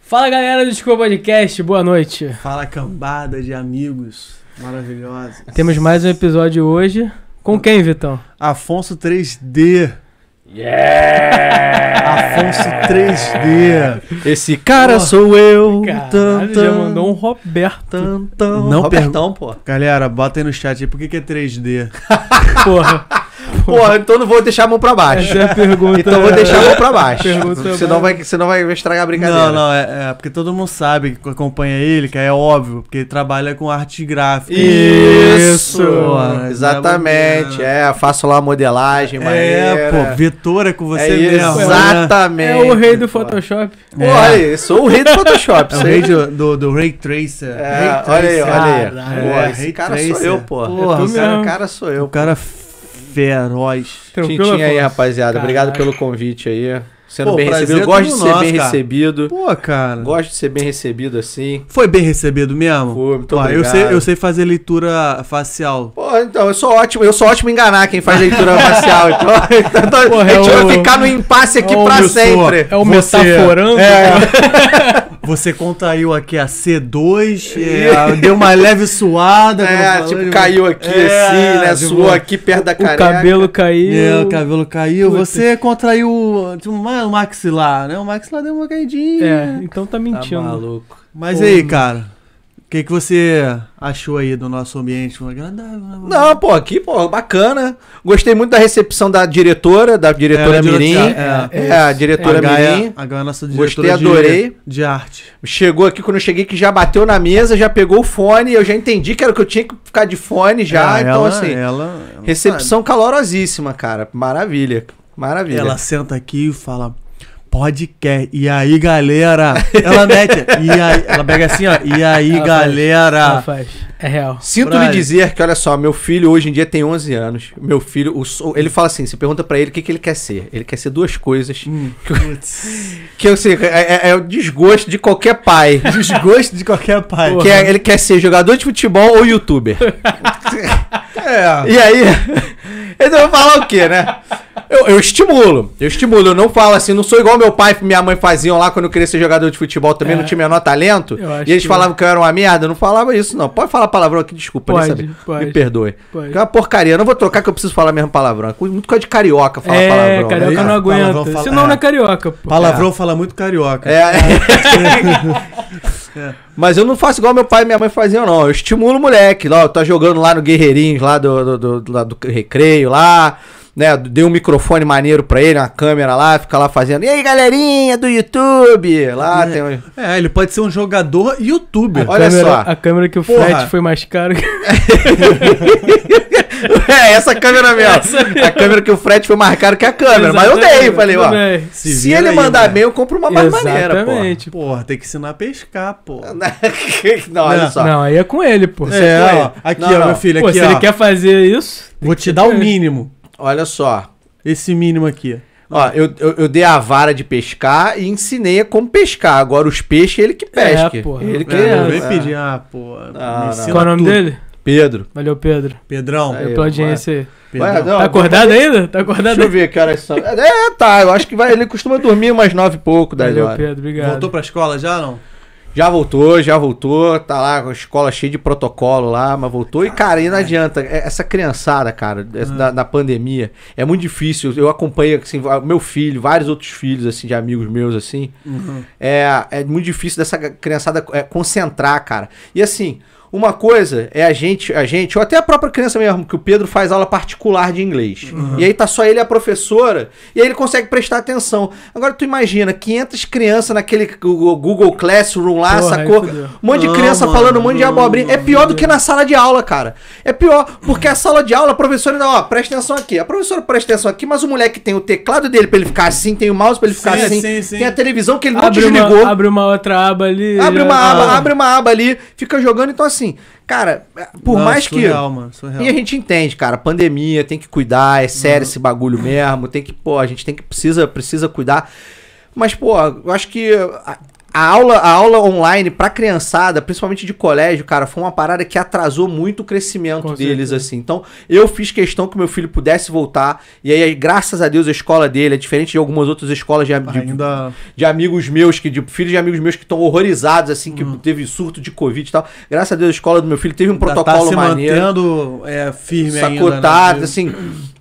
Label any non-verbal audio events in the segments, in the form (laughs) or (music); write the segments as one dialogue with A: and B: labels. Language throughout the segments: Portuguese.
A: Fala galera do Desculpa Podcast, boa noite.
B: Fala cambada de amigos maravilhosos.
A: Temos mais um episódio hoje. Com quem, Vitão?
B: Afonso 3D.
C: Yeah!
B: Afonso 3D.
C: Esse cara sou eu.
A: Caralho, já mandou um Roberto,
B: Tantão.
C: Não,
B: Roberto.
C: Então, Robertão, pô.
B: Galera, bota aí no chat aí por que, que é 3D.
A: porra.
C: (laughs) Porra, então não vou deixar a mão pra baixo.
A: Essa é a pergunta.
C: Então vou deixar a mão
B: é.
C: pra baixo.
A: Pergunta
C: Senão vai, senão vai estragar a brincadeira.
B: Não, não, é, é porque todo mundo sabe que acompanha ele, que é óbvio, porque ele trabalha com arte gráfica.
C: Isso!
B: Porra,
C: exatamente. É, faço lá a modelagem, mas.
B: É, pô, vetor é com você
C: é
B: mesmo. Né?
C: Exatamente.
A: É o rei do Photoshop.
C: Porra, aí, sou o rei do Photoshop.
B: É o
C: isso
B: rei
C: aí.
B: do, do, do Ray Tracer.
C: É,
B: Ray
C: olha aí,
B: Tracer.
C: olha aí.
B: Caralho,
C: Porra,
B: é,
C: esse
B: Ray
C: cara sou
B: Tracer.
C: eu, É pô.
B: Porra,
C: esse
A: mesmo.
C: cara, cara sou
B: É um
C: eu.
B: cara feroz.
A: Tranquilo,
C: Tintim aí,
A: Afonso?
C: rapaziada. Obrigado
A: Caralho.
C: pelo convite aí. Sendo
B: Pô,
C: bem
B: prazer
C: recebido.
B: é
C: Gosto de
B: todo
C: ser
B: nosso,
C: bem
B: cara.
C: recebido.
B: Pô, cara.
C: Gosto de ser bem recebido assim.
B: Foi bem recebido mesmo?
C: Foi, muito
B: Ó, eu
C: obrigado.
B: sei, eu sei fazer leitura facial.
C: Pô, então, eu sou ótimo, eu sou ótimo em enganar quem
B: (laughs)
C: faz leitura facial. Então, (laughs) então
A: Porra,
C: a gente
A: é o-
C: vai ficar no impasse aqui
B: Ô,
C: pra
B: meu senhor,
C: sempre.
A: É o
B: Você-
A: metaforando? (laughs) É.
B: Você contraiu aqui a
C: (laughs)
B: C2, é, deu uma leve suada. quando
C: É,
B: falou,
C: tipo,
B: ele-
C: caiu aqui
B: É,
C: assim, né?
B: tipo,
C: Suou aqui perto da
A: O
C: careca.
A: cabelo caiu.
B: É, o cabelo caiu.
A: Putz.
B: Você contraiu tipo, ma- o maxilar, né? O maxilar deu uma caidinha.
A: É, então tá
C: Tá
A: mentindo.
C: maluco.
B: Mas
A: Pô,
B: e aí, cara? O que, que você achou aí do nosso ambiente? Agradável, né?
C: Não, pô, aqui, pô, bacana. Gostei muito da recepção da diretora, da diretora
B: É, da
C: Mirim.
B: diretora-
C: É, a diretora
B: a Gaia,
C: Mirim.
B: a Gaia é nossa
C: Gostei,
B: diretora de-
C: adorei.
B: de arte.
C: Chegou aqui quando eu cheguei que já bateu na mesa, já pegou o fone, eu já entendi que era o que eu tinha que ficar de fone já.
B: É,
C: então,
B: ela-
C: assim,
B: ela- ela
C: recepção calorosíssima, cara. Maravilha. Maravilha.
B: Ela senta aqui e fala podcast. E aí, galera? Ela mete. E aí, ela pega assim, ó. E aí,
A: Ela faz.
B: galera?
A: Ah, faz. É real.
C: Sinto lhe
B: Brasil.
C: dizer que, olha só, meu filho hoje em dia tem 11 anos. Meu filho, o so- ele fala assim: você pergunta pra ele o que, que ele quer ser. Ele quer ser duas coisas.
B: Hum, putz.
C: Que eu sei, é, é- é o desgosto de qualquer pai.
B: Desgosto de qualquer pai.
C: Que é- ele quer ser jogador de futebol ou youtuber.
B: É.
C: E aí, (laughs) ele vai falar o quê, né? Eu, eu estimulo, eu estimulo, eu não falo assim, não sou igual meu pai e minha mãe faziam lá quando eu queria ser jogador de futebol também,
A: É.
C: não tinha o menor talento.
A: Eu acho
C: E eles
A: que-
C: falavam que eu era uma merda, eu não falava isso, não. Pode falar palavrão aqui, desculpa,
A: Pode,
C: nem sabia.
A: pode.
C: Me perdoe.
A: Pode.
C: Que é uma porcaria, eu não vou trocar que eu preciso falar mesmo palavrão. É coisa- Muito coisa de carioca falar
A: é,
C: palavrão. né,
A: carioca
C: cara?
A: não
B: Palavrão
A: aguenta.
B: fala-
A: Senão não é
B: é.
A: carioca, pô.
B: Palavrão fala muito carioca.
C: É. (laughs) Mas eu não faço igual meu pai e minha mãe faziam, não. Eu estimulo o moleque. Lá, tá jogando lá no Guerreirinhos, lá do, do, do- lá do recreio, lá. Né, dei um microfone maneiro pra ele, uma câmera lá, fica lá fazendo. E aí, galerinha do YouTube? Lá tem um... (laughs)
B: É, ele pode ser um jogador youtuber.
C: Olha
A: Câmera-
C: só.
A: A câmera que o
B: Porra.
A: frete foi mais caro.
C: É, essa câmera mesmo. A câmera que o Fred foi mais caro que é
A: (laughs)
C: a câmera. Mas eu
A: é,
C: dei, falei, ó.
A: Exatamente.
C: Se,
B: Se vira
C: ele
B: aí,
C: mandar
B: né?
C: bem, eu compro uma mais maneira, pô.
A: Exatamente.
B: Porra, tem que ensinar a pescar, pô.
C: não, (laughs) olha
B: Não,
C: só.
A: Não, aí é com ele, pô.
B: É,
C: com
B: ó.
C: ele.
B: Aqui,
C: Não,
B: ó,
C: não.
B: meu filho,
A: Pô,
B: aqui,
A: se
B: ó.
A: ele quer fazer isso,
B: Vou te dar o mínimo.
C: Olha só.
B: Esse mínimo aqui.
C: Ó,
A: É.
C: eu, eu, eu dei a vara de pescar e ensinei a como pescar. Agora os peixes ele que pesca.
A: É, porra.
C: Ele que
A: É,
B: não vem
C: é.
B: pedir, ah, pô.
C: não.
B: me ensina
A: qual é o nome
B: tudo.
A: dele?
C: Pedro.
A: Valeu, Pedro.
B: Pedrão.
C: Aí,
A: pela
C: vai.
A: audiência aí.
B: Pedrão.
C: Ué, não,
A: tá acordado ainda? Tá acordado
C: Deixa eu
A: ainda?
C: ver que horas são. É, tá. Eu acho que vai, ele costuma dormir umas nove e pouco, dez
A: Valeu,
C: horas.
A: Pedro. Obrigado.
B: Voltou pra escola já, não?
C: Já voltou, já voltou. Tá lá com a escola cheia de protocolo lá, mas voltou. E, cara, e não adianta. É, Essa criançada, cara, essa
A: Ah.
C: da, da pandemia, é muito difícil. Eu acompanho, assim, va- meu filho, vários outros filhos, assim, de amigos meus, assim. É, é muito difícil dessa criançada é, concentrar, cara. E assim, uma coisa é a gente, a gente, ou até a própria criança mesmo, que o Pedro faz aula particular de inglês. E aí tá só ele e a professora, e aí ele consegue prestar atenção. Agora tu imagina, 500 crianças naquele Google Google Classroom lá,
A: Porra,
C: sacou?
A: aí fudeu.
C: Um monte de
B: Não,
C: criança
B: mano,
C: falando um monte de
B: não,
C: abobrinha. é
B: não,
C: pior do que na sala de aula, cara. É pior, porque a sala de aula, a professora, ainda, ó, presta atenção aqui. A professora presta atenção aqui, mas o moleque tem o teclado dele pra ele ficar assim, tem o mouse pra ele ficar
B: Sim,
C: assim,
B: sim, sim.
C: tem a televisão que ele não
A: abre,
C: desligou.
A: uma, abre uma outra aba ali.
C: Abre
A: já-
C: uma
A: Ah.
C: aba, abre uma aba ali, fica jogando. Então, assim, cara, por
B: Não,
C: mais que.
B: surreal, mano, surreal.
C: E a gente entende, cara, pandemia, tem que cuidar, é
A: Uhum.
C: sério esse bagulho mesmo, tem que, pô, a gente tem que precisa, precisa cuidar. Mas, pô, eu acho que a, A aula, a aula online pra criançada, principalmente de colégio, cara, foi uma parada que atrasou muito o crescimento
A: Com
C: deles,
A: certeza.
C: assim. Então, eu fiz questão que meu filho pudesse voltar. E aí, graças a Deus, a escola dele é diferente de algumas outras escolas de, de,
B: Ainda. tá
C: de amigos meus, que, de filhos de amigos meus que estão horrorizados, assim, que teve surto de Covid e tal. Graças a Deus, a escola do meu filho teve um protocolo
B: Hum. tá se
C: maneiro
B: mantendo é, firme
C: sacotado,
B: ainda. né?
C: assim.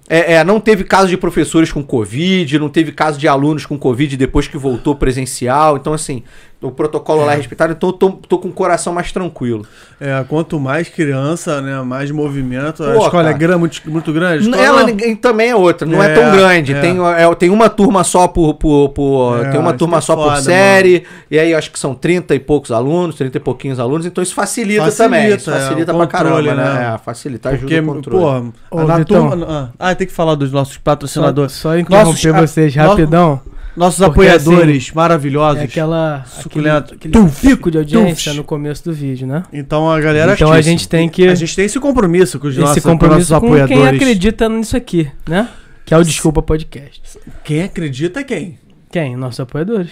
C: É, é, não teve caso de professores com Covid, não teve caso de alunos com Covid depois que voltou presencial. Então, assim, o protocolo lá é respeitado, então eu tô, tô com o coração mais tranquilo.
B: É, quanto mais criança, né? Mais movimento. a
C: Pô,
B: escola é
C: cara.
B: grande, muito, muito grande. a escola-
C: Ela ninguém- também é outra, não é,
B: É,
C: tão grande.
B: é.
C: Tem, é, tem uma turma só por. por- por-
B: É,
C: tem uma
B: isso
C: turma
B: é
C: só por
B: foda,
C: série, e aí eu acho que são 30 e poucos alunos, 30 e pouquinhos alunos, então isso facilita, também.
B: Facilita,
C: Isso
B: é,
C: facilita
B: o
C: pra
B: controle,
C: caramba, né?
B: né?
C: É, facilita, ajuda
B: Porque,
C: o controle.
B: porra,
A: Ô,
B: a Tá na
A: Vitão.
B: turma- Ah, tem que falar dos nossos
A: Só,
B: patrocinadores.
A: só interromper
B: Nossos-
A: vocês
B: nossos-
A: rapidão.
B: Nossos
A: Porque,
C: é
B: apoiadores
C: assim,
B: maravilhosos.
A: É aquela.
B: Suculento.
A: Aquele, aquele pico de audiência
B: Tuf.
A: no começo do vídeo, né?
B: Então a galera
A: então a gente tem que.
B: a gente tem esse compromisso com os
A: esse
B: nossos, com nossos
A: compromisso com
B: apoiadores.
A: quem acredita nisso aqui, né? Que é o Desculpa Podcast.
B: Quem acredita é quem?
A: Quem? Nossos apoiadores.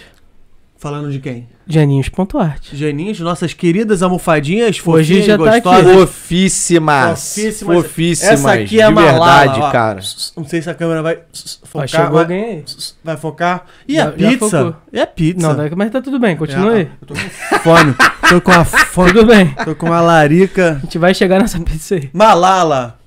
B: Falando de quem?
A: Janinhos.art.
B: Janinhos, nossas queridas almofadinhas,
A: Hoje
B: fofinhas,
A: já tá aqui.
B: gostosas.
C: Fofíssimas.
B: Fofíssimas.
C: Fofíssimas.
B: Essa aqui é a
C: de verdade,
B: Malala, ó.
C: cara.
B: Não sei se a câmera vai
A: Ó,
B: focar.
A: chegou
B: Vai,
A: alguém aí.
B: vai focar. E
A: Já-
B: a
A: já
B: pizza?
A: focou.
B: É a pizza.
A: Não, mas tá tudo bem, continua
B: É,
A: aí.
B: Eu tô com (laughs) fome. tô com a fome.
A: Tudo bem.
B: Tô com uma larica.
A: A gente vai chegar nessa pizza aí.
B: Malala.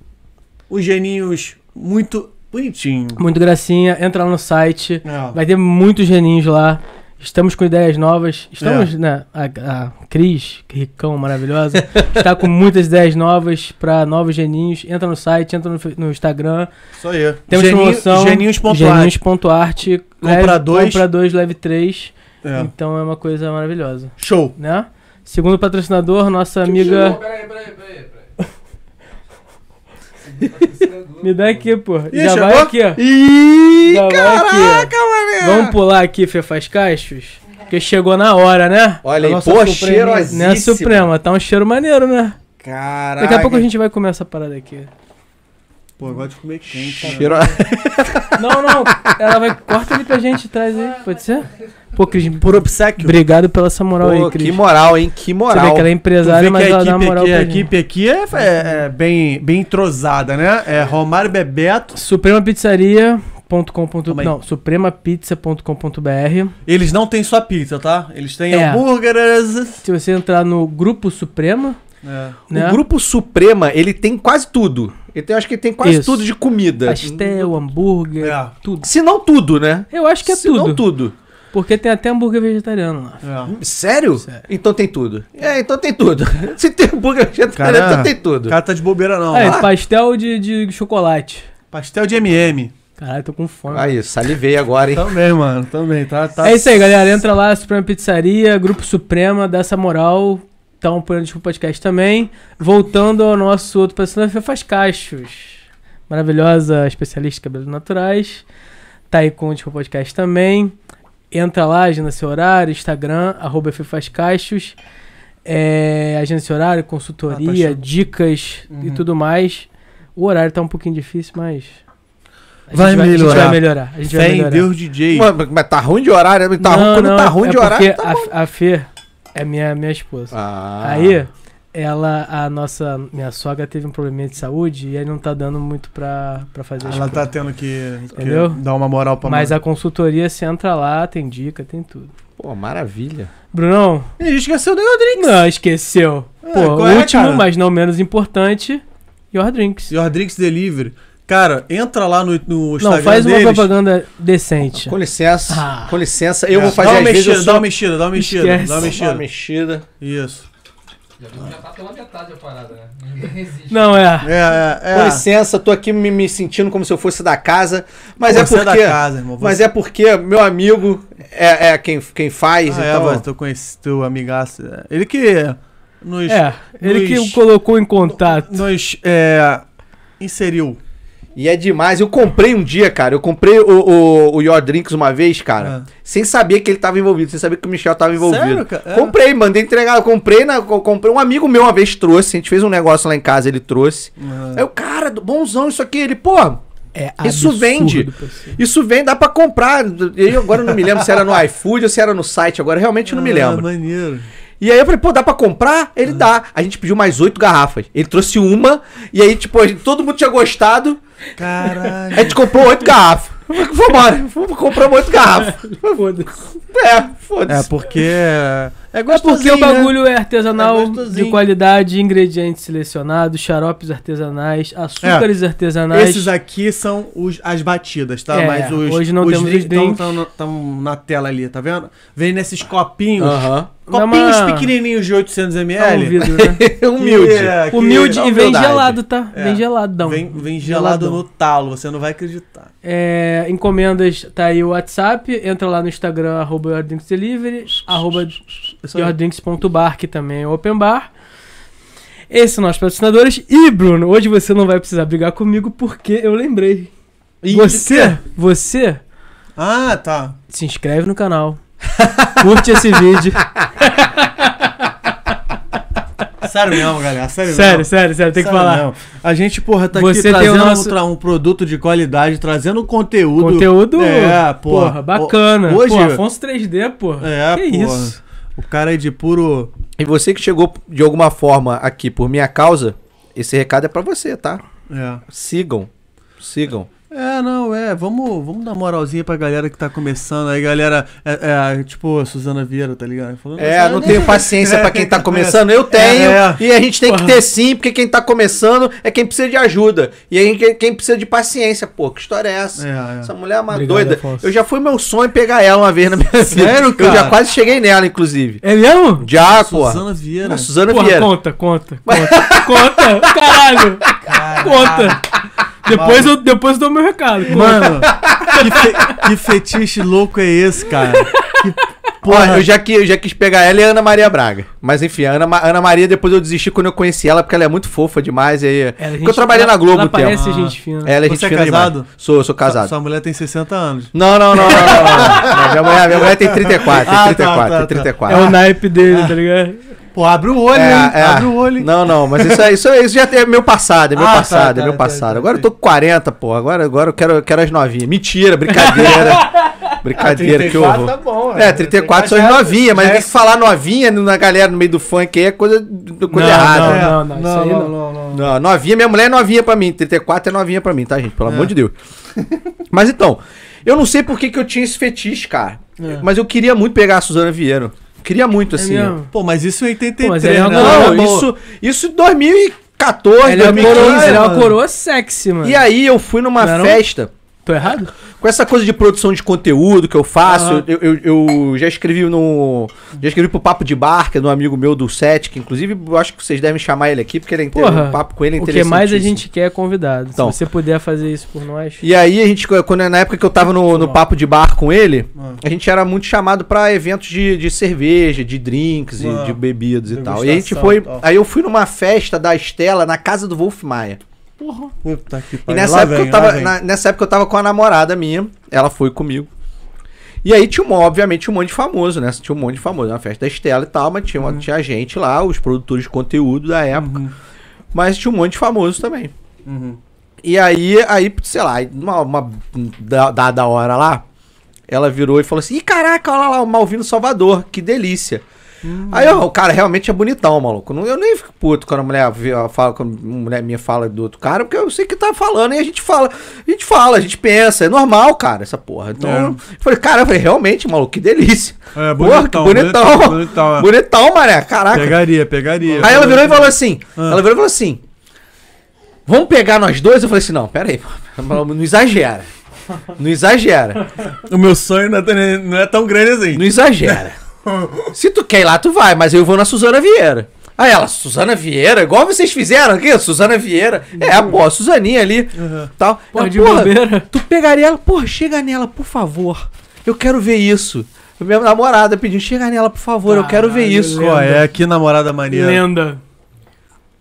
B: Os geninhos muito bonitinho.
A: Muito gracinha, entra lá no site.
B: É.
A: Vai ter muitos geninhos lá. Estamos com ideias novas. Estamos,
B: É.
A: né? A, a Cris, que ricão, maravilhosa, está com muitas ideias novas para novos geninhos. Entra no site, entra no, fe- no Instagram.
B: Isso aí.
A: Temos
B: Geninho-
A: promoção.
B: Geninhos.art.
A: Geninhos.art.
B: Compra dois.
A: Compra dois, leve três.
B: É.
A: Então é uma coisa maravilhosa,
B: Show.
A: né? Segundo patrocinador, nossa amiga.
D: Peraí, peraí, peraí.
A: (laughs) Me dá aqui, pô.
B: Ih,
A: Já vai
B: chegou?
A: aqui, ó.
B: Ih,
A: Já vai é aqui, ó.
B: caraca, mané.
A: Vamos pular aqui, Fefaz Cachos? Porque chegou na hora, né?
C: Olha
B: A
C: aí,
B: nossa
C: pô,
B: Suprema,
C: cheirosíssima.
A: Né, Suprema? Tá um cheiro maneiro, né?
C: Caraca.
A: Daqui a pouco a gente vai comer essa parada aqui.
B: Pô, eu gosto de comer quente. né?
C: Cheiro...
A: Não, não. Ela vai. Corta ali pra gente e traz aí. Pode ser? Pô, Cris,
B: Por obsequio.
A: obrigado pela essa moral
C: Pô,
A: aí, Cris.
C: que moral, hein? Que
A: Você vê
C: moral.
A: que ela é
B: Tu vê
A: empresária,
B: que
A: mas
B: a
A: ela dá
B: equipe
A: moral
B: aqui, a
A: pra gente.
B: equipe aqui é, é- é bem, bem entrosada, né? É Romário Bebeto.
A: Supremapizzaria.com.br
B: Calma aí.
A: Não, supremapizza.com.br
B: Eles não têm só pizza, tá? Eles têm
A: É.
B: hambúrgueres.
A: Se você entrar no Grupo Suprema,
B: É.
A: né?
C: O Grupo Suprema, ele tem quase tudo. Ele tem, acho que ele tem quase
A: Isso.
C: tudo de comida.
A: Pastel, hambúrguer,
B: É.
A: tudo.
C: Se não tudo, né?
A: Eu acho que é
C: Se
A: tudo.
C: não tudo.
A: Porque tem até hambúrguer vegetariano lá.
B: É.
C: Sério?
A: Sério.
C: Então tem tudo. É, então
B: (laughs)
C: tem tudo. Se tem hambúrguer vegetariano,
B: Cara,
C: então tem
B: O
C: tudo.
B: cara tá de bobeira, não.
A: É,
B: Ah,
A: pastel de, de chocolate.
B: Pastel de MM.
A: Caralho, tô com fome.
C: Aí, salivei agora, hein?
B: Também, mano. Também, tá? tá
A: É isso aí, galera. Entra lá, Suprema Pizzaria, Grupo Suprema, dá essa moral. Tá um plano de podcast também. Voltando ao nosso outro personagem, Fefaz Cachos. Maravilhosa especialista em cabelos naturais. Tá aí com o Desculpa podcast também. Entra lá, agenda seu horário, Instagram, arroba Fefaz Cachos. É, agenda seu horário, consultoria,
B: Ah, tá show.
A: dicas e
B: Uhum.
A: tudo mais. O horário tá um pouquinho difícil, mas. a gente
B: Vai
A: a gente
B: melhorar.
A: vai melhorar. A gente vai
B: Fé em
A: melhorar.
B: Deus DJ.
C: Mano, mas tá ruim de horário. né? Tá ruim, quando tá ruim
A: é
C: de horário.
A: porque
C: Tá...
A: a, a Fê é minha, minha esposa.
C: Ah.
A: Aí, ela, a nossa, minha sogra teve um probleminha de saúde e aí não tá dando muito pra, pra fazer as
B: Ela tá
A: coisas.
B: tendo que, que
A: Entendeu?
B: dar uma moral pra
A: Mas
B: mãe.
A: a consultoria, você entra lá, tem dica, tem tudo.
C: Pô, maravilha.
A: Brunão,
B: A gente esqueceu do Rodrigues.
A: não esqueceu.
B: É,
A: Pô,
B: qual é,
A: último,
B: cara?
A: mas não menos importante, Your Drinks.
B: Your Drinks Delivery. Cara, entra lá no, no Instagram
A: Não, faz uma
B: deles.
A: propaganda decente.
C: Com licença.
A: Ah.
C: Com licença. Eu
B: É,
C: vou fazer
B: dá uma
C: às
B: mexida,
C: vezes. eu
B: Dá
C: sou-
B: uma mexida, dá uma mexida,
A: Esquece.
B: dá uma
C: Dá uma
B: mexida.
C: mexida.
B: Isso.
D: Já tá pela metade a parada, né? Ninguém resiste.
A: Não, é.
B: É, é, é.
C: Com licença, tô aqui me, me sentindo como se eu fosse da casa, mas
B: Pô,
C: é
B: você
C: porque.
B: da casa, irmão.
C: Mas
B: você...
C: é porque meu amigo é, é quem, quem faz,
B: Ah, é,
C: então.
B: mas tô com esse teu amigaço. é. Ele que nos...
A: É, ele que
B: Luiz.
A: o colocou em contato.
B: Nos... É, inseriu.
C: E é demais. Eu comprei um dia, cara. Eu comprei o, o, o Your Drinks uma vez,
B: Ah,
C: cara. Sem saber que ele tava envolvido, sem saber que o Michel tava envolvido.
B: Sério, cara? É.
C: Comprei, mandei entregar. Eu comprei, na, eu comprei. Um amigo meu uma vez trouxe. A gente fez um negócio lá em casa, ele trouxe.
B: É.
C: Aí o cara, do- bonzão isso aqui. Ele, pô,
A: É
C: Isso
A: absurdo,
C: vende.
A: pessoal.
C: Isso vem, dá pra comprar. Eu agora não me lembro se era no iFood ou se era no site, agora realmente eu não me
B: Ah,
C: lembro.
B: maneiro.
C: E aí eu falei, pô, dá pra comprar? Ele dá. A gente pediu mais oito garrafas. Ele trouxe uma, e aí, tipo, todo mundo tinha gostado.
B: Caralho.
C: A gente comprou oito garrafas. Vambora, vamos comprar oito garrafas.
A: Foda-se.
C: (laughs) É, foda-se.
B: É porque. É
A: É porque
B: gostosinho,
A: o bagulho é
B: É
A: artesanal,
B: gostosinho.
A: de qualidade, ingredientes selecionados, xaropes artesanais, açúcares
B: Né?
A: artesanais.
B: Esses aqui são os, as batidas, tá?
A: É,
B: Mas os.
A: hoje não
B: os
A: temos os drinks.
B: Estão na tela ali, tá vendo? Vem nesses copinhos.
C: Aham.
B: É,
A: Dá
B: Copinhos
A: uma-
B: pequenininhos de 800ml.
A: Tá ouvido,
B: (laughs)
A: né?
C: Humilde.
B: Que- que-
A: Humilde e vem
C: humildade.
A: gelado, tá?
B: É.
A: Vem geladão.
B: Vem, vem gelado
A: Geladão.
B: no talo, você não vai acreditar.
A: É, encomendas, tá aí o WhatsApp. Entra lá no Instagram, arroba Your Drinks Delivery, arroba
B: Isso aí.
A: yourdrinks.bar, que também é open bar. Esses são nossos patrocinadores. E, Bruno, hoje você não vai precisar brigar comigo porque eu lembrei.
B: Ih,
A: você, você,
B: é. Ah, tá.
A: se inscreve no canal, (laughs) curte esse vídeo.
B: Sério mesmo, galera. Sério,
A: Sério,
B: mesmo.
A: sério, sério, tem que
B: Sério
A: falar.
B: mesmo. A gente, porra, tá
A: Você tem
B: aqui trazendo
A: o nosso-
B: tra- um produto de qualidade, trazendo conteúdo.
A: Conteúdo,
B: É,
A: porra,
B: porra.
A: bacana.
B: Hoje-
A: Pô, Afonso 3D, porra.
B: É,
A: que
B: porra.
A: isso?
B: O cara é de puro.
C: E você que chegou de alguma forma aqui por minha causa, esse recado é pra você, tá?
B: É.
C: Sigam. Sigam.
B: É, não, é. Vamos, vamos dar moralzinha pra galera que tá começando aí, galera. É, é, tipo, Suzana Vieira, tá ligado? Falando
C: É,
B: (laughs)
C: não tenho paciência pra quem tá começando. Eu tenho.
B: É.
C: E a gente tem que ter sim, porque quem tá começando é quem precisa de ajuda. E aí quem- quem precisa de paciência, pô. Que história é essa?
B: É, é.
C: Essa mulher é uma
A: Obrigado,
C: doida.
A: Afonso.
C: Eu já fui meu sonho pegar ela uma vez na minha vida.
B: Sério, cara?
C: Eu já quase cheguei nela, inclusive.
A: É mesmo?
C: Já, pô.
B: Suzana Vieira.
C: Suzana
A: Porra,
C: Vieira.
A: conta, conta, conta, conta, caralho, conta. Depois eu, depois eu dou meu recado.
B: Mano, que, fe- que fetiche louco é esse, cara? Que
C: Olha,
B: porra.
C: eu já, qui- eu já quis pegar ela e a Ana Maria Braga. Mas enfim, a Ana, Ma- Ana Maria, depois eu desisti quando eu conheci ela, porque ela é muito fofa demais. E aí,
A: Ela é gente-
C: porque eu trabalhei na Globo
A: ela
C: um tempo.
A: parece
B: Ah.
A: gente fina.
C: Ela é
B: Você
C: gente
B: é
C: fina demais.
B: casado?
C: Sou, sou casado.
B: Sua mulher tem 60 anos.
C: Não, não, não, não, não, não, não. Não, Minha mulher, minha mulher tem 34, tem
B: Ah, tá,
C: 34,
B: tá, tá.
C: tem 34.
A: É o naipe dele, tá ligado?
B: Pô, abre o olho, hein?
C: É, é.
B: Abre o olho. hein?
C: Não, não, mas isso, é- isso, é- isso já é meu passado, é meu
B: Ah, tá,
C: passado,
B: tá,
C: é meu
B: tá,
C: passado.
B: tá,
C: agora eu
B: tá.
C: tô com 40, pô. Agora, agora eu quero, eu quero as novinhas. Mentira,
B: (laughs)
C: brincadeira. brincadeira, é que horror.
B: bom,
C: É, 34 são as
A: é.
C: novinhas, mas tem que falar novinha na galera no meio do funk aí é coisa, coisa errada. né?
A: Não, não, não, isso aí não.
C: Não, novinha, minha mulher é novinha pra mim. 34 é novinha pra mim, tá, gente? Pelo amor
A: (laughs)
C: de Deus. mas então, eu não sei por que, que eu tinha esse fetiche, cara.
A: É.
C: Mas eu queria muito pegar a Suzana Vieira. Queria muito, assim.
A: mesmo?
C: ó.
B: Pô, mas isso em 83,
A: Pô, mas aí é uma
C: Não,
A: Ela é
C: isso, isso em 2014,
A: Ela é uma
C: 2015.
A: coroa, ela é uma
B: mano.
A: coroa sexy, mano.
C: E aí eu fui numa
A: Não era um-
C: festa.
A: Tô errado?
C: Com essa coisa de produção de conteúdo que eu faço,
A: Aham.
C: eu, eu- eu já escrevi no. Já escrevi pro Papo de Barca, de um amigo meu do Set, que inclusive eu acho que vocês devem chamar ele aqui, porque ele é inter...
A: Porra,
C: o papo com ele é
A: O que mais a
C: interessantíssimo.
A: gente quer é convidado.
C: Então.
A: Se você puder fazer isso por nós.
C: E aí a gente, quando, é na época que eu tava no, no papo de bar com ele, a gente era muito chamado pra eventos de, de cerveja, de drinks, e
B: Ah,
C: de bebidas e tal. E a gente
B: degustação
C: foi.
B: e tal.
C: Aí eu fui numa festa da Estela na casa do Wolf Maia.
B: Puta que
C: E
B: pariu.
C: nessa
B: Lá
C: época,
B: vem,
C: eu
B: lá
C: tava,
B: vem.
C: na- nessa época eu tava com a namorada minha, ela foi comigo. E aí tinha, um, obviamente, um monte de famoso, né? Tinha um monte de famoso, uma festa da Estela e tal, mas tinha, uma-
B: Uhum.
C: tinha gente lá, os produtores de conteúdo da época. Mas tinha um monte de famoso também.
B: Uhum.
C: E aí, aí sei lá, uma, uma da- dada hora lá, ela virou e falou assim: Ih, caraca, olha lá o Malvino Salvador, que delícia. Aí, ó, o cara realmente é bonitão, maluco. Não- Eu nem fico puto quando a mulher vê- fala, quando uma mulher minha fala do outro cara, porque eu sei que tá falando e a gente fala, a gente fala, a gente pensa, é normal, cara, essa porra. Então,
B: É.
C: eu falei, cara, eu falei, realmente, maluco, que delícia.
B: É,
C: Porra, que bonitão. Bonitão,
B: bonitão, é.
C: mané, caraca.
B: Pegaria, pegaria.
C: Aí ela virou e falou assim:
B: Ah.
C: ela virou e falou assim: Vamos pegar nós dois? Eu falei assim: não, pera aí, não exagera. Não exagera.
B: O meu sonho não é, tão- não é tão grande assim.
C: Não exagera. Se tu quer ir lá, tu vai, mas eu vou na Suzana Vieira. Aí ela, Suzana Vieira, igual vocês fizeram aqui, Suzana Vieira. É, pô, a Suzaninha ali. Tal.
A: Pô,
C: Ela,
A: de bobeira.
C: Tu pegaria ela, porra, chega nela, por favor. Eu quero ver isso. Minha namorada pediu, chega nela, por favor, eu quero ver
A: Caralho,
C: isso.
A: lembro.
B: Qual é? Que namorada maneira.
A: Lenda.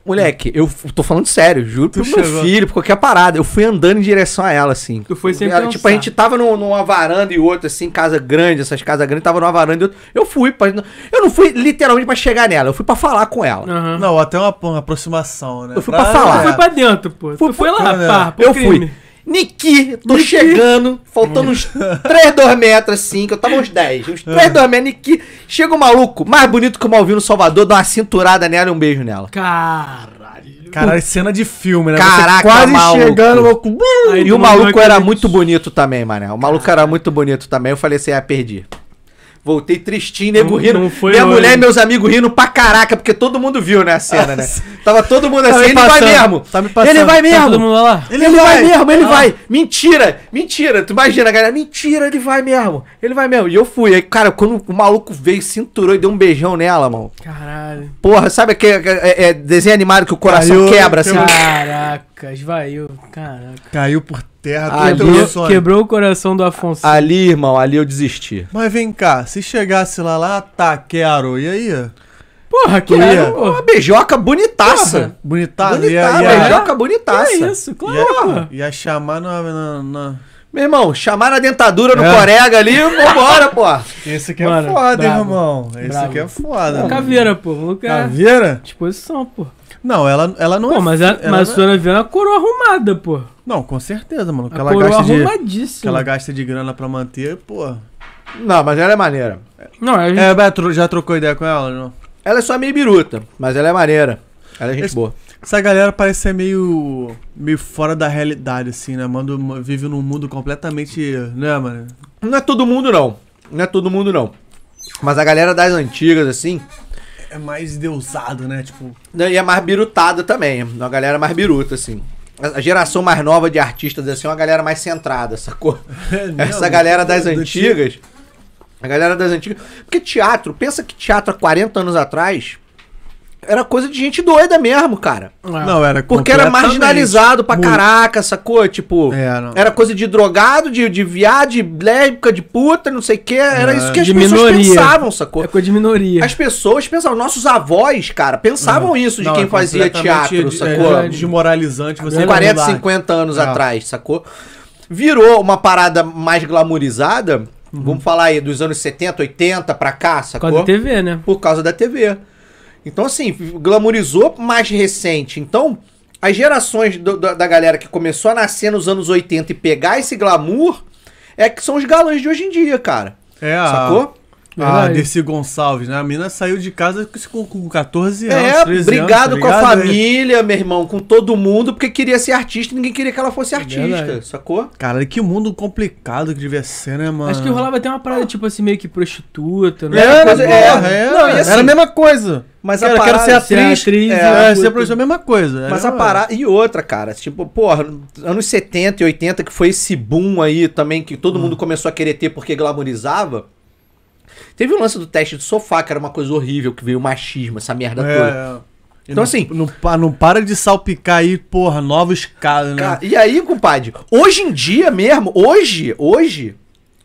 C: Moleque, eu f- tô falando sério, juro pro meu
B: chegou.
C: filho, por qualquer parada. Eu fui andando em direção a ela, assim.
A: Tu foi sem
C: Ela,
A: pensar.
C: Tipo, a gente tava num- numa varanda e outra, assim, casa grande, essas casas grandes, tava numa varanda e outra. Eu fui, pra, eu não fui literalmente pra chegar nela, eu fui pra falar com ela.
A: Aham.
B: Não, até uma, uma aproximação, né?
C: Eu fui pra falar.
A: Tu foi pra dentro, pô.
C: Fui
A: tu foi lá,
B: pra-
A: pá, pro
C: eu
A: crime.
C: fui. Niki, tô chegando, faltando uns 3, 2 metros assim, que eu tava uns 10. Uns 3, 2 metros, Niki. Chega o maluco, mais bonito que o Malvino Salvador, dá uma cinturada nela e um beijo nela.
A: Caralho. Tá
B: Caralho, cena de filme, né?
C: Caraca,
B: Você quase
C: maluco.
B: chegando, maluco.
A: Aí
C: E
A: tu
C: o
A: mandou
C: maluco era
A: aquele-
C: muito bonito também, mané. O maluco era muito bonito também. Eu falei assim, ah, perdi. Voltei tristinho, nego
A: Não-
C: rindo.
A: não foi
C: Minha
A: hoje.
C: mulher e meus amigos rindo pra caraca, porque todo mundo viu, né, a cena, né? Tava todo mundo
B: Tá
C: assim,
B: me
C: ele vai
B: passando,
C: mesmo.
B: tá me passando.
C: Ele vai
A: Tá todo
C: mesmo.
A: mundo lá?
C: Ele, vai. mesmo, ele vai. Mentira, mentira. Tu imagina, galera, mentira, ele vai mesmo. Ele vai mesmo. E eu fui. Aí, cara, quando o maluco veio, cinturou e deu um beijão nela, mano.
A: Caralho.
C: Porra, sabe aquele é, é desenho animado que o coração
B: Caiu,
C: quebra, assim?
A: Caraca, esvaiu. Caraca.
B: Caiu por terra
C: Ah,
B: todo o teu
C: Deus.
A: Quebrou,
B: sonho.
A: quebrou o coração do Afonso.
C: Ali, irmão, ali eu desisti.
B: Mas vem cá, se chegasse lá, lá, tá, quero. E aí?
A: Porra, que
B: Ia.
A: era,
C: Uma
A: porra.
C: beijoca bonitaça.
B: Bonitaça.
C: bonitaça,
B: ia, ia,
C: beijoca bonitaça.
A: Que é isso, claro.
B: ia,
A: porra.
B: ia chamar na... na, na...
C: Meu irmão, chamaram a dentadura no
B: É.
C: corega ali, vambora, pô.
B: Esse aqui
A: é Mano, foda, hein, brabo.
B: irmão. Esse
A: Brabo.
B: aqui é foda.
A: Caveira, pô. O Luca é
B: Caveira?
A: disposição, pô.
B: Não, ela, ela não
A: Pô, mas a,
B: ela
A: mas a
B: não é-
A: Sônia Viana é uma coroa arrumada, pô.
B: Não, com certeza, mano. O que
A: A
B: ela
A: coroa
B: gasta de... que
A: arrumadíssima.
B: ela gasta de grana pra manter, pô.
C: Não, mas ela é maneira.
A: Não, a gente...
B: É, Beto, já trocou ideia com ela? Não?
C: Ela é só meio biruta, mas ela é maneira. Ela é gente
B: Esse-
C: boa.
B: Essa galera parece ser meio. meio fora da realidade, assim, né? Mano, vive num mundo completamente. né, mano?
C: Não é todo mundo, não. Não é todo mundo, não. Mas a galera das antigas, assim,
B: É mais deusado, né? Tipo. (laughs)
C: né, e é mais birutada também. Uma galera mais biruta, assim. A a geração mais nova de artistas, assim, é uma galera mais centrada, sacou?
B: é
C: Essa galera das antigas. A galera das antigas. Porque teatro, pensa que teatro há 40 anos atrás era coisa de gente doida mesmo, cara.
A: Ah,
B: Não, era
C: Porque era
B: completamente-
C: marginalizado pra
B: Muito.
C: caraca, sacou? Tipo,
B: É, não.
C: era coisa de drogado, de, de viado, de lésbica, de puta, não sei o quê. Era
B: É.
C: isso que as
A: De
C: pessoas
A: minoria.
C: pensavam, sacou?
A: É coisa de minoria.
C: As pessoas pensavam, nossos avós, cara, pensavam isso de
B: Não,
C: quem
B: é
C: fazia
B: completamente
C: teatro,
B: de-
C: sacou?
B: é, desmoralizante você.
C: Há 40,
B: mudar.
C: 50 anos
B: É.
C: atrás, sacou? Virou uma parada mais glamourizada,
B: Uhum.
C: vamos falar aí, dos anos 70, 80 pra cá,
A: Por
C: sacou?
A: causa da TV, né?
C: Por causa da TV. Então, assim, glamourizou mais recente. Então, as gerações do- da, da galera que começou a nascer nos anos 80 e pegar esse glamour é que são os galãs de hoje em dia, cara.
B: É, a-
C: Sacou?
B: A
A: Verdade.
B: Dercy Gonçalves, né? A mina saiu de casa com, com 14 anos.
C: É,
B: 13
C: brigado
B: anos,
C: com a
B: tá ligado?
C: família, meu irmão, com todo mundo, porque queria ser artista e ninguém queria que ela fosse
B: É
C: artista,
A: verdade.
C: sacou?
B: Cara, que mundo complicado que devia ser, né, mano?
A: Acho que rolava até uma parada, tipo assim, meio que prostituta, né?
C: É, mas-
B: Porra,
C: é. Não, e assim-
B: era a mesma coisa.
C: Mas
B: Quero-
C: a
B: quero
C: parada, assim,
B: ser
A: ser
B: atriz.
A: atriz,
B: é,
A: é,
B: ser
A: puta.
B: professor é a mesma coisa.
C: Mas
B: Era-
C: a parada. E outra, cara. Tipo, porra, anos 70 e 80, que foi esse boom aí também, que
B: Hum.
C: todo mundo começou a querer ter porque glamourizava. Teve o lance do teste de sofá, que era uma coisa horrível, que veio o machismo, essa merda toda.
B: É, é. E
C: Então,
B: não-
C: assim-
B: Não, pa- não para de salpicar aí, porra, novos casos, né?
C: Cara, e aí, compadre, hoje em dia mesmo, hoje, hoje,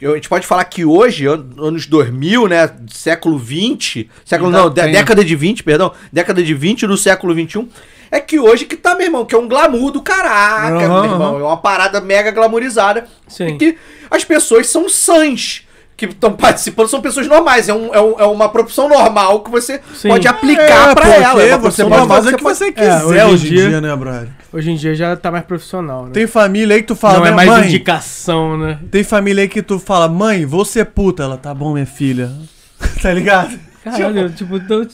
C: eu- a gente pode falar que hoje, an- anos 2000, né, século 20, século
B: Ainda
C: não, dé-
B: tem.
C: década de 20, perdão, década de 20 do século 21, é que hoje que tá, meu irmão, que é um glamour do caraca,
B: Aham,
C: meu irmão,
B: aham.
C: é uma parada mega glamourizada, e
A: Sim.
C: que as pessoas são sãs. Que estão participando são pessoas normais, é, um- é um- é uma profissão normal que você
A: Sim.
C: pode aplicar
B: É,
C: pra
B: porque
C: ela. é uma
B: Você
C: profissão
B: pode
C: normal
B: fazer o que
C: pode-
B: você
A: É,
B: quiser
A: hoje em
B: hoje em dia,
A: dia,
B: né, brother?
A: Hoje em dia já tá mais profissional, né?
B: Tem família aí que tu fala,
A: Não é
B: né,
A: mais
B: mãe?
A: indicação, né?
B: Tem família aí que tu fala, mãe, vou ser puta. Ela, tá bom, minha filha. (laughs) tá ligado?
A: Caralho, tipo, tô...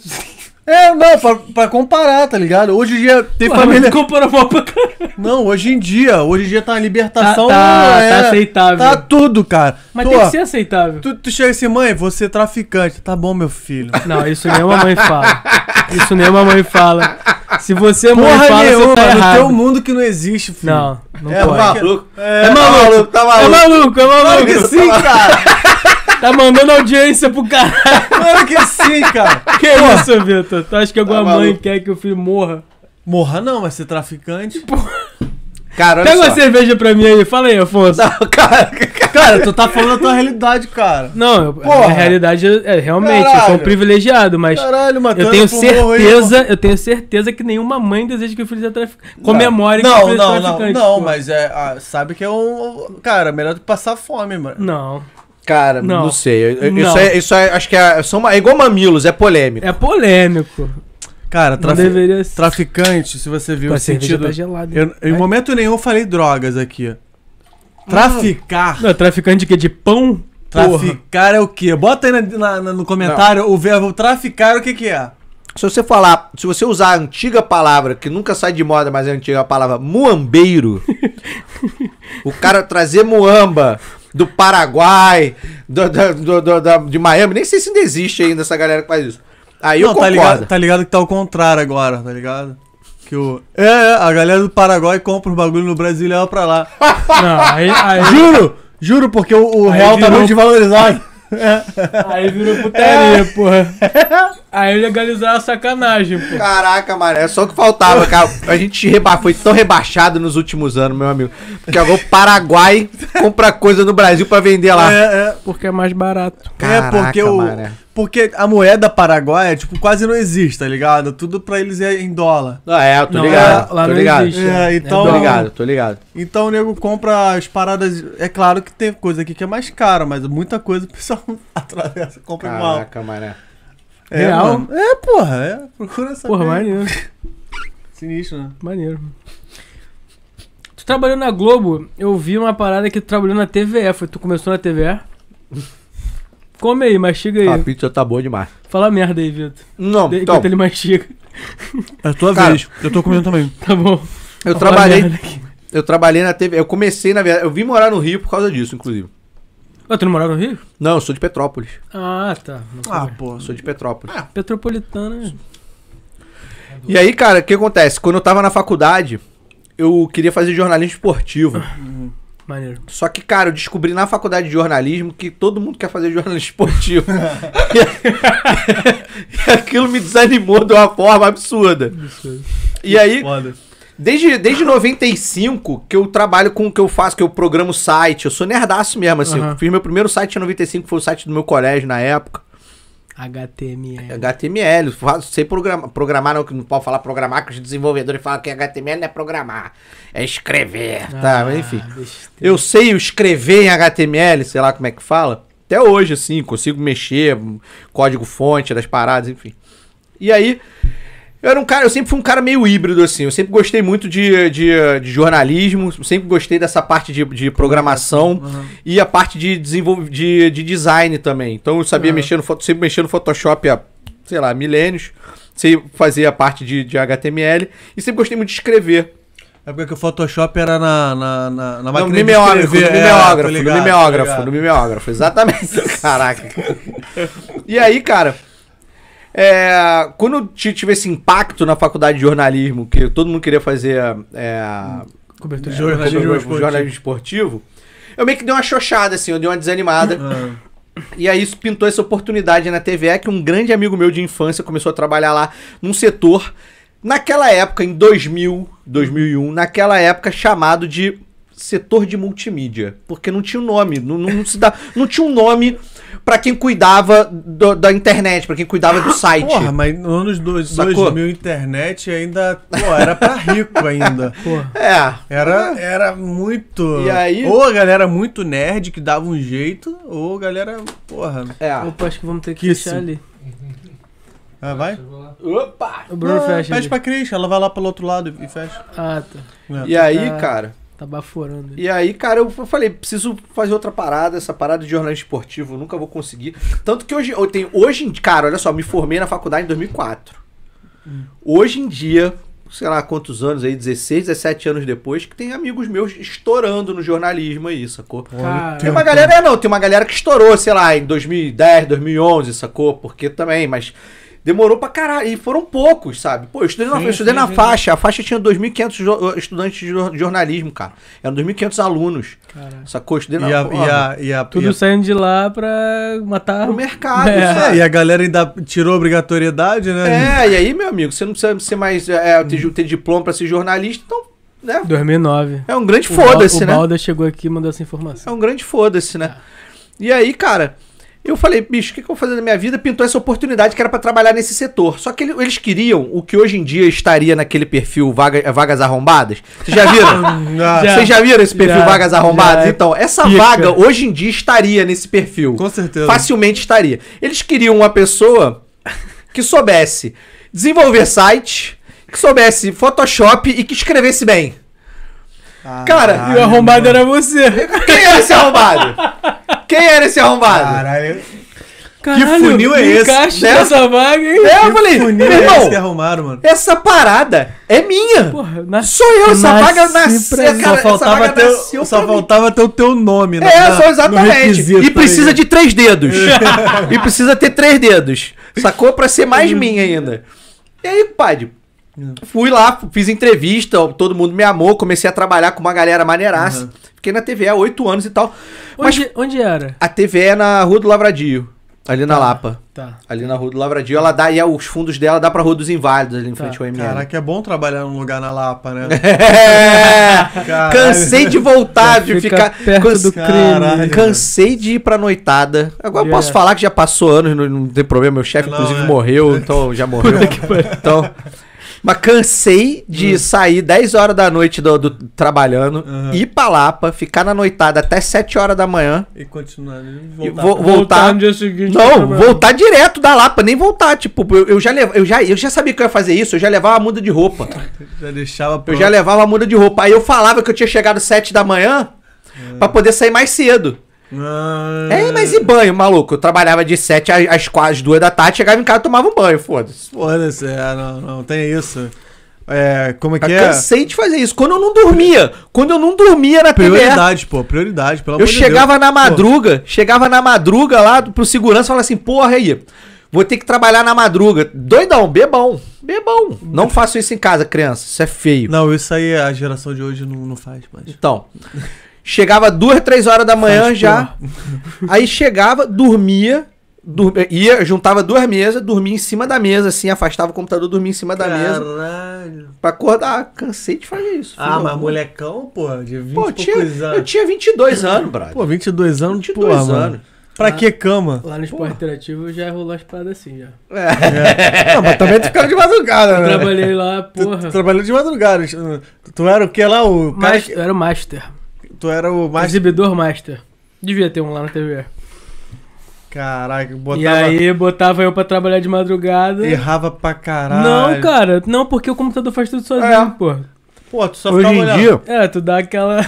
B: É, não, pra, pra comparar, tá ligado? Hoje em dia tem família...
A: Comparou mal pra caralho.
B: Não, hoje em dia, hoje em dia tá a
A: Tá,
B: libertação...
A: tá,
B: é,
A: tá aceitável.
B: Tá tudo, cara.
A: Mas
B: tu,
A: tem que
B: ó,
A: ser aceitável.
B: tu, tu chega assim, mãe, você é traficante. Tá bom,
A: (laughs)
B: meu filho.
A: Não, isso nenhuma mãe fala. Isso nenhuma mãe fala. Se você é mãe fala, você tá
B: no teu
A: errado.
B: um mundo que não existe, filho.
A: Não, não
B: É,
A: pode.
B: vai-
C: É, maluco, tá
A: É
C: maluco.
A: maluco, é
B: Claro
A: maluco.
B: que
A: (laughs)
B: sim, cara.
A: Tá mandando audiência pro caralho.
B: Claro que sim, cara.
A: Que isso, Vitor? Tu acha que
B: Tá
A: alguma mãe
C: maluco.
A: quer que o filho morra?
B: Morra não, mas ser traficante.
C: Cara, olha
A: Pega uma
C: só.
A: cerveja pra mim aí. Fala aí,
B: Tá.
A: Afonso.
C: (laughs) Não, cara,
B: Cara, tu tá falando a tua realidade, cara.
A: Não, eu-
B: Porra.
A: na realidade, eu- é, realmente, eu sou um
B: Caralho.
A: privilegiado, mas
B: Caralho, matando
A: eu tenho
B: pro morro aí,
A: certeza, eu tenho certeza que nenhuma mãe deseja que o filho seja traficante. Comemore que o
B: Tá. Não,
A: filho
B: não,
A: seja
B: não, não,
A: traficante. pô.
B: mas é. ah, sabe que é um. Cara, melhor do que passar fome, mano.
A: Não.
C: Cara, não,
A: Não.
C: sei. Eu- eu-
A: Não.
C: Isso, é, isso é, acho que é, são uma- é igual mamilos, é polêmico.
A: É polêmico.
B: Cara,
A: Não
B: trafi-
A: deveria ser.
B: traficante, se você viu
A: Pô,
B: o
A: a cerveja
B: um sentido.
A: tá gelada. hein?
B: Eu, em momento nenhum eu falei drogas aqui. Traficar.
A: Não, traficante de quê? De pão? Porra.
B: Traficar é o quê? Bota aí na- na- na- no comentário o verbo traficar, o que que é?
C: Se você falar, se você usar a antiga palavra, que nunca sai de moda, mas é antiga, a
A: (laughs)
C: palavra muambeiro, o cara trazer muamba do Paraguai, do- da- do- do- da- de Miami, nem sei se ainda existe ainda essa galera que faz isso. Aí eu
B: Não, tá
C: concordo.
B: ligado, tá ligado que tá ao contrário agora, tá ligado? Que o. É, é, a galera do Paraguai compra os bagulho no Brasil e leva pra lá.
C: (laughs)
A: Não, aí, aí,
B: Juro! Juro, porque o, o
A: Aí
B: real tá
A: virou-
B: muito desvalorizado.
A: aí
B: (laughs)
A: virou putaria, porra. Aí legalizar a sacanagem, porra.
C: Caraca, mano, é só o que faltava, cara. A gente reba... foi tão rebaixado nos últimos anos, meu amigo. Porque agora o Paraguai compra coisa no Brasil pra vender (laughs) lá.
B: É, é.
A: Porque é mais barato.
C: Caraca,
B: é porque o.
C: mané.
B: Porque a moeda paraguaia, tipo, quase não existe, tá ligado? Tudo pra eles é em dólar.
C: Ah, é, eu tô
A: Não,
C: ligado.
A: lá- lá
C: tô
A: não
C: ligado.
A: existe.
B: É, então.
C: Tô ligado, tô ligado.
B: Então o nego compra as paradas. É claro que tem coisa aqui que é mais cara, mas muita coisa o pessoal (laughs) atravessa, compra igual.
C: Caraca, mané.
B: É,
A: Real?
B: mano. É, porra, é. Procura essa
A: Porra, maneiro.
B: Sinistro, né?
A: Maneiro. Tu trabalhou na Globo, eu vi uma parada que tu trabalhou na TVE. Foi, tu começou na TVE? (laughs) Come aí, mastiga aí.
C: A pizza tá boa demais.
A: Fala merda aí, Vitor.
C: Não,
A: De-
C: então,
A: Enquanto ele mastiga. (laughs)
B: É a tua
C: Cara,
B: vez. Eu tô comendo também.
A: Tá bom. Fala
C: eu trabalhei,
A: merda aqui.
C: eu trabalhei na TV, eu comecei na verdade, eu vim morar no Rio por causa disso, inclusive.
A: Ô, tu não morava no Rio?
C: Não, eu sou de Petrópolis.
A: Ah, tá. Não
B: Ah,
A: sabia.
B: pô.
C: Eu sou de Petrópolis.
A: Petropolitana. né?
C: E aí, cara, o que acontece? Quando eu tava na faculdade, eu queria fazer jornalismo esportivo.
A: Maneiro.
C: Só que, cara, eu descobri na faculdade de jornalismo que todo mundo quer fazer jornalismo esportivo. e, e aquilo me desanimou de uma forma absurda. E aí,
B: Foda.
C: Desde, desde 95 que eu trabalho com o que eu faço, que eu programo site. Eu sou nerdaço mesmo, assim.
A: Aham.
C: Eu fiz meu primeiro site em 95, que foi o site do meu colégio na época.
A: HTML.
C: HTML, eu faço, sei programar. Programar não, que não pode falar programar, que os desenvolvedores falam que HTML não é programar, é escrever.
A: Ah,
C: tá, mas enfim.
A: besteira.
C: Eu sei escrever em HTML, sei lá como é que fala. Até hoje, assim, consigo mexer, hum, código fonte das paradas, enfim. E aí, eu era um cara, eu sempre fui um cara meio híbrido, assim. Eu sempre gostei muito de, de, de jornalismo, sempre gostei dessa parte de, de programação e a parte de, desenvol- de, de design também. Então eu sabia mexer no Photoshop, sempre mexer no Photoshop há, sei lá, milênios. Sei fazer a parte de, de HTML e sempre gostei muito de escrever.
B: É porque que o Photoshop era na, na, na, na
C: Não,
B: máquina
C: mimeógrafo,
B: escrever,
C: no
B: é, tô
C: mimeógrafo, no
B: ligado, tô
C: mimeógrafo,
B: ligado.
C: no mimeógrafo, exatamente. (laughs) Caraca. E aí, cara, é, quando eu ti- tive esse impacto na faculdade de jornalismo, que todo mundo queria fazer é,
A: Cobertura de
B: Jornalismo
C: jornalismo,
B: esportivo.
C: jornalismo esportivo, eu meio que dei uma xoxada, assim, eu dei uma desanimada.
B: Ah,
C: E aí isso pintou essa oportunidade na TVE que um grande amigo meu de infância começou a trabalhar lá num setor, naquela época, em 2000, 2001, naquela época chamado de setor de multimídia, porque não tinha um nome, não, não- não se dá, não tinha um nome pra quem cuidava do- da internet, pra quem cuidava do site.
B: Porra, mas nos anos dois-
C: Sacou?
B: 2000 internet ainda, pô, era pra rico ainda.
A: Porra.
C: É,
B: Era, era muito.
C: E aí-
B: Ou a galera muito nerd que dava um jeito, ou a galera. Porra.
C: é.
A: Opa, acho que vamos ter que
B: Isso.
A: fechar ali.
B: Ah, vai?
D: Chegou lá.
C: Opa!
A: O Bruno
B: Não,
A: fecha ali.
B: Pede pra Cris, ela vai lá pelo outro lado e fecha.
A: Ah, tá.
C: E aí,
A: Tá.
C: cara,
A: Tá baforando.
C: E aí, cara, eu falei, preciso fazer outra parada, essa parada de jornalismo esportivo, eu nunca vou conseguir. Tanto que hoje eu tenho, hoje, em- cara, olha só, me formei na faculdade em 2004. Hoje em dia, sei lá quantos anos aí, 16, 17 anos depois, que tem amigos meus estourando no jornalismo aí, sacou?
A: Cara,
C: Tem uma galera, é não, tem uma galera que estourou, sei lá, em 2010, 2011, sacou? Porque também, mas demorou pra caralho. E foram poucos, sabe? Pô, eu estudei na,
B: Sim,
C: eu estudei
B: sim,
C: na
B: sim.
C: faixa. A faixa tinha 2.500 jo- eh, estudantes de jor- jornalismo, cara. Eram 2.500 alunos,
A: Caraca.
C: sacou? Eu estudei
B: E
C: na
B: a, e a,
C: porra,
B: e a-
A: Tudo
B: e a-
A: saindo de lá pra matar.
C: no mercado,
A: É.
C: sabe?
B: É, e a galera ainda tirou a obrigatoriedade, né?
C: É, e aí, meu amigo, você não precisa ser mais, é, ter, ter diploma pra ser jornalista, então, né?
A: 2009.
C: É um grande
A: O Bal-
C: foda-se,
A: O
C: né?
A: Balda chegou aqui e mandou essa
C: É
A: informação.
C: um grande foda-se, né? E aí, cara, eu falei, bicho, o que, que eu vou fazer na minha vida? Pintou essa oportunidade que era pra trabalhar nesse setor. Só que ele- eles queriam o que hoje em dia estaria naquele perfil vaga- Vagas Arrombadas. Vocês já
A: (laughs)
C: viram?
B: Ah,
A: Já.
C: Vocês já viram esse perfil
A: Já,
C: Vagas Arrombadas?
A: já.
C: Então, essa
A: Pica.
C: vaga hoje em dia estaria nesse perfil.
B: Com certeza.
C: Facilmente estaria. Eles queriam uma pessoa que soubesse desenvolver site, que soubesse Photoshop e que escrevesse bem.
B: Ah,
C: Cara,
A: E o arrombado era você.
C: Quem era esse arrombado? Quem era esse arrombado?
B: Caralho.
A: Caralho,
B: funil é
A: me
B: esse?
A: Encaixa
C: Né?
A: nessa vaga, hein?
C: É, eu falei,
B: Que
C: meu
B: funil é esse que
C: irmão,
B: arrumaram, mano?
C: essa parada é minha.
A: Porra, nasci,
C: Sou eu, essa
A: nasci
C: vaga
A: pra
C: nasceu,
A: isso.
C: cara,
B: só
C: essa
B: faltava,
C: vaga
B: ter,
C: nasceu
B: só
C: pra mim.
B: faltava ter o teu nome, né?
C: É,
B: na-
C: só
B: no
C: exatamente.
B: requisito, É.
C: E
B: tá
C: precisa
B: ligado?
C: de três dedos. (laughs) e precisa ter três dedos. Sacou? Pra ser mais minha ainda. E aí, padre, fui lá, fiz entrevista, todo mundo me amou, comecei a trabalhar com uma galera maneiraça.
B: Uhum.
C: Fiquei na TVE há oito anos e tal. Mas
A: Onde, onde era?
C: a TVE é na Rua do Lavradio, ali na Lapa.
A: Tá.
C: Ali na Rua do Lavradio, ela dá, e é os fundos dela dá pra Rua dos Inválidos, ali em
A: Tá.
C: frente ao ML.
B: Caraca, é bom trabalhar num lugar na Lapa,
C: (laughs)
B: né?
C: É!
B: Caralho.
C: Cansei de voltar, de
A: Fica
C: ficar.
A: perto
C: Cans-
A: do
B: Caralho.
A: crime.
C: Cansei de ir pra noitada. Agora eu
A: Yeah.
C: posso falar que já passou anos, não, não tem problema. Meu chefe,
B: Não,
C: inclusive,
B: é. (laughs)
C: morreu, então já morreu. então, mas cansei de
B: Hum.
C: sair 10 horas da noite do, do- trabalhando,
B: Uhum.
C: ir pra Lapa, ficar na noitada até 7 horas da manhã.
B: E continuar. e
C: e
B: Voltar.
C: vo-
B: pra-
C: voltar.
A: no dia seguinte. pra
C: Não,
A: trabalhar.
C: voltar direto da Lapa, nem voltar. Tipo, eu, eu já, lev- eu, já, eu já sabia que eu ia fazer isso, eu já levava a muda de roupa.
B: Já deixava
C: Eu já levava a muda de roupa. Aí eu falava que eu tinha chegado 7 da manhã pra poder sair mais cedo.
B: Ah,
C: É, mas e banho, maluco? Eu trabalhava de 7 às- às 4, às 2 da tarde, chegava em casa e tomava um banho, foda-se.
B: Foda-se, é, não, não, tem isso. É, como é que
C: Eu
B: é?
C: Cansei Tá de fazer isso. Quando eu não dormia, quando eu não dormia na TVE,
B: Prioridade, pô, prioridade, pelo
C: eu
B: amor de Deus.
C: chegava na
B: Pô,
C: madruga, chegava na madruga lá pro segurança e falava assim, porra aí, vou ter que trabalhar na madruga. Doidão, bebão, bebão. Não faço isso em casa, criança, isso é feio.
B: Não, isso aí a geração de hoje não, não faz mais.
C: Então, chegava duas, três horas da manhã já.
B: (laughs)
C: Aí chegava, dormia, dur- ia, juntava duas mesas, dormia em cima da mesa, assim, afastava o computador, dormia em cima da mesa.
B: Caralho.
C: Pra acordar, Ah, cansei de fazer isso.
B: Ah,
C: Filho,
B: mas
C: eu-
B: molecão, pô, de 20
C: Pô, eu
B: e
C: tinha,
B: poucos
C: eu
B: anos.
C: tinha 22 anos, brother.
B: Pô, 22 anos,
C: 22
B: 22 pô,
C: anos.
B: mano. Pra que cama?
A: Lá no esporte interativo já rolou as paradas assim já.
B: (laughs) É. Não, mas também tu ficava de madrugada,
A: Eu
C: É.
B: né?
A: trabalhei lá,
B: Tu, tu
A: porra.
B: trabalhou de madrugada. Tu, tu era o que lá? O cara
A: Mas,
B: que-
A: eu era o master.
B: Tu era o mais.
A: Exibidor master. Devia ter um lá na TV.
B: Caraca, botava.
A: E aí botava eu pra trabalhar de madrugada.
B: Errava pra caralho.
A: Não, cara, não, porque o computador faz tudo sozinho,
C: É.
A: pô.
B: Pô, tu só
C: Hoje
B: ficava
C: em
B: olhando.
C: dia,
A: É, tu dá aquela.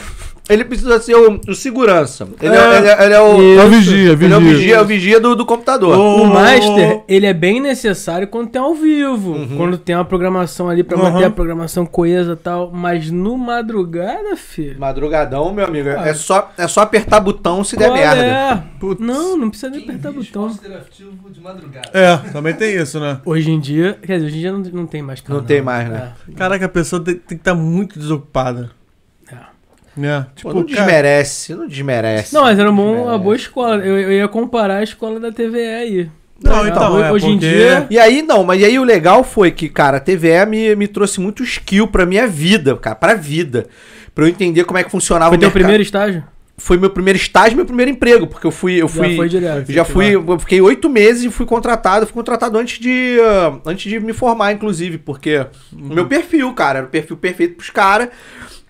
C: ele precisa ser o, o segurança. Ele é,
B: É.
C: ele é- ele é o.
B: É o vigia,
C: Ele é o
B: vigia.
C: vigia, é o vigia do, do computador.
A: O master, ele é bem necessário quando tem ao vivo.
C: Uhum.
A: Quando tem uma programação ali pra manter
B: Uhum.
A: a programação coesa e tal. Mas no madrugada, filho.
C: Madrugadão, meu amigo.
A: Ah.
C: É só, é só apertar botão se der
A: qual
C: merda. né?
A: É?
B: Putz.
A: Não, não precisa nem
D: Quem
A: apertar
D: diz
A: botão.
D: esporte interativo de madrugada?
B: É, também tem isso, né?
A: Hoje em dia, quer dizer, hoje em dia não, não tem mais canal.
C: Não tem mais, né?
A: É.
B: Caraca, a pessoa tem, tem que estar muito desocupada. Né?
C: Pô, não
B: cara,
C: desmerece, não desmerece.
A: Não, mas era um bom- uma
C: É.
A: boa escola. Eu, eu ia comparar a escola da TVE aí.
B: Não,
A: Tá?
B: então,
A: Hoje,
B: é
A: hoje em
B: porque-
A: dia.
C: E aí, não, mas aí o legal foi que, cara, a TVE me, me trouxe muito skill pra minha vida, cara, pra vida. Pra eu entender como é que funcionava
A: Foi
C: o
A: teu
C: mercado.
A: primeiro estágio?
C: Foi meu primeiro estágio, meu primeiro emprego, porque eu fui. Eu fui
A: Já foi direto.
C: já fui eu fiquei oito meses e fui contratado. Fui contratado antes de, ah, antes de me formar, inclusive, porque o meu perfil, cara, era o perfil perfeito pros caras.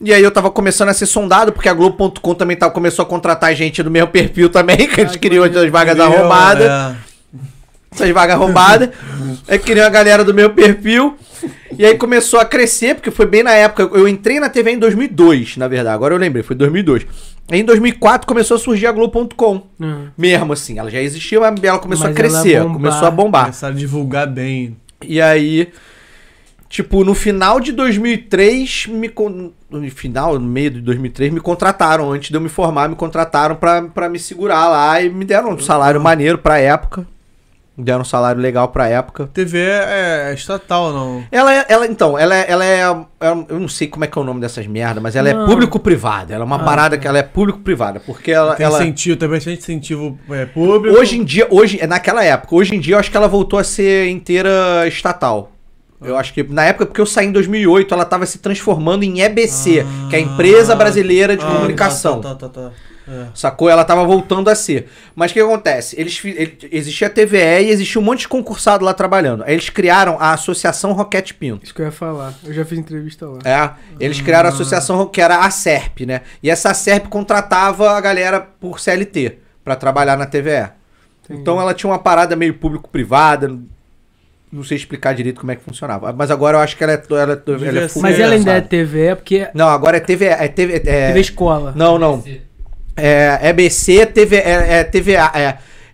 C: E aí eu tava começando a ser sondado, porque a Globo.com também tava, começou a contratar gente do meu perfil também, que eles
A: que
C: queriam
A: maneiro.
C: as vagas
B: entendeu?
C: arrombadas
B: É.
C: essas vagas roubadas. Aí queria a galera do meu perfil. E aí começou a crescer, porque foi bem na época. Eu entrei na TV em 2002, na verdade. Agora eu lembrei, foi 2002. Aí em 2004 começou a surgir a Globo.com.
A: Uhum.
C: Mesmo assim, ela já existia, mas ela começou
A: Mas
C: a crescer,
A: ela bombar.
C: começou a bombar.
B: Começaram a divulgar bem.
C: E aí, tipo, no final de 2003, me con- no final, no meio de 2003, me contrataram. Antes de eu me formar, me contrataram pra, pra me segurar lá e me deram um salário maneiro pra época. Me deram um salário legal pra época.
B: TV é, é estatal, não.
C: Ela, é- ela então, ela, é- ela é, ela- Eu não sei como é que é o nome dessas merdas, mas ela
A: Não.
C: é público-privada. Ela é uma
A: Ah,
C: parada que ela é público-privada. Porque ela.
B: Tem
C: ela-
B: incentivo, tem bastante incentivo é, público.
C: hoje em dia, hoje, é naquela época, hoje em dia eu acho que ela voltou a ser inteira estatal.
B: Ah.
C: Eu acho que na época, porque eu saí em 2008, ela tava se transformando em EBC,
B: Ah.
C: que é a Empresa Brasileira é de
B: Ah,
C: Comunicação.
B: Tá, tá, tá. tá. É.
C: Sacou? Ela tava voltando a ser. Mas o que acontece? Eles, fi- ele- existia a TVE e existia um monte de concursado lá trabalhando. Aí eles criaram a Associação Roquete Pinto.
A: Isso que eu ia falar. Eu já fiz entrevista lá.
C: É, eles criaram a associação que era a SERP, né? E essa SERP contratava a galera por CLT pra trabalhar na TVE.
A: Entendi.
C: Então ela tinha uma parada meio público-privada. não sei explicar direito como é que funcionava. Mas agora eu acho que ela é. Ela, é- ela é
B: Diversão.
C: full
A: Mas ela ainda é
C: engraçada.
A: TV, é porque é
C: Não, agora é TV. É TV, é-
A: TV escola.
C: Não, não. É EBC, TV. É, é TVA. É,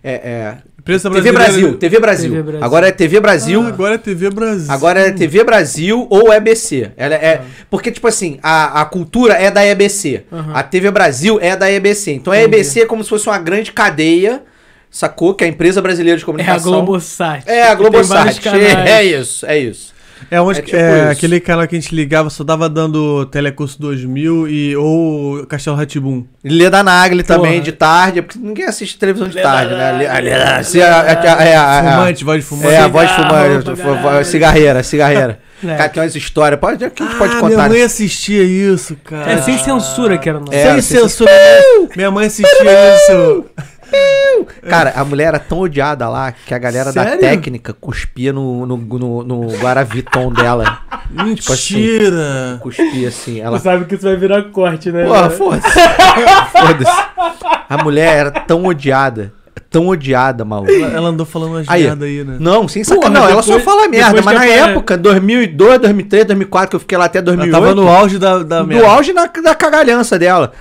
C: é, é-
B: Imprensa
C: TV Brasil. TV Brasil.
A: TV Brasil.
C: Agora é TV Brasil.
B: né? Ah, agora é TV Brasil.
C: Agora é TV Brasil ou EBC. Ela é, Porque, tipo assim, a, a cultura é da EBC.
A: Aham.
C: A TV Brasil é da EBC. Então a
A: Entendi.
C: EBC é como se fosse uma grande cadeia, sacou? Que é a empresa brasileira
A: É
C: de
A: a
C: comunicação.
A: Globosat.
C: É a
A: vários
C: Globosat.
A: canais.
C: É isso, é isso.
B: É, onde,
C: É tipo
B: é
C: isso.
B: aquele canal que a gente ligava, só tava dando Telecurso 2000 e, ou Castelo Ratibum.
C: Leda Nagli também,
A: Porra.
C: de tarde, porque ninguém assiste televisão de tarde, né?
A: Nagli.
C: Le- Leda- se a- a- a- é a- a-
B: Fumante, voz de fumante.
C: É, a voz
A: Cigarro
C: fumante,
A: pra
C: vo- vo-
A: caralho. (laughs)
C: cigarreira, cigarreira.
A: É.
C: Cara, tem umas histórias, pode, que a gente pode
B: ah,
C: contar.
B: minha mãe assistia isso, cara.
A: É sem censura que era o nome.
C: É,
B: sem
C: era sem
B: censura. Minha mãe assistia isso.
C: Cara, a mulher era tão odiada lá que a galera da
B: Sério?
C: técnica cuspia no, no, no, no Guaraviton dela. Tipo assim.
B: Mentira.
C: Cuspia assim. Ela.
A: Tu sabe que isso vai virar corte, né?
C: Porra, foda-se. foda-se. A mulher era tão odiada. Tão odiada, maluco.
B: Ela, ela andou falando umas
C: Aí,
B: merda aí, né?
C: Não, sem
A: Porra,
C: sacanagem. Não, ela só
A: depois-
C: fala merda,
A: depois que
C: mas na
A: a mulher-
C: época, 2002, 2003, 2004, que eu fiquei lá até
B: Ela
C: 2008.
B: tava no auge da, da
C: do
B: merda.
C: auge na- da cagalhança dela.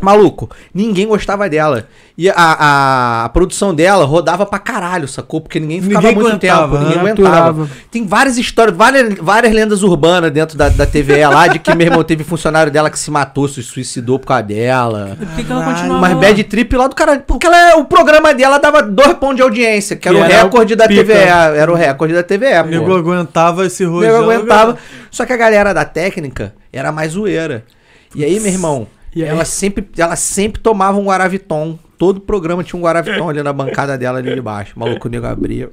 C: Maluco, ninguém gostava dela. E a, a- a produção dela rodava pra caralho, sacou? Porque ninguém ficava
B: Ninguém
C: muito
B: aguentava,
C: tempo, ninguém
A: né?
C: aguentava.
A: Aturava.
C: Tem várias histórias, várias, várias lendas urbanas dentro da, da TVE lá, de que meu irmão teve funcionário dela que se matou, se suicidou por causa dela.
A: Por que, que ela continuava?
C: Mas bad trip lá do caralho. Porque ela, é, o programa dela dava dois pontos de audiência, que era
A: Que
C: o
A: era o
C: recorde da
A: pica.
C: TVE. Era o recorde da TVE,
B: O
C: pô.
B: nego aguentava esse
C: O
B: rojão.
C: nego aguentava. Só que a galera da técnica era mais zoeira. E aí, meu irmão,
A: E aí?
C: ela, sempre, ela sempre tomava um Guaraviton. Todo programa tinha um Guaraviton ali na bancada dela ali de baixo. O maluco o nego abria,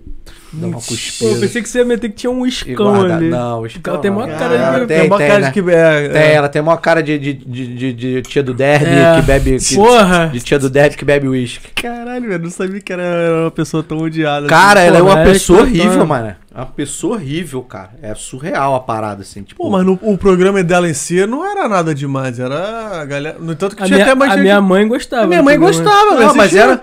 C: dava uma
A: Pô, eu
C: cuspida.
A: pensei que você ia meter que tinha um
C: e
A: iscão
C: guarda-
A: ali.
C: Não, o
A: cara tem maior cara de
C: Ela
A: bebê.
C: tem,
B: é uma
C: tem,
B: cara
C: né?
B: de que. É,
C: Tem,
B: é.
C: ela tem maior cara de, de, de, de- de tia do derby
A: É.
C: que bebe. que-
A: Porra.
C: De tia do derby que bebe uísque.
B: Caralho, velho, não sabia que era uma pessoa tão odiada. assim.
C: Cara,
A: Porra,
C: ela é uma
A: ela é
C: pessoa
A: escrotona.
C: horrível, mano. É uma pessoa horrível, cara. É surreal a parada, assim. Tipo,
B: Pô, mas no- o programa dela em si não era nada demais, era a galera. No entanto que
A: A
B: tinha
A: minha,
B: até mais
A: a
B: gente-
A: minha mãe gostava.
C: A minha mãe
A: do programa.
C: gostava,
B: Não,
C: não, mas
B: assistia.
C: era,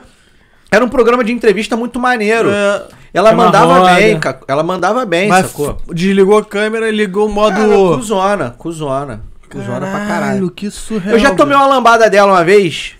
C: era um programa de entrevista muito maneiro.
B: É,
C: Ela
A: Tinha uma
C: mandava
A: roda.
C: bem, ca- ela mandava bem,
B: mas
C: sacou?
B: f- desligou a câmera e ligou o modo.
C: Cara, cuzona, cuzona. Cuzona pra caralho.
B: que surreal.
C: Eu já tomei uma lambada dela uma vez.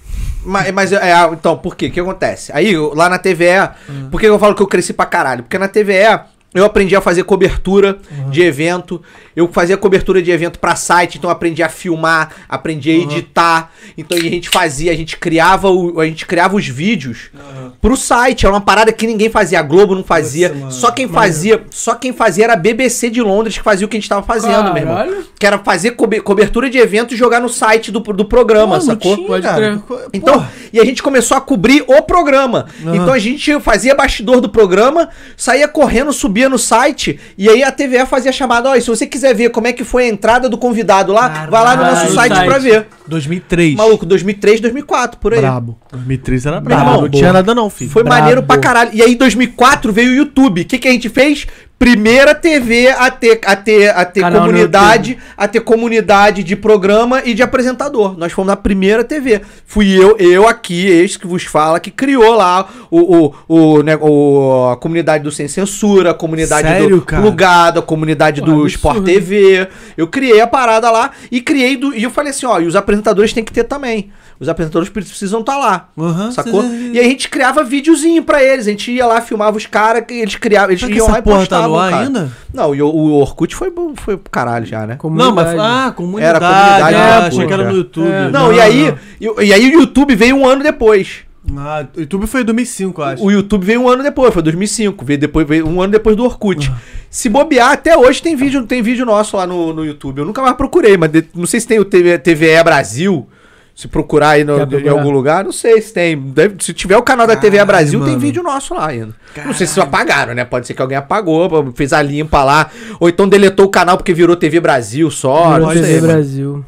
C: Mas, mas é, ah, então, por quê? O que acontece? Aí, eu- lá na TVE, por que eu falo que eu cresci pra caralho? Porque na TVE eu aprendi a fazer cobertura de evento, eu fazia cobertura de evento pra site, então eu aprendi a filmar, aprendi a editar. Então a gente fazia, a gente criava, o, a gente criava os vídeos
B: Ah,
C: pro site. Era uma parada que ninguém fazia, a Globo não fazia.
B: Nossa, mano.
C: só quem fazia, só quem fazia era a BBC de Londres que fazia o que a gente tava fazendo, meu irmão.
A: Caralho.
C: Que era fazer cobe- cobertura de evento e jogar no site do, do programa, sacou?
A: Pode
B: Pode
A: crer.
B: cara.
C: Então, e a gente começou a cobrir o programa.
B: Aham.
C: Então a gente fazia bastidor do programa, saía correndo, subia no site, e aí a TVE fazia chamada, ó, e se você quiser ver como é que foi a entrada do convidado lá, vai lá no
A: Caralho,
C: nosso
A: no
C: site,
A: site.
C: pra ver.
B: 2003.
C: Maluco, 2003, 2004, por aí.
B: Brabo. 2003 era
C: Meu
B: brabo.
C: irmão,
B: não tinha nada, não, filho.
C: Foi
A: Brabo.
C: maneiro pra caralho. E aí, em 2004, veio o YouTube. O que, que a gente fez? Primeira TV a ter, a ter, a ter
A: Canal no
C: comunidade, a ter comunidade de programa e de apresentador. Nós fomos na primeira TV. Fui eu, eu aqui, este que vos fala, que criou lá o, o, o, né, o- a comunidade do Sem Censura, a comunidade
B: Sério,
C: do
B: cara?
C: Plugado, a comunidade
A: Porra,
C: do
A: absurdo.
C: Sport TV. Eu criei a parada lá e criei do. E eu falei assim, ó, e os apresentadores têm que ter também. Os apresentadores precisam estar lá.
B: Aham.
C: Sacou?
B: né?
C: E aí a gente criava videozinho pra eles. A gente ia lá, filmava os caras, que eles criavam. Eles
B: Será que
C: iam lá
B: essa
C: e
B: porra tá no
C: postavam,
B: ar
C: cara.
B: ainda?
C: Não, e o, o Orkut foi, bom- foi pro caralho já, né?
B: Não, mas.
A: Comunidade.
B: Ah, comunidade.
C: comunidade,
B: ah,
C: né,
B: achei que era
C: pô,
B: no
C: já.
B: YouTube.
A: É.
C: Não, e aí. E, e aí o YouTube veio um ano depois.
B: não. Ah, o YouTube foi em 2005, eu acho.
C: O YouTube veio um ano depois, foi 2005. Veio depois, veio um ano depois do Orkut. Se bobear, até hoje tem vídeo, tem vídeo nosso lá no, no YouTube. Eu nunca mais procurei, mas de- não sei se tem o TV, TVE Brasil. Se procurar aí no-
A: Quer
C: em
A: procurar?
C: algum lugar, não sei se tem. Deve- se tiver o canal da TVE
B: Caralho,
C: Brasil, tem
B: mano.
C: vídeo nosso lá ainda. Não sei se apagaram, né? Pode ser que alguém apagou, fez a limpa lá. Ou então deletou o canal porque virou TV Brasil só.
A: Virou
C: Não
A: TV
C: sei. mano.
A: Brasil.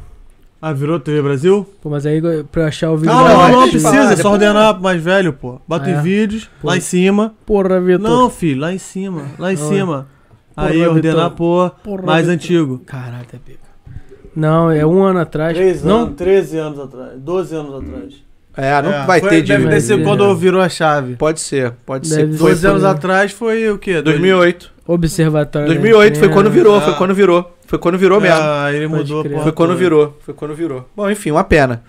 B: Ah, virou TV Brasil?
A: Pô, mas aí pra eu achar o vídeo.
B: Não,
A: da-
B: não, não,
C: mas deixa eu
B: precisa,
C: falar,
B: é só
C: depois-
B: ordenar pro mais velho, pô. Bota
A: Ah, é?
B: em vídeos,
A: Pô.
B: lá em cima.
A: Porra, Vitor.
B: Não, filho, lá em cima, lá em
A: Não,
B: cima.
A: Porra,
B: Aí ordenar, pô,
A: Porra,
B: mais
A: Vitor.
B: antigo.
A: Caralho, tá pica. Não, é um ano atrás. não,
B: 13 anos atrás, 12 anos atrás.
C: É, não vai ter de.
B: Deve ter sido
A: Mas,
B: quando
A: é.
B: virou a chave.
C: Pode ser, É pode
A: Deve
C: ser.
A: ser.
C: Foi
B: 12 anos
A: por-
B: atrás foi o quê?
C: 2008.
A: Observatório. da
C: 2008 foi
A: Imprensa.
C: quando virou, foi
B: Ah.
C: quando virou. Foi quando virou mesmo.
B: Ah, ele
A: Pode
B: mudou,
A: crer.
B: pô.
C: Foi quando virou, foi quando virou. Bom, enfim, uma pena.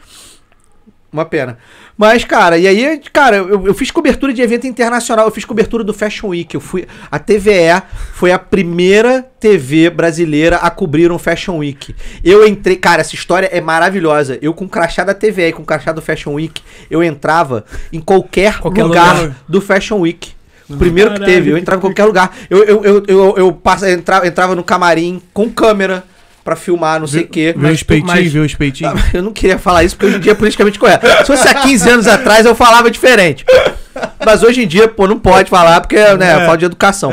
C: Uma pena. Mas, cara, e aí, cara, eu, eu fiz cobertura de evento internacional, eu fiz cobertura do Fashion Week. Eu fui. A TVE foi a primeira TV brasileira a cobrir um Fashion Week. Eu entrei. Cara, essa história é maravilhosa. Eu com o crachá da TVE e com o crachá do Fashion Week, eu entrava em qualquer,
A: Qualquer Uhum.
C: lugar,
B: lugar.
C: do Fashion Week. O primeiro que
A: Caralho,
C: teve, eu
A: que
C: entrava em qualquer lugar. Eu, eu, eu, eu, eu passa- entrava, entrava no camarim com câmera pra filmar, não sei o quê.
B: Viu os peitinhos,
A: mas-
B: viu os peitinhos?
C: Ah, (laughs) Eu não queria falar isso porque hoje em dia é politicamente correto. Se fosse há 15 anos atrás, eu falava diferente. Mas hoje em dia, pô, não pode falar porque né, é. falta de educação.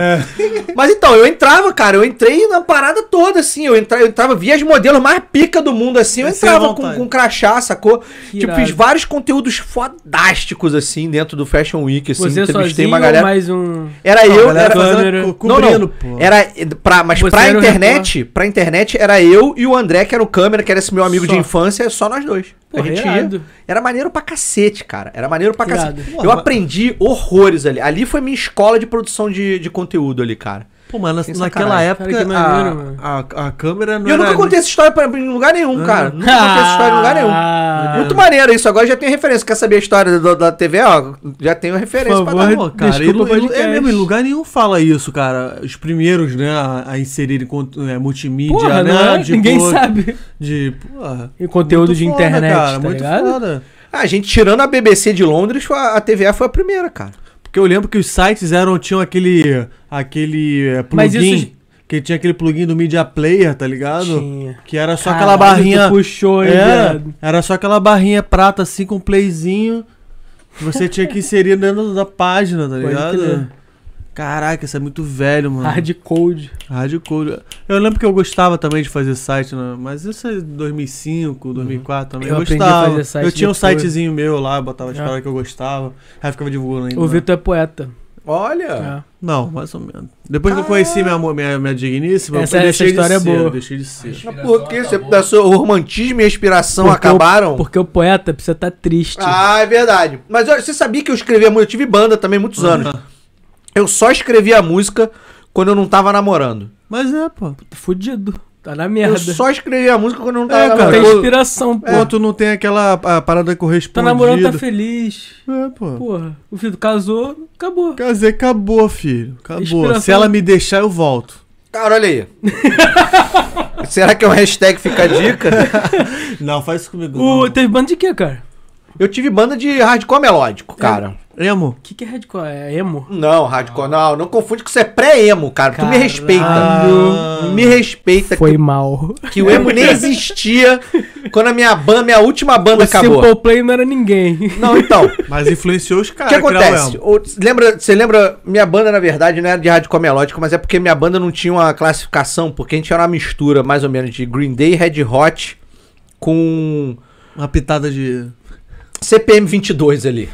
C: Mas então, eu entrava, cara, eu entrei na parada toda, assim. Eu entrava, eu entrava via as modelos mais pica do mundo, assim. Eu
B: Sem
C: entrava com,
B: vontade.
C: com crachá, sacou?
A: Que
C: tipo,
A: irado.
C: fiz vários conteúdos fodásticos, assim, dentro do Fashion Week, assim.
A: Você sozinho
C: uma galera.
A: ou mais um...
C: Era eu,
B: galera
C: era,
B: fazendo-
A: câmera.
B: co-
C: Não, não.
B: É, cobrindo, pô.
C: era pra, mas
A: Você
C: pra
A: era o
C: internet, pra internet era eu e o André, que era o câmera, que era esse meu amigo
B: Só.
C: de infância, só nós dois.
A: Porra,
C: a gente
A: irado.
C: ia. Era maneiro pra cacete, cara. Era maneiro pra
A: Irado.
C: cacete.
B: Porra,
C: eu
B: mas-
C: aprendi horrores ali. Ali foi minha escola de produção de, de conteúdo ali, cara.
B: Pô, mas na-
C: Sem
B: naquela
C: sacanagem.
B: época
A: Cara, que maneiro, mano.
B: a, a, a câmera não
C: E eu
B: era...
C: nunca contei essa história pra, em lugar
B: Ah.
C: nenhum, cara. Nunca contei essa história em lugar nenhum.
A: Ah,
C: Muito maneiro isso. Agora já tenho referência. Quer saber a história do- da TV? Ó, já tenho referência
A: Por
C: pra dar. um
A: favor,
B: Pô, cara,
A: Desculpa
B: e lu-
A: o
B: e lu- é
A: podcast.
B: mesmo, em lugar nenhum fala isso, cara. Os primeiros, né, a, a inserirem cont- é, multimídia,
A: Porra,
B: né?
A: não é?
B: de
A: Ninguém
C: Tipo,
B: boa-
A: sabe.
B: De, porra,
A: E conteúdo
B: muito
A: de
B: foda,
A: internet,
B: cara,
A: tá
B: muito
A: ligado?
B: foda.
C: Ah, a gente tirando a BBC de Londres, a, a TVA foi a primeira, cara.
B: Porque eu lembro que os sites eram, tinham aquele, aquele é, plugin,
A: Mas isso-
B: que tinha aquele plugin do Media Player, tá ligado?
A: Tinha.
B: Que era só
A: Caralho,
B: aquela barrinha...
A: tu Puxou, hein,
C: É.
B: Era,
A: viado?
B: era só aquela barrinha prata assim com um playzinho que
A: (laughs)
B: você tinha que inserir dentro da página, tá
A: Pode
B: ligado?
A: crer.
B: Caraca, isso é muito velho,
C: Hum.
B: mano.
A: Hard code.
B: Hardcore. Eu lembro que eu gostava também de fazer site, né? mas isso é 2005, 2004 também.
A: Uhum. Eu
B: Eu,
A: aprendi
B: gostava.
A: a fazer site
B: eu tinha um
A: depois.
B: sitezinho meu lá, botava as
A: É.
B: paradas que eu gostava, aí ficava divulgando ainda.
A: O
B: né?
A: Vitor é poeta.
C: Olha.
A: É.
B: Não, mais ou menos. Depois que eu conheci minha, mo- minha, minha digníssima,
A: Essa-
B: eu
A: essa
B: deixei
A: história é
B: de ser,
A: boa.
B: eu deixei de ser.
C: Mas por que? Você,
D: Acabou.
C: da sua- o romantismo e a inspiração
A: Porque o-
C: acabaram?
A: Porque o poeta precisa estar triste.
C: Ah, é verdade. Mas ó, você sabia que eu escrevia música? Eu tive banda também muitos anos. Eu só escrevia música quando eu não tava namorando.
B: Mas é, pô.
A: Fudido. Tá na merda.
C: Eu só escrevia música quando eu não tava
B: É, cara,
A: Não tem
C: namorando.
A: inspiração, pô.
B: Pô, tu não tem aquela a, parada
A: Tá
B: correspondida.
A: namorando, tá feliz.
B: É, pô.
A: Porra, o filho casou, acabou.
B: Casei, acabou, filho. Acabou.
A: Inspiração.
B: Se ela me deixar, eu volto.
C: Cara, olha aí. Será que é um hashtag fica a dica?
B: Não, faz isso comigo.
A: O,
B: não.
A: teve banda de quê, cara?
C: Eu tive banda de hardcore melódico, cara.
B: Emo?
A: O que, que é hardcore? É emo?
C: Não, hardcore não. Não confunde que você é pré-emo, cara. Tu me
A: Caralho.
C: respeita.
B: Ah.
C: Me respeita
A: Foi
C: que,
A: mal.
C: que o emo nem existia quando a minha banda, minha última banda acabou.
A: Simple Play não era
C: (laughs)
A: ninguém.
C: Não, então.
B: Mas influenciou os
C: O
B: caras.
C: que
B: a criar
C: acontece?
B: emo.
C: O- lembra, você lembra, minha banda, na verdade, não era de hardcore melódico, mas é porque minha banda não tinha uma classificação, porque a gente era uma mistura, mais ou menos, de Green Day, Red Hot, com
B: Uma pitada de.
C: CPM 22 ali.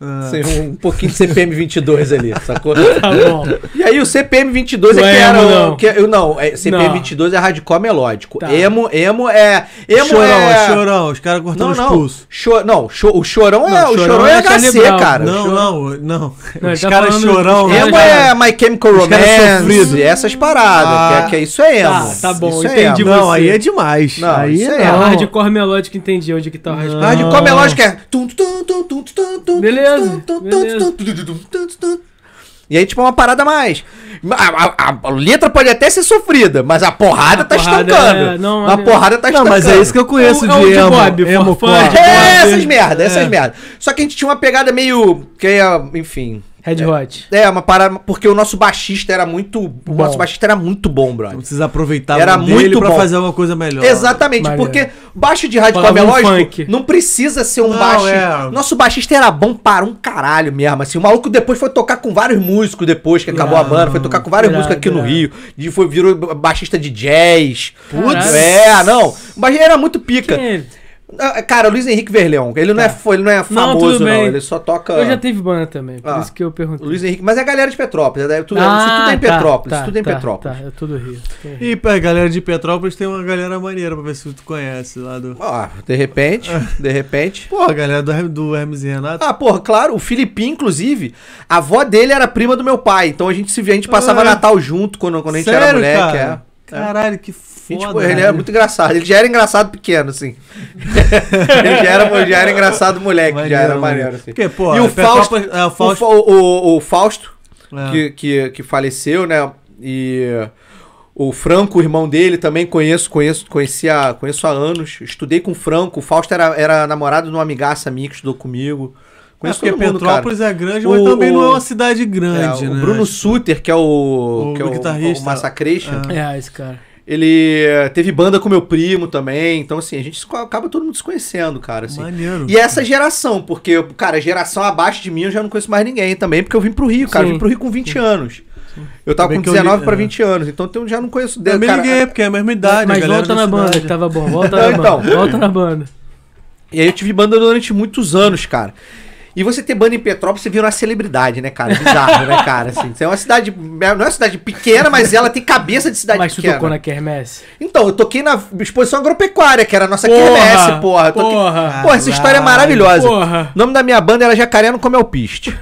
B: ah,
C: Assim, um pouquinho de CPM 22 ali, sacou?
A: Tá bom.
C: E aí o CPM 22
A: Não
C: é que
A: é
C: era
A: emo,
C: o-
A: não.
C: que eu não, é, CPM
A: Não.
C: 22 é hardcore melódico.
A: Tá.
C: Emo, emo é emo
B: chorão,
C: é
B: chorão. Os caras cortando
C: Não,
B: os
C: não.
B: pulsos.
C: Cho- não, cho- o chorão é,
A: Não,
C: o
A: chorão
C: chorão
A: é
C: é
A: Charlie
C: HC,
A: Brown.
C: cara.
B: não,
C: Chorão-
B: não, não.
A: Não,
B: os
A: ele tá
B: caras é
A: falando-
B: chorão. né?
A: Emo
C: Emo
A: já-
C: é My Chemical
B: Os caras
C: Romance,
B: sofrido.
C: essas paradas.
B: Ah.
C: que, é- que é isso é emo.
A: Tá, tá bom,
C: isso
A: entendi.
C: É emo.
B: Não,
A: você.
B: aí é demais.
C: Não,
B: aí
C: isso é
A: É
B: não.
A: o hardcore melódico, entendi onde que tá o hardcore.
C: Mas de qual melódica é? Tum, tum, tum, tum, tum, tum,
A: Beleza,
C: tum, tum, tum,
A: beleza.
C: tum, tum, tum, tum, tum, tum. E aí, tipo, é uma parada a mais. A, a- a- a letra pode até ser sofrida, mas a porrada
A: A
C: tá
A: porrada é-
C: estancando.
A: não,
C: a
A: é-
C: porrada tá
B: Não,
C: estancando.
B: mas é isso que eu conheço
A: É
B: de
A: o- é o de
B: emo.
A: Bob,
B: emo
A: for fun,
B: core.
A: de
C: É,
A: Bob.
C: essas merda, essas
B: É.
C: merda. Só que a gente tinha uma pegada meio. Que é, enfim.
A: Red Hot.
C: É, uma parada. Porque o nosso baixista era muito. O nosso baixista era muito bom, brother.
B: Vocês aproveitavam
C: Era
B: dele
C: muito
B: pra
C: bom.
B: fazer alguma coisa melhor.
C: Exatamente,
A: Maneiro.
C: porque baixo de hardcore
A: Falava um
C: melódico
A: funk.
C: não precisa ser um
B: Não,
C: baixo.
B: é.
C: Nosso baixista era bom para um caralho mesmo, assim. O maluco depois foi tocar com vários músicos depois que acabou a
A: Irado.
C: banda, foi tocar com vários
A: Irado,
C: músicos aqui no
A: irado.
C: Rio, e foi virou baixista de jazz.
A: Putz.
C: É, não. O baixista era muito pica.
A: Quem é ele?
C: Ah, Cara, Luiz Henrique Verleão, ele não, é, fo- ele não é famoso,
A: Tá. tudo
C: não.
A: bem.
C: Ele só toca.
A: Eu já tive banda também, por
C: Ah.
A: isso que eu perguntei.
C: Luiz Henrique, mas é a galera de Petrópolis. É, tudo, isso tudo é
A: tá,
C: em Petrópolis.
A: tá,
C: tudo é em
A: tá,
C: Petrópolis.
A: Tá, é tudo Rio. tudo Rio.
B: E pra galera de Petrópolis tem uma galera maneira pra ver se tu conhece lá do.
C: Ah, de repente, de repente.
B: Pô, a galera do, Her- do Hermes e Renato.
C: Ah, porra, claro, o Filipinho, inclusive, a avó dele era prima do meu pai. Então a gente se via, a gente
B: Ah,
C: passava
B: é?
C: Natal junto quando, quando a gente era
B: Sério,
C: moleque. É.
B: cara? Caralho, que
C: E,
B: foda.
C: tipo, ele era
B: velho.
C: muito engraçado. Ele já era engraçado pequeno,
B: (laughs)
C: assim. ele já era, já era engraçado moleque, já era maneiro, assim.
B: Porque, pô,
C: E o
B: é Petrópolis-
C: Fausto-
B: É, o
C: O,
B: Fausto.
C: Fa- o- o Fausto,
B: é.
C: que, que, que faleceu, né? E o Franco, o irmão dele, também conheço, conheço, conheci há, conheço há anos. Estudei com o Franco. O Fausto era, era namorado de uma amigaça minha que estudou comigo.
B: É
C: Conheço
B: porque
C: todo mundo, cara.
B: Petrópolis é grande, mas
C: O-
B: também não é
C: o-
B: uma cidade grande,
C: É, o
B: né?
C: Bruno Suter, que é o,
B: O
C: que é o,
B: guitarrista.
C: o Massacration,
B: É.
A: É, esse cara.
C: ele eh, teve banda com meu primo também. Então, assim, a gente se co- acaba todo mundo se conhecendo, cara. Assim.
B: Maneiro.
C: E essa geração, porque, cara, geração abaixo de mim eu já não conheço mais ninguém também, porque eu vim pro Rio, cara. Eu
A: Sim.
C: vim pro Rio com 20 anos. Eu tava
B: Também
C: com
B: que eu li-
C: 19 pra
B: é.
C: 20 anos, então eu já não conheço dele,
B: Também
C: cara.
B: ninguém, porque é a mesma idade, a
A: Mas
B: galera
A: volta
B: da
A: na banda, tá.
B: cidade.
A: que tava bom. Volta na
C: Então.
A: banda. Volta na banda.
C: E aí eu tive banda durante muitos anos, cara. E você ter banda em Petrópolis, você vira uma celebridade, né, cara? Bizarro, né, cara? Assim, é uma cidade. Não é uma cidade pequena, mas ela tem cabeça de cidade
A: Mas tu
C: pequena. né?
A: tocou na Kermesse?
C: Então, eu toquei na exposição agropecuária, que era a nossa
A: Porra,
C: Tá quermesse, porra. Eu toquei-
A: Porra!
C: Porra, essa história é maravilhosa.
A: Porra!
C: O nome da minha banda era Jacaré no Comel Piste.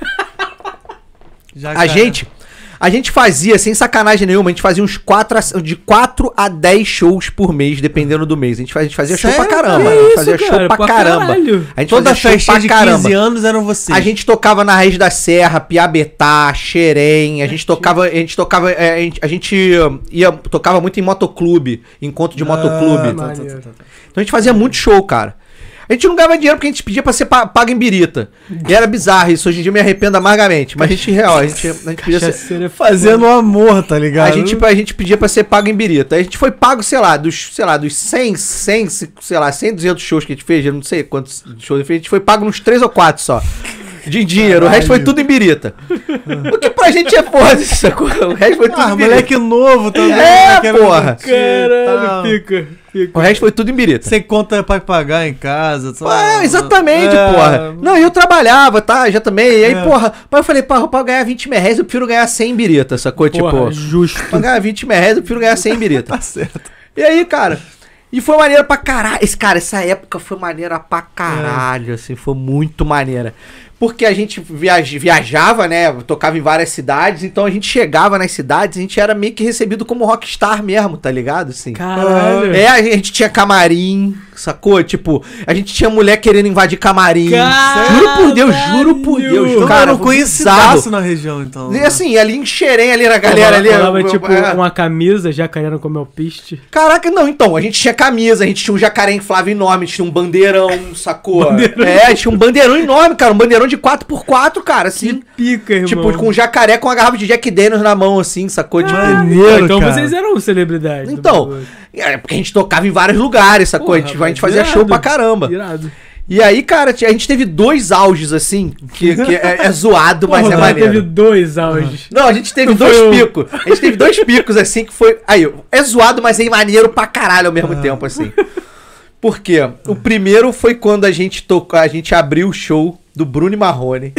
B: Já,
C: A
B: cara,
C: gente. A gente fazia, sem sacanagem nenhuma, a gente fazia uns 4 a, de 4 a 10 shows por mês, dependendo do mês. A gente fazia, a gente fazia show pra
B: Sério,
C: caramba.
B: cara?
C: a gente
A: Isso,
C: fazia
A: cara,
C: show pra,
A: pra
C: caramba.
A: caralho.
C: A gente
B: Toda
C: fazia show
B: festa
C: pra
B: de
C: caramba.
B: 15 anos eram vocês.
C: A gente tocava na Raiz da Serra, Piabetá, Xerém, a gente tocava, a gente tocava, é, a gente, a gente hum, ia, tocava muito em motoclube, encontro de
B: Ah,
C: motoclube.
A: mano.
C: Então a gente fazia muito show, cara. A gente não ganhava dinheiro porque a gente pedia pra ser pa- pago em birita. E era bizarro isso, hoje em dia eu me arrependo amargamente. Mas a gente, real, a gente, a gente podia ser...
A: Terceira f-
B: Fazendo amor, tá
C: A
B: ligado?
C: gente, a gente pedia pra ser pago em birita. A gente foi pago, sei lá, dos, sei lá, dos 100, 100, sei lá, 100, 200 shows que a gente fez, eu não sei quantos shows a gente fez, a gente foi pago nos 3 ou 4 só. De dinheiro, o resto foi tudo em birita. o que pra gente é foda, (laughs) sacou? O resto foi tudo
B: Ah,
C: em birita.
B: moleque novo também.
C: É,
B: moleque era
C: porra.
B: divertido e tal.
A: Caralho, fica, fica.
C: O resto foi tudo em birita.
B: Sem conta pra pagar em casa. só-
C: Ah, exatamente,
B: É,
C: porra. Não, eu trabalhava, tá? Já também. E aí,
B: É.
C: porra, mas eu falei, porra, pra eu ganhar 20 mil reais, eu prefiro ganhar 100 birita, sacou?
A: Porra, é
C: tipo,
A: justo.
C: pra ganhar 20 mil reais, eu prefiro ganhar
B: (laughs)
C: 100 birita.
B: Tá certo.
C: E aí, cara. E foi maneiro pra caralho. Esse, cara, essa época foi maneira pra caralho, assim, foi muito maneira. Porque a gente viaj- viajava, né? Tocava em várias cidades, então a gente chegava nas cidades, a gente era meio que recebido como rockstar mesmo, tá ligado? Assim.
A: Caralho.
C: É, a gente tinha camarim, sacou? Tipo, a gente tinha mulher querendo invadir camarim.
A: Caralho!
C: Juro por Deus, juro por Deus.
B: Então,
C: cara,
B: era um
C: foi
B: conhecidaço
C: bizarro.
B: na região, então.
C: E
B: né?
C: assim, ali em Xerém, ali na galera ali.
A: Rolava, tipo,
C: é.
A: uma camisa, jacaré no comeu piste.
C: Caraca, não, então, a gente tinha camisa, a gente tinha um jacaré inflável enorme, a gente tinha um bandeirão, sacou? É, a gente tinha um bandeirão enorme, cara, um bandeirão de 4x4, cara, assim.
A: Pica, irmão.
C: Tipo, com um jacaré com uma garrafa de Jack Daniels na mão, assim, sacou? Tipo,
B: Maneiro,
A: Então
B: cara.
A: vocês eram né, celebridades.
C: Então, é porque a gente tocava em vários lugares, sacou? a, gente,
A: Porra,
C: a gente fazia
A: irado.
C: show pra caramba.
A: Irado.
C: E aí, cara, a gente teve dois auges, assim, que, que é, é zoado, mas
A: Porra,
C: é
A: mas
C: maneiro. Uhum.
A: teve dois auges.
C: Não, a gente teve
A: Não
C: dois
A: foi um.
C: picos. A gente teve dois picos, assim, que foi... Aí, é zoado, mas é maneiro pra caralho ao
A: Ah.
C: mesmo tempo, assim. Por quê? O primeiro foi quando a gente tocou, a gente abriu o show do Bruno e
A: (laughs)
C: Marrone.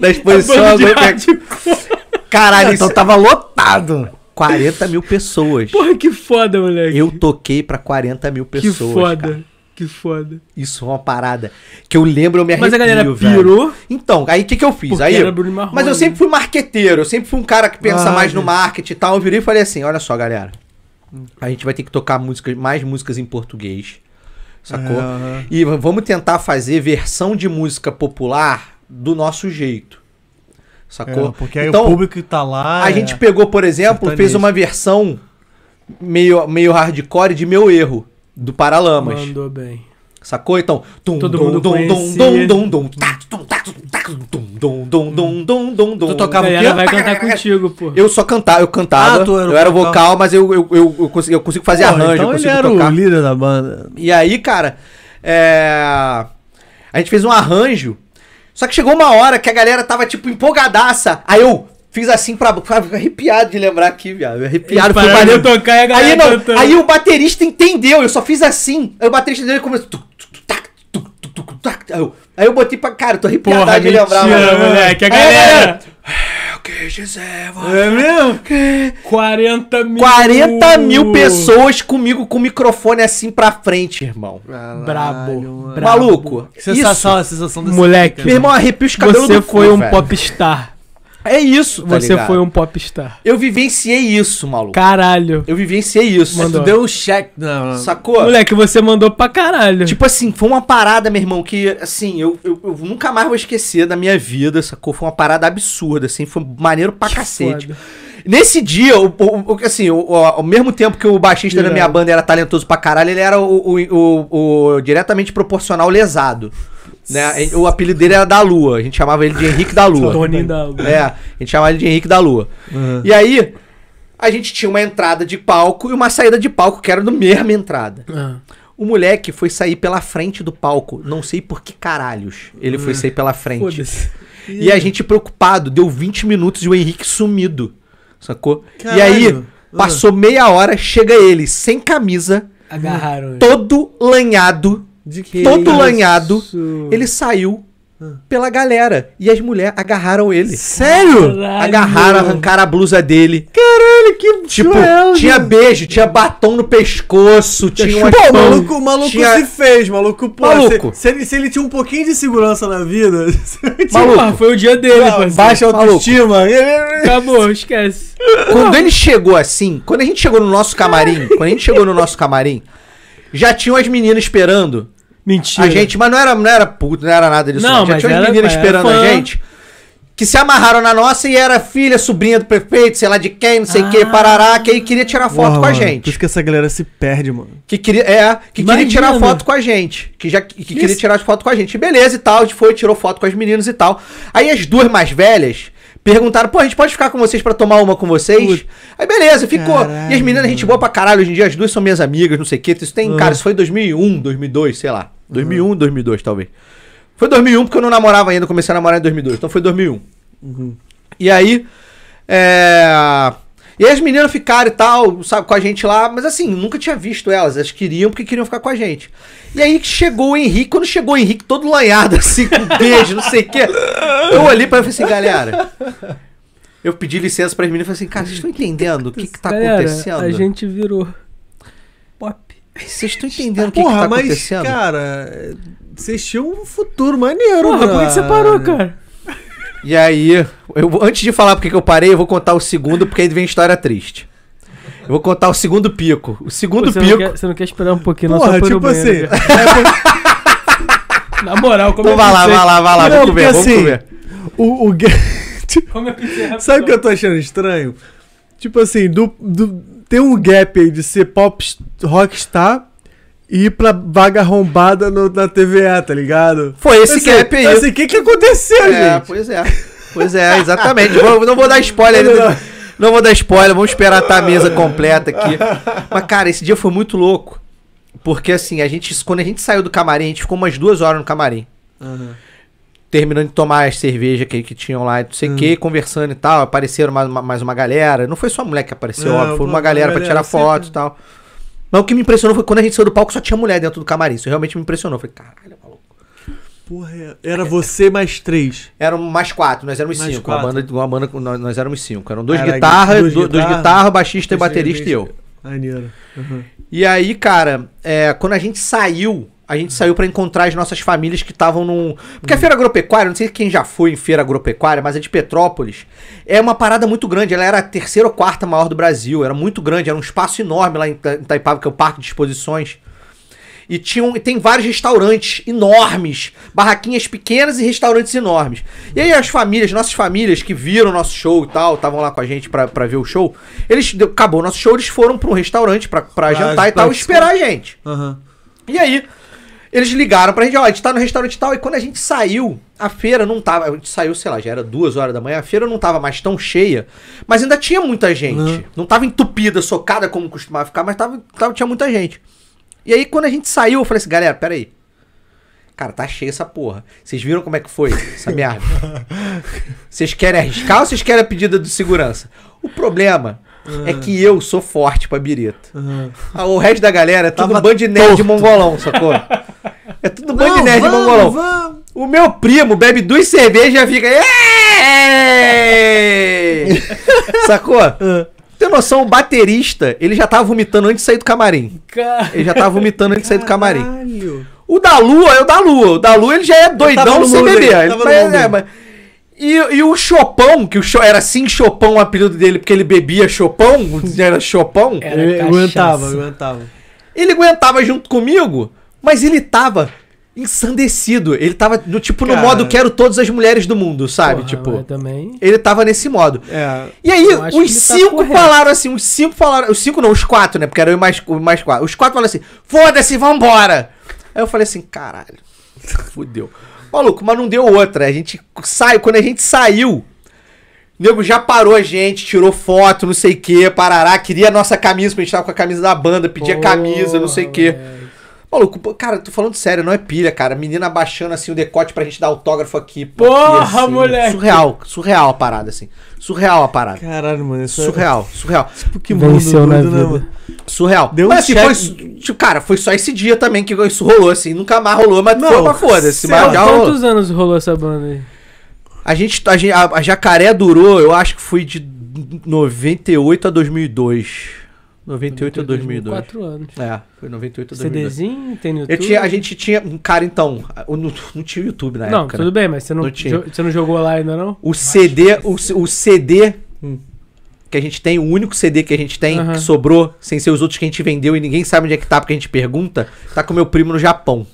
C: na exposição...
A: Bando Tá de
C: agro- Caralho,
B: Então
C: isso...
B: tava lotado.
C: 40 mil pessoas.
A: Porra, que foda, moleque.
C: Eu toquei pra 40 mil
A: que
C: pessoas,
A: foda.
C: cara.
A: Que foda.
C: Isso é uma parada que eu lembro, eu me
A: Mas
C: arrepio,
A: a galera
C: É velho.
A: pirou.
C: Então, aí o que, que eu fiz?
A: Porque
C: aí,
A: era Bruno Marrone,
C: mas eu sempre fui marqueteiro, eu sempre fui um cara que pensa
B: Ah,
C: mais no
B: gente.
C: marketing e tal. Eu virei e falei assim: olha só, galera, a gente vai ter que tocar músicas, mais músicas em português, sacou?
B: É, aham.
C: E v- vamos tentar fazer versão de música popular do nosso jeito, sacou? Então,
B: É, porque aí o público que tá lá.
C: a
B: é-
C: gente pegou, por exemplo, fez
B: sertanejo.
C: uma versão meio, meio hardcore de Meu Erro, do Paralamas.
A: Mandou bem.
C: Sacou? Então. Tum,
A: Todo
C: dum,
A: mundo
C: dum,
A: conhecia.
C: dum, dum, dum, tá, tum, tá, tum, tá, tum, dum, dum, dum, dum, dum, dum.
B: Tu tocava
A: a
B: o
A: galera
B: quê?
A: vai cantar contigo, pô.
C: Eu só cantava, eu cantava.
B: Ah, tu era o
C: eu era
B: vocal.
C: vocal, mas eu, eu, eu, eu consigo, eu consigo fazer
B: Pô,
C: arranjo, eu
B: Então ele
C: consigo
B: era
C: tocar.
B: o líder da banda.
C: E aí, cara, é... a gente fez um arranjo. Só que chegou uma hora que a galera tava, tipo, empolgadaça. Aí eu. Fiz assim pra. pra- fico arrepiado de lembrar aqui, viado. Arrepiado, foi
A: Pararam de
C: maneiro.
A: tocar e a galera
C: Aí, não,
A: cantando.
C: aí o baterista entendeu, eu só fiz assim. Aí o baterista entendeu e começou. tuc, tuc, tac, tuc, tuc, tuc, tac. Aí eu, aí eu botei pra. Cara, eu tô arrepiado
A: Porra,
C: de lembrar,
A: mentira,
C: mano.
A: moleque. A
C: Aí,
A: galera...
C: O que Gisele?
B: É mesmo?
A: 40 mil...
C: 40 mil pessoas comigo com o microfone assim pra frente, irmão.
A: Brabo. brabo.
C: Maluco.
B: Que sensação, a sensação desse
A: Moleque.
C: Meu irmão, arrepia os cabelos
A: Você
C: do cu,
A: foi um
C: velho.
A: popstar.
C: É isso, tá
A: Você
C: ligado?
A: foi um popstar.
C: Eu vivenciei isso, maluco.
A: Caralho.
C: Eu vivenciei isso.
A: Mandou.
B: Tu deu um check. Não, não.
C: Sacou?
A: Moleque, você mandou pra caralho.
C: Tipo assim, foi uma parada, meu irmão, que, assim, eu, eu, eu nunca mais vou esquecer da minha vida, sacou? Foi uma parada absurda, assim, foi maneiro pra cacete.
A: Foda.
C: Nesse dia, o, o- o- assim, o- o- ao mesmo tempo que o baixista da minha
A: Irado.
C: banda era talentoso pra caralho, ele era o, o- o- o diretamente proporcional lesado. Né? O apelido dele era da Lua, a gente chamava ele de Henrique da Lua.
A: Toninho da Lua.
C: É, a gente chamava ele de Henrique da Lua. E aí, a gente tinha uma entrada de palco e uma saída de palco, que era no mesma entrada.
A: Ah.
C: O moleque foi sair pela frente do palco, não sei por que caralhos. Ele
B: Ah,
C: foi sair pela frente.
A: Foda-se.
C: E a gente preocupado, deu 20 minutos e o Henrique sumido. Sacou?
B: Caralho.
C: E aí,
B: Ah.
C: passou meia hora, chega ele sem camisa,
A: Agarraram. ele.
C: todo lanhado,
B: De que?
C: todo lanhado.
A: Isso.
C: Ele saiu
B: Ah.
C: pela galera e as mulheres agarraram ele.
B: Sério?
A: Caralho.
C: Agarraram, arrancaram a blusa dele.
B: Caralho, que
C: Tipo,
B: cruel,
C: tinha
B: né?
C: beijo, tinha batom no pescoço, tinha umas
B: Pô, o
C: pão-
B: maluco, o maluco
C: tinha-
B: se fez, maluco. Pô,
C: Maluco.
B: Se, se ele, se ele tinha um pouquinho de segurança na vida. (laughs) se ele tinha-
A: Maluco. Porra, foi o dia dele, parceiro.
B: Baixa
C: Maluco.
B: autoestima.
A: Acabou, esquece.
C: Quando ele chegou assim, quando a gente chegou no nosso camarim,
A: (laughs)
C: quando a gente chegou no nosso camarim, já tinham as meninas esperando
A: Mentira.
C: a gente, mas não era, não era puto, não era nada disso.
A: Não,
C: já
A: mas
C: tinha
A: era-
C: as meninas
A: era
C: esperando
A: fã.
C: a gente. Que se amarraram na nossa e era filha, sobrinha do prefeito, sei lá de quem, não sei
A: Ah.
C: o que, parará, que aí queria tirar foto com a
B: Por
C: gente.
B: isso que essa galera se perde, mano.
C: Que queria, é, que queria
A: Imagina.
C: tirar foto com a gente. Que já que, que queria tirar foto com a gente. Beleza e tal, a gente foi, tirou foto com as meninas e tal. Aí as duas mais velhas perguntaram: pô, a gente pode ficar com vocês pra tomar uma com vocês? Aí beleza, ficou. E as
B: Caralho.
C: meninas, gente boa pra caralho. Hoje em dia as duas são minhas amigas, não sei o que. Isso tem, cara, isso foi em 2001, 2002, sei lá. 2001, 2002 talvez. Foi 2001 porque eu não namorava ainda, eu comecei a namorar em 2002. Então foi 2001. E aí. É... E aí as meninas ficaram e tal, sabe, com a gente lá, mas assim, nunca tinha visto elas. Elas queriam porque queriam ficar com a gente. E aí que chegou o Henrique, quando chegou o Henrique todo lanhado, (laughs) assim, com beijo, não sei o quê. Eu olhei pra ele e falei assim, galera. Eu pedi licença pras meninas e falei assim, cara, vocês estão entendendo o que, que tá
A: Galera,
C: acontecendo?
A: A gente virou pop.
C: Vocês estão entendendo o que, que
B: Porra,
C: tá
B: mas,
C: acontecendo?
B: cara, vocês tinham um futuro maneiro,
A: Porra, por que que
B: brother.
A: você parou, cara?
C: E aí, eu- antes de falar porque que eu parei, eu vou contar o segundo, porque aí vem história triste. Eu vou contar o segundo pico. O segundo
A: você,
C: pico.
A: Não quer, você não quer esperar um pouquinho, não?
B: Porra,
A: só foi no
B: tipo assim.
A: banheiro, né, cara. Na moral, como é
C: Então vai lá, vai lá, vai lá,
B: Não,
C: vamos
B: porque
C: comer, vamos
B: assim,
C: comer.
B: (laughs) O, o...
A: Como é que
B: (laughs) Sabe o que eu tô achando estranho? Tipo assim, do, do- tem um gap aí de ser pop rockstar e ir pra vaga arrombada no- na TVA, tá ligado?
C: Foi esse
B: Assim,
C: gap aí.
B: Assim, o que que aconteceu,
C: é,
B: gente?
C: pois é. Pois é, exatamente. Vou- não vou dar spoiler ainda. Não vou dar spoiler, vamos esperar tá a mesa completa aqui. Mas, cara, esse dia foi muito louco. Porque, assim, a gente, quando a gente saiu do camarim, a gente ficou umas duas horas no camarim. terminando de tomar as cervejas que, que tinham lá, e não sei o que, conversando e tal. Apareceram mais uma, mais uma galera. Não foi só a mulher que apareceu,
B: Não,
C: óbvio, foi uma
B: uma
C: galera pra
B: galera,
C: tirar
B: sempre.
C: foto e tal. Mas o que me impressionou foi que quando a gente saiu do palco só tinha mulher dentro do camarim. Isso realmente me impressionou. Eu Falei, caralho, maluco.
B: Porra, é- era você mais três.
C: Eram mais quatro, nós éramos
B: Mais
C: cinco.
B: quatro.
C: Uma banda, uma banda com- nós, nós éramos cinco. Eram dois
B: Era
C: guitarras,
B: dois
C: do- dois
B: guitarra,
C: guitarras, baixista e
B: dois
C: baterista e eu.
B: Maneiro. Uhum.
C: E aí, cara, é, quando a gente saiu, a gente saiu pra encontrar as nossas famílias que estavam num. Porque
B: Uhum.
C: a feira agropecuária, não sei quem já foi em feira agropecuária, mas é de Petrópolis. É uma parada muito grande. Ela era a terceira ou quarta maior do Brasil. Era muito grande, era um espaço enorme lá em Ita- em Itaipava, que é o Parque de Exposições. E tinham, e tem vários restaurantes enormes, barraquinhas pequenas e restaurantes enormes. E aí as famílias, nossas famílias que viram nosso show e tal, estavam lá com a gente pra, pra ver o show, eles deu- acabou o nosso show, eles foram pra um restaurante pra, pra jantar e tal, e esperar a gente.
B: Aham.
C: E aí eles ligaram pra gente, ó, a gente tá no restaurante e tal, e quando a gente saiu, a feira não tava, a gente saiu, sei lá, já era duas horas da manhã, a feira não tava mais tão cheia, mas ainda tinha muita gente.
B: Uhum.
C: Não tava entupida, socada como costumava ficar, mas tava, tava- tinha muita gente. E aí, quando a gente saiu, eu falei assim, galera, peraí. Cara, tá cheia essa porra. Vocês viram como é que foi essa merda? Vocês querem arriscar ou vocês querem a pedida de segurança? O problema é que eu sou forte pra birita.
B: Aham.
C: Ah, O resto da galera é tudo
B: Tava
C: band nerd de mongolão, sacou? É tudo band nerd de mongolão.
B: vamos.
C: O meu primo bebe duas cervejas e já
B: (laughs)
C: fica. "Ei!" Sacou?
B: É
C: Tem noção, o baterista, ele já tava vomitando antes de sair do camarim.
A: Cara,
C: Ele já tava vomitando antes de sair do camarim.
B: Caralho.
C: O da Lua é o da Lua. O da Lua ele já é
B: tava
C: doidão
B: no
C: sem
B: mundo
C: beber.
B: aí,
C: Ele-
B: tava no
C: mas-
B: mundo
C: é,
B: aí.
C: mas- E, e o Chopão, que o Cho- era assim Chopão o apelido dele, porque ele bebia Chopão, era Chopão.
A: Era
B: Ele
A: cachaça.
B: aguentava, aguentava.
C: Ele aguentava junto comigo, mas ele tava ensandecido. Ele tava no tipo no
B: Cara.
C: modo quero todas as mulheres do mundo, sabe?
A: porra,
C: tipo,
A: mas é também.
C: ele tava nesse modo.
B: É.
C: E aí,
A: Eu acho que
C: os
A: ele tá
C: cinco
A: correto.
C: falaram assim, os cinco falaram. Os cinco não, os quatro, né? Porque era eu e mais, o mais quatro. Os quatro falaram assim, foda-se, vambora! Aí eu falei assim, caralho, (laughs) fudeu. Maluco, mas não deu outra. A gente saiu, quando a gente saiu, o nego já parou a gente, tirou foto, não sei o que, parará, queria a nossa camisa, porque a gente tava com a camisa da banda, pedia camisa, não sei o que.
A: Porra,
C: Maluco, pô, cara, eu tô falando sério, não é pilha, cara. Menina abaixando assim o decote pra gente dar autógrafo aqui. pô,
A: Porra,
C: aqui, assim,
A: moleque.
C: Surreal, surreal a parada, assim. Surreal a parada.
B: Caralho, mano. Isso
C: Surreal, surreal,
B: É... Que mundo
A: Venceu na
B: doido, né,
A: vida.
B: mano?
C: surreal.
B: Deu um
C: mas assim,
B: check-
C: foi, su- tipo, cara, foi só esse dia também que isso rolou, assim, nunca mais rolou, mas
B: Não,
C: não, mas foda-se,
B: sei
C: mas
B: lá,
C: já rolou.
A: Quantos anos rolou essa banda aí?
C: A gente, a, gente- a- a Jacaré durou, eu acho que foi de 98 a 2002. 98 a 2002.
A: Quatro anos.
C: É, foi 98 a 2002.
A: CDzinho, tem no YouTube.
C: Eu tinha, a gente tinha, cara, então, eu não, não tinha o YouTube na
A: Não,
C: época, né?
A: tudo bem, mas você não,
C: Não tinha.
A: jo- você não jogou lá ainda, não?
C: O CD, o, c- o CD
B: Hum.
C: que a gente tem, o único CD que a gente tem,
A: Aham.
C: que sobrou, sem ser os outros que a gente vendeu e ninguém sabe onde é que tá porque a gente pergunta, tá com meu primo no Japão.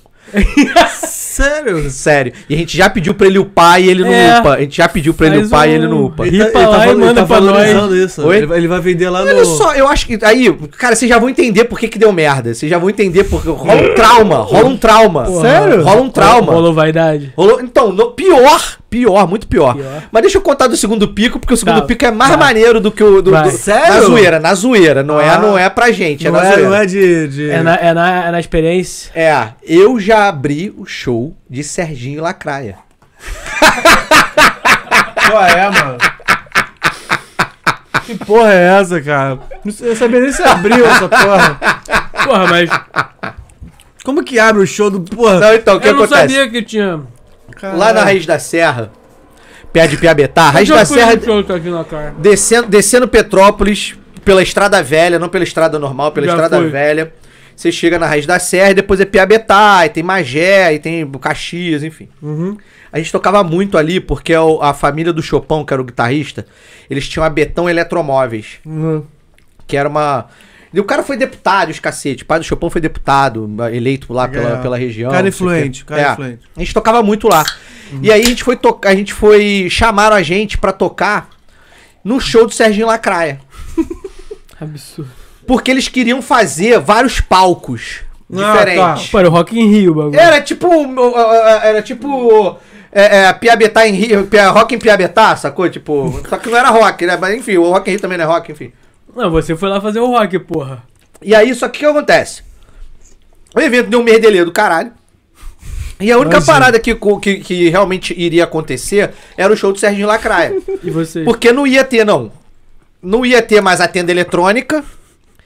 B: Sério?
C: Sério. E a gente já pediu pra ele upar e ele não
A: É.
C: upa. A gente já pediu pra ele
A: Faz
C: upar e
A: um-
C: ele não upa.
A: Ripa lá e
B: valo-
A: manda pra nós.
B: tá- valorizando isso.
C: Oi?
B: Ele, vai- ele vai vender lá
C: Olha
B: no...
C: só, eu acho que. Aí, cara, vocês já vão entender por que, que deu merda. Vocês já vão entender porque rola um trauma. Rola um trauma.
A: Porra.
B: Sério?
C: Rola um trauma.
A: Rolou vaidade.
C: Rolou- Então, no- pior, pior, muito pior.
A: Pior.
C: Mas deixa eu contar do segundo pico, porque o segundo
A: Tá,
C: pico é mais
A: tá.
C: maneiro do que o do,
A: Vai.
C: do- na
B: É Sério?
C: zoeira, na zoeira, não é,
B: Ah.
C: não é pra gente, é
B: Não
C: na
B: é,
C: zoeira.
B: não é de... de...
A: É na, é, na, é na
C: (laughs)
A: experiência.
C: É, eu já abri o show de Serginho Lacraia.
B: Qual é, mano? Que porra é essa, cara? Não sei- Eu sabia nem se abriu essa porra.
A: Porra, mas
B: Como que abre o show do porra?
C: Não, então, o que
A: eu não
C: acontece?
A: sabia que tinha.
C: Lá na Raiz da Serra, pé de Piabetá, Raiz
A: Eu
C: da
A: fui
C: Serra,
A: no show que tá aqui na cara.
C: descendo, descendo Petrópolis pela estrada velha, não pela estrada normal, pela
A: Já
C: estrada
A: foi.
C: velha. Você chega na Raiz da Serra e depois é Piabetá, aí tem Magé, aí tem Caxias, enfim.
B: Uhum.
C: A gente tocava muito ali porque é o- a família do Chopão, que era o guitarrista, eles tinham a Betão Eletromóveis,
B: Uhum.
C: que era uma. E o cara foi deputado, os cacete. O pai do Chopão foi deputado, eleito lá pela,
B: É.
C: pela região.
B: Cara
C: não sei o quê.
B: influente, cara
C: É.
B: influente.
C: A gente tocava muito lá. E aí a gente foi tocar, a gente foi. Chamaram a gente pra tocar no show do Serginho Lacraia.
A: Absurdo.
C: Porque eles queriam fazer vários palcos
B: Ah,
C: diferentes.
A: Pô, era o Rock in Rio o bagulho.
C: Era tipo. uh, uh, Era tipo. É, é, Piabetá em Rio. Pia- Rock em Piabetá, sacou? Tipo. Só que não era rock, né? Mas enfim, o Rock em Rio também não é rock, enfim.
A: Não, você foi lá fazer o rock, porra.
C: E aí, só que o que acontece? O evento deu um merdelê do caralho. E a única
B: Imagina.
C: parada que, co- que, que realmente iria acontecer era o show do Serginho Lacraia.
A: E você?
C: Porque não ia ter, não. Não ia ter mais a tenda eletrônica.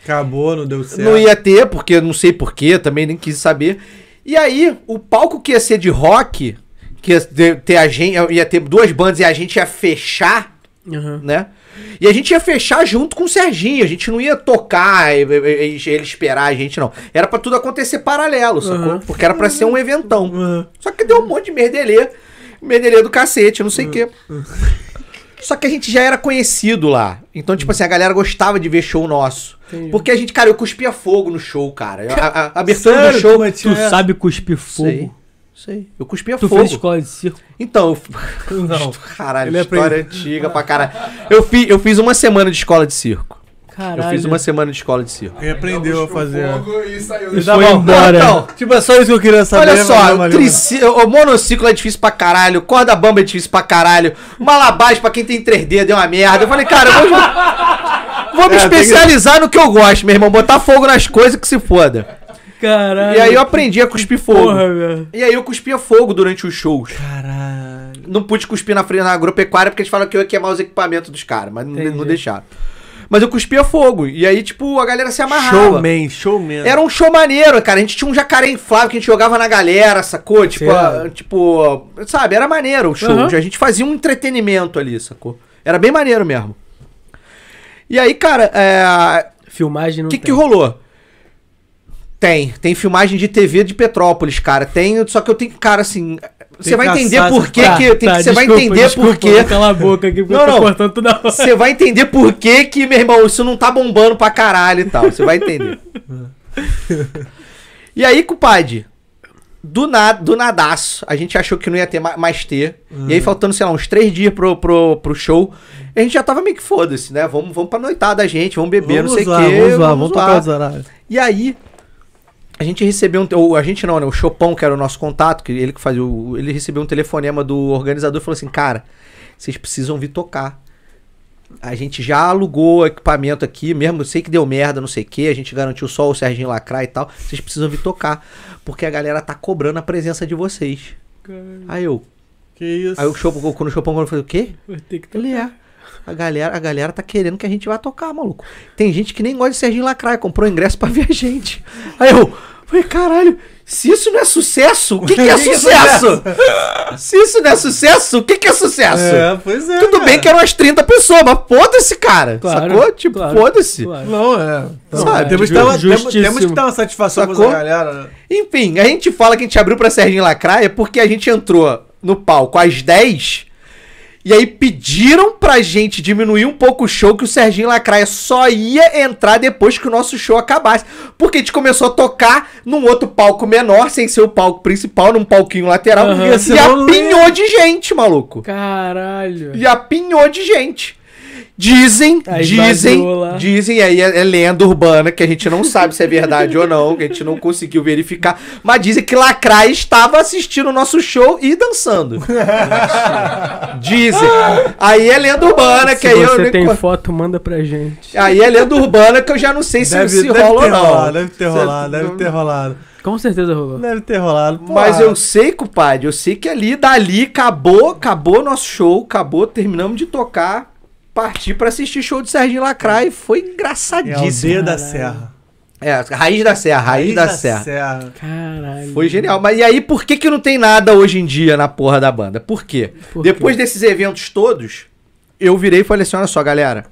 B: Acabou, não deu certo.
C: Não ia ter, porque eu não sei porquê, também nem quis saber. E aí, o palco que ia ser de rock, que ia ter, ter a gente, ia ter duas bandas e a gente ia fechar,
A: Aham.
C: né? E a gente ia fechar junto com o Serginho, a gente não ia tocar e, e- e ele esperar a gente, não. Era pra tudo acontecer paralelo, sacou?
A: Uhum.
C: Porque era pra ser um eventão.
B: Uhum.
C: Só que deu um monte de merdelê. Merdelê do cacete, não sei o quê.
A: Uhum.
C: Só que a gente já era conhecido lá. Então, tipo assim, a galera gostava de ver show nosso.
A: Uhum. Entendi.
C: Porque a gente, cara, eu cuspia fogo no show, cara. Eu- A, a- a abertura
B: Sério,
C: do show.
B: como é
A: Tu
B: tinha-
A: sabe cuspir fogo?
C: Sei, sei. Eu cuspia
A: Tu
C: fogo.
A: fez escola de circo?
B: (laughs)
C: Então, eu...
B: Não.
C: (laughs) Caralho,
B: Ele é
C: história antiga pra caralho. Eu, fi, eu fiz uma semana de escola de circo.
A: Caralho.
C: Eu fiz uma semana de escola de circo.
B: Ele aprendeu a fazer.
D: Fogo e saiu
A: Ele foi
D: do
B: Tá bom.
A: embora.
C: Então,
B: Tipo, é só isso que eu queria saber. né,
C: Olha
B: mas
C: só,
B: não é
C: o,
B: valeu.
C: trici- o monociclo é difícil pra caralho, corda bamba é difícil pra caralho, malabares pra quem tem 3D deu uma merda. Eu falei, cara, eu vou, vou
B: (laughs)
C: me
B: É, tem que-
C: especializar no que eu gosto, meu irmão, botar fogo nas coisas que se foda.
B: É,
A: Caralho.
C: E aí eu aprendi a cuspir fogo.
A: Porra, velho.
C: E aí eu cuspia fogo durante os shows.
A: Caralho.
C: Não pude cuspir na frente na agropecuária porque eles falaram que eu ia queimar os equipamentos dos caras, mas não,
A: Entendi.
C: não deixaram. Mas eu cuspia fogo. E aí, tipo, a galera se amarrava.
B: Showman, showman.
C: Era um show maneiro, cara. A gente tinha um jacaré inflável que a gente jogava na galera, sacou? Tipo,
A: Será?
C: a- tipo sabe? Era maneiro o show.
A: Aham.
C: A gente fazia um entretenimento ali, sacou? Era bem maneiro mesmo. E aí, cara, é,
A: Filmagem não
C: o que,
A: tem.
C: que rolou? Tem, tem filmagem de TV de Petrópolis, cara. Tem, só que eu tenho, cara, assim, você vai
B: caçar
C: entender
B: essas
C: por que
A: Tá,
C: que, tem-
A: tá,
C: você vai
A: desculpa,
C: entender
A: desculpa,
C: por que,
A: Cala a boca aqui, porque
C: Não,
A: eu tô
C: não.
A: cortando toda hora.
C: você vai entender por que que, meu irmão, isso não tá bombando pra caralho e tal. Você vai entender. e aí, cumpadre, do nada, do nadaço, a gente achou que não ia ter ma- mais ter. E aí, faltando, sei lá, uns três dias pro, pro, pro show, a gente já tava meio que foda-se, né? Vamos, vamos pra noitada, gente, vamos beber, não sei o
B: lá,
C: quê.
B: Vamos lá, vamos
C: zoar.
B: tocar os horários.
C: E aí, a gente recebeu um. te- Ou a gente não, né? O Chopão, que era o nosso contato, que ele que fazia. o- Ele recebeu um telefonema do organizador e falou assim: cara, vocês precisam vir tocar. A gente já alugou equipamento aqui, mesmo eu sei que deu merda, não sei o que, a gente garantiu só o Serginho Lacrar e tal. Vocês precisam vir tocar, porque a galera tá cobrando a presença de vocês. Aí eu,
B: Que isso.
C: aí o Chopão, quando o Chopão falou, eu falei, o quê?
A: Vou ter que tocar.
C: Ele é. A galera, a galera tá querendo que a gente vá tocar, maluco. Tem gente que nem gosta de Serginho Lacraia, comprou ingresso pra ver a gente. Aí eu falei, caralho, se isso não é sucesso, (laughs) o que, que é sucesso? se isso não é sucesso, o que, que é sucesso?
B: É, pois é.
C: Tudo bem que eram umas 30 pessoas, mas foda-se, cara.
A: Claro,
C: Sacou? Tipo,
A: claro,
C: foda-se.
A: claro.
B: Não, é. Não,
C: Sabe,
B: temos, que dar uma, temos,
A: justíssimo.
B: temos que dar uma satisfação pra
C: Sacou?
B: essa galera.
C: Enfim, a gente fala que a gente abriu pra Serginho Lacraia porque a gente entrou no palco às 10 e aí pediram pra gente diminuir um pouco o show que o Serginho Lacraia só ia entrar depois que o nosso show acabasse. Porque a gente começou a tocar num outro palco menor, sem ser o palco principal, num palquinho lateral,
A: Aham.
C: e
B: Senão não ia-
C: apinhou de gente, maluco.
A: Caralho.
C: E apinhou de gente. Dizem,
A: Aí
C: dizem,
A: vazou lá.
C: dizem, aí é, é lenda urbana, que a gente não sabe se é verdade ou não, que a gente não conseguiu verificar, mas dizem que Lacraia estava assistindo o nosso show e dançando. dizem. Aí é lenda urbana, que
A: Se
C: aí eu
A: você
C: nem
A: tem
C: co-
A: foto, manda pra gente.
C: Aí é lenda urbana que eu já não sei se, se rola ou
B: ter
C: não. é
B: rolado, deve ter
C: Se-
B: rolado, deve
C: não-
B: ter rolado.
A: Com certeza rolou.
B: Deve ter rolado.
C: Mas
B: Pô,
C: eu sei, compadre, eu sei que ali, dali, acabou, acabou nosso show, acabou, terminamos de tocar, parti pra assistir show de Serginho Lacraia e foi
B: É o
C: engraçadíssimo.
B: D da
A: Caralho.
B: Serra.
C: É, Raiz da Serra, Raiz, da, Serra.
A: Caralho.
C: Foi genial. Mas e aí, por que que não tem nada hoje em dia na porra da banda? Por quê?
A: Por quê?
C: Depois desses eventos todos, eu virei e falei assim, olha só, galera,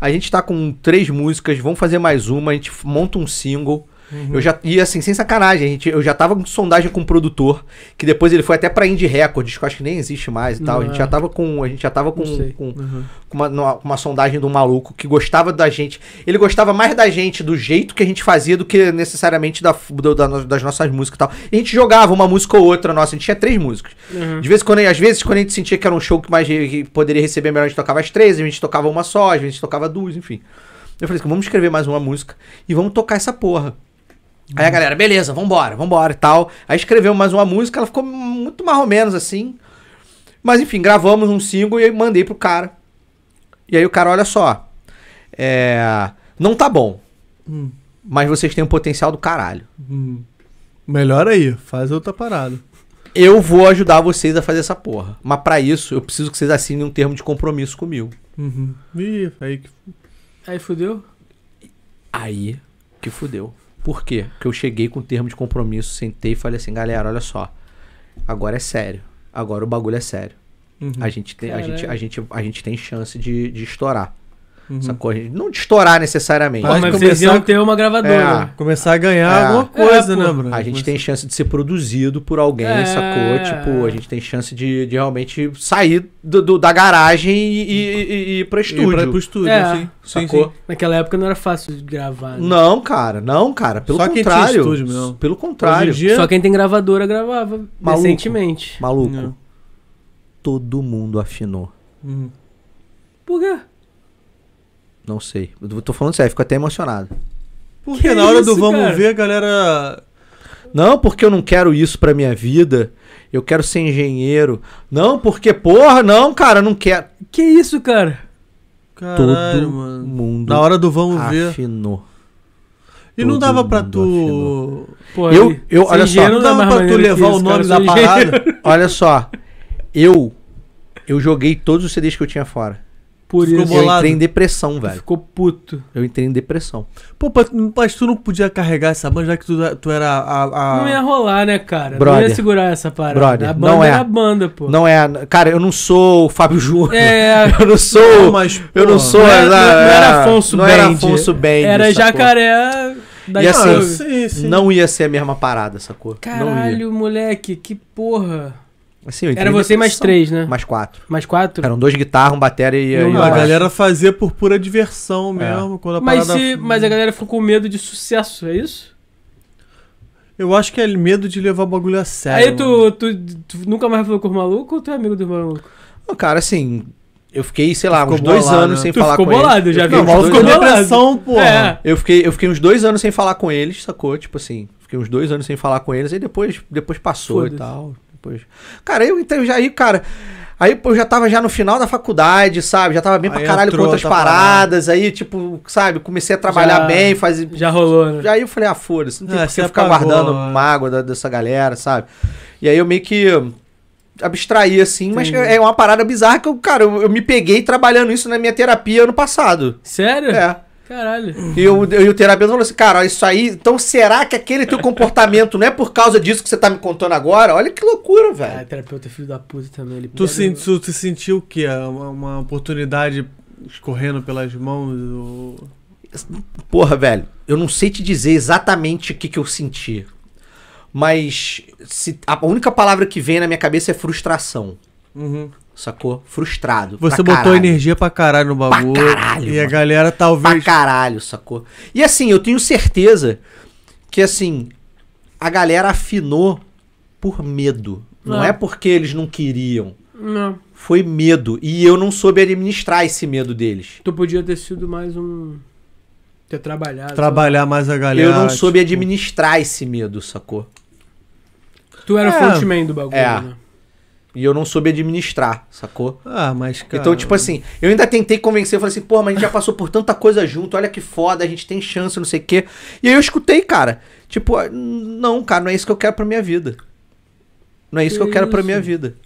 C: a gente tá com três músicas, vamos fazer mais uma, a gente monta um single.
A: Uhum.
C: Eu já, e assim, sem sacanagem, a gente, eu já tava com sondagem com o produtor, que depois ele foi até pra Indie Records, que eu acho que nem existe mais e tal. A
A: Não,
C: gente
A: é.
C: já tava com, a gente já tava com,
A: Não sei.
C: com- com uma, numa- com uma sondagem de um maluco que gostava da gente. Ele gostava mais da gente, do jeito que a gente fazia, do que necessariamente da, do- da no- das nossas músicas e tal. E a gente jogava uma música ou outra nossa, a gente tinha três músicas. De vez em quando, às vezes, quando a gente sentia que era um show que mais que poderia receber melhor, a gente tocava as três, a gente tocava uma só, às vezes a gente tocava duas, enfim. Eu falei assim, vamos escrever mais uma música e vamos tocar essa porra. Aí a galera, beleza, vambora, vambora e tal. Aí escreveu mais uma música, ela ficou muito mais ou menos assim. Mas enfim, gravamos um single e eu mandei pro cara. E aí o cara, olha só. É. Não tá bom.
B: Hum.
C: Mas vocês têm um potencial do caralho.
B: Hum. Melhor aí, faz outra parada.
C: Eu vou ajudar vocês a fazer essa porra. Mas pra isso, eu preciso que vocês assinem um termo de compromisso comigo.
B: Uhum. Ih, aí que.
A: Aí fudeu?
C: Aí que fudeu. Por quê? Porque eu cheguei com o termo de compromisso, sentei e falei assim, galera, olha só. Agora é sério. Agora o bagulho é sério.
B: Uhum.
C: A gente tem, a
A: Caralho.
C: gente, a gente, a gente tem chance de, de estourar.
B: Uhum.
C: Sacou? A gente, não de estourar necessariamente.
A: Pô,
B: Pode
A: mas vocês
B: começar
A: iam ter uma
C: É.
A: gravadora.
B: Ah, Começar a ganhar
C: É.
B: alguma coisa,
A: É, pô.
B: né, Bruno?
C: A gente tem chance de ser produzido por alguém,
A: É.
C: sacou? Tipo, a gente tem chance de, de realmente sair do, do- da garagem e, e, e- e ir pra
B: estúdio.
C: estúdio.
B: Pra, pro estúdio,
A: É.
B: sim. sim,
C: sacou?
B: sim.
A: Naquela época não era fácil de gravar. né?
C: Não, cara, não, cara. Pelo
B: Só quem tinha
C: contrário.
B: estúdio mesmo.
C: Pelo contrário.
B: Hoje em dia,
A: Só quem tem gravadora gravava
C: Maluco.
A: recentemente.
C: Maluco,
B: Não.
C: todo mundo afinou.
B: Uhum.
A: Por quê?
C: Não sei. Eu tô falando sério, fico até emocionado.
B: Porque
A: Que
B: na hora do
A: isso,
B: vamos
A: cara?
B: ver, a galera.
C: Não porque eu não quero isso pra minha vida. Eu quero ser engenheiro. Não porque, porra, não, cara, não quero.
A: Que isso, cara?
B: Caralho,
C: todo
B: mano.
C: mundo
B: Na hora do vamos ver.
C: afinou.
B: E não
C: Todo
B: dava pra
C: mundo
B: tu.
A: Pô,
C: Eu-
A: aí,
C: eu-
A: ser
C: olha só,
B: Não,
A: engenheiro dá
B: dava
A: mais
B: pra tu
A: maneiro que
B: levar
A: isso,
B: o
A: cara,
B: nome
A: eu
B: da
A: sou engenheiro.
B: parada. (laughs)
C: Olha só, eu eu joguei todos os CDs que eu tinha fora.
A: Por
B: Ficou
A: isso,
B: bolado,
C: Eu entrei em depressão, velho.
A: ficou puto.
C: Eu entrei em depressão.
B: Pô, pa- mas tu não podia carregar essa banda, já que tu, tu era a. a-
A: Não ia rolar, né, cara? Não
C: Ah. Brother.
A: ia segurar essa parada.
C: Brother,
A: a banda
C: não é.
A: era a banda, pô.
C: Não é, cara, eu não sou o Fábio Júnior.
A: É,
C: (laughs) Eu não sou,
B: Não, mas,
C: eu não
B: pô,
C: sou,
A: não era-
C: ela-
A: não era Afonso
C: não era
A: Band.
C: Afonso Band,
A: era
C: sacou?
A: jacaré da
C: E
B: Não,
C: assim,
A: Discovery.
B: sim, sim.
C: Não ia ser a mesma parada, sacou? Não ia.
A: Caralho, moleque, que porra.
C: Assim, eu entrei
A: Era
C: em
A: você e mais
C: depressão.
A: três, né?
C: Mais quatro.
A: Mais quatro?
C: Eram dois guitarras, um batera e,
A: E
C: e
A: um
B: Não, a
A: Eu
C: baixo.
B: galera fazia por pura diversão mesmo. Quando a
A: Mas,
B: parada...
A: se, mas a galera ficou com medo de sucesso, é isso?
B: Eu acho que é medo de levar o bagulho a sério.
A: Aí tu, tu, tu nunca mais falou com o maluco ou tu é amigo do maluco?
C: Não, Cara, assim, eu fiquei, sei lá,
B: Ficou
C: uns dois
B: bolado,
C: anos
B: né?
C: sem
A: Tu
C: falar
A: ficou
C: com eles.
A: bolado, eu já
C: Eu
A: vi.
C: fiquei
B: Não,
C: uns
B: o maluco
A: dois
B: ficou
A: anos.
B: depressão, porra.
A: É.
C: Eu fiquei, eu fiquei uns dois anos sem falar com eles, sacou? Tipo assim, fiquei uns dois anos sem falar com eles, aí depois, depois passou
A: Foda-se.
C: e tal. Depois... Cara, eu então já aí, cara. Aí pô, eu já tava já no final da faculdade, sabe? Já tava bem pra
B: Aí
C: caralho com
B: entrou
C: outras
B: outra
C: paradas, aí, tipo, sabe, comecei a trabalhar
A: Já-
C: bem, fazer.
A: Já rolou, né?
C: Já aí eu falei, ah, foda-se, não tem
B: É,
C: por
B: você
C: que ficar
B: apagou,
C: guardando
B: né?
C: mágoa da- dessa galera, sabe? E aí eu meio que abstraí, assim, mas
B: Entendi.
C: é uma parada bizarra que eu, cara, eu, eu me peguei trabalhando isso na minha terapia ano passado.
A: Sério?
C: É.
A: Caralho.
C: E o, e o terapeuta falou assim, cara, ó, isso aí, então será que aquele teu comportamento não é por causa disso que você tá me contando agora? Olha que loucura,
A: Ah,
C: velho.
A: terapeuta é filho da puta também. Ele
B: Tu,
A: pega-
B: sen- tu, tu sentiu o quê? Uma, uma oportunidade escorrendo pelas mãos? ou-
C: Porra, velho, eu não sei te dizer exatamente o que, que eu senti. Mas se- a única palavra que vem na minha cabeça é frustração.
B: Uhum.
C: Sacou? Frustrado. pra
B: Você botou
C: caralho.
B: energia pra caralho no bagulho.
C: caralho,
B: e a
C: mano.
B: galera
C: Pra
B: talvez.
C: caralho, sacou? E assim, eu tenho certeza que assim, a galera afinou por medo. Não
A: É.
C: é, porque eles não queriam.
A: Não.
C: Foi medo. E eu não soube administrar esse medo deles.
A: Tu podia ter sido mais um. Ter trabalhado.
B: Trabalhar mais a galera.
C: eu não soube
B: tipo,
C: administrar esse medo, sacou?
A: sabe? Tu era o
B: É.
A: frontman do bagulho,
C: É.
A: né?
C: E eu não soube administrar, sacou?
B: Ah, mas cara.
C: Então, tipo assim, eu ainda tentei convencer, eu falei assim, porra, mas a gente já passou por tanta coisa junto, olha que foda, a gente tem chance, não sei o quê. E aí eu escutei, cara, tipo, ah, não, cara, não é isso que eu quero pra minha vida. Não é isso que, eu
A: Que
C: quero pra
A: isso?
C: minha vida.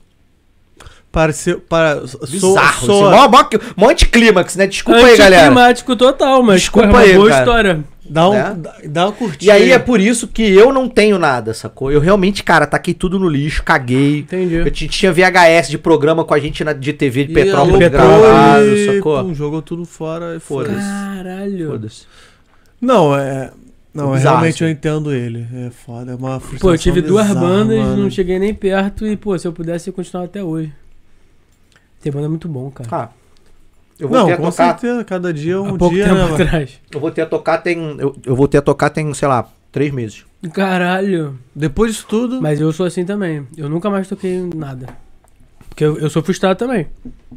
B: Pareceu. Para, so,
C: Bizarro,
B: soa-
C: assim, mó, mó, mó anticlímax, né? Desculpa aí, galera.
A: Anticlimático total, mas
C: Desculpa
A: porra, é
C: aí,
A: uma boa
C: cara.
A: história.
B: dá, um,
C: né?
B: dá- dá uma
C: E
B: curtida.
C: aí é por isso que eu não tenho nada, sacou? Eu realmente, cara, taquei tudo no lixo, caguei. Eu
A: Entendi.
C: ti- tinha VHS de programa com a gente na, de TV de
B: E
C: Petrópolis
B: alugou
C: gravado,
B: e,
C: sacou?
B: pum, jogou tudo fora e
C: Foda-se.
B: foda-se.
A: Caralho.
C: Foda-se.
B: Não, é. Não, é,
C: Bizarro,
B: realmente
C: assim.
B: eu entendo ele. É foda, é uma frustração.
A: Pô, eu tive duas
B: bizarra,
A: bandas,
B: mano.
A: não cheguei nem perto e, pô, se eu pudesse, eu continuava até hoje. Tem banda muito bom, cara.
C: Ah, eu
B: Não,
C: voltei a
B: com
C: tocar.
B: certeza, cada dia é
A: Há
B: um
A: pouco
B: dia,
A: tempo
B: né, mano?
A: atrás.
C: Eu voltei a tocar tem. Eu, eu voltei a tocar tem, sei lá, três meses.
A: Caralho.
B: Depois disso tudo.
A: Mas eu sou assim também. Eu nunca mais toquei nada. Porque eu, eu sou frustrado também.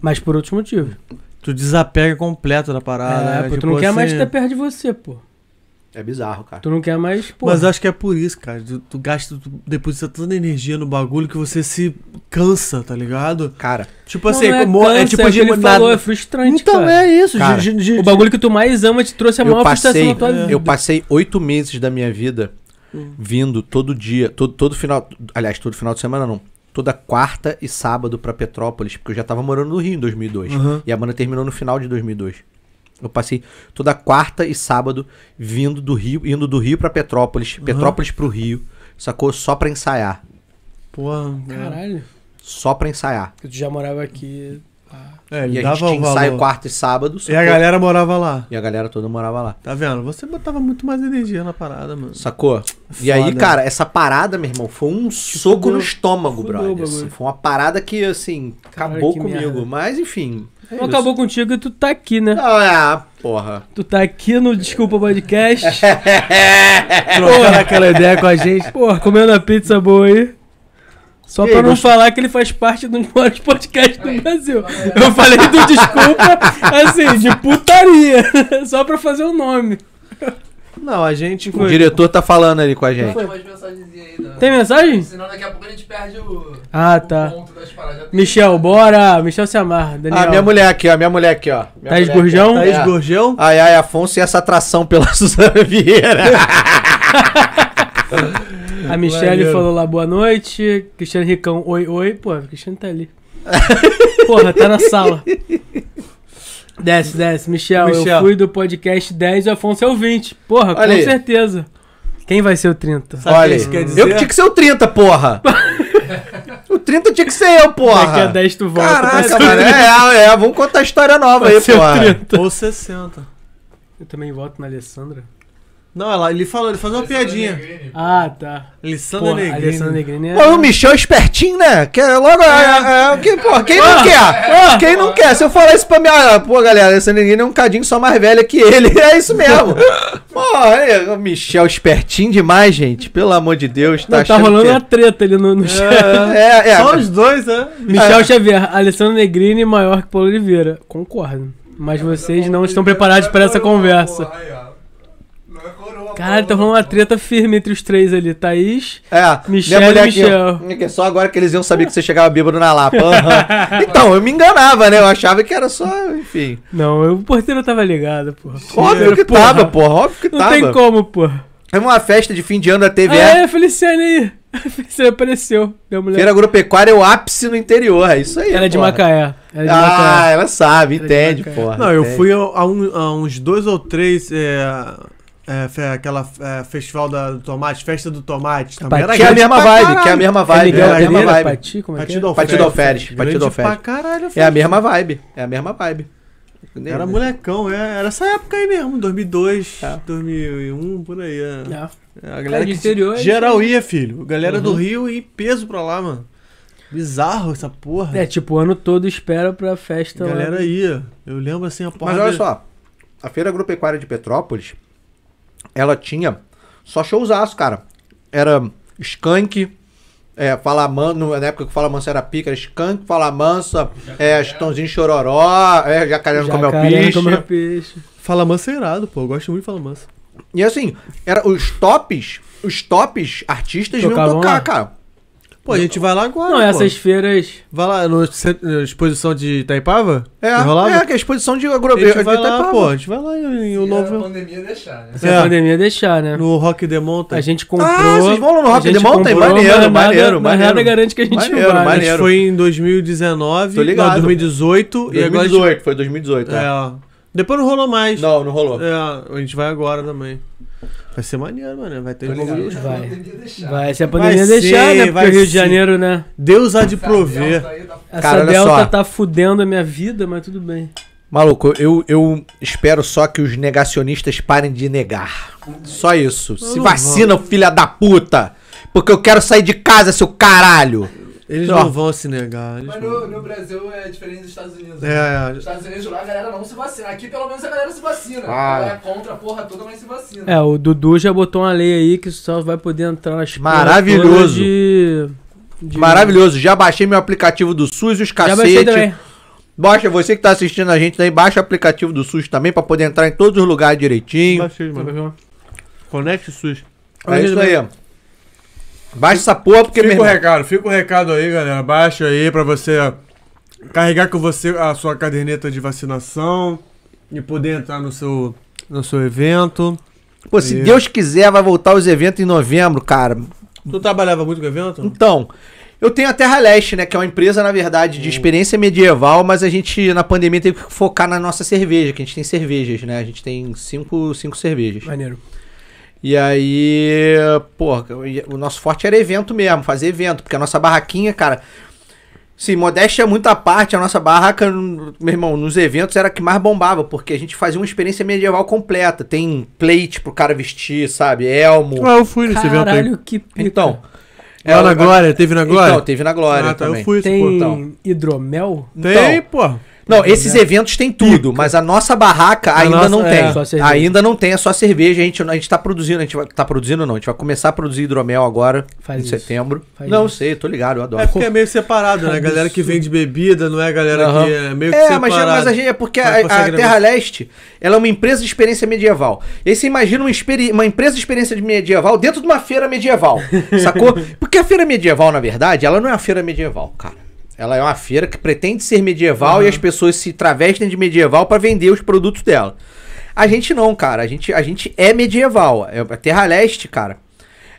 A: Mas por outros motivos.
B: Tu desapega completo da parada.
A: é,
B: né?
A: pô, tu
B: Tipo
A: não quer
B: assim,
A: mais ter perto de você, pô.
C: É bizarro, cara.
A: Tu não quer mais, pô.
B: Mas acho que é por isso, cara. Tu, tu gasta, tu deposita tanta energia no bagulho que você se cansa, tá ligado?
C: Cara,
B: Tipo assim,
A: é,
B: como- é,
A: câncer,
B: tipo
A: é o que ele
B: hegemonia-
A: falou, é frustrante,
B: Então
A: cara.
B: é isso,
C: Cara,
B: de- de- de-
A: O bagulho que tu mais ama te trouxe a
C: eu
A: maior frustração
C: passei,
A: da tua vida.
B: É.
C: eu passei oito meses da minha vida
B: Hum.
C: vindo todo dia, todo, todo final. Aliás, todo final de semana não. Toda quarta e sábado pra Petrópolis, porque eu já tava morando no Rio em 2002.
B: Uhum.
C: E a banda terminou no final de 2002. Eu passei toda quarta e sábado vindo do Rio, indo do Rio pra Petrópolis, Petrópolis pro Rio, sacou? Só pra ensaiar.
B: Porra, né?
A: Caralho.
C: Só pra ensaiar.
A: Tu já morava aqui.
B: É, ele
C: E a gente
B: dava
C: tinha
B: o
C: ensaio
B: valor.
C: quarta e sábado.
B: E a
C: sacou?
B: galera morava lá.
C: E a galera toda morava lá.
B: Tá vendo? Você botava muito mais energia na parada, mano.
C: Sacou? E aí,
B: Foda.
C: cara, essa parada, meu irmão, foi um soco
A: fudeu.
C: no estômago,
A: Fudeu o
C: brother.
A: bagulho.
C: assim. foi uma parada que, assim,
A: Caralho,
C: acabou
A: que
C: comigo.
A: merda.
C: Mas, enfim. é
A: Não
C: isso.
A: acabou contigo e tu tá aqui, né?
C: Não, é, porra.
A: Tu tá aqui no Desculpa
C: (laughs)
A: Podcast.
B: Trocar aquela ideia com a gente.
A: Porra, comendo a pizza boa aí. Só
C: E
A: pra
C: aí,
A: não
C: gostou?
A: falar que ele faz parte dos maiores podcasts do Brasil. Eu falei do (laughs) desculpa, assim, de putaria. Só pra fazer o nome.
B: Não, a gente
C: O
B: foi.
C: diretor tá falando ali com a gente.
D: Tem umas mensagens aí, né?
A: Tem mensagem?
D: Senão daqui a pouco a gente perde o,
A: Ah,
D: o
A: tá.
D: ponto das paradas. Já tem-
A: Michel, bora! Michel se amarra. Daniel.
C: Ah, minha mulher aqui, ó. Minha mulher aqui, ó. Minha
A: Thaís
C: mulher
A: Gurjão?
C: aqui, ó.
B: Thaís
C: É.
B: Gorgel?
C: Ai, ai, Afonso e essa atração pela (laughs) Suzana Vieira.
A: A Michelle
B: Maneiro.
A: falou lá boa noite. Cristiano Ricão, oi, oi. Pô, o Cristiano tá ali. (laughs) Porra, tá na sala. Desce, desce. Michel, eu
B: Michel.
A: fui do podcast 10 e o Afonso é o 20. Porra, com
C: Olha aí.
A: certeza. Quem vai ser o 30?
B: Sabe o
C: Olha,
B: que isso quer dizer?
C: eu que tinha que ser o 30, porra. o 30 tinha que ser eu,
A: Daqui a
C: porra.
A: 10 tu volta. tá
C: Caraca,
A: Vai ser o
C: mano. É, é, é, vamos contar a história nova aí,
A: Vai ser o
C: porra.
A: 30.
B: Ou 60.
A: Eu também voto na Alessandra.
B: Não, ela, ele falou, ele faz uma piadinha.
D: Negrini.
A: Ah, tá.
B: Alessandra
A: Porra, a Alessandra
B: Negrini.
A: Negrini é...
C: Pô, o Michel é espertinho, né? Quer logo. É, é, é, que, porra, quem
A: Ah.
C: não quer? Quem não quer? Se eu falar isso pra minha. ah, Pô, galera, essa menina é um cadinho só mais velha que ele. (laughs) É isso mesmo. Porra, é, o Michel espertinho demais, gente. Pelo amor de Deus.
A: Não,
C: Tá,
A: tá
C: achando
A: rolando
C: que-
A: uma treta ali no, no chat.
C: (laughs) É, é.
B: Só os dois, né?
A: Michel Xavier, Alessandro Negrini maior que Paulo Oliveira. Concordo. Mas vocês não estão preparados para essa conversa.
B: é
A: Caralho, tá rolando uma treta firme entre os três ali. Thaís.
C: É,
A: Michel
C: minha mulher
A: e Michel.
C: aqui, ó, que é só agora que eles iam saber que você chegava bêbado na Lapa.
A: (laughs)
C: Aham. Então, eu me enganava, né? Eu achava que era só, enfim.
A: Não, eu- o porteiro tava ligado, porra.
C: Óbvio que
A: porra.
C: tava, porra. Óbvio que
A: Não
C: tava.
A: tem como, porra.
C: É uma festa de fim de ano da
A: Ah,
C: TVA.
A: é, Feliciane aí. (laughs) A Feliciane apareceu. Minha mulher.
C: Feira agropecuária é o ápice no interior. É isso aí.
A: Ela é Né? de
C: porra.
A: Macaé. Ela é de
C: Ah,
A: Macaé.
C: ela sabe,
A: Era de
C: entende,
A: Macaé.
C: porra.
B: Não, eu
C: entende.
B: fui a, a um- a uns dois ou três. É, é, fe- aquela é, festival da, do tomate, festa do tomate. Também era
A: Pati-
C: Que é a
B: grande
C: mesma
B: pra
C: vibe,
B: caralho.
C: que é a mesma
A: É
C: vibe. É
A: Miguel
C: a mesma
A: Pereira,
C: vido
A: Pati, como é que é?
B: Partido Alferes.
C: Partido Alferes,
B: Grande
C: Partido Alferes.
B: Pra caralho, a
C: É
B: festa.
C: a mesma vibe. É a mesma vibe.
B: Era molecão, é, era essa época aí mesmo, 2002,
C: É.
B: 2001, por aí. É.
A: Ah,
B: É, A galera
A: de
B: que
A: interior, é
B: geral ia, filho. Galera do
A: Uhum.
B: Rio ia em peso pra lá, mano. Bizarro essa porra.
A: É, tipo, o ano todo espera pra festa.
B: a
A: lá. né?
B: galera ia. Eu lembro assim a porra.
C: Mas olha só, a Feira Agropecuária de Petrópolis, ela tinha só showzaço, cara. Era Skank, é, Fala Manso, na época que o Fala Manso era pica, era Skank, Fala Mansa, é, Chitãozinho Chororó, é, Jacaré no Comel
A: Jacaré é
C: Piche.
A: no Comeu Piche.
B: Fala mansa é irado, pô. Eu gosto muito de Fala mansa.
C: E assim, era os tops, os tops artistas vinham
A: Tocavam
C: tocar,
A: lá?
C: cara.
B: Pô, a gente vai lá agora.
A: Não, é
B: pô.
A: essas feiras.
B: Vai lá no cent- na exposição de Itaipava?
C: É,
B: Que rolava?
C: é, que a exposição de
B: A
C: agropecuária.
B: gente vai lá, pô. A gente vai lá em, em um
D: Se a
B: novo.
D: pandemia deixar, né?
A: Se a
B: É.
A: pandemia deixar, né?
B: No Rock the Mountain.
A: A gente comprou.
C: Ah, vocês vão lá no
A: a
C: Rock the
A: gente
C: Mountain?
A: comprou, mas
C: Maneiro, maneiro,
A: nada, Mas
C: maneiro.
A: nada garante que a gente
C: Maneiro,
A: vai. né?
B: A gente
C: maneiro.
B: foi em 2019,
C: Tô ligado.
B: não, 2018, e agora a gente
C: 2018, foi 2018.
B: É,
C: É.
B: ó. Depois não rolou mais.
C: Não, não rolou.
B: É, ó, a gente vai agora também. Vai ser maneiro, mano. Vai ter
C: Tô
B: um
C: ligado.
B: bagulho.
D: Se a
A: vai.
D: pandemia deixar. Tá
A: Vai, se a pandemia
B: Vai
A: deixar,
B: sim,
A: né? Porque
B: vai
A: o Rio de
B: sim.
A: Janeiro, né?
B: Deus há de
C: Tá,
D: Essa
B: prover.
D: delta aí da-
A: Essa
C: Cara, olha
A: Delta
C: só.
A: tá fudendo a minha vida, mas tudo bem.
C: Maluco, eu, eu espero só que os negacionistas parem de negar. Só isso. Se
B: não
C: vacina, filha da puta! Porque eu quero sair de casa, seu caralho!
B: Eles
C: Ó.
B: não vão se negar. Eles
D: Mas
B: vão...
D: no, no Brasil é diferente dos Estados Unidos.
B: É,
D: né?
B: é.
D: Nos Estados Unidos lá a galera não se vacina. Aqui pelo menos a galera se vacina.
C: Ah.
D: Ela é contra a porra toda, mas se vacina.
A: É, o Dudu já botou uma lei aí que só vai poder entrar nas porra
C: Maravilhoso.
A: toda De, de-
C: Maravilhoso, já baixei meu aplicativo do SUS e os
A: Já baixei também.
C: cacete. Baixa, você que tá assistindo a gente aí, baixa o aplicativo do SUS também pra poder entrar em todos os lugares direitinho.
B: Baixei, mano. Conecte o SUS.
C: É isso aí. Baixa essa porra, porque meu
B: Fica o
C: irmão,
B: recado, fica o recado aí, galera. Baixa aí pra você carregar com você a sua caderneta de vacinação e poder entrar no seu, no seu evento.
C: pô, se
B: Isso.
C: Deus quiser, vai voltar os eventos em novembro, cara.
B: Tu trabalhava muito com evento?
C: Então, eu tenho a Terra Leste, né? Que é uma empresa, na verdade,
B: Hum.
C: de experiência medieval, mas a gente, na pandemia, teve que focar na nossa cerveja, que a gente tem cervejas, né? A gente tem cinco, cinco cervejas.
A: Maneiro.
C: E aí, porra, o nosso forte era evento mesmo, fazer evento, porque a nossa barraquinha, cara. Sim, modéstia é muita parte, a nossa barraca, n- meu irmão, nos eventos era a que mais bombava, porque a gente fazia uma experiência medieval completa. Tem plate pro cara vestir, sabe? Elmo.
B: Ah, eu fui nesse evento aí.
A: Caralho, que pica.
C: Então.
B: Lá na
C: ela-
B: Glória, teve na Glória?
C: Então, teve na Glória
B: Ah, tá,
C: também.
B: eu fui esse
A: Tem
B: portão.
C: então.
A: hidromel?
C: Então,
B: Tem, pô.
C: Não, esses
A: né?
C: eventos tem tudo, mas a nossa barraca
B: É. A
C: ainda
B: nossa-
C: não
B: é,
C: tem.
A: só cerveja.
C: ainda não tem, é só cerveja. A gente, a gente tá produzindo, a gente vai, tá produzindo não, a gente vai começar a produzir hidromel agora,
A: Faz
C: em
A: isso.
C: setembro.
A: Faz
C: não
A: isso.
C: sei, tô ligado, eu adoro.
B: É porque é meio separado, né? A galera que vende bebida, não é a galera que é meio que
C: É,
B: separado.
C: mas, mas a gente é porque a,
B: Mas
C: a
B: consegue
C: Terra
B: negócio.
C: Leste ela é uma empresa de experiência medieval. E aí você imagina uma, experi- uma empresa de experiência de medieval dentro de uma feira (laughs) medieval, sacou? Porque a feira medieval, na verdade, ela não é uma feira medieval, cara. Ela é uma feira que pretende ser medieval e as pessoas se travestem de medieval pra vender os produtos dela. A gente não, cara. A gente, a gente é medieval. É, a Terra Leste, cara.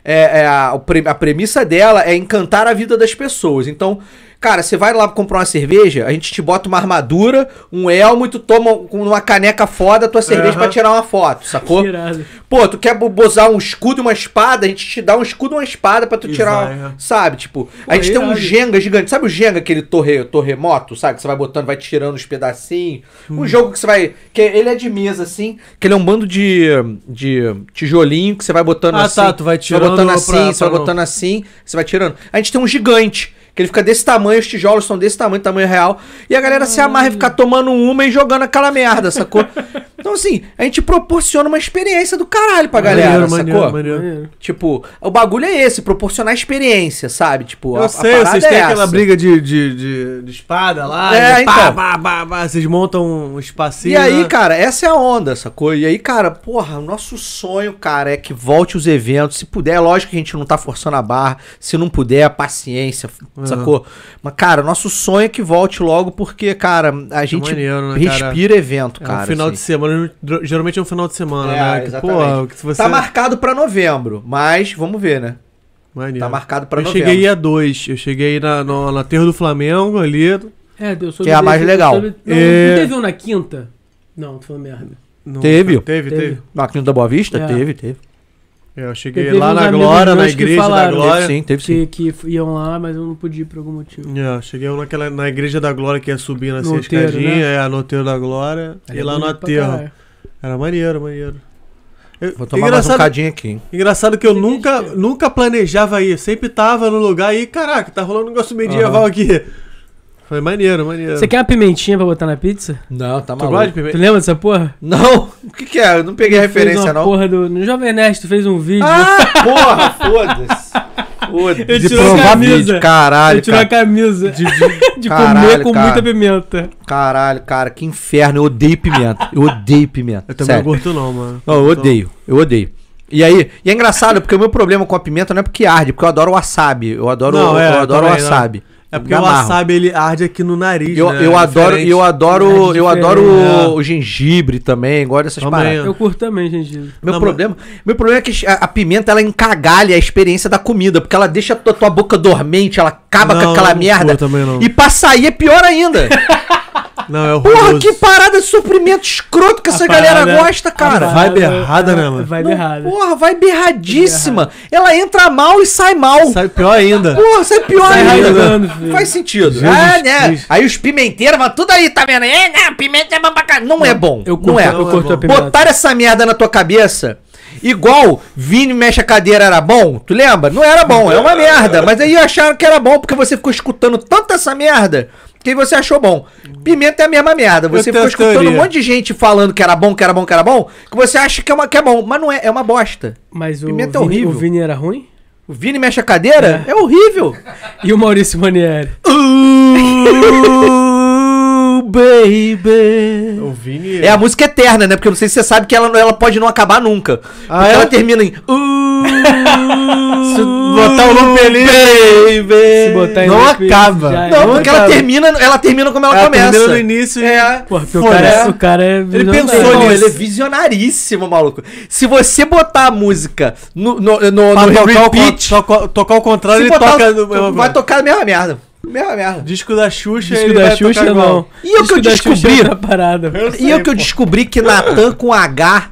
C: É, é a, o pre- a premissa dela é encantar a vida das pessoas. Então, cara, você vai lá comprar uma cerveja, a gente te bota uma armadura, um elmo e tu toma um- uma caneca foda a tua cerveja
B: Aham.
C: pra tirar uma foto, sacou?
A: Irado.
C: Pô, tu quer bo- usar um escudo e uma espada, a gente te dá um escudo e uma espada pra tu
B: E
C: tirar,
B: vai,
C: uma,
B: né?
C: sabe? Tipo, a gente tem um
A: irado.
C: Jenga gigante. Sabe o Jenga, aquele torre, torremoto, sabe? Que você vai botando, vai tirando os pedacinhos.
B: Hum.
C: Um jogo que você vai... que ele é de mesa, assim, que ele é um bando de, de tijolinho que você vai botando
B: Ah,
C: assim.
B: tá, tu vai tirando
C: Você vai botando
B: pra-
C: assim, você vai
B: pra não-
C: botando assim, você vai tirando. A gente tem um gigante. Que ele fica desse tamanho, os tijolos são desse tamanho, tamanho real. E a galera se amarra e fica tomando uma e jogando aquela merda, sacou? Então, assim, a gente proporciona uma experiência do caralho pra galera,
B: Maneiro,
C: é sacou?
B: maneiro, maneiro.
A: Maneiro.
C: Tipo, o bagulho é esse, proporcionar experiência, sabe? Tipo,
B: Eu sei, vocês têm aquela briga de, de, de, de espada lá,
C: É,
B: e pá,
C: então.
B: pá, pá, pá, vocês montam um espacinho.
C: E aí,
B: né?
C: cara, essa é a onda, sacou? E aí, cara, porra, o nosso sonho, cara, é que volte os eventos. Se puder, lógico que a gente não tá forçando a barra. Se não puder, paciência,
B: É.
C: sacou? Mas, cara, nosso sonho é que volte logo, porque, cara, a gente
B: maneiro, né, cara?
C: respira evento, cara.
B: é um final
C: assim.
B: de semana, geralmente é um final de semana,
C: É,
B: né? Que,
C: exatamente.
B: porra, que se você...
C: Tá marcado pra novembro, mas vamos ver, né?
B: Maneiro.
C: Tá marcado pra
B: eu
C: novembro.
B: cheguei a dois. Eu cheguei na, no- na Terra do Flamengo ali.
A: É, eu soube
C: Que é a mais
A: desse, eu
C: legal.
A: soube- Não,
B: É.
A: não teve um na quinta? Não, tu falou merda.
B: no-
C: Teve.
B: Teve,
A: Teve.
B: teve.
C: No Aquino da Boa Vista?
A: É.
C: Teve, teve.
B: Eu cheguei
A: Teve
B: lá
A: uns
B: na
A: amigos
B: Glória, na
A: meus que
B: igreja da
A: falaram.
B: Glória.
C: Teve né, sim, teve sim.
A: Que, que f- iam lá, mas eu não podia ir por algum motivo.
B: É, cheguei naquela, na igreja da Glória que ia subindo assim a
A: Noteiro,
B: escadinha,
A: né?
B: é, no Teiro da Glória.
A: Ali
B: e
A: é
B: lá no
A: bonito pra
B: aterro.
A: caralho.
B: Era maneiro, maneiro. Eu-
C: Vou tomar mais um
B: engraçado,
C: cadinho aqui. hein?
B: engraçado que eu
A: Tem
B: nunca,
A: gente
B: nunca planejava ir. Sempre tava no lugar e, caraca, tá rolando um negócio medieval aqui. Foi maneiro, maneiro. Tá
A: Você quer uma pimentinha pra botar na pizza?
C: Não, tá
B: Tu
C: maluco.
B: gosta de
A: Tu
B: pimenta?
A: lembra dessa porra?
C: Não, (laughs) o que que é? Eu não peguei a
A: fez
C: referência,
A: uma
C: não.
A: Porra do... No Jovem Nerd, tu fez um vídeo.
C: Ah, porra, foda-se.
A: Ele
C: Foda-se.
A: tirou a camisa.
C: caralho,
A: eu tirou a
C: cara.
A: camisa (laughs) de, comer
C: Caralho,
A: com
C: cara.
A: muita pimenta.
C: Caralho, cara, que inferno. Eu odeio pimenta. Eu odeio pimenta.
B: Eu também
C: Sério.
B: não curto não, mano.
C: Não, eu odeio. Eu odeio. E aí, e é engraçado, porque o meu problema com a pimenta não é porque arde, porque eu adoro wasabi. Eu adoro,
B: Não, é,
C: eu adoro
B: também,
C: wasabi.
B: É porque
C: Me
B: o
C: amarro.
B: wasabi, ele arde aqui no nariz,
C: Eu,
B: né?
C: eu adoro,
B: Diferente.
C: eu adoro,
A: Arde
C: eu adoro
B: É, diferente, né?
C: o, o gengibre também, gosto dessas
B: Também,
C: paradas.
B: É.
A: Eu curto também, gengibre.
C: Meu,
B: Não,
C: problema, meu problema é que a, a pimenta ela encagalha a experiência da comida, porque ela deixa a tua, tua boca dormente, ela acaba
B: Não,
C: com aquela
B: eu não
C: merda.
B: curto também não.
C: E pra sair é
B: (laughs)
C: pior ainda.
B: Não, é
C: Porra,
B: horroroso.
C: que parada de suprimento escroto que essa galera
A: parada-
C: gosta, cara.
B: vai- vibe errada, né, mano?
A: Vai
C: Não,
A: errada.
C: Porra, vai berradíssima. Ela entra mal e sai mal.
B: Sai pior ainda.
C: Porra, isso é pior
A: Sai
C: ainda.
A: rasgando, Tá filho.
C: Faz sentido.
B: Jesus
C: Ah, né?
B: Cristo.
C: Aí os pimenteiros, mas tudo aí, tá vendo? É, né? Pimenta é babaca. Não, é bom.
A: Eu
C: não
A: curto,
C: é.
A: eu
B: Não é
A: curto
B: bom.
A: a pimenta.
C: Botaram essa merda na tua cabeça. Igual Vini mexe a cadeira era bom, tu lembra? Não era bom, é uma merda. Mas aí acharam que era bom porque você ficou escutando tanto essa merda que você achou bom. Pimenta é a mesma merda. Você
B: tenho
C: ficou
B: a
C: escutando um
B: teoria.
C: monte de gente falando que era bom, que era bom, que era bom, que você acha que é, uma, que é bom, mas não é, é uma bosta.
A: Mas o
C: Pimenta é
A: Vini,
C: horrível.
A: o Vini era ruim?
C: O Vini mexe a cadeira é, horrível.
A: E o Maurício Manieri?
C: Uh, baby.
B: O Vini...
C: É a música eterna, né? Porque eu não sei se você sabe que ela, ela pode não acabar nunca. Porque
B: Ah, é?
C: ela termina em.
B: Se botar o loop ali...
A: Se botar em
B: não
A: loop,
B: acaba.
A: já é.
C: Não,
A: Não
C: porque ela termina, ela termina como ela,
B: Ela
C: começa.
B: termina no início e-
C: É.
A: Porra, porque o
B: Foda-se.
A: cara, é- o cara é...
B: Ele
A: visionário.
B: pensou
C: Não,
B: nisso.
C: ele é visionaríssimo, maluco. Se você botar a música no, no, no,
B: Pra
C: no
B: tocar, o con-
C: repeat,
B: tocar, tocar o contrário,
C: se
B: ele
C: botar,
B: toca... no-
C: vai tocar a mesma merda. Mesma merda.
B: Disco da Xuxa,
A: Disco
B: ele
A: da
B: vai
A: Xuxa,
B: tocar igual.
A: não.
C: E o que eu
A: Disco da Xuxa é
C: descobri?
A: outra parada.
C: E o que eu descobri que (laughs) Natan com H,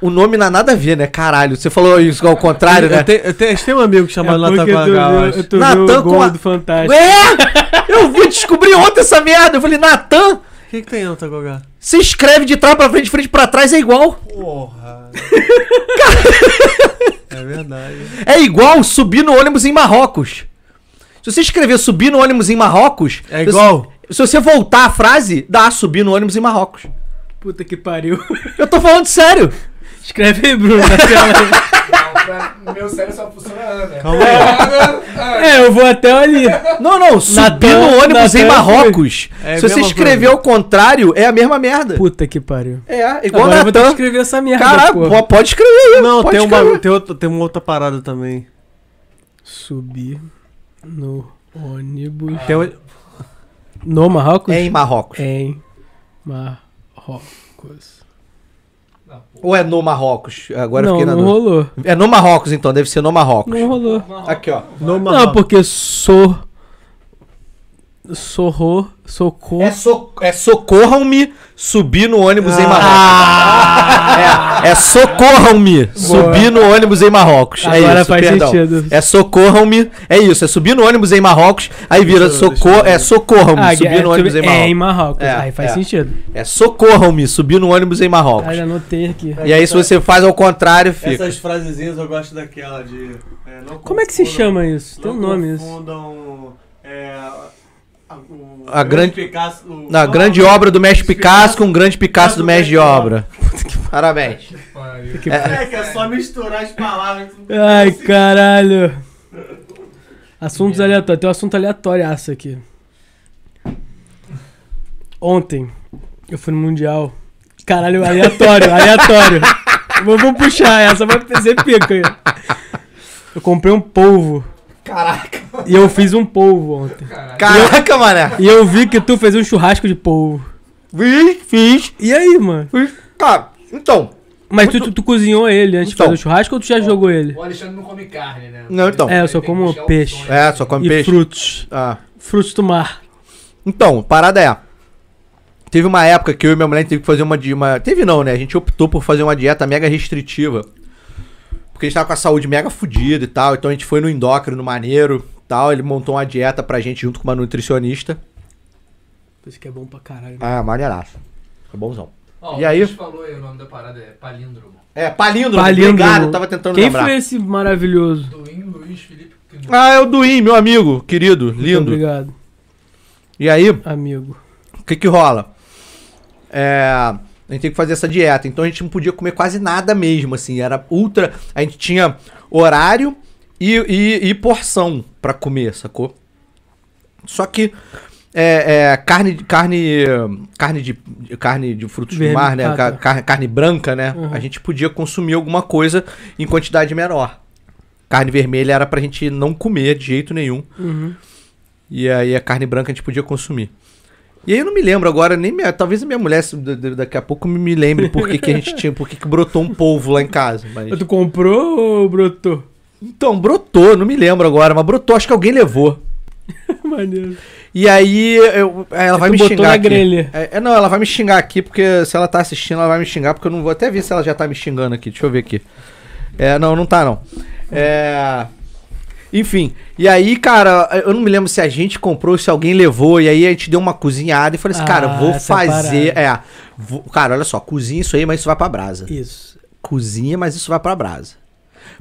C: o nome não há nada a ver, né? Caralho, você falou isso ao contrário, né?
B: Eu tenho, eu tenho, a gente tem um amigo chamado
A: É
C: tá
B: Natan
A: porque tu
B: Guagá,
A: viu-
B: eu acho.
A: tu viu
C: Natan
A: o
C: com
A: gol
C: a-
A: do Fantástico.
C: É! Eu vi descobrir ontem essa merda. Eu falei, Natan,
B: O que, que tem, Natan Guagá?
C: se escreve de trás pra frente, frente pra trás é igual.
B: Porra. é verdade.
C: É igual subir no ônibus em Marrocos. Se você escrever subir no ônibus em Marrocos.
B: É
C: você-
B: igual?
C: Se você voltar a frase, dá subir no ônibus em Marrocos.
A: Puta que pariu. (laughs)
C: Eu tô falando sério.
A: Escreve aí,
C: (laughs)
A: Bruno, na tela aí.
D: Não, pra- Meu cérebro só funciona né? Ana.
B: Calma aí.
D: Ana, Ana.
A: É, eu vou até ali.
C: Não, não, subir
A: Natan-
C: no ônibus
A: Natan-
C: em Marrocos.
B: É a
C: Se você
B: mesma
C: escrever ao contrário, é a mesma merda.
A: Puta que pariu.
C: É, igual
A: Agora eu vou ter que
C: Natan.
A: escrever essa merda,
C: Caralho,
A: porra.
C: po- pode escrever aí.
B: Não,
C: É. pode
B: tem
C: escrever.
B: uma, tem, outra, tem uma outra parada também.
A: Subir no ônibus.
B: Tem um- o-
A: No Marrocos?
C: É em Marrocos.
A: Em Marrocos.
D: Não, pô,
C: Ou é no Marrocos? Agora eu
A: não,
C: fiquei na
A: não
C: dúvida.
A: rolou.
C: É no Marrocos, então, deve ser no Marrocos.
A: Não rolou.
D: não.
C: Aqui, ó.
B: no
A: Não,
B: Marrocos.
A: porque sou. Sorro, socorro.
C: É, so, é socorram-me subir no ônibus em
A: Ah.
C: Marrocos. (laughs) É, é socorram-me subir no ônibus em Marrocos. é
A: Agora
C: isso,
A: faz
C: perdão.
A: sentido.
C: É socorram-me. É isso, é subir no ônibus em Marrocos. Aí vira
B: Deixa eu- deixa
C: socor,
B: eu ver.
C: é socorram-me
A: Ah,
C: subir
A: é,
C: no ônibus em
A: é em Marrocos.
C: Marrocos. É,
A: Aí faz
C: é.
A: sentido.
C: É socorram-me subir no ônibus em
A: Ah,
C: Marrocos.
A: já anotei aqui.
C: E aí se você faz ao contrário, fica.
B: Essas frasezinhas eu gosto daquela de. é, não
A: Como é que se
B: confundam-
A: chama isso? Tem um nome
B: Não
A: isso.
B: confundam. É, a, a- o
C: A
B: grande
C: grande-
B: Picasso, o-
C: Na
B: não,
C: grande
B: não,
C: obra do mestre Picasso com um grande Picasso do mestre de obra. Parabéns.
D: Que pariu.
A: Que
B: É que é só misturar as palavras.
A: Ai, caralho. Assuntos aleatórios. Tem um assunto aleatório essa aqui. Ontem, eu fui no Mundial. Caralho, aleatório, aleatório. Vou, vou puxar essa, vai ser pica. aí. Eu comprei um polvo.
C: Caraca.
A: E eu fiz um polvo ontem.
D: Caralho.
C: Caraca, mané.
A: E eu vi que tu fez um churrasco de polvo.
C: Fiz, fiz.
A: E aí, mano?
C: Tá, então.
A: Mas tu, tu, tu cozinhou ele antes
C: Então.
A: de fazer o churrasco ou tu já jogou ele?
D: O Alexandre não come carne, né?
C: Não, então.
A: É, eu só
D: Ele tem
A: como
D: que puxar
A: peixe.
D: opções.
C: É, só come
A: E
C: peixe.
A: frutos.
C: Ah.
A: Frutos do mar.
C: Então, parada é. Teve uma época que eu e minha mulher teve que fazer uma, di- uma. Teve não, né? A gente optou por fazer uma dieta mega restritiva. Porque a gente tava com a saúde mega fodida e tal. Então a gente foi no endócrino, no maneiro e tal. Ele montou uma dieta pra gente junto com uma nutricionista.
A: Isso que é bom pra caralho.
C: Ah, maneiraço. É bonzão.
D: Ó,
C: E
D: o
C: aí?
D: Luiz falou aí o nome da parada, é palíndromo.
C: É, palíndromo.
A: Palíndromo.
C: Obrigado, eu tava tentando
A: Quem
C: lembrar.
A: foi esse maravilhoso?
D: Duim, Luiz, Felipe. que-
C: Ah, é o Duim, meu amigo, querido,
A: Muito
C: lindo.
A: obrigado,
C: E aí,
A: amigo.
C: o que que rola? É, a gente tem que fazer essa dieta, então a gente não podia comer quase nada mesmo, assim, era ultra, a gente tinha horário e, e- e porção pra comer, sacou? Só que é, é, carne, de- carne, carne de, carne de frutos
A: Verme-
C: do mar, né?
A: ah,
C: Ca-
A: tá.
C: carne, carne branca, né?
A: Uhum.
C: A gente podia consumir alguma coisa em quantidade menor. Carne vermelha era pra gente não comer de jeito nenhum.
A: Uhum.
C: E aí a carne branca a gente podia consumir. E aí eu não me lembro agora, nem minha, talvez a minha mulher se- d- d- daqui a pouco me- me lembre por que, que a gente tinha, por que, que brotou um polvo lá em casa. mas-
A: Tu comprou ou brotou? (laughs)
C: Então, brotou, não me lembro agora, mas brotou, acho que alguém levou.
A: Maneiro.
C: E aí eu- aí ela vai
A: tu
C: me
A: botou
C: xingar.
A: na
C: aqui.
A: grelha.
C: É, é, não, ela vai me xingar aqui, porque se ela tá assistindo, ela vai me xingar, porque eu não vou até ver se ela já tá me xingando aqui. Deixa eu ver aqui. É, não, não tá não. É. Enfim, e aí, cara, eu não me lembro se a gente comprou, se alguém levou, e aí a gente deu uma cozinhada e falei assim,
A: Ah,
C: cara, vou
A: essa é a
C: fazer. É, vou- cara, olha só, cozinha isso aí, mas isso vai pra brasa.
A: Isso.
C: Cozinha, mas isso vai pra brasa.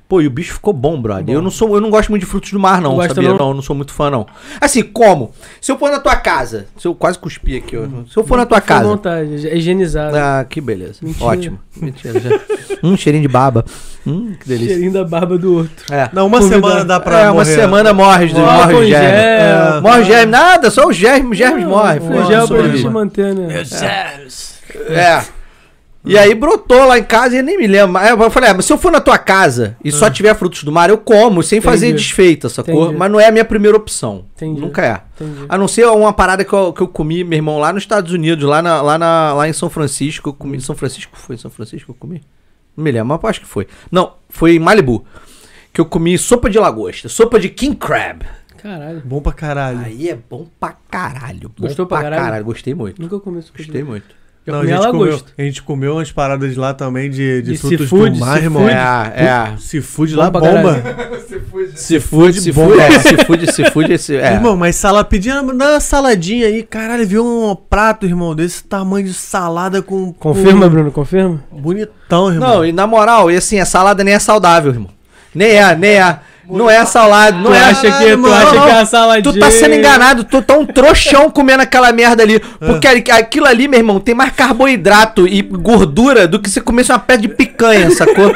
C: Pô, e o bicho ficou bom, brother.
A: Bom.
C: Eu não sou, eu não gosto muito de frutos do mar, não,
A: Não gosta,
C: sabia?
A: não?
C: Não, eu não sou muito fã, não. Assim, como? Se eu for na tua casa, se eu quase cuspi aqui, ó. se eu for na tua
A: Uhum. Fica à
C: casa,
A: vontade, é higienizado.
C: ah, que beleza.
A: Mentira.
C: Ótimo. Mentira. já. (laughs) hum, cheirinho de baba. Hum, que delícia.
A: Cheirinho da barba do outro.
C: É.
B: Não, uma
A: Convidar.
B: semana dá pra
C: é, uma
B: morrer.
C: semana morre, morre,
A: Morre,
C: morre o
A: congela.
C: germe. É, Morre o germe, nada, só o germe, os germes morrem.
A: O
C: Pô,
A: gel pra
C: sobrevive.
A: gente manter, né?
C: É. E aí brotou lá em casa e eu nem me lembro. Aí Eu falei, ah, mas se eu for na tua casa e só tiver frutos do mar, eu como, sem fazer
A: Ah. Entendi.
C: desfeita, sacou?
A: Entendi.
C: Mas não é a minha primeira opção.
A: Entendi.
C: Nunca é.
A: Entendi.
C: A não ser uma parada que eu, que eu comi, meu irmão, lá nos Estados Unidos, lá, na- lá, na- lá em São Francisco. Eu comi. São Francisco? Foi em São Francisco que eu comi? Não me lembro, mas acho que foi. Não, foi em Malibu. Que eu comi sopa de lagosta, sopa de king crab.
A: Caralho.
B: Bom pra caralho.
C: Aí é bom pra caralho. bom
A: Gostou pra caralho?
C: Gostei muito.
A: Nunca comi isso.
C: Gostei muito.
A: Já
B: Não, a,
A: comi
B: gente comeu,
A: lagosta.
B: a gente comeu umas paradas lá também de, de,
A: é De
B: frutos
A: seafood,
B: do mar,
A: seafood.
B: irmão.
A: Food?
C: É, é.
B: Seafood
A: Bom
B: lá
A: pra
B: bomba.
D: Você foi já.
C: Seafood, seafood,
B: bomba.
C: é, seafood, seafood, esse, é.
B: Irmão, mas sala pedindo dá uma saladinha aí, caralho, viu um prato, irmão, desse tamanho de salada com
A: Confirma, Bruno, confirma?
B: com- bonitão, irmão.
C: Não, e na moral, e assim, a salada nem é saudável, irmão. Nem é, nem é. Não é salada, não
A: tu
C: é
A: acha que, tu
C: mano,
A: acha
C: não.
A: que é a saladinha.
C: Tu tá sendo enganado, tu tá um trouxão comendo aquela merda ali.
B: Ah.
C: Porque ali- aquilo ali, meu irmão, tem mais carboidrato e gordura do que se comesse uma pedra de picanha, sacou?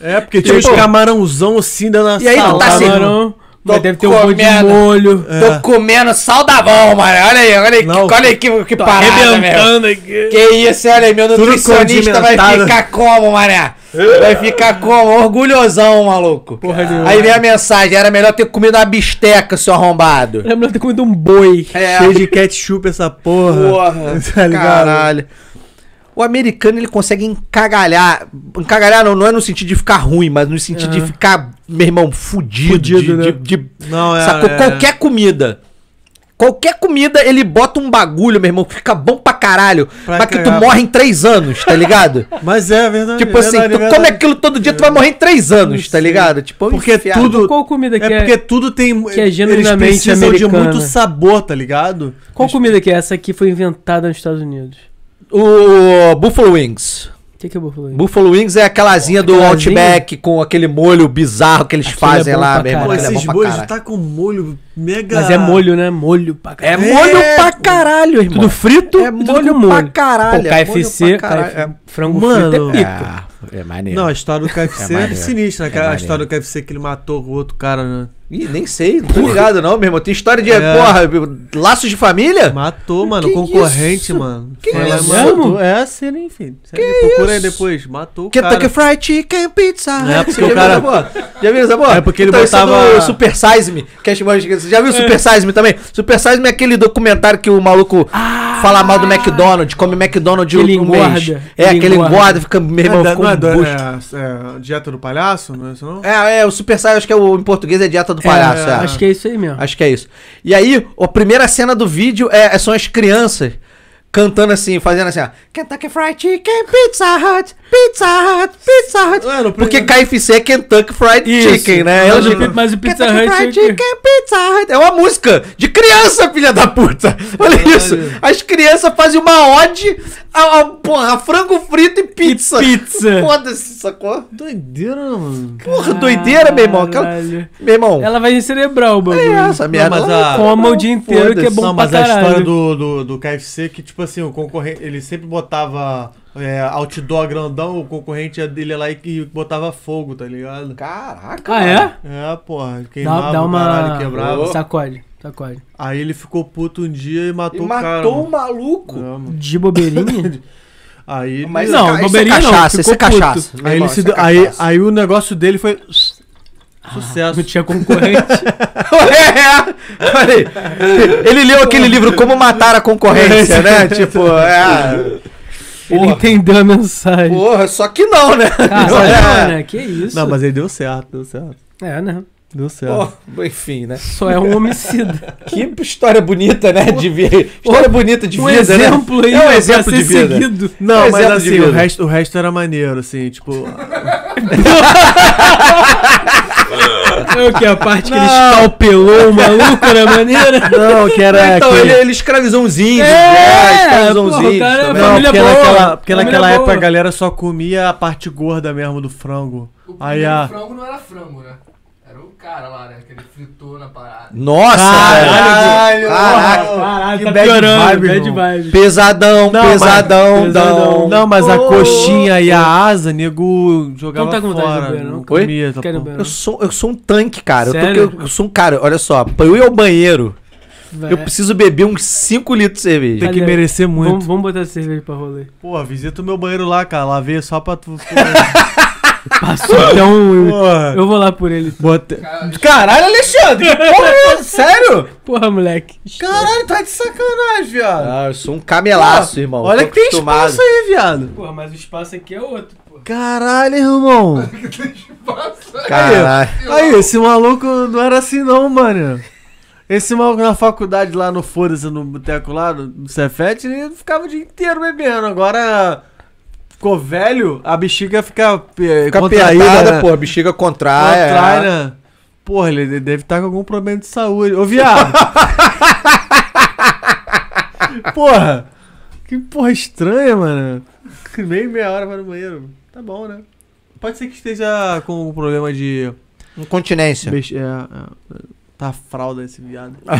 B: É, porque tinha uns
C: Tipo-
B: camarãozão assim da na
C: E aí,
B: sala.
C: tá assim,
A: Camarão, mas
C: Tô
A: deve ter um monte de
C: comendo.
A: molho.
B: (laughs) É.
C: Tô comendo saldavão, mano. Olha aí, olha aí,
B: Não.
C: que, olha aí que, que parada, Ah, meu.
A: aqui.
C: Que isso, olha aí, meu
B: Tudo
C: nutricionista vai
B: condimentado.
C: ficar como, mané? Vai ficar como? Orgulhosão, maluco.
A: Porra de
C: Aí vem a mensagem, era melhor ter comido uma bisteca, seu arrombado.
A: Lembra de ter comido um boi.
C: É,
B: Cheio de ketchup essa porra.
C: Porra,
B: (laughs) Tá ligado?
C: caralho. O americano ele consegue encagalhar. Encagalhar não, não é no sentido de ficar ruim, mas no sentido
B: É.
A: Aham.
C: de ficar, meu irmão, fudido.
B: Fudido,
C: de,
B: né?
C: de- de-
B: Não, é.
C: sacou?
B: é,
C: Qualquer comida. Qualquer comida ele bota um bagulho, meu irmão, que fica bom pra caralho.
B: Pra
C: mas que tu
B: cagar.
C: morre em três anos, tá
B: (laughs)
C: ligado?
B: Mas é verdade.
C: tipo assim,
B: verdade,
C: tu
B: verdade.
C: come aquilo todo dia, tu vai morrer em três anos, tá
B: Sim.
C: ligado? Tipo,
B: Porque
C: enfiar-
B: tudo.
A: Qual comida que é?
B: É porque tudo tem.
A: que é genuinamente
B: eles precisam
A: americana.
B: de muito sabor, tá ligado?
A: Qual comida que é essa que foi inventada nos Estados Unidos?
C: O Buffalo Wings.
A: O que, que é buffalo? wings?
C: Buffalo Wings é aquela asinha do
A: Aquela
C: Outback com aquele molho bizarro que eles
A: Aquilo
C: fazem
A: é bom
C: lá,
A: pra
C: meu irmão.
B: Pô,
A: caralho.
C: aquilo é
B: esses
C: bom pra
B: bois
C: caralho.
B: tá com molho mega.
A: Mas é molho, né? Molho pra
C: É
A: caralho.
C: molho pra caralho, irmão.
A: Tudo frito?
C: É
A: tudo
C: molho
A: com
C: pra caralho.
A: Pô,
C: é
A: KFC,
C: molho pra caralho.
A: KF- frango
B: Mano,
A: frito é
C: É,
A: pica.
C: ah, é maneiro.
B: Não, a história do KFC
C: É
B: é,
C: maneiro.
B: sinistra, né?
C: É
B: a
C: maneiro.
B: história do KFC que ele matou o outro cara, né?
C: Ih, nem sei, não tô ligado não, meu irmão. Tem história de,
B: É.
C: porra, laços de família?
B: Matou, mano,
C: Que é
B: concorrente,
C: isso?
B: mano.
C: Que
B: Foi lá e
A: isso?
B: matou. É,
C: assim,
B: sim, enfim. Sério, procura aí depois. Matou o cara.
C: Kentucky Fried Chicken Pizza. (laughs)
B: É, porque o
C: Já viu
B: cara-
C: essa porra? Já viu essa porra?
B: É, porque ele
C: isso é
B: botava-
C: do Super Size Me. Que é chamado de- Você já viu o Super Size Me também? Super Size Me é aquele documentário que o maluco
B: Ah!
C: fala mal do McDonald's, come McDonald's
A: Ele
C: um mês.
A: engorda.
C: É,
A: Ele
C: aquele
A: engorda.
C: engorda, fica, meu irmão,
B: da-
C: fica um
B: da-
C: busto.
B: é, é, dieta do palhaço, não é isso não?
C: É, é, o Super Size, acho que é o, em português é Dieta do Palhaço. é.
A: Acho que é isso aí mesmo.
C: Acho que é isso. E aí, a primeira cena do vídeo é, é- são as crianças cantando assim, fazendo assim, ó. Kentucky Fried Chicken, Pizza Hut, Pizza Hut, Pizza Hut.
B: Ué, no
C: Porque
B: primeiro-
C: KFC é Kentucky Fried
A: Isso.
C: Chicken, né?
A: Mas,
C: Ela-
A: o, pi- mas o Pizza
C: Kentucky
A: Hut...
C: Fried Chicken, Pizza Hut. É uma música de criança, filha da puta. Olha
B: Caralho.
C: isso. As crianças fazem uma ode a, a- porra, a frango frito e pizza.
A: pizza.
C: Foda-se, sacou?
B: Doideira, né, mano.
C: Porra, doideira, meu irmão. Aquela-
A: Caralho.
C: Meu irmão.
A: Ela vai encerebrar o
C: é
A: bagulho.
C: essa merda.
B: mas
C: ela-
B: a-
A: Coma o dia inteiro que é
C: Foda-se.
A: bom
B: não,
A: pra
B: mas a
A: caralho.
B: história do, do, do KFC que, tipo assim, o concorrente, ele sempre botava é, outdoor grandão, o concorrente ia dele lá e, e botava fogo, tá ligado?
C: Caraca.
A: Ah, é?
B: É, porra, queimava,
A: Dá, dá
B: o caralho,
A: uma...
B: quebrava.
A: Sacode, sacode.
B: Aí ele ficou puto um dia e
C: E
B: matou o cara.
C: matou
B: mano.
C: o maluco.
B: É, mano.
A: De bobeirinha?
B: Aí ele-
C: Mas
A: Não,
C: isso é ca- isso é
A: bobeirinha não,
C: cachaça, isso é
A: ficou puto.
C: cachaça. Meu
B: Aí, ele
C: irmão,
B: se
C: isso é
B: deu- aí,
C: cachaça. (laughs)
B: aí o negócio dele foi. Sucesso.
A: Não (laughs) tinha concorrente.
C: É, é. Olha aí. Ele leu aquele livro Como Matar a
A: (laughs)
C: Concorrência, né? Tipo, é.
A: Ele entendeu a mensagem.
C: Porra, só que não, né? Não
A: Caralho,
C: é.
A: né? Que isso?
B: Não, mas ele deu certo, deu certo.
A: É, né?
B: Deu certo.
C: Pô, enfim, né?
A: Só é um homicida.
C: Que história bonita, né? De vida. História bonita de
A: um
C: vida,
A: exemplo
C: né?
A: aí,
C: é um
A: ó,
C: exemplo
A: pra
C: de
A: ser
C: vida.
A: seguido.
B: Não,
C: É
B: mas
C: exemplo de
B: assim, o
C: vida.
B: resto, o resto era maneiro, assim, (laughs) tipo.
A: É o que? A parte que ele
B: Não.
A: escalpelou o maluco era maneira?
B: (laughs) Não, que era.
C: Então,
B: aquele-
C: ele, ele escravizou uns índios,
A: É,
C: né? Escravizou uns
A: porra, o
C: índios
A: cara é
C: também.
B: Não,
A: Família
B: porque
A: boa,
B: naquela, porque
A: família
B: naquela época
A: boa.
B: a galera só comia a parte gorda mesmo do frango.
D: O
B: Aí
D: primeiro
B: a.
D: frango não era frango, né? Era o cara lá, né? Que ele fritou na parada.
C: Nossa,
B: Caralho,
C: velho.
B: porra.
C: Caraca.
A: Caralho,
B: que
A: tá
B: bad
A: piorando.
B: vibe,
A: bad
B: irmão.
A: vibe.
C: Pesadão,
B: Não, mas-
C: pesadão, dão.
B: Não, mas a
C: Ô,
B: coxinha e a asa, nego, jogava
A: Não tá com vontade de
B: fora.
A: beber, não?
B: não comia, essa
A: Quero
B: porra.
A: beber.
C: Eu sou, eu sou um tanque, cara. Eu, tô-
A: Sério?
C: eu- eu sou um cara, olha só, pra eu ir ao banheiro,
A: Vai.
C: eu preciso beber uns 5 litros de cerveja.
B: Tem que
A: Olha,
B: merecer muito.
A: Vamos, vamos botar essa cerveja pra rolê.
B: Porra, visita o meu banheiro lá, cara. Lavei só pra tu.
C: (laughs)
A: (laughs) Passou até um. eu-
B: Porra.
A: Eu vou lá por ele.
B: Bota...
C: Caralho, Alexandre! que porra é
A: (laughs)
C: essa? Sério?
A: Porra, moleque.
B: Caralho, tá de sacanagem, viado.
C: Ah, eu sou um camelaço, irmão.
B: Olha
C: Tô
B: que tem
C: acostumado.
B: espaço aí, viado.
A: Porra, mas o espaço aqui é outro, porra.
B: Caralho, irmão.
C: Caralho.
B: Aí, esse maluco não era assim não, mano. Esse maluco na faculdade lá no Foda-se, no boteco lá, no Cefete, ele ficava o dia inteiro bebendo. Agora ficou velho, a bexiga fica, eh,
C: Fica
B: contraída,
C: apertada,
B: né?
C: pô, a bexiga contrai.
B: Contrai,
C: é.
B: né? Porra, ele deve estar com algum problema de saúde. Ô,
C: (laughs)
B: viado! porra! Que porra estranha, mano. Meio meia hora vai no banheiro. Tá bom, né? Pode ser que esteja com algum problema de
C: Incontinência.
B: Bex- é, é, tá fralda esse viado.
C: É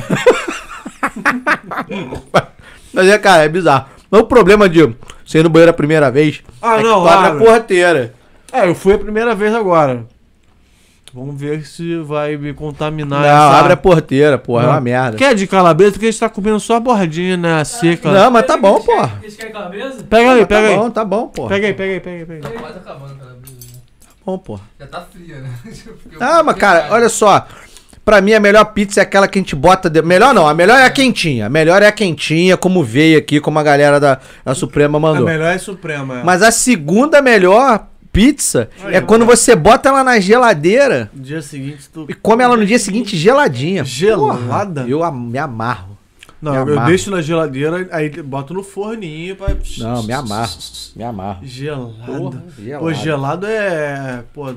C: Mas é, cara, é bizarro. Mas o problema de você ir no banheiro a primeira vez
B: Ah,
C: é que
B: não,
C: tu abre a
B: claro.
C: porra inteira.
B: É, eu fui a primeira vez agora. Vamos ver se vai me
C: Não,
B: contaminar essa...
C: abre a porteira, porra, é
B: é Não.
C: uma merda.
B: Quer de calabresa porque a gente tá comendo só bordinha, né? Seca.
C: Não, mas tá bom, porra.
A: Eles querem calabresa?
B: Pega aí,
C: Mas
B: pega
C: tá
B: aí.
C: bom, tá bom, porra.
B: Pega aí, pega aí, pega aí, pega aí.
D: Tá quase acabando, cara. né?
C: Tá bom, porra.
D: Já tá fria, né? (laughs) Porque eu-
C: Ah, mas cara, olha só. Pra mim, a melhor pizza é aquela que a gente bota. De... Melhor não, a melhor é a quentinha. A melhor é a quentinha, como veio aqui, como a galera da, da Suprema mandou.
B: melhor é Suprema.
C: Mas a segunda melhor pizza é quando você bota ela na geladeira
B: No dia seguinte tu.
C: e come ela no dia seguinte geladinha.
B: Gelada?
C: Porra, eu am- me amarro.
B: Não,
C: Me
B: eu
C: amarro.
B: deixo na geladeira, aí boto no forninho pra.
C: Não, me amarro. Me amarro.
B: Gelado.
C: Porra, gelado.
B: Pô, gelado é. Pô.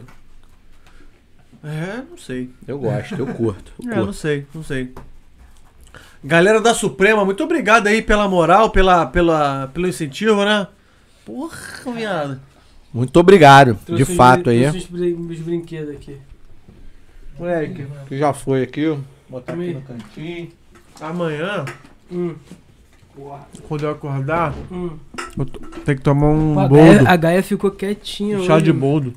B: É, não sei.
C: Eu gosto, eu curto. Eu
B: É, não
C: curto.
B: sei, não sei. Galera da Suprema, muito obrigado aí pela moral, pela, pela, pelo incentivo, né? Porra, viado.
C: Muito obrigado,
A: Trouxe
C: de
A: os
C: fato
A: brin-
C: aí.
A: trouxe Os, brin- os brinquedos aqui.
B: Moleque,
C: Que já foi aqui, ó. botar
A: aqui no
C: cantinho.
B: amanhã,
A: Hum,
B: quando eu acordar,
A: hum.
B: tem que tomar um
A: a, Gaia,
B: boldo.
A: a Gaia ficou quietinha
B: Um
A: hoje.
B: chá de boldo.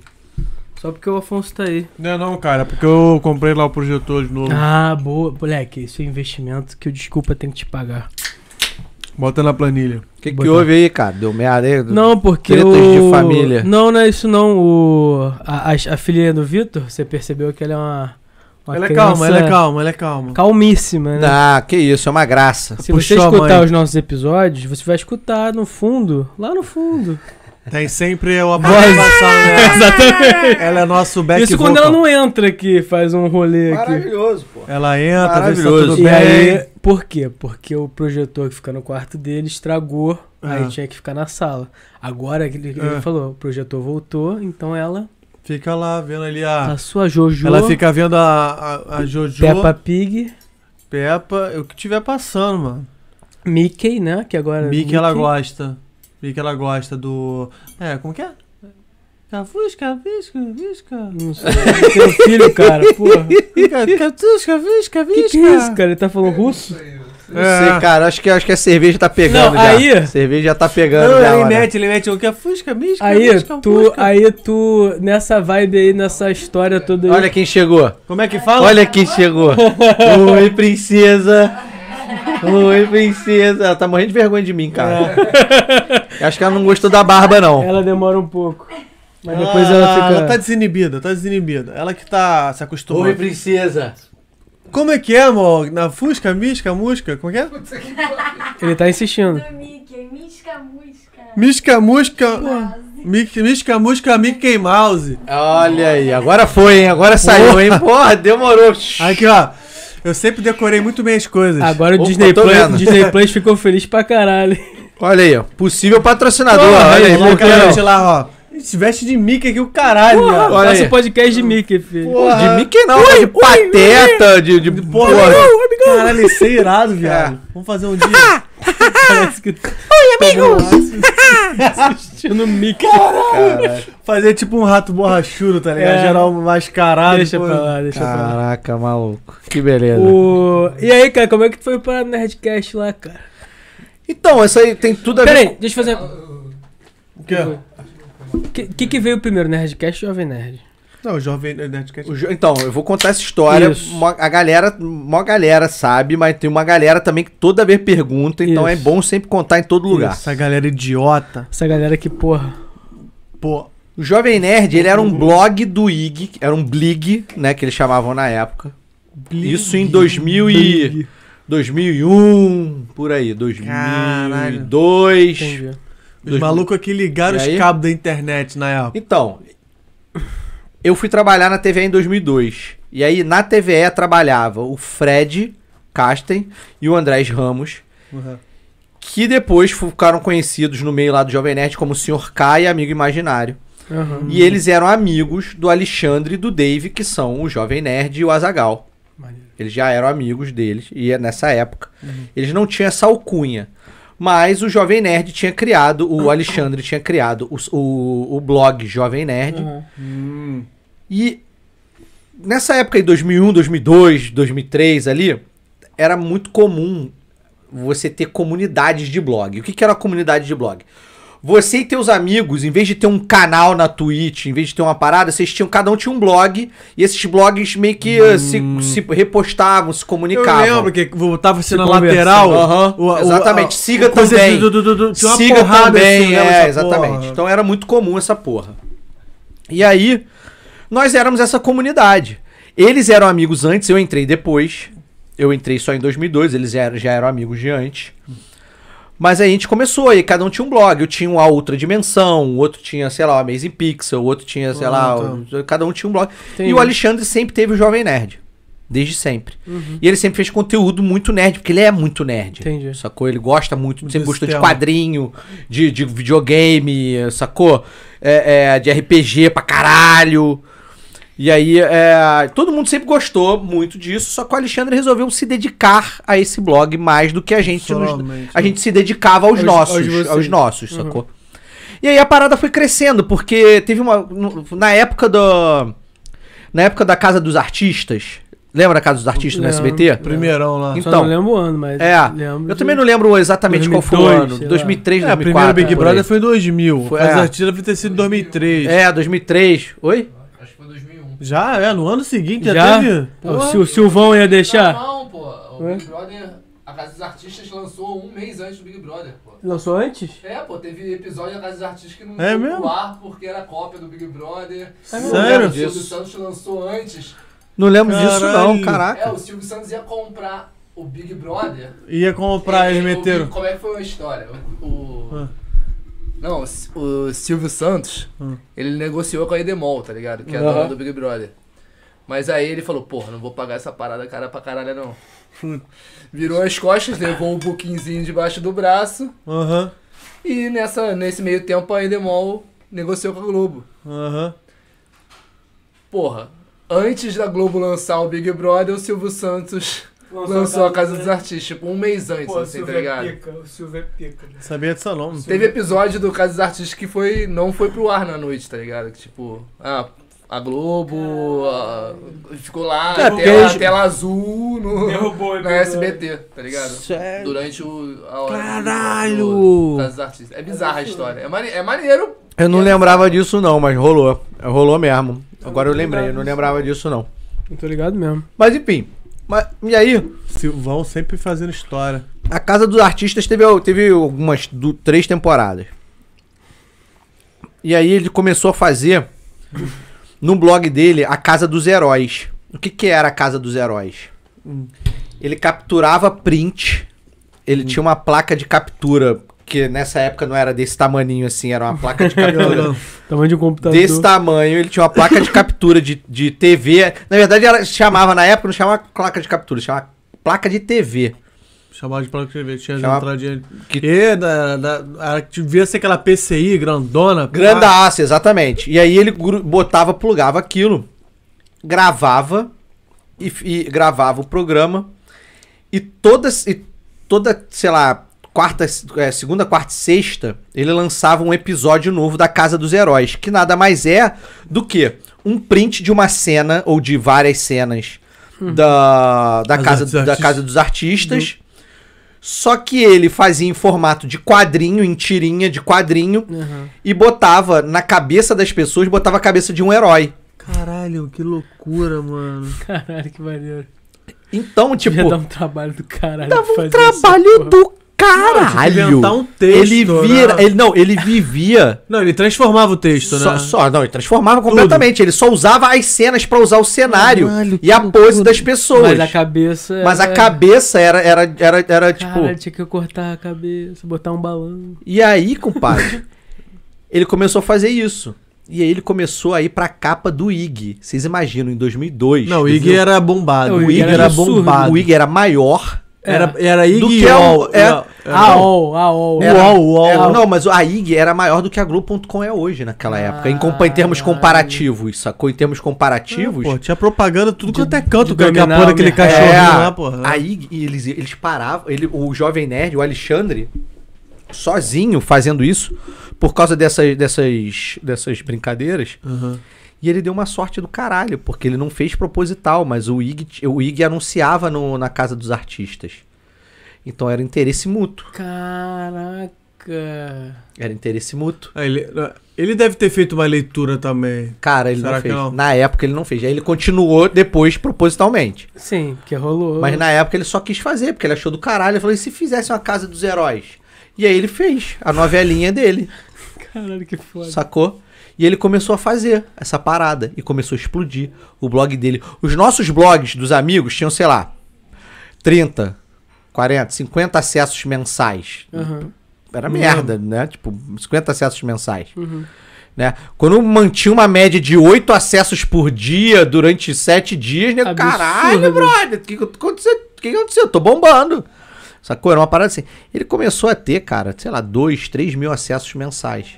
A: Só porque o Afonso tá aí.
B: Não é não, cara, porque eu comprei lá o projetor de novo.
A: Ah, boa. Moleque, isso é investimento que o Desculpa tem que te pagar.
B: Bota na planilha.
C: O que, que
A: Botar.
C: houve aí, cara? Deu merda aí?
A: Não, porque
C: Tretas
A: o...
C: de família.
A: Não, não é isso não. O... A, a, a filhinha do Vitor, você percebeu que ela é uma, uma
B: Ela é
A: criança
B: calma, ela é calma, ela é calma.
A: calmíssima, né?
C: Ah, que isso, é uma graça.
A: Se você
B: Puxou a
A: escutar
B: mãe.
A: os nossos episódios, você vai escutar no fundo, lá no fundo.
B: Tem sempre uma participação dela.
A: (laughs) Exatamente.
B: né? Ela é nosso back
A: Isso quando ela
B: vocal.
A: não entra aqui, faz um rolê aqui. É.
C: Maravilhoso, pô.
B: Ela entra, vê se tá
C: Maravilhoso.
B: tudo
A: E
B: bem.
A: aí, por quê? Porque o projetor que fica no quarto dele estragou, aí
B: Ah.
A: tinha que ficar na sala. Agora ele, ele
B: Ah.
A: falou, o projetor voltou, então ela,
B: Fica lá vendo ali a...
A: a sua Tá Jojo,
B: Ah. Ela fica vendo a, a, a Jojo,
A: Peppa
B: Peppa.
A: Pig,
B: o que tiver passando, mano.
A: Mickey, né? Que agora é
B: Mickey ela gosta. Mickey ela gosta do... É, como que é? Cavusca, visca, visca.
A: Não sei, seu filho,
B: (laughs)
A: cara, porra. Que (laughs)
B: Cavusca, visca, É. visca.
A: que é isso, cara? Ele tá falando russo?
C: Não sei, cara. Acho que, acho que a cerveja tá pegando
A: Não,
C: já.
A: aí-
C: A cerveja já tá pegando
B: Não,
C: já.
B: ele
C: mano.
B: mete, ele mete o que é fusca, misca,
A: né? Aí
B: fusca,
A: tu,
B: fusca.
A: aí tu, nessa vibe aí, nessa história toda aí.
C: Olha quem chegou.
B: Como é que fala?
C: Olha quem chegou. Oi, princesa. Oi, princesa. Ela tá morrendo de vergonha de mim, cara. Acho que ela não gostou da barba, não.
A: Ela demora um pouco. Mas depois ela fica.
B: tá desinibida, tá desinibida. Ela que tá se acostumando.
C: Oi, princesa.
B: Como é que é, amor? Na fusca, misca, musca, como é que é?
A: Ele tá insistindo.
E: Do Mickey, misca, musca.
B: Misca, musca... Mic- Misca, musca, Mickey Mouse.
C: Olha aí, agora foi, hein? Agora saiu, hein? Porra, demorou.
B: Aqui, ó. Eu sempre decorei muito bem as coisas.
A: Agora o
C: Opa,
A: Disney
C: tô
A: Plus,
C: vendo.
A: Disney Plus ficou feliz pra caralho.
C: Olha aí, ó. Possível patrocinador.
B: Porra,
C: olha aí,
B: lá,
C: por que
B: cara,
C: não?
B: de lá, ó. Se veste de Mickey aqui, o caralho,
A: Porra,
B: viado.
C: (laughs) olha
A: faça
C: aí.
A: o podcast de Mickey, filho.
C: De é Mickey não, de pateta, de, de
B: Porra,
C: porra.
B: caralho, isso é irado, viado. Vamos
A: (laughs)
B: fazer um dia.
A: Parece que tá
B: Vamos lá.
A: assistindo o Mickey.
C: Caralho.
B: fazer tipo um rato borrachudo, tá ligado?
A: É.
B: Geral mascarado.
A: Ah, Deixa
B: pô.
A: pra lá, deixa pra lá.
C: Caraca, maluco. Que beleza.
A: O... E aí, cara, como é que tu foi parar no Nerdcast lá, cara?
C: Então, isso aí tem tudo a ver.
A: Pera aí, deixa eu fazer.
B: O quê?
A: O que, que, que veio primeiro, Nerdcast ou Jovem Nerd?
B: Não, o jovem Nerdcast.
C: O jo- Então, eu vou contar essa história.
A: Isso.
C: Mó- A galera, mó galera sabe, mas tem uma galera também que toda vez pergunta,
A: Isso.
C: então é bom sempre contar em todo lugar.
B: Essa galera idiota.
A: Essa galera que, porra.
B: Pô,
C: O Jovem Nerd, ele era um blog do IG, era um blig, né, que eles chamavam na época. Isso em 2000 e... 2001, por aí, 2002.
A: Entendi.
B: os malucos aqui ligaram
C: E
B: os
C: aí?
B: cabos da internet na época.
C: Então, eu fui trabalhar na TVE em 2002. E aí na TVE trabalhava o Fred Casten e o Andrés Ramos, Uhum. que depois ficaram conhecidos no meio lá do Jovem Nerd como Sr. K e Amigo Imaginário.
A: Aham.
C: E eles eram amigos do Alexandre e do Dave, que são o Jovem Nerd e o Azagal.
A: Maneiro.
C: Eles já eram amigos deles, e é nessa época. Eles não tinham essa alcunha. Mas o Jovem Nerd tinha criado, o Alexandre tinha
B: Hum.
C: criado o, o, o blog Jovem Nerd.
A: Aham.
C: E nessa época aí, 2001, 2002, 2003 ali, era muito comum você ter comunidades de blog. O que, que era a comunidade de blog? Você e teus amigos, em vez de ter um canal na Twitch, em vez de ter uma parada, vocês tinham, cada um tinha um blog, e esses blogs meio que eh, se, se repostavam, se
B: Hum. Eu
C: comunicavam.
B: lembro que voltava assim
A: Se
B: na
A: conversando.
B: lateral.
C: Aham,
B: o- o-
C: exatamente.
B: a-
C: Siga
B: o coisa
C: também.
B: do- do- do- do- tinha uma
C: Siga
B: porrada
C: também,
B: assim, eu lembro
C: é,
B: dessa porra.
C: exatamente. Então era muito comum essa porra. E aí, nós éramos essa comunidade. Eles eram amigos antes, eu entrei depois. Eu entrei só em 2002, eles já eram, já eram amigos de antes. Mas aí a gente começou, aí cada um tinha um blog. Eu tinha uma outra dimensão, o outro tinha, sei lá, o Amazing Pixel, o outro tinha, sei
B: Ah,
C: lá,
B: tá.
C: o- cada um tinha um blog.
A: Entendi.
C: E o Alexandre sempre teve o Jovem Nerd. Desde sempre. E ele sempre fez conteúdo muito nerd, porque ele é muito nerd.
A: Entendi.
C: Sacou? Ele gosta muito, sempre
B: Desse
C: gostou de
B: tema.
C: quadrinho, de, de videogame, sacou? É, é, de RPG pra caralho. E aí, é, todo mundo sempre gostou muito disso, só que o Alexandre resolveu se dedicar a esse blog mais do que a gente. nos-
B: Somente,
C: a
B: né?
C: gente se dedicava aos,
A: Aos- aos
C: nossos,
A: vocês. Uhum.
C: aos nossos, sacou? E aí a parada foi crescendo, porque teve uma. no- Na época do. Na época da Casa dos Artistas. Lembra da Casa dos Artistas no
A: Lembro.
C: SBT?
B: Primeirão lá.
A: Só
C: então.
A: não lembro o ano, mas
C: É,
A: lembro
C: Eu
A: de-
C: também não lembro exatamente qual foi o
A: 2002,
C: ano.
A: sei lá.
C: 2003,
B: É, o
C: 2004.
B: primeiro Big
C: por aí.
B: Brother foi em 2000.
C: Foi-
B: As
C: é.
B: artistas devem ter sido em 2003.
C: É, 2003. Oi?
D: Acho que foi 2001.
B: Já, é, no ano seguinte
A: Já?
B: teve.
A: O
B: Porra.
A: Sil- Silvão ia deixar.
D: Não, não, pô. O
A: Ué?
B: É?
D: Big Brother, a Casa dos Artistas lançou um mês antes do Big Brother, pô.
A: Lançou antes?
D: É, pô, teve episódio da Casa dos Artistas que não
B: É
D: foi pro
B: mesmo? É
D: ar porque era cópia do Big Brother.
A: mesmo?
B: Sério?
D: O Silvio Santos lançou antes.
C: Não lembro disso,
B: Caralho.
C: não,
D: É,
C: caraca.
D: o Silvio Santos ia comprar o Big Brother.
B: Ia comprar, eles
D: E- e-
B: meteram.
D: Como é que foi a história? O. o-
B: Ah.
D: Não, o S- o Silvio Santos,
B: Hum.
D: ele negociou com a Edemol, tá ligado? Que é a
C: Aham.
D: dona do Big Brother. Mas aí ele falou, porra, não vou pagar essa parada cara pra caralho, não. Virou as costas, levou um buquinzinho debaixo do braço.
B: Aham,
D: E nessa, nesse meio tempo a Endemol negociou com a Globo.
B: aham.
D: Porra, antes da Globo lançar o Big Brother, o Silvio Santos lançou a Casa dos Artistas, tipo um mês antes, assim, tá ligado?
F: O Silvio é pica.
C: (laughs)
B: Sabia dessa nome.
D: Teve episódio do Casa dos Artistas que foi, não foi pro ar na noite, tá ligado? Que, tipo, ah, a Globo a- ficou lá,
A: É,
D: a
A: porque
D: tela,
A: eles-
D: a tela azul no,
F: Derrubou ele.
D: na SBT, tá ligado?
C: Sério?
D: Durante o, a hora do-
B: Caralho!
D: do Casa dos Artistas. É bizarra a história. É, mane- é maneiro,
C: Eu não lembrava disso, não, mas rolou. Rolou mesmo. Agora eu lembrei, eu não lembrava disso, não.
A: Não tô ligado mesmo.
C: Mas enfim. Mas, e aí,
B: Silvão sempre fazendo história.
C: a Casa dos Artistas teve, teve algumas du- três temporadas. E aí ele começou a fazer no blog dele a Casa dos Heróis. O que, que era a Casa dos Heróis? Ele capturava print. Ele tinha uma placa de captura, que nessa época não era desse tamaninho assim, era uma placa de captura
A: Tamanho de um computador.
C: desse tamanho, ele tinha uma placa de captura de, de TV. Na verdade, ela chamava na época, não chamava placa de captura, chamava placa de TV.
B: Chamava de placa de TV, tinha as
C: Chamava-
B: entradinhas.
C: Que-
B: E da, da, a- devia ser aquela PCI grandona. pá.
C: Grandaça, exatamente. E aí ele gru- botava, plugava aquilo, gravava e, f- e gravava o programa. E todas e toda, sei lá, quarta, é, segunda, quarta e sexta, ele lançava um episódio novo da Casa dos Heróis, que nada mais é do que um print de uma cena ou de várias cenas da, da,
B: As
C: Hum. casa,
B: artes-
C: da
B: artistas.
C: casa dos Uhum. artistas. Só que ele fazia em formato de quadrinho, em tirinha de quadrinho,
A: Aham.
C: e botava na cabeça das pessoas, botava a cabeça de um herói.
B: Caralho, que loucura, mano.
A: Caralho, que maneiro.
C: Então, tipo,
A: Ia dar um trabalho do caralho.
C: dava
A: fazer
C: um
A: essa
C: trabalho
A: porra.
C: do
B: Tinha que
C: caralho.
B: inventar um texto.
C: Ele vira,
B: né?
C: ele não, ele vivia
B: Não, ele transformava o texto,
C: só,
B: né?
C: só- não, ele transformava completamente, ele só usava as cenas pra usar o cenário
B: Caralho,
C: e a
B: que
C: pose
B: loucura.
C: das pessoas.
A: Mas a cabeça.
C: Mas a
A: era-
C: cabeça era era era, era tipo,
A: Caralho, tinha que cortar a cabeça, botar um balão.
C: E aí, compadre, ele começou a fazer isso. E aí ele começou a ir pra capa do IG. Vocês imaginam, em 2002.
B: Não, o
C: tu
B: Ig
C: viu?
B: era bombado.
A: É, o
C: O Ig era
A: absurdo.
C: bombado.
B: O
C: O Ig era maior.
B: Era, era Ig
C: Do
B: e
C: que é
B: Ol.
C: o- é-
B: Era- era-
C: Ah,
A: AOL, AOL.
C: Era-
B: Uol, uol.
C: É, não, mas a IG era maior do que a Globo.com é hoje, naquela
A: Ah,
C: época. Em, compa- em termos
A: ai.
C: comparativos, sacou? Em termos comparativos.
B: Pô, tinha propaganda tudo quanto é
A: de
B: canto, cara. Que a
A: dominar
B: porra
A: o
B: daquele
A: mercado.
B: cachorrinho
C: É,
B: lá, porra.
C: Aí e eles, eles paravam, ele, o jovem nerd, o Alexandre, sozinho fazendo isso, por causa dessas, dessas, dessas brincadeiras,
B: Aham.
C: E ele deu uma sorte do caralho, porque ele não fez proposital, mas o IG, t- o IG anunciava no- na casa dos artistas. Então era interesse mútuo.
A: Caraca.
C: Era interesse mútuo.
B: Ah, ele, ele deve ter feito uma leitura também.
C: Cara, ele
B: Será
C: não
B: que
C: fez.
B: não?
C: Na época ele não fez. Aí ele continuou depois propositalmente.
A: Sim, porque rolou.
C: Mas na época ele só quis fazer, porque ele achou do caralho. Ele falou: e se fizesse uma casa dos heróis? E aí ele fez a novelinha dele,
A: Caralho, que foda.
C: sacou? E ele começou a fazer essa parada e começou a explodir o blog dele. Os nossos blogs dos amigos tinham, sei lá, 30, 40, 50 acessos mensais.
A: Aham.
C: Era
B: Não
C: merda, né? Tipo, 50 acessos mensais.
A: Uhum.
C: Né? Quando mantinha uma média de 8 acessos por dia durante 7 dias, né?
A: Absurdo.
C: Caralho, brother, o que, que aconteceu? O que, que aconteceu? Eu Tô bombando. Sacou? Era uma parada assim. Ele começou a ter, cara, sei lá, 2, 3 mil acessos mensais.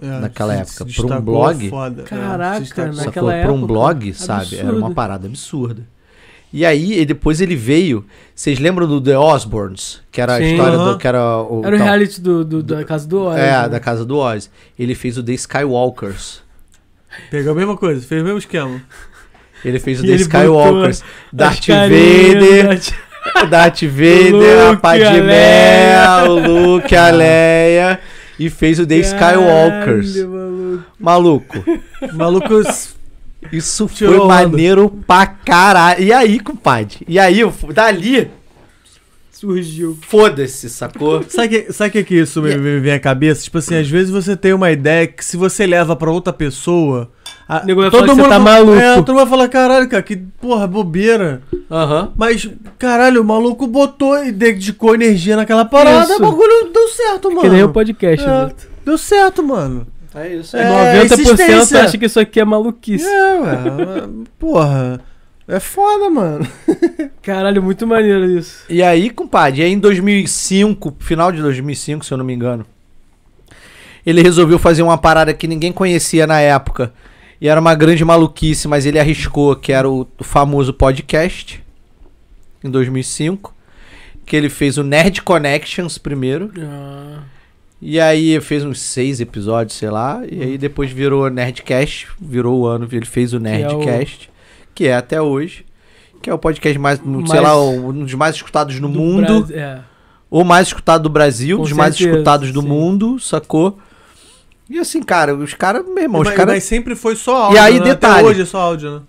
B: É,
C: Naquela
B: se-
C: época,
B: se
C: pra um
B: destacou
C: blog?
B: foda. É, se
A: Caraca,
B: destacou.
A: né?
C: Sacou?
A: Naquela
C: Pra um
A: época,
C: blog, sabe? Era uma
A: absurdo.
C: parada absurda. E aí, e depois ele veio. Vocês lembram do The Osborns? Que era a
A: Sim.
C: história
B: Aham.
C: do. Que era o,
A: Era o
C: tal-
A: reality do, do- da casa do Oz.
C: É,
A: né?
C: da casa do Oz. Ele fez o The Skywalkers.
B: Pegou a mesma coisa, fez o mesmo esquema.
C: Ele fez o
A: E
C: The
A: ele botou
C: Skywalkers. Darth
A: As carinhas,
C: Vader,
A: Darth-
C: Darth Vader,
A: Luke,
C: a Padmé,
A: a Leia.
C: o Luke, a Leia. E fez o The Skywalkers.
A: Caralho, maluco.
C: Maluco,
A: (laughs)
B: Malucos.
C: isso
B: Tirou
C: foi
B: onda.
C: maneiro pra caralho. E aí, compadre? E aí, eu fu- dali,
A: Surgiu.
C: foda-se, sacou?
B: Sabe o que, sabe que, que isso me, me vem à cabeça? Tipo assim, às vezes você tem uma ideia que se você leva pra outra pessoa. a-
A: O nego vai falar que você tá maluco.
B: É, todo mundo vai falar, caralho, cara, que porra, bobeira.
C: Aham.
B: Mas, caralho, o maluco botou e dedicou energia naquela parada.
A: Isso. É
B: O bagulho deu certo, mano.
A: Que nem o podcast, né?
B: É.
A: Neto.
B: Deu certo, mano.
C: É isso.
B: É,
A: 90%
B: insistência.
A: acha que isso aqui é maluquice.
B: É, ué. porra. É foda, mano.
A: Caralho, muito maneiro isso.
C: E aí, compadre, aí em 2005, final de 2005, se eu não me engano, ele resolveu fazer uma parada que ninguém conhecia na época. E era uma grande maluquice, mas ele arriscou, que era o, o famoso podcast, em 2005. Que ele fez o Nerd Connections primeiro. Ah, E aí fez uns seis episódios, sei lá. E aí depois virou Nerdcast, virou o ano, ele fez o
A: é o-
C: Nerdcast, que é, até hoje. Que é o podcast mais, sei
A: Mais-
C: lá, um dos mais escutados no
A: Do
C: mundo.
A: Brasil- é.
C: Ou mais escutado do Brasil,
A: Com
C: dos mais
A: certeza,
C: escutados do
A: sim.
C: mundo, sacou? E assim, cara, os caras, meu irmão, os
B: mas,
C: caras.
B: mas sempre foi só áudio.
C: E aí,
B: né?
C: detalhe.
B: Até hoje é só áudio, né?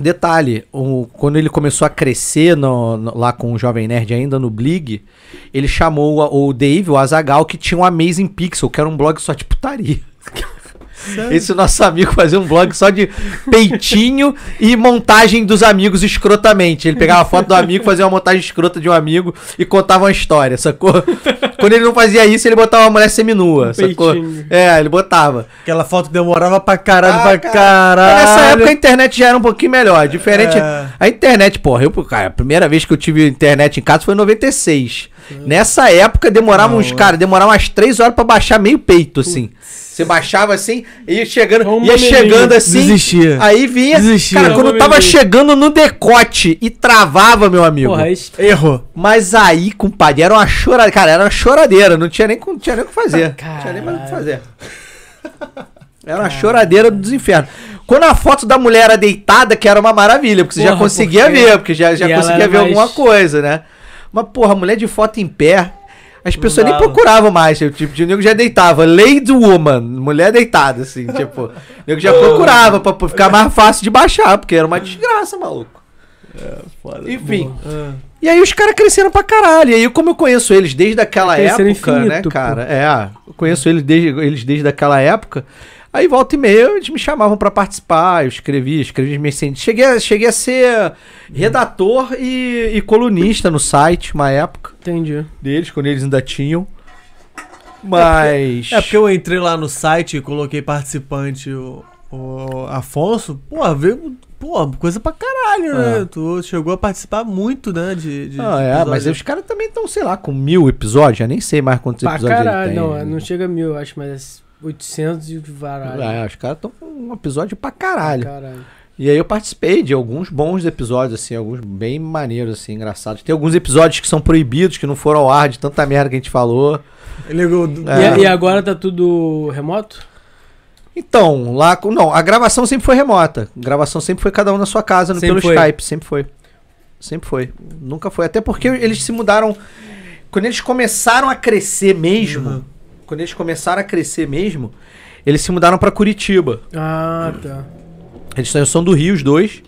C: Detalhe, o- quando ele começou a crescer no- no- lá com o Jovem Nerd ainda no Blig, ele chamou a- o Dave, o Azagal, que tinha um Amazing Pixel, que era um blog só de putaria. Esse nosso amigo fazia um blog só de peitinho e montagem dos amigos escrotamente. Ele pegava a foto do amigo, fazia uma montagem escrota de um amigo e contava uma história, sacou? Quando ele não fazia isso, ele botava uma mulher seminua,
A: Um
C: sacou?
A: peitinho.
C: É, ele botava.
B: Aquela foto que demorava pra caralho,
C: Ah,
B: pra
C: cara.
B: caralho.
C: Nessa época a internet já era um pouquinho melhor. Diferente.
B: É.
C: A internet, porra, eu, cara, a primeira vez que eu tive internet em casa foi em 96. Nessa época demorava
B: Não,
C: uns,
B: é.
C: cara, demorava umas 3 horas pra baixar meio peito, assim. Você baixava assim, ia chegando,
A: Uma
C: ia chegando
A: meninha.
C: assim.
B: Desistia.
C: Aí vinha.
B: Desistia.
C: Cara, quando
A: Uma
C: tava
A: meninha.
C: chegando no decote e travava, meu amigo.
A: Porra, é isso-
B: Erro.
C: Mas aí, compadre, era uma choradeira. Cara, era uma choradeira. Não tinha nem, com- não tinha nem o que fazer. Não tinha
A: Caralho.
C: nem mais o que fazer. Era uma choradeira dos infernos. Quando a foto da mulher era deitada, que era uma maravilha, porque você já
A: Porra,
C: conseguia
A: porque-
C: ver, porque já, já
A: e ela
C: conseguia
A: era
C: ver
A: mais-
C: alguma coisa, né? Mas, porra, mulher de foto em pé, as pessoas nem
B: dava.
C: procuravam mais. O tipo de nego já deitava. Lady Woman, mulher deitada, assim, tipo. O nego já procurava pra, pra ficar mais fácil de baixar, porque era uma desgraça, maluco.
B: foda.
C: Enfim.
B: Ah.
C: E aí os caras cresceram pra caralho. E aí, como eu conheço eles desde aquela época,
A: Cresceram
C: né,
A: infinito,
C: cara? É, eu conheço eles desde, eles desde aquela época. Aí volta e meia, eles me chamavam pra participar, eu escrevi, escrevi as minhas sen- cheguei, a- cheguei a ser redator e, e colunista no site, uma época
A: Entendi.
C: deles, quando eles ainda tinham. Mas.
B: É porque eu entrei lá no site e coloquei participante o, o Afonso. Pô, veio. Pô, coisa pra caralho, né?
C: Ah.
B: Tu chegou a participar muito, né? De, de-
C: Ah,
B: de
C: é,
B: episódio.
C: mas os caras também estão, sei lá, com mil episódios, já nem sei mais quantos
A: Pra
C: episódios
A: caralho.
C: ele tem.
A: Não, é, não chega a mil, eu acho, mas é 800 e varalho.
C: É, os caras estão com um episódio pra caralho.
A: Caralho.
C: E aí eu participei de alguns bons episódios, assim, alguns bem maneiros, assim, engraçados. Tem alguns episódios que são proibidos, que não foram ao ar de tanta merda que a gente falou.
B: Ele ligou. do-
C: É.
A: E, e agora tá tudo remoto?
C: Então, lá. com- Não, a gravação sempre foi remota. A gravação sempre foi cada um na sua casa, no-
A: Sempre
C: pelo
A: foi.
C: Skype. Sempre foi. Sempre foi. Nunca foi. Até porque eles se mudaram. Quando eles começaram a crescer mesmo.
A: Uhum.
C: Quando eles começaram a crescer mesmo, eles se mudaram pra Curitiba.
A: Ah, tá.
C: Eles são- são do Rio, os dois.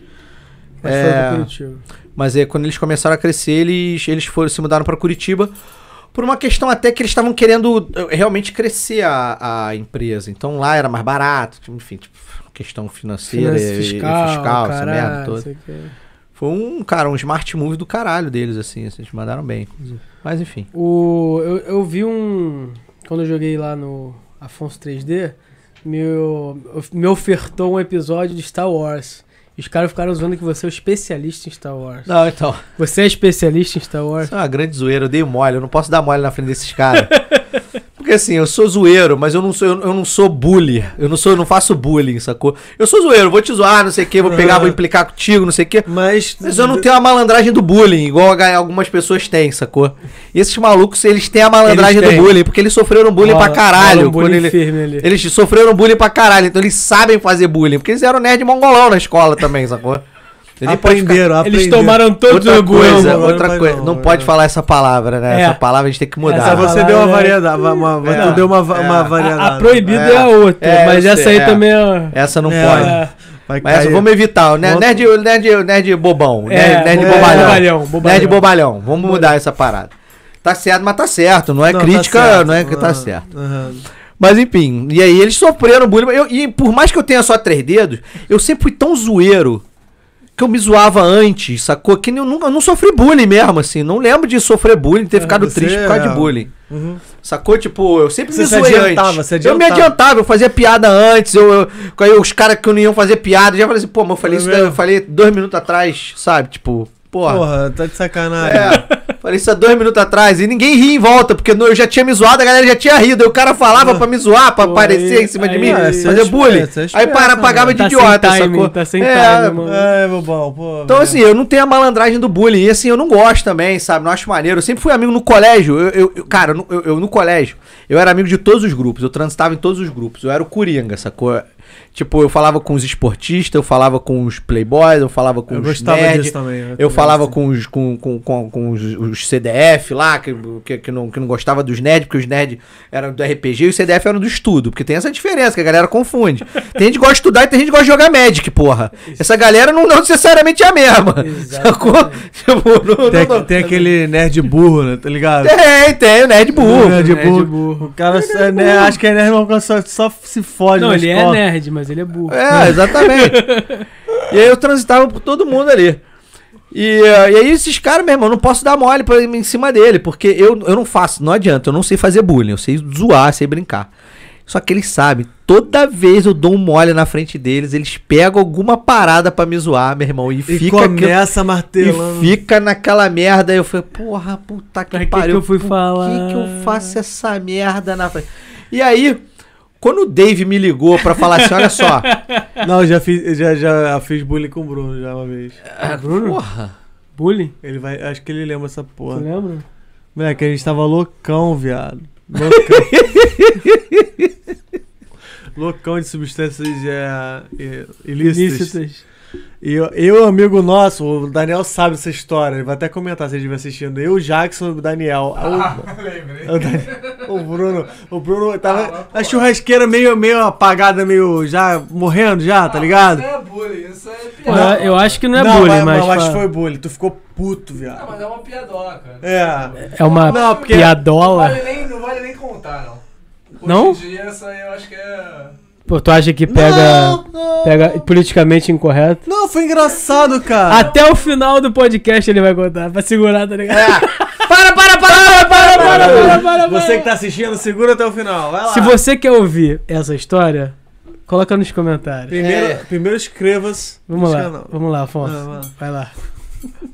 A: Mas
C: É.
A: foi do Curitiba.
C: Mas é, quando eles começaram a crescer, eles, eles foram se mudaram para Curitiba por uma questão até que eles estavam querendo eh, realmente crescer a, a empresa. Então lá era mais barato, tipo, enfim, tipo, questão financeira
A: Finança
C: e-
A: fiscal,
C: e fiscal essa
A: caralho,
C: merda toda.
A: não sei o quê.
C: Foi um, cara, um smart move do caralho deles, assim, assim, eles mandaram bem. Mas enfim.
A: O, eu, eu vi um. Quando eu joguei lá no Afonso 3D, meu, me ofertou um episódio de Star Wars. E os caras ficaram zoando que você é o especialista em Star Wars.
C: Não, então,
A: Você é especialista em Star Wars?
C: isso é uma grande zoeira, eu dei mole, eu não posso dar mole na frente desses caras. (laughs) Porque assim, eu sou zoeiro, mas eu não sou, eu, eu não sou bully. Eu não sou, eu não faço bullying, sacou? Eu sou zoeiro, vou te zoar, não sei o quê, vou pegar, vou implicar contigo, não sei o quê.
B: Mas.
C: Mas eu não tenho a malandragem do bullying, igual a ga- algumas pessoas têm, sacou? E esses malucos, eles têm a malandragem
A: Eles
C: do
A: têm.
C: bullying, porque eles sofreram bullying
A: Rola-
C: pra
A: rola
C: caralho.
A: um
C: quando
A: bullying
C: ele-
A: firme ali.
C: eles sofreram bullying pra caralho, então eles sabem fazer bullying, porque eles eram nerd mongolão na escola também, sacou? Ele nem pode ficar-
B: aprenderam,
A: Eles
B: aprenderam.
A: tomaram todos
C: Outra
A: o
C: coisa,
A: coisa.
B: mano,
C: outra
B: não
C: coisa.
B: vai
C: Não
B: não,
C: pode
B: é.
C: falar essa palavra, né?
A: É.
C: Essa palavra a gente tem que mudar.
B: Essa
A: Essa
B: você deu uma
A: palavra-
B: variedade. Uma, uma,
C: É.
B: Tu deu uma, va- uma
C: É.
B: variedade.
A: A, a proibida é,
C: É.
A: a outra,
C: É,
A: mas
C: eu
A: essa
C: sei,
A: aí
C: é.
A: também é.
C: Essa não
B: É.
C: pode.
A: é,
B: Vai
C: Mas essa
B: cair.
C: vamos evitar. o ne-
B: Volta-
C: Nerd, o nerd, o nerd bobão.
A: É,
C: nerd, nerd
A: é,
C: bobalhão.
A: bobalhão, bobalhão.
C: Nerd bobalhão. Vamos mudar essa parada. Tá certo, mas tá certo. Não é
B: Não, tá
C: crítica,
B: certo.
C: não é que tá
B: Aham,
C: certo.
B: aham.
C: Mas enfim, e aí eles sofreram bullying. Eu- e por mais que eu tenha só três dedos, eu sempre fui tão zoeiro que eu me zoava antes, sacou? Que eu, nunca, eu não sofri bullying mesmo, assim. Não lembro de sofrer bullying, ter ficado
B: você
C: triste por causa
B: é-
C: de bullying.
B: Uhum.
C: Sacou? Tipo, eu sempre
B: Você
C: me
B: se
C: zoei
B: adiantava,
C: antes.
B: você
C: Eu me
B: adiantava.
C: adiantava, eu fazia piada antes, eu, eu- aí os caras que não iam fazer piada, eu já falei assim, pô, mas eu falei
B: É
C: isso,
B: mesmo?
C: eu falei dois minutos atrás, sabe? Tipo, porra.
B: Porra, tá de sacanagem.
C: É, falei isso há dois minutos atrás e ninguém ria em volta, porque no- eu já tinha me zoado, a galera já tinha rido. Aí o cara falava pra me zoar, pra
A: Pô,
C: aparecer
A: aí-
C: em cima de
A: aí-
C: mim,
A: é,
B: você
C: fazer
B: é
C: bullying.
B: esperto, você é
C: Aí
B: esperto,
C: para,
B: né?
C: pagava de
A: Tá sem
C: idiota,
A: timing,
C: sacou?
A: tá sem
C: É,
A: timing, mano.
B: É, bobão, pô.
C: então, assim, eu não tenho a malandragem do bullying. E assim, eu não gosto também, sabe? Não acho maneiro. Eu sempre fui amigo no colégio. Eu, eu- eu- cara, eu no- eu, eu no colégio, eu era amigo de todos os grupos. Eu transitava em todos os grupos. Eu era o Coringa, sacou? Tipo, eu falava com os esportistas, eu falava com os playboys, eu falava com
B: eu
C: os
B: gostava
C: nerd,
B: disso também.
C: eu falava com os, com, com, com, com os, os CDF lá, que, que, que não, que não gostava dos nerds, porque os nerds eram do RPG e os CDF eram do estudo. Porque tem essa diferença que a
B: (laughs)
C: galera confunde. Tem gente que gosta de estudar e tem gente que gosta de jogar Magic, porra. Essa galera não, não necessariamente é a mesma. Sacou? (laughs) Tipo, não,
B: Tem,
C: não- não-
B: tem aquele nerd burro, né? Tá ligado?
C: Tem, tem, o nerd burro.
B: nerd
A: Nerd
B: burro.
A: burro.
B: O cara só é nerd, acho que é nerd, mas só, só se fode
A: Não,
B: na
A: ele é
B: escola.
A: nerd, mas ele é burro.
C: É, exatamente.
A: (laughs)
C: e aí eu transitava por todo mundo ali. E, eh, e aí esses caras, meu irmão, eu não posso dar mole pra, em cima dele, porque eu, eu não faço, não adianta, eu não sei fazer bullying, eu sei zoar, sei brincar. Só que eles sabem, toda vez eu dou um mole na frente deles, eles pegam alguma parada pra me zoar, meu irmão, e,
B: E
C: fica aquilo-
B: começa
C: e
B: martelando.
C: fica naquela merda, eu falei, porra, puta que
A: Pra que que
C: pariu.
A: eu fui
C: por
A: falar?
C: que, que eu faço essa merda na frente? E aí, quando o Dave me ligou pra falar assim, olha só,
B: Não, eu já fiz, eu já, já fiz bullying com o Bruno já uma vez.
A: É. Bruno?
C: porra,
A: Bullying?
B: Ele vai, acho que ele lembra essa
A: Tu
B: porra.
A: lembra?
B: Moleque, a gente tava loucão, viado. Loucão. loucão de substâncias é, é, ilícitas.
A: Ilícitas.
B: E eu, eu, amigo nosso, o Daniel sabe essa história, ele vai até comentar se ele estiver assistindo. Eu, o Jackson, o Daniel.
D: Ah, (laughs)
B: o, o Dan- o Bruno. O Bruno tava. a churrasqueira meio, meio apagada, meio já morrendo, já, tá ligado?
D: Isso é bullying, isso é piada.
A: Pô, eu- eu acho que não é bullying,
B: mas,
A: mas.
B: não, acho que
A: fa-
B: foi bullying. Tu ficou puto,
D: Não,
B: viado.
D: mas é uma piadoca.
B: É.
A: É uma
B: Não, porque-
D: Não
A: piadola.
D: vale, nem, não vale nem contar, não. Hoje
A: Não?
D: em dia, essa aí eu acho que é.
A: Pô, tu acha que pega.
B: Não, não.
A: Pega politicamente incorreto?
B: Não, foi engraçado, cara.
A: Até o final do podcast ele vai contar, pra segurar, tá ligado? (laughs)
C: Para, para, para, para, para, para, para.
B: Você que tá assistindo, segura até o final. Vai lá.
A: Se você quer ouvir essa história, coloca nos comentários.
B: Primeiro,
C: É.
B: primeiro escreva-se.
A: Vamos
B: no
A: lá,
B: canal.
A: vamos lá,
B: Vai lá.
A: Afonso. Vai lá.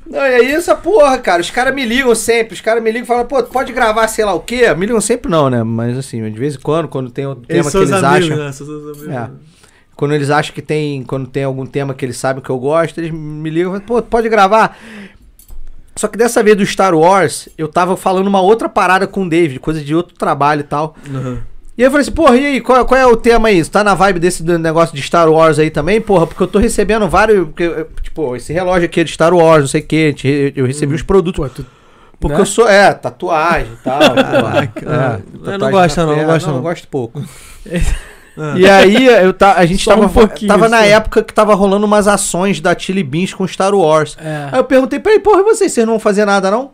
C: Não, e aí essa porra, cara, os caras me ligam sempre, os caras me ligam e falam, pô, tu pode gravar sei lá o quê? Me ligam sempre não, né? Mas assim, de vez em quando, quando tem um tema
B: Eles
C: que
B: são os
C: eles
B: amigos,
C: acham...
B: né? São seus amigos.
C: É. Quando eles acham que tem, quando tem algum tema que eles sabem que eu gosto, eles me ligam e falam, pô, tu pode gravar? Só que dessa vez do Star Wars, eu tava falando uma outra parada com o David, coisa de outro trabalho e tal.
B: Uhum.
C: E E aí eu falei assim, porra, e aí, qual, qual é o tema aí? Você tá na vibe desse do negócio de Star Wars aí também, porra? Porque eu tô recebendo vários. porque, eh, Tipo, esse relógio aqui é de Star Wars, não sei o quê. te- Eu recebi uns produtos.
A: Pô, tu...
C: Porque
A: né?
C: eu sou. É, tatuagem e tal. tipo, é,
B: Caraca. Eu não gosto, não, não gosto,
C: não.
B: não. Ah.
C: gosto pouco. E aí, eu ta- a gente
A: Só
C: tava,
A: um pouquinho,
C: tava na
A: só.
C: época que tava rolando umas ações da Chili Beans com Star Wars. Aí
A: É.
C: eu perguntei pra ele, porra, e vocês, vocês não vão fazer nada não?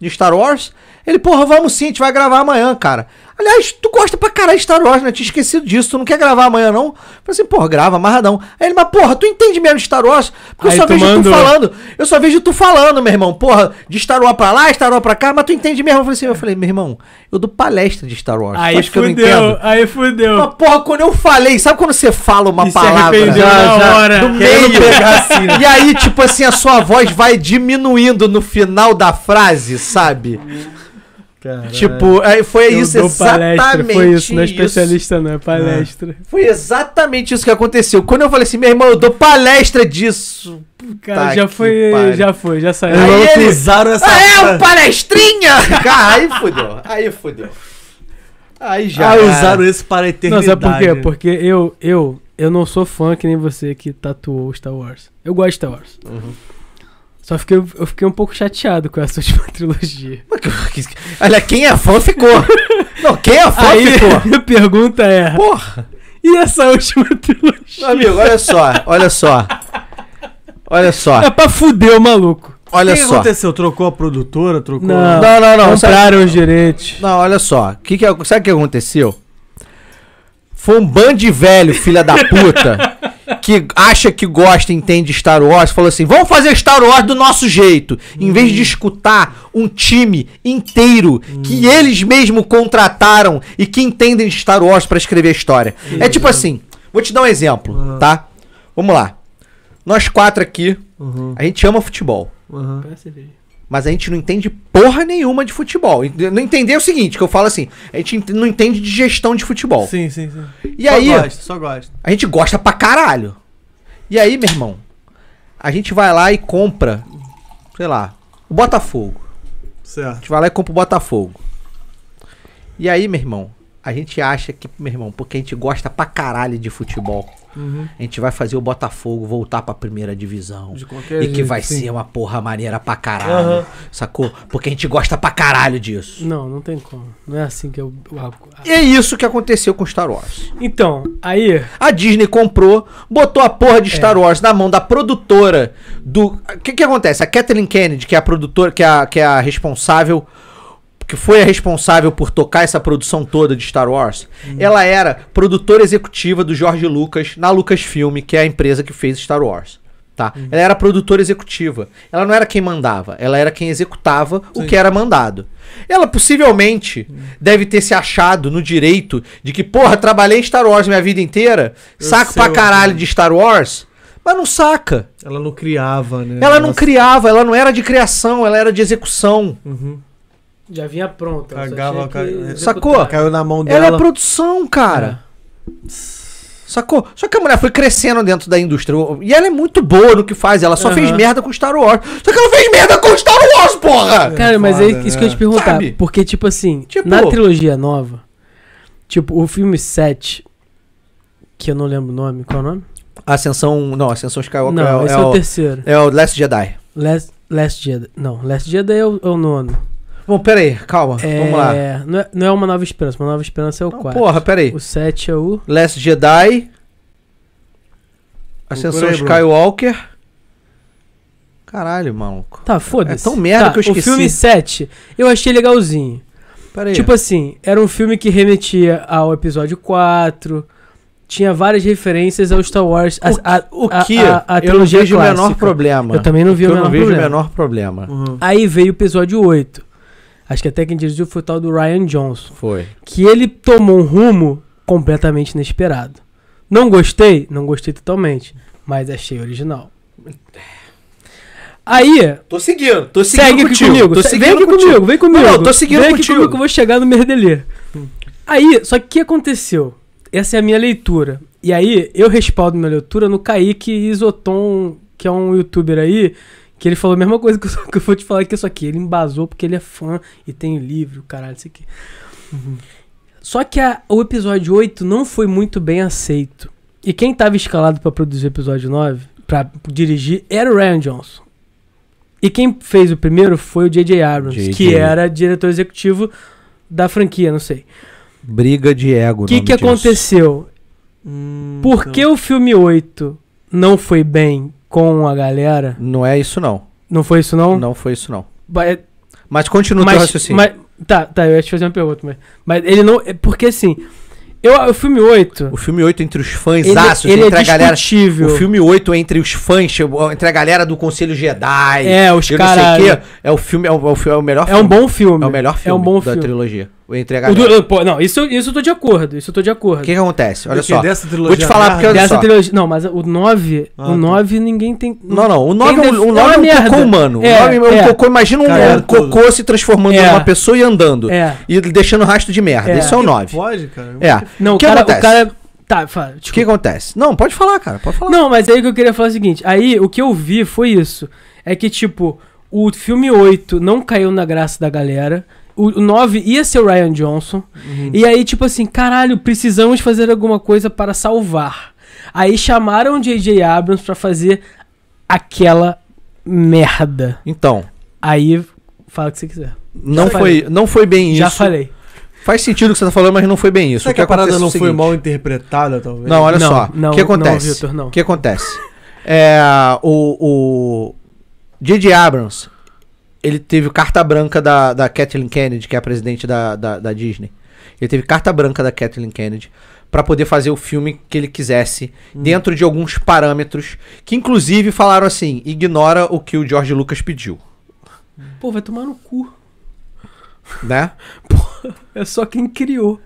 C: De Star Wars? Ele, porra, vamos sim, a gente vai gravar amanhã, cara. Aliás, tu gosta pra caralho de Star Wars, né? Tinha esquecido disso, tu não quer gravar amanhã, não? Eu falei assim, porra, grava, amarradão. Aí ele, mas porra, tu entende mesmo de Star Wars? Porque
A: Aí
C: eu só
A: tu
C: vejo
A: mandou.
C: tu falando, eu só vejo tu falando, meu irmão, porra, de Star Wars pra lá, Star Wars pra cá, mas tu entende mesmo? Eu falei assim, eu falei, meu irmão, eu dou palestra de Star Wars, tu
A: Aí
C: acha que eu não
A: fudeu,
C: entendo?
A: aí fudeu.
C: Mas porra, quando eu falei, sabe quando você fala uma
A: E se
C: palavra?
A: arrependeu né? na hora.
C: do meio. E aí, tipo assim, a sua voz vai diminuindo no final da frase, sabe? Tipo, aí foi
A: Eu
C: isso
A: dou
C: exatamente.
A: palestra, foi isso, não é
C: isso.
A: especialista não, é palestra.
C: Foi exatamente isso que aconteceu. Quando eu falei assim, meu irmão, eu dou palestra disso.
A: Cara,
C: Puta
A: já
C: Tá que É
A: foi,
C: pariu.
A: já foi, já saiu.
C: Aí ele-
B: usaram essa.
C: Ah, é, um palestrinha! Cara, aí fudeu, aí fudeu. Aí já.
B: Já Ah, usaram isso para a
A: não,
B: eternidade.
A: sabe por quê? Porque eu, eu, eu não sou fã que nem você que tatuou Star Wars. Eu gosto de Star Wars.
C: Uhum.
A: Só fiquei, eu fiquei um pouco chateado com essa (laughs) última trilogia.
C: Olha, quem é fã ficou. Não, quem é fã
A: Aí
C: ficou.
A: (laughs) a minha pergunta é,
C: Porra.
A: e essa última trilogia?
C: Meu amigo, olha só, olha só. Olha só,
A: É pra fuder o maluco.
C: olha
B: o que que
C: só.
B: aconteceu? Trocou a produtora? Trocou.
A: Não.
C: Não, não, não. sabe-
A: Compraram os direitos.
C: Não, olha só. Que que, sabe o que aconteceu? Foi um bando de velho, filha da puta, que acha que gosta e entende Star Wars, falou assim: vamos fazer Star Wars do nosso jeito. Em vez de escutar um time inteiro que eles mesmos contrataram e que entendem de Star Wars pra escrever a história. É tipo assim: vou te dar um exemplo, tá? Vamos lá. Nós quatro aqui,
B: Uhum,
C: a gente ama futebol.
B: uhum.
C: Mas a gente não entende porra nenhuma de futebol. Ent- Não entender é o seguinte, que eu falo assim, a gente ent- não entende de gestão de futebol.
B: Sim, sim, sim.
C: E aí,
B: Só gosto, só gosto.
C: a gente gosta pra caralho. E aí, meu irmão, a gente vai lá e compra, sei lá, o Botafogo. A
B: Certo.
C: gente vai lá e compra o Botafogo. E aí, meu irmão, a gente acha que, meu irmão, porque a gente gosta pra caralho de futebol,
B: Uhum.
C: a gente vai fazer o Botafogo voltar pra primeira divisão.
B: De qualquer
C: E que
B: jeito,
C: vai
B: sim.
C: ser uma porra maneira pra caralho.
B: Aham.
C: Sacou? Porque a gente gosta pra caralho disso.
A: Não, não tem como. Não é assim que eu... eu-
C: E é isso que aconteceu com Star Wars.
A: Então, aí...
C: A Disney comprou, botou a porra de Star Wars na mão da produtora do. O que, que acontece? A Kathleen Kennedy, que é a produtora, que é a, que é a responsável, que foi a responsável por tocar essa produção toda de Star Wars,
B: Hum.
C: ela era produtora executiva do George Lucas na Lucasfilm, que é a empresa que fez Star Wars. Tá?
B: Hum.
C: Ela era produtora executiva. Ela não era quem mandava, ela era quem executava o que era mandado. Ela possivelmente
B: Hum.
C: deve ter se achado no direito de que, porra, trabalhei em Star Wars minha vida inteira, saco
B: sei
C: pra
B: o-
C: caralho de Star Wars, mas não saca.
B: Ela não criava, né?
C: Ela não criava, ela não era de criação, ela era de execução.
B: Uhum.
A: Já vinha pronta. só
B: Cagava,
A: tinha que
B: caga-
C: Sacou?
A: executar.
B: Caiu na mão
C: Ela é
B: dela.
C: produção, cara. Sacou? Só que a mulher foi crescendo dentro da indústria. E ela é muito boa no que faz. Ela só
A: Aham.
C: fez merda com Star Wars. Só que ela fez merda com Star Wars, porra!
A: Cara, mas é
B: foda,
A: isso que eu ia te
B: né?
A: perguntar.
C: Sabe?
A: Porque, tipo assim,
C: Tipo-
A: na trilogia nova, tipo, o filme 7, que eu não lembro o nome, qual é o nome?
C: Ascensão. um, Não, Ascensão Skywalker
A: não,
C: é, o-
A: esse
C: é
A: é o,
C: o,
A: terceiro.
C: é o Last Jedi.
A: Last, Last Jedi. Não, Last Jedi é o, é o nono.
C: Bom, pera aí, calma.
A: É,
C: Vamos lá.
A: Não é, não é Uma Nova Esperança, Uma Nova Esperança é o
C: Não,
A: 4.
C: porra, pera aí.
A: O 7 é o...
C: Last Jedi. Ascensão
B: Procura aí, Bruno.
C: Skywalker. Caralho, maluco.
A: Tá, foda-se.
C: É tão merda
A: Tá,
C: que eu esqueci.
A: O filme 7, eu achei legalzinho.
C: Pera aí.
A: Tipo assim, era um filme que remetia ao episódio 4, tinha várias referências ao Star Wars. A, a-
C: o
A: a-
C: que
A: a- a
C: eu não
A: trilogia
C: vejo o menor
A: clássica.
C: problema.
A: eu também não vi
C: eu
A: o
C: não
A: menor
C: vejo o
A: problema.
C: menor problema.
B: Uhum.
A: Aí veio o episódio 8. Acho que até quem dirigiu foi o tal do Ryan Johnson.
C: Foi.
A: Que ele tomou um rumo completamente inesperado. Não gostei? Não gostei totalmente. Mas achei original. Aí,
C: Tô seguindo, tô
A: Segue aqui comigo. se- vem aqui comigo, vem comigo.
C: Não, não, tô seguindo
A: vem aqui
C: contigo.
A: comigo que eu vou chegar no merdelê. Aí, só que o que aconteceu? Essa é a minha leitura. E aí, eu respaldo minha leitura no Kaique Isoton, que é um youtuber aí, que ele falou a mesma coisa que eu, que eu vou te falar que isso aqui. Ele embasou porque ele é fã e tem livro, caralho, isso aqui. Só que a- o episódio 8 não foi muito bem aceito. E quem tava escalado pra produzir o episódio 9, pra dirigir, era o Ryan Johnson. E quem fez o primeiro foi o J.J. Abrams,
C: J.J..
A: que era diretor executivo da franquia, não sei.
C: Briga de ego.
A: O que, que aconteceu?
B: Hum,
A: Por que
B: então.
A: o filme 8 não foi bem com a galera?
C: Não é isso, não.
A: Não foi isso, não?
C: Não foi isso, não.
A: Ba- é-
C: Mas continua o teu
A: mas,
C: raciocínio.
A: mas- tá, tá, eu ia te fazer uma pergunta, mas, mas ele não. é Porque assim, eu, o filme 8.
C: O filme 8 entre os fãs,
A: Ele,
C: aços,
A: ele
C: entre
A: é
C: a galera.
A: discutível.
C: O filme 8 entre os fãs, entre a galera do Conselho Jedi.
A: É, os
C: eu não sei o
A: caras.
C: quê. É o filme, é o, é o fi- é o melhor
A: É um bom filme.
C: É o melhor filme
A: É um bom
C: da
A: filme.
C: trilogia. O Entre a
A: O
C: galera.
A: do- pô, não, isso, isso eu tô de acordo. Isso eu tô de
C: O
A: acordo.
C: que, que acontece? Olha
B: Porque
C: só.
B: Dessa trilogia
C: Vou te falar porque
B: merda,
C: olha
A: Dessa
C: só.
A: trilogia. Não, mas o 9.
B: Ah,
A: o
B: tá.
A: 9 ninguém tem.
C: Não, não. O 9
A: Quem
C: é um,
A: def-
C: o nove
A: é
C: é um
A: uma merda.
C: cocô humano.
A: É,
C: o 9 é um
A: é.
C: cocô. Imagina um,
B: Cara,
C: um cocô se transformando
A: É.
C: em uma pessoa e andando.
A: É.
C: E deixando rastro de merda.
A: É.
C: Isso é o
B: que
C: 9.
B: Pode, cara.
C: É.
A: Não, o
C: que
A: cara, o
C: acontece?
A: cara. Tá, fala.
C: O que
A: Desculpa.
C: acontece? Não, pode falar, cara. Pode falar.
A: Não, mas aí o que eu queria falar é o seguinte. Aí o que eu vi foi isso. É que, tipo, o filme 8 não caiu na graça da galera. O o 9 ia ser o Ryan Johnson.
C: Uhum.
B: é
A: E aí, tipo assim, caralho, precisamos fazer alguma coisa para salvar. Aí chamaram o J.J. Abrams pra fazer aquela merda.
C: Então,
A: Aí, fala o que você quiser.
C: não
A: Já
C: foi, não foi bem
A: Já
C: isso.
A: falei.
C: Faz sentido o que você tá falando, mas não foi bem isso.
B: Será
C: O
B: que a parada
C: acontece é
B: não
C: o
B: foi
C: seguinte.
B: mal interpretada, talvez?
C: Não, olha
A: Não,
C: só.
A: não,
C: o que
A: não,
C: acontece?
A: Vitor, não.
C: O que acontece? É, o o J.J. Abrams, ele teve carta branca da, da Kathleen Kennedy, que é a presidente da, da, da Disney. Ele teve carta branca da Kathleen Kennedy pra poder fazer o filme que ele quisesse,
B: Hum.
C: dentro de alguns parâmetros, que inclusive falaram assim, ignora o que o George Lucas pediu,
A: Pô, vai tomar no cu.
C: né?
A: É só quem criou.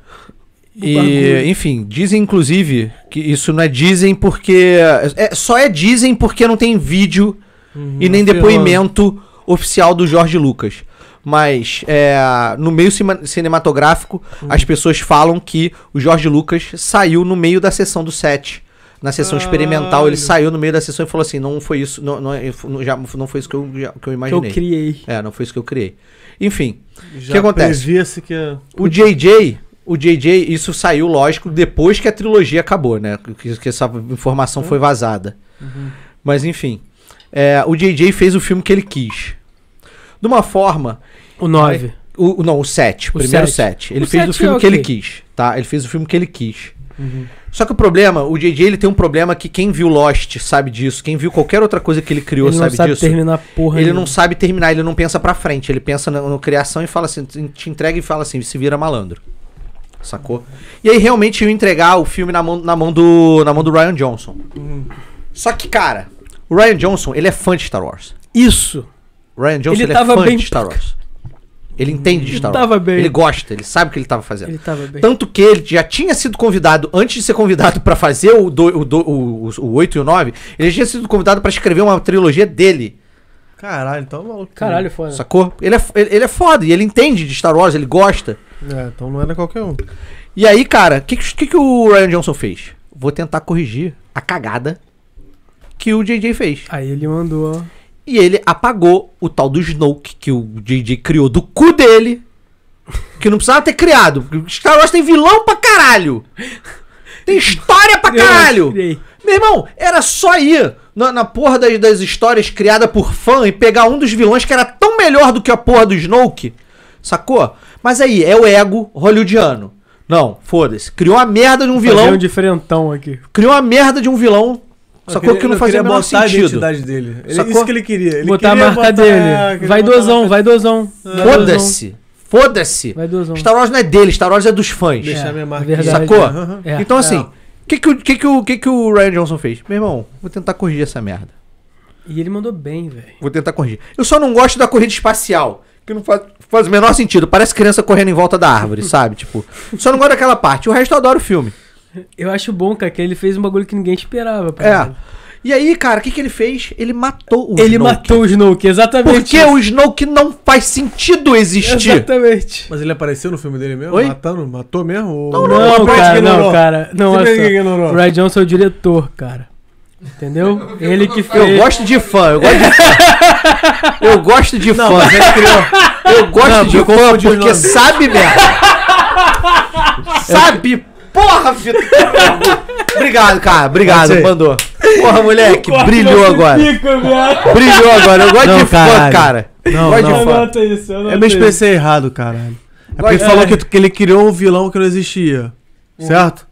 A: o bagulho.
C: E, enfim, dizem inclusive que isso não é dizem porque. É, só é dizem porque não tem vídeo
B: Uhum.
C: e nem
B: afirmando.
C: depoimento oficial do Jorge Lucas. Mas é, no meio cima- cinematográfico, as pessoas falam que o Jorge Lucas saiu no meio da sessão do set. Na sessão experimental,
B: Caralho.
C: ele saiu no meio da sessão e falou assim: não foi isso, não, não, é- já, não foi isso que eu, já- que eu
A: que eu
C: imaginei.
A: criei.
C: é, não foi isso que eu criei. Enfim,
B: O
C: que acontece?
B: Previa-se que. é-
C: o JJ, o JJ, isso saiu, lógico, depois que a trilogia acabou, né? Que, que essa informação foi vazada.
A: Uhum.
C: Mas enfim, é, o JJ fez o filme que ele quis. De uma forma.
A: O 9.
C: O, o- não, o 7,
A: O
C: o primeiro
A: sete.
C: 7. Ele
A: O
C: fez o
A: sete
C: filme
A: é
C: que ele
A: ok. Uhum.
C: quis, tá? Ele fez o filme que ele quis. Só que o problema, o JJ ele tem um problema que quem viu Lost sabe disso, quem viu qualquer outra coisa que ele criou
A: Ele não
C: sabe,
A: sabe
C: disso.
A: terminar porra
C: Ele
A: nenhuma.
C: não sabe terminar, ele não pensa pra frente, ele pensa na, na criação e fala assim, te te entrega e fala assim, se vira malandro. Sacou? E aí realmente ia entregar o filme na mão, na mão, do, na mão do Ryan Johnson.
B: Uhum.
C: Só que, cara, o Ryan Johnson, ele é fã de Star Wars.
A: Isso.
C: O Ryan Johnson,
A: Ele
C: ele, é
A: tava
C: fã
A: bem
C: de Star Wars. Ele entende de
A: Ele
C: Star Wars.
A: tava bem.
C: Ele gosta, Então, ele sabe o que ele tava fazendo.
A: Ele tava bem.
C: Tanto que ele já tinha sido convidado, antes de ser convidado pra fazer o, do, o, do, o, o 8 e o 9, ele já tinha sido convidado pra escrever uma trilogia dele.
B: Caralho, então é maluco.
A: Caralho, foda.
C: Sacou? Ele é, f- ele, ele é foda e ele entende de Star Wars, ele gosta.
B: É, então não era qualquer um.
C: E aí, cara, o que, que- que, que o Ryan Johnson fez? Vou tentar corrigir a cagada que o JJ fez.
A: Aí ele mandou. ó.
C: E ele apagou o tal do Snoke que o JJ criou do cu dele. Que não precisava ter criado. porque Star Wars tem vilão pra caralho. Tem história pra
A: Eu
C: caralho.
A: criei.
C: Meu irmão, era só ir na, na porra das, das histórias criadas por fã e pegar um dos vilões que era tão melhor do que a porra do Snoke, sacou? Mas aí, é o ego hollywoodiano. Não, foda-se. Criou a merda de um
A: Fazer
C: vilão.
A: um diferentão aqui.
C: Criou a merda de um vilão. Sacou
B: Ele-
C: que não
B: ele queria
C: fazia o menor
B: botar a
C: sentido.
B: identidade dele. Ele,
C: Sacou?
B: isso que ele queria. Ele
A: botar a
B: queria
A: marca
B: botar- é,
A: dele.
B: queria
A: Vai
B: botar a
A: dozão,
B: marca-
A: vai dozão. Vai dozão.
C: Foda-se. Foda-se.
A: Vai dozão.
C: Star Wars não é dele, Star Wars é dos fãs.
B: Deixar
A: É,
B: minha marca.
A: verdade.
C: Sacou?
A: É.
C: Então assim, o que, que, o- que, que, o- que, que o Ryan Johnson fez? Meu irmão, vou tentar corrigir essa merda.
A: E ele mandou bem, velho.
C: Vou tentar corrigir. Eu só não gosto da corrida espacial. Que não faz, faz o menor sentido. Parece criança correndo em volta da
A: (laughs)
C: árvore, sabe? Tipo, só não gosto daquela parte. O resto eu adoro o filme.
A: Eu acho bom, cara, que ele fez um bagulho que ninguém esperava. pra
C: É.
A: ele.
C: E aí, cara, o que, que ele fez? Ele matou o
A: Ele
C: Snoke.
A: matou o Snoke, exatamente.
C: Porque
A: isso.
C: o Snoke não faz sentido existir.
A: Exatamente.
B: Mas ele apareceu no filme dele mesmo?
C: Oi?
B: Matando? Matou mesmo? Ou-
A: Não,
B: Ou a parte
A: cara,
B: que
A: não,
B: ignorou?
A: cara. Não,
B: Sempre
A: olha só.
B: ninguém ignorou.
A: O Ryan Johnson é o diretor, cara.
C: (laughs)
A: Entendeu? Ele que fez.
C: Eu gosto de fã, eu gosto de fã. Eu
B: é
C: gosto de fã. Eu gosto de fã porque sabe merda. Sabe? Porra, Vitor! Obrigado, cara. Obrigado,
B: Pode ser.
C: mandou. Porra, moleque,
A: Corta
C: brilhou
A: esse
C: agora.
A: Pico, viado.
C: Brilhou agora. Eu gosto
B: Não,
C: de fã,
B: caralho.
C: cara.
B: Não,
C: Gosto
B: não. É
C: de
A: Eu
C: fã.
A: noto isso, eu
B: Eu
A: noto
B: me
A: isso.
B: expressei errado, caralho. É porque ele
A: É.
B: falou que, tu- que ele criou um vilão que não existia. Certo?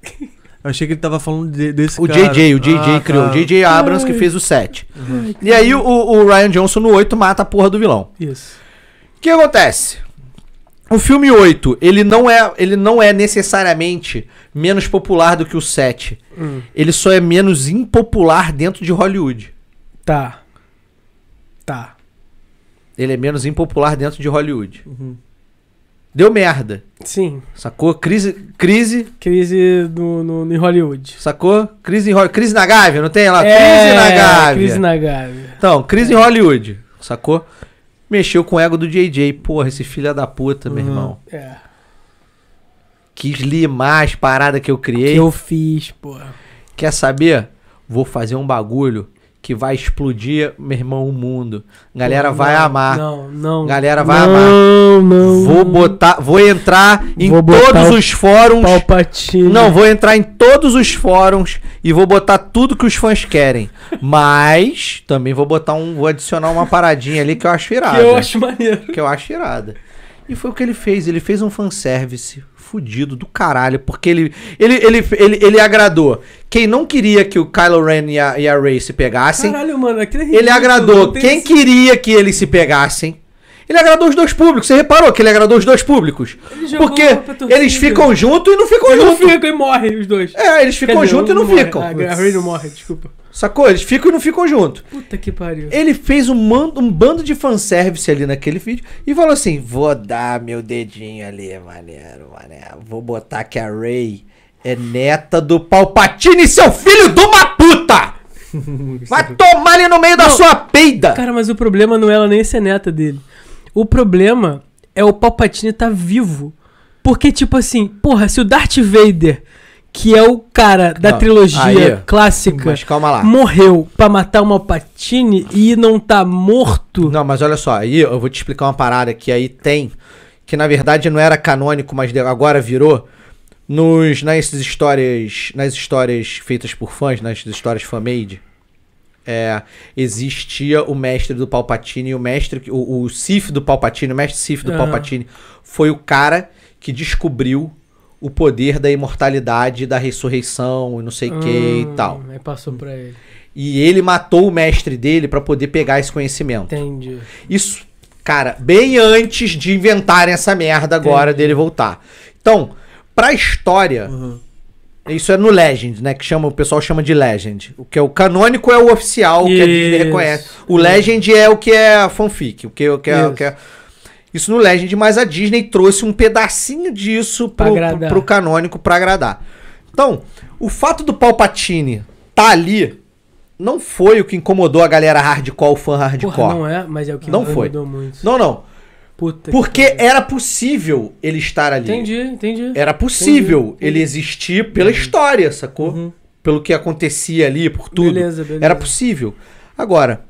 B: Eu achei que ele tava falando de- desse
C: O
B: cara.
C: JJ, o JJ
B: Ah, Uhum.
C: criou. O
B: tá.
C: JJ Abrams que fez o 7. E aí o, o Ryan Johnson no 8 mata a porra do vilão.
A: Isso.
C: O que acontece? O filme 8, ele não é, ele não é necessariamente menos popular do que o 7.
A: Hum.
C: Ele só é menos impopular dentro de Hollywood.
A: Tá. Tá.
C: Ele é menos impopular dentro de Hollywood.
B: Uhum.
C: Deu merda.
A: Sim.
C: Sacou? Crise, crise,
A: Crise no, no, em Hollywood.
C: sacou? Crise em Hollywood. Crise na Gávea, não tem lá? Ah, crise
A: É,
C: na Gávea.
A: Crise na Gávea.
C: Então, crise em Hollywood, sacou? Mexeu com o ego do JJ. Porra, esse filho da puta, meu
B: Uhum.
C: irmão.
A: É.
C: Quis limar as paradas que eu criei.
A: Que eu fiz, porra.
C: Quer saber? Vou fazer um bagulho que vai explodir, meu irmão, o mundo. Galera
A: Não,
C: vai amar.
A: Não, não.
C: Galera vai amar.
A: não, Não,
C: Vou botar, vou entrar em
A: Vou botar
C: todos
A: o
C: os fóruns.
A: Palpatine.
C: Não, vou entrar em todos os fóruns e vou botar tudo que os fãs querem.
A: (laughs)
C: Mas também vou botar um, vou adicionar uma paradinha ali que eu acho irada.
A: Que eu acho maneiro.
C: que eu acho irada. E foi o que ele fez. Ele fez um fanservice fudido do caralho, porque ele, ele, ele, ele, ele agradou quem não queria que o Kylo Ren e a, e a Rey se pegassem.
A: Caralho, mano. Aquele é
C: ele
A: ridículo,
C: agradou
A: não tem
C: quem
A: esse-
C: queria que eles se pegassem. Ele agradou os dois públicos. Você reparou que ele agradou os dois públicos?
A: Ele jogou
C: Porque
A: pra torcida.
C: eles ficam juntos e não ficam
A: Eles não
C: juntos.
A: ficam e morrem os dois.
C: É, eles ficam
A: Quer dizer,
C: juntos e
A: um
C: não
A: morre.
C: ficam.
A: Ah, A Ray não morre, desculpa.
C: Sacou? Eles ficam e não ficam juntos.
A: Puta que pariu.
C: Ele fez um, man- um bando de fanservice ali naquele vídeo e falou assim: vou dar meu dedinho ali, maneiro, maneiro. Vou botar que a Ray é neta do Palpatine, seu filho de uma puta! Vai tomar ele no meio da sua peida!
A: Cara, mas o problema não é ela nem ser neta dele. O problema é o Palpatine tá vivo. Porque, tipo assim, porra, se o Darth Vader, que é o cara da
C: Não,
A: trilogia
C: aí- é.
A: clássica,
C: Mas ah. calma lá.
A: morreu pra matar uma Palpatine e não tá morto.
C: Não, mas olha só, aí eu vou te explicar uma parada que aí tem, que na verdade não era canônico, mas de- agora virou. Nos, nas histórias. Nas histórias feitas por fãs, nas histórias fan-made, é, existia o mestre do Palpatine e o mestre. que- O, o Sif do Palpatine, o mestre Sif do
A: Aham.
C: Palpatine, foi o cara que descobriu o poder da imortalidade, da ressurreição e não sei o que e
A: Hum,
C: tal.
A: Aí passou pra ele.
C: E ele matou o mestre dele pra poder pegar esse conhecimento.
A: Entendi.
C: Isso, cara, bem antes de inventarem essa merda agora dele voltar. Então, pra história,
B: Uhum.
C: isso é no Legend, né? Que chama, o pessoal chama de Legend. O que é o canônico é o oficial, o que a Disney
A: Isso.
C: reconhece. O Legend é o que é fanfic, o que, o que, é, o
A: Isso.
C: que é. Isso no Legend, mas a Disney trouxe um pedacinho disso
A: Pra
C: pro, pro,
A: agradar.
C: pro canônico pra agradar. Então, o fato do Palpatine tá ali não foi o que incomodou a galera hardcore, o fã hardcore.
A: Porra, não é, mas é o que
C: Não
A: me
C: foi.
A: mudou muito.
C: Não, não.
A: Puta que
C: Porque
A: pariu.
C: era possível ele estar ali.
A: Entendi, entendi.
C: Era possível ele existir pela história, sacou?
A: Uhum.
C: Pelo que acontecia ali, por tudo.
A: Beleza, beleza.
C: Era possível. Agora,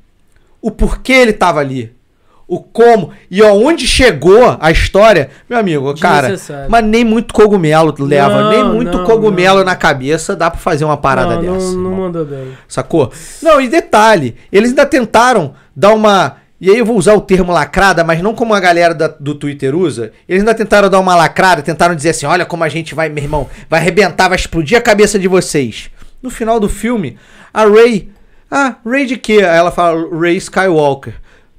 C: o porquê ele tava ali, o como e aonde chegou a história, meu amigo, cara,
A: Desnecessário.
C: mas nem muito cogumelo leva,
A: Não,
C: nem muito
A: não,
C: cogumelo
A: não.
C: na cabeça dá pra fazer uma parada
A: não,
C: dessa.
A: Não,
C: irmão.
A: não mandou bem.
C: Sacou? Não, e detalhe, eles ainda tentaram dar uma. E aí eu vou usar o termo lacrada, mas não como a galera da- do Twitter usa. Eles ainda tentaram dar uma lacrada, tentaram dizer assim: olha como a gente vai, meu irmão, vai arrebentar, vai explodir a cabeça de vocês. No final do filme, a Ray. Ah, Ray de quê? Aí ela fala, Ray Skywalker.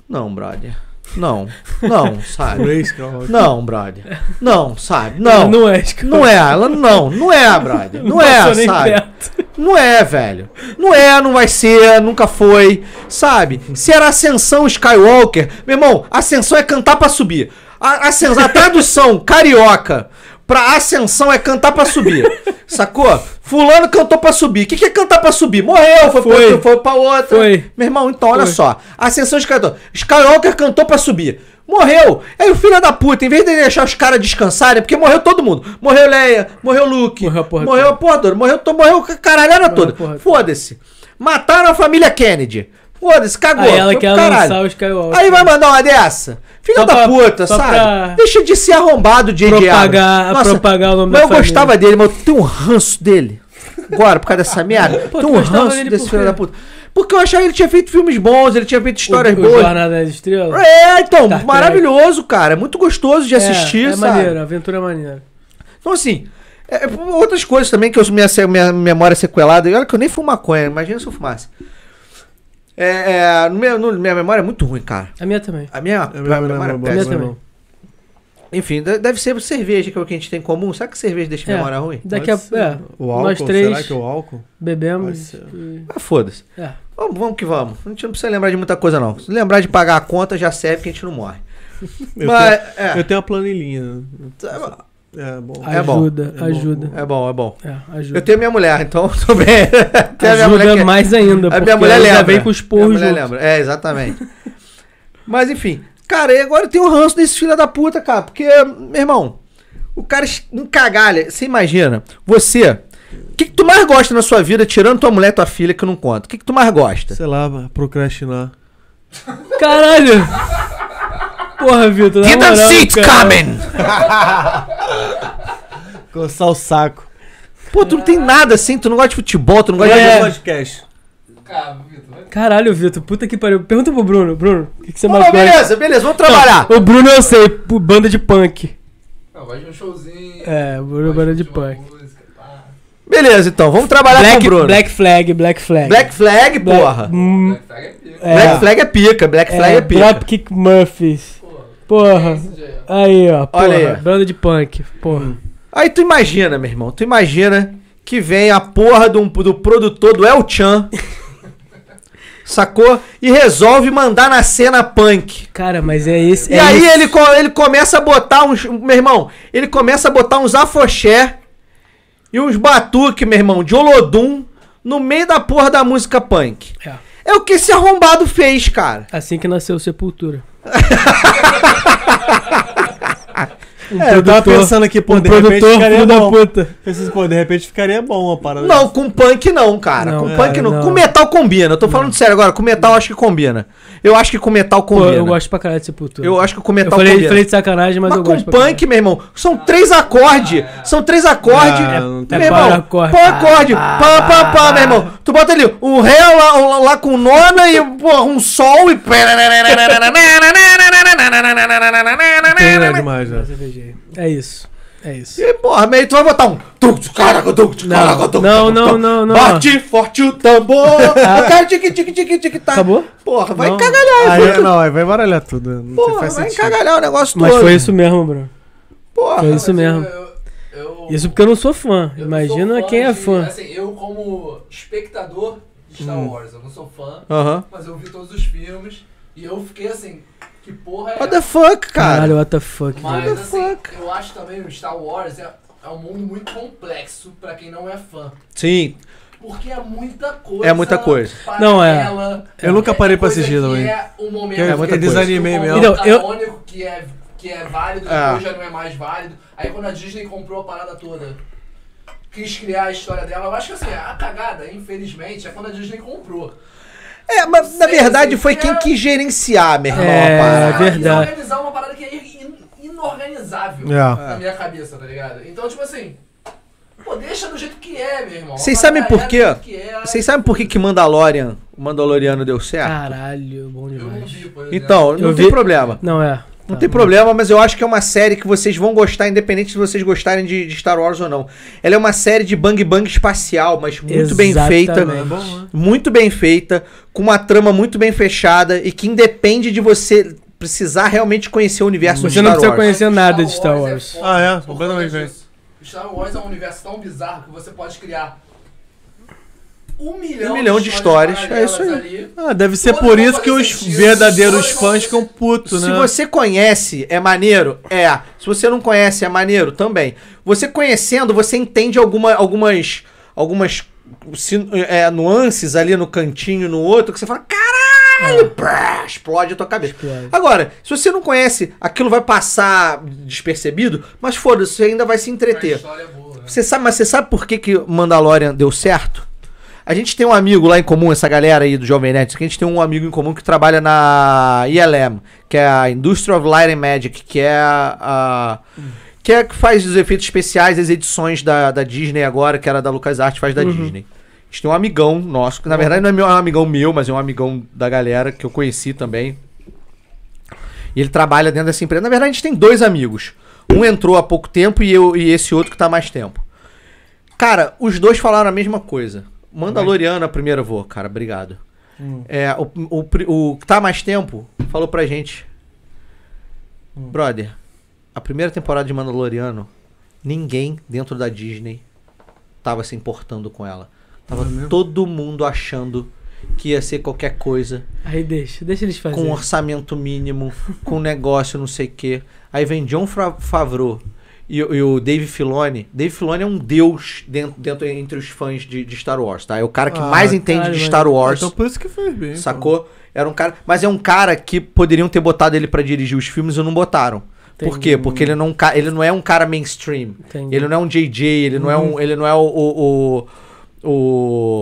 C: Não, brother. Não. Não, sabe?
B: Grace, calma.
C: Não, brother. Não, sabe? Não.
A: Não é.
C: Não é, ela não, não é,
A: (laughs)
C: brother. Não é,
A: passou nem
C: sabe?
A: perto.
C: Não é, velho. Não é, não vai ser, nunca foi. Sabe? Se era Ascensão Skywalker, meu irmão, Ascensão é cantar pra subir. A, ascensão, a tradução (laughs) carioca pra Ascensão é cantar pra subir. Sacou? Fulano cantou pra subir. O que, que é cantar pra subir? Morreu, foi,
A: Foi.
C: Pra, foi pra outra.
A: Foi.
C: Meu irmão, então olha
A: Foi.
C: só. Ascensão Skywalker. Skywalker cantou pra subir. Morreu! Aí o filho da puta, em vez de deixar os caras descansarem, é porque morreu todo mundo. Morreu Leia, morreu Luke,
A: Morreu a porra
C: morreu a porra toda, morreu, to- morreu a caralhada
A: Morreu a
C: toda.
A: porra toda.
C: Foda-se. Mataram a família Kennedy. Foda-se, cagou.
A: Aí ela
C: foi pro
A: quer
C: caralho.
A: lançar os Skywalker.
C: Aí vai mandar uma dessa? Filha
A: Só
C: da
A: pra-
C: puta,
A: só
C: sabe?
A: pra-
C: Deixa de ser arrombado de
A: propagar, propagar o nome
C: Mas
A: da
C: eu
A: família.
C: gostava dele, mas eu tenho um ranço dele. Agora, por
A: (laughs)
C: causa dessa merda.
A: Pô, tu
C: tenho um
A: gostava
C: ranço
A: dele
C: desse
A: por
C: filho
A: quê?
C: da puta. Porque eu achava que ele tinha feito filmes bons, ele tinha feito histórias
A: o, o
C: boas.
A: Jornada das Estrelas.
C: É, então,
A: Star Trek.
C: maravilhoso, cara. Muito gostoso de
A: É,
C: assistir,
A: é,
C: sabe?
A: maneiro, aventura maneira.
C: Então, assim, é, é, por outras coisas também que eu, minha, se- minha memória é sequelada. E olha que eu nem fumo maconha, imagina se eu fumasse. É, é, no meu- no- minha memória é muito ruim, cara.
A: A minha também.
C: A minha,
B: Eu
C: a
B: me
C: minha
B: lembro,
C: memória é
B: eu
A: A
B: Péssimo,
A: minha
C: péssima.
A: também.
C: Enfim, de- deve ser cerveja, que é o que a gente tem em comum. Será que cerveja deixa a
A: É.
C: memória ruim?
A: Daqui a
B: Pode ser.
A: é,
B: O álcool,
A: nós três
B: será que é o álcool? Pode
A: bebemos.
B: ser.
A: e-
C: Ah, foda-se.
A: É.
C: Vamos, vamos que vamos. A gente não precisa lembrar de muita coisa, não. Se lembrar de pagar a conta, já serve que a gente não morre.
B: Eu
C: Mas,
B: tenho-
C: é,
B: Eu tenho a planilhinha. É bom.
C: É bom.
A: Ajuda,
B: bom,
A: ajuda.
B: bom.
C: é bom, é bom.
A: É, ajuda.
C: Eu tenho minha mulher, então (laughs) tô bem. Tem a minha mulher
A: ajuda
C: que é-
A: mais ainda.
C: A
A: porque
C: minha mulher
A: ela
C: lembra.
A: Já vem com os
C: Minha
A: porros
C: mulher
A: junto.
C: lembra. É, exatamente. Mas enfim. Cara, e agora tem o ranço desse filho da puta, cara. Porque, meu irmão, o cara es- encagalha. Você imagina, você. O que, que tu mais gosta na sua vida, tirando tua mulher e tua filha, que eu não conto? O que, que tu mais gosta?
B: Sei lá, procrastinar.
A: Caralho! Porra, Vitor. na
C: Get the
A: moral,
C: seats
A: cara.
C: coming!
B: Coçar o saco.
C: Pô, tu não tem nada assim, tu não gosta de futebol, tu não
A: É,
C: gosta
B: Olha o
C: de.
B: podcast.
D: Cara, Vitor, vai
A: Caralho, Vitor. Puta que pariu. Pergunta pro Bruno. Bruno, o que, que você
C: Pô,
A: mais Então. gosta?
C: beleza, beleza, vamos trabalhar.
A: O Bruno eu sei, p- banda de punk.
D: Não, vai de um showzinho.
A: É, o Bruno é
D: vai
A: banda de
D: uma
A: punk.
D: música, pá.
C: Beleza, então, vamos trabalhar com
A: Black,
C: o Bruno.
A: Black Flag, Black Flag.
C: Black Flag,
A: Black-
C: porra.
A: Hum,
D: Black Flag é pica.
A: é,
C: Black Flag é pica, Black Flag é,
A: é,
C: pica.
A: Dropkick Murphys.
D: Porra.
A: Porra.
D: Esse já é.
A: Aí, ó. Porra,
C: Olha aí. Hum.
A: Banda de punk. Porra.
C: Aí tu imagina, meu irmão, tu imagina que vem a porra do, do produtor do El Chan, (laughs) sacou? E resolve mandar na cena punk.
A: Cara, mas é esse.
C: E
A: é
C: aí
A: esse-
C: ele, co- ele começa a botar uns. Meu irmão, ele começa a botar uns afoxé e uns batuque, meu irmão, de Olodum, no meio da porra da música punk.
A: É.
C: É o que esse arrombado fez, cara.
A: Assim que nasceu
C: (laughs)
A: Sepultura. um
B: É, eu tava pensando aqui, pô,
A: um
B: de repente
A: produtor,
B: ficaria
A: filho da
B: bom.
A: puta.
B: Pensei, pô, de repente ficaria bom uma parada.
C: Não, com punk não, cara.
A: Não,
C: com
A: cara,
C: punk não.
A: não.
C: Com metal combina. Eu tô falando sério agora. Com metal eu acho que combina. Eu acho que com metal
A: Pô,
C: combina.
A: eu gosto pra caralho de Sepultura.
C: Eu acho que com
A: Eu
C: metal
A: falei,
C: combina.
A: falei de sacanagem, mas,
C: mas
A: eu
C: com
A: gosto. pra
C: punk, meu irmão, são três acordes. São três acordes.
B: Ah, não
A: tem-
C: meu
A: É
C: irmão,
A: para acorde.
C: põe acorde.
A: Pá,
C: Pá,
A: pá,
C: pá, pá,
A: pá.
C: meu irmão. Tu bota ali um ré lá, lá- lá com nona e porra, um sol e.
B: Tem, né, demais, né?
A: caralho. É isso. É isso.
C: E, porra, meio tu vai botar um. "Ah,
A: Não, não, não, não.
C: então." Bate né? forte o tambor. Eu quero tique, tique, tique, tique, tá.
A: Acabou?
C: Porra, vai
B: Não.
C: encagalhar.
B: Aí,
C: vai-
B: não, aí vai embaralhar tudo. né? Não sei,
C: Porra,
B: faz
C: vai
B: sentido.
C: encagalhar o negócio
A: Mas
C: todo.
A: foi isso mesmo, Bruno.
C: Porra.
A: Foi isso
D: Mas assim,
A: mesmo.
D: eu- eu-
A: Isso porque eu não sou fã.
D: eu não sou
A: Imagina
D: fã
A: quem é
D: de-
A: fã. Hum.
D: Assim, eu como espectador de Star Wars, eu não sou fã,
C: Aham.
D: mas eu vi todos os filmes e eu fiquei assim, que porra é
C: What the fuck, cara?
A: Caralho, what the fuck.
D: Mas
A: velho.
D: assim,
C: fuck?
D: eu acho também o Star Wars é, é um mundo muito complexo pra quem não é fã.
C: Sim.
D: Porque é muita coisa.
C: É muita coisa.
A: Não, é.
D: paralela,
B: Eu nunca parei pra
D: coisa
B: assistir
D: que
B: também.
D: É um momento
B: É
C: muita
D: que
C: coisa.
B: Desanimei
D: que
B: mesmo.
A: Então, eu-
D: canônico que é, que é válido,
C: É.
D: depois já não é mais válido. Aí quando a Disney comprou a parada toda, quis criar a história dela. Eu acho que assim, a cagada, infelizmente, é quando a Disney comprou.
C: É, mas na
D: Sei,
C: verdade
D: sei,
C: foi
D: é.
C: quem quis gerenciar, meu irmão.
A: É,
C: a parada.
D: Ela quis
A: verdade.
D: organizar uma parada que é in- inorganizável
B: É.
D: na minha cabeça, tá ligado? Então, tipo assim, pô, deixa do jeito que é, meu irmão.
C: Vocês
D: A parada
C: sabem por
D: é do
C: quê?
D: jeito que é.
C: Vocês sabem por que que Mandalorian, o Mandaloriano deu certo?
A: Caralho, é bom
D: Eu não
A: demais.
D: vi, por exemplo.
C: então, não
A: Ah. Eu
C: tem
A: vi-
C: problema.
A: Não é.
C: Não
A: Tá,
C: tem problema, mas eu acho que é uma série que vocês vão gostar, independente se vocês gostarem de, de Star Wars ou não. Ela é uma série de bang bang espacial, mas muito bem feita.
A: Exatamente.
B: É bom, né?
C: muito bem feita, com uma trama muito bem fechada e que independe de você precisar realmente conhecer o universo do
A: Você
C: Star
A: não precisa
C: Wars.
A: conhecer nada de Star
D: é
A: Wars.
D: foda
B: Ah, é?
D: por causa
B: Completamente
D: disso. Star Wars é um universo tão bizarro que você pode criar um milhão,
C: Um milhão de histórias, é
D: paralelas ali.
B: Ah, deve ser
D: Todo
B: por
D: mundo
B: isso que
D: vai
B: os
D: sentir.
B: verdadeiros
D: Todo mundo vai
B: fãs ficam putos, né?
C: Se você conhece, é maneiro? É. Se você não conhece, é maneiro também. Você conhecendo, você entende alguma, algumas, algumas sin- é, nuances ali no cantinho, no outro, que você fala, caralho, brá, explode a tua cabeça.
A: Explode.
C: Agora, se você não conhece, aquilo vai passar despercebido, mas foda-se, você ainda vai se
D: A
C: entreter.
D: história é boa, né?
C: Você sabe, mas você sabe por que que Mandalorian deu certo? A gente tem um amigo lá em comum, essa galera aí do Jovem Nerd, que a gente tem um amigo em comum que trabalha na ILM, que é a Industry of Light and Magic, que é a... que é a que faz os efeitos especiais, as edições da, da Disney agora, que era da LucasArts, faz da Disney. A gente tem um amigão nosso, que na verdade não é meu, é um amigão meu, mas é um amigão da galera que eu conheci também. E ele trabalha dentro dessa empresa. Na verdade, a gente tem dois amigos. Um entrou há pouco tempo e, eu, e esse outro que tá há mais tempo. Cara, os dois falaram a mesma coisa. Mandaloriano, a primeira vou, cara, obrigado.
B: Hum.
C: É, o, o, pri- o que tá há mais tempo falou pra gente. Brother, a primeira temporada de Mandaloriano, ninguém dentro da Disney tava se importando com ela. Tava todo mundo achando que ia ser qualquer coisa
A: Aí deixa, deixa eles
C: com
A: fazerem.
C: orçamento mínimo, com negócio não sei o quê. Aí vem John Fra- Favreau e, o- e o Dave Filoni. Dave Filoni é um deus dentro, dentro entre os fãs de, de Star Wars, tá? É o cara que
B: Ah,
C: mais entende
A: caralho,
C: de
A: mas-
C: Star Wars,
B: Então por isso que fez bem. pô.
C: sacou? Era um cara, mas é um cara que poderiam ter botado ele pra dirigir os filmes e não botaram. Por
A: Entendi.
C: quê? Porque ele não, ca- ele não é um cara mainstream.
A: Entendi. Uhum.
C: Ele não é um JJ, ele não é um, ele não é o, o, o-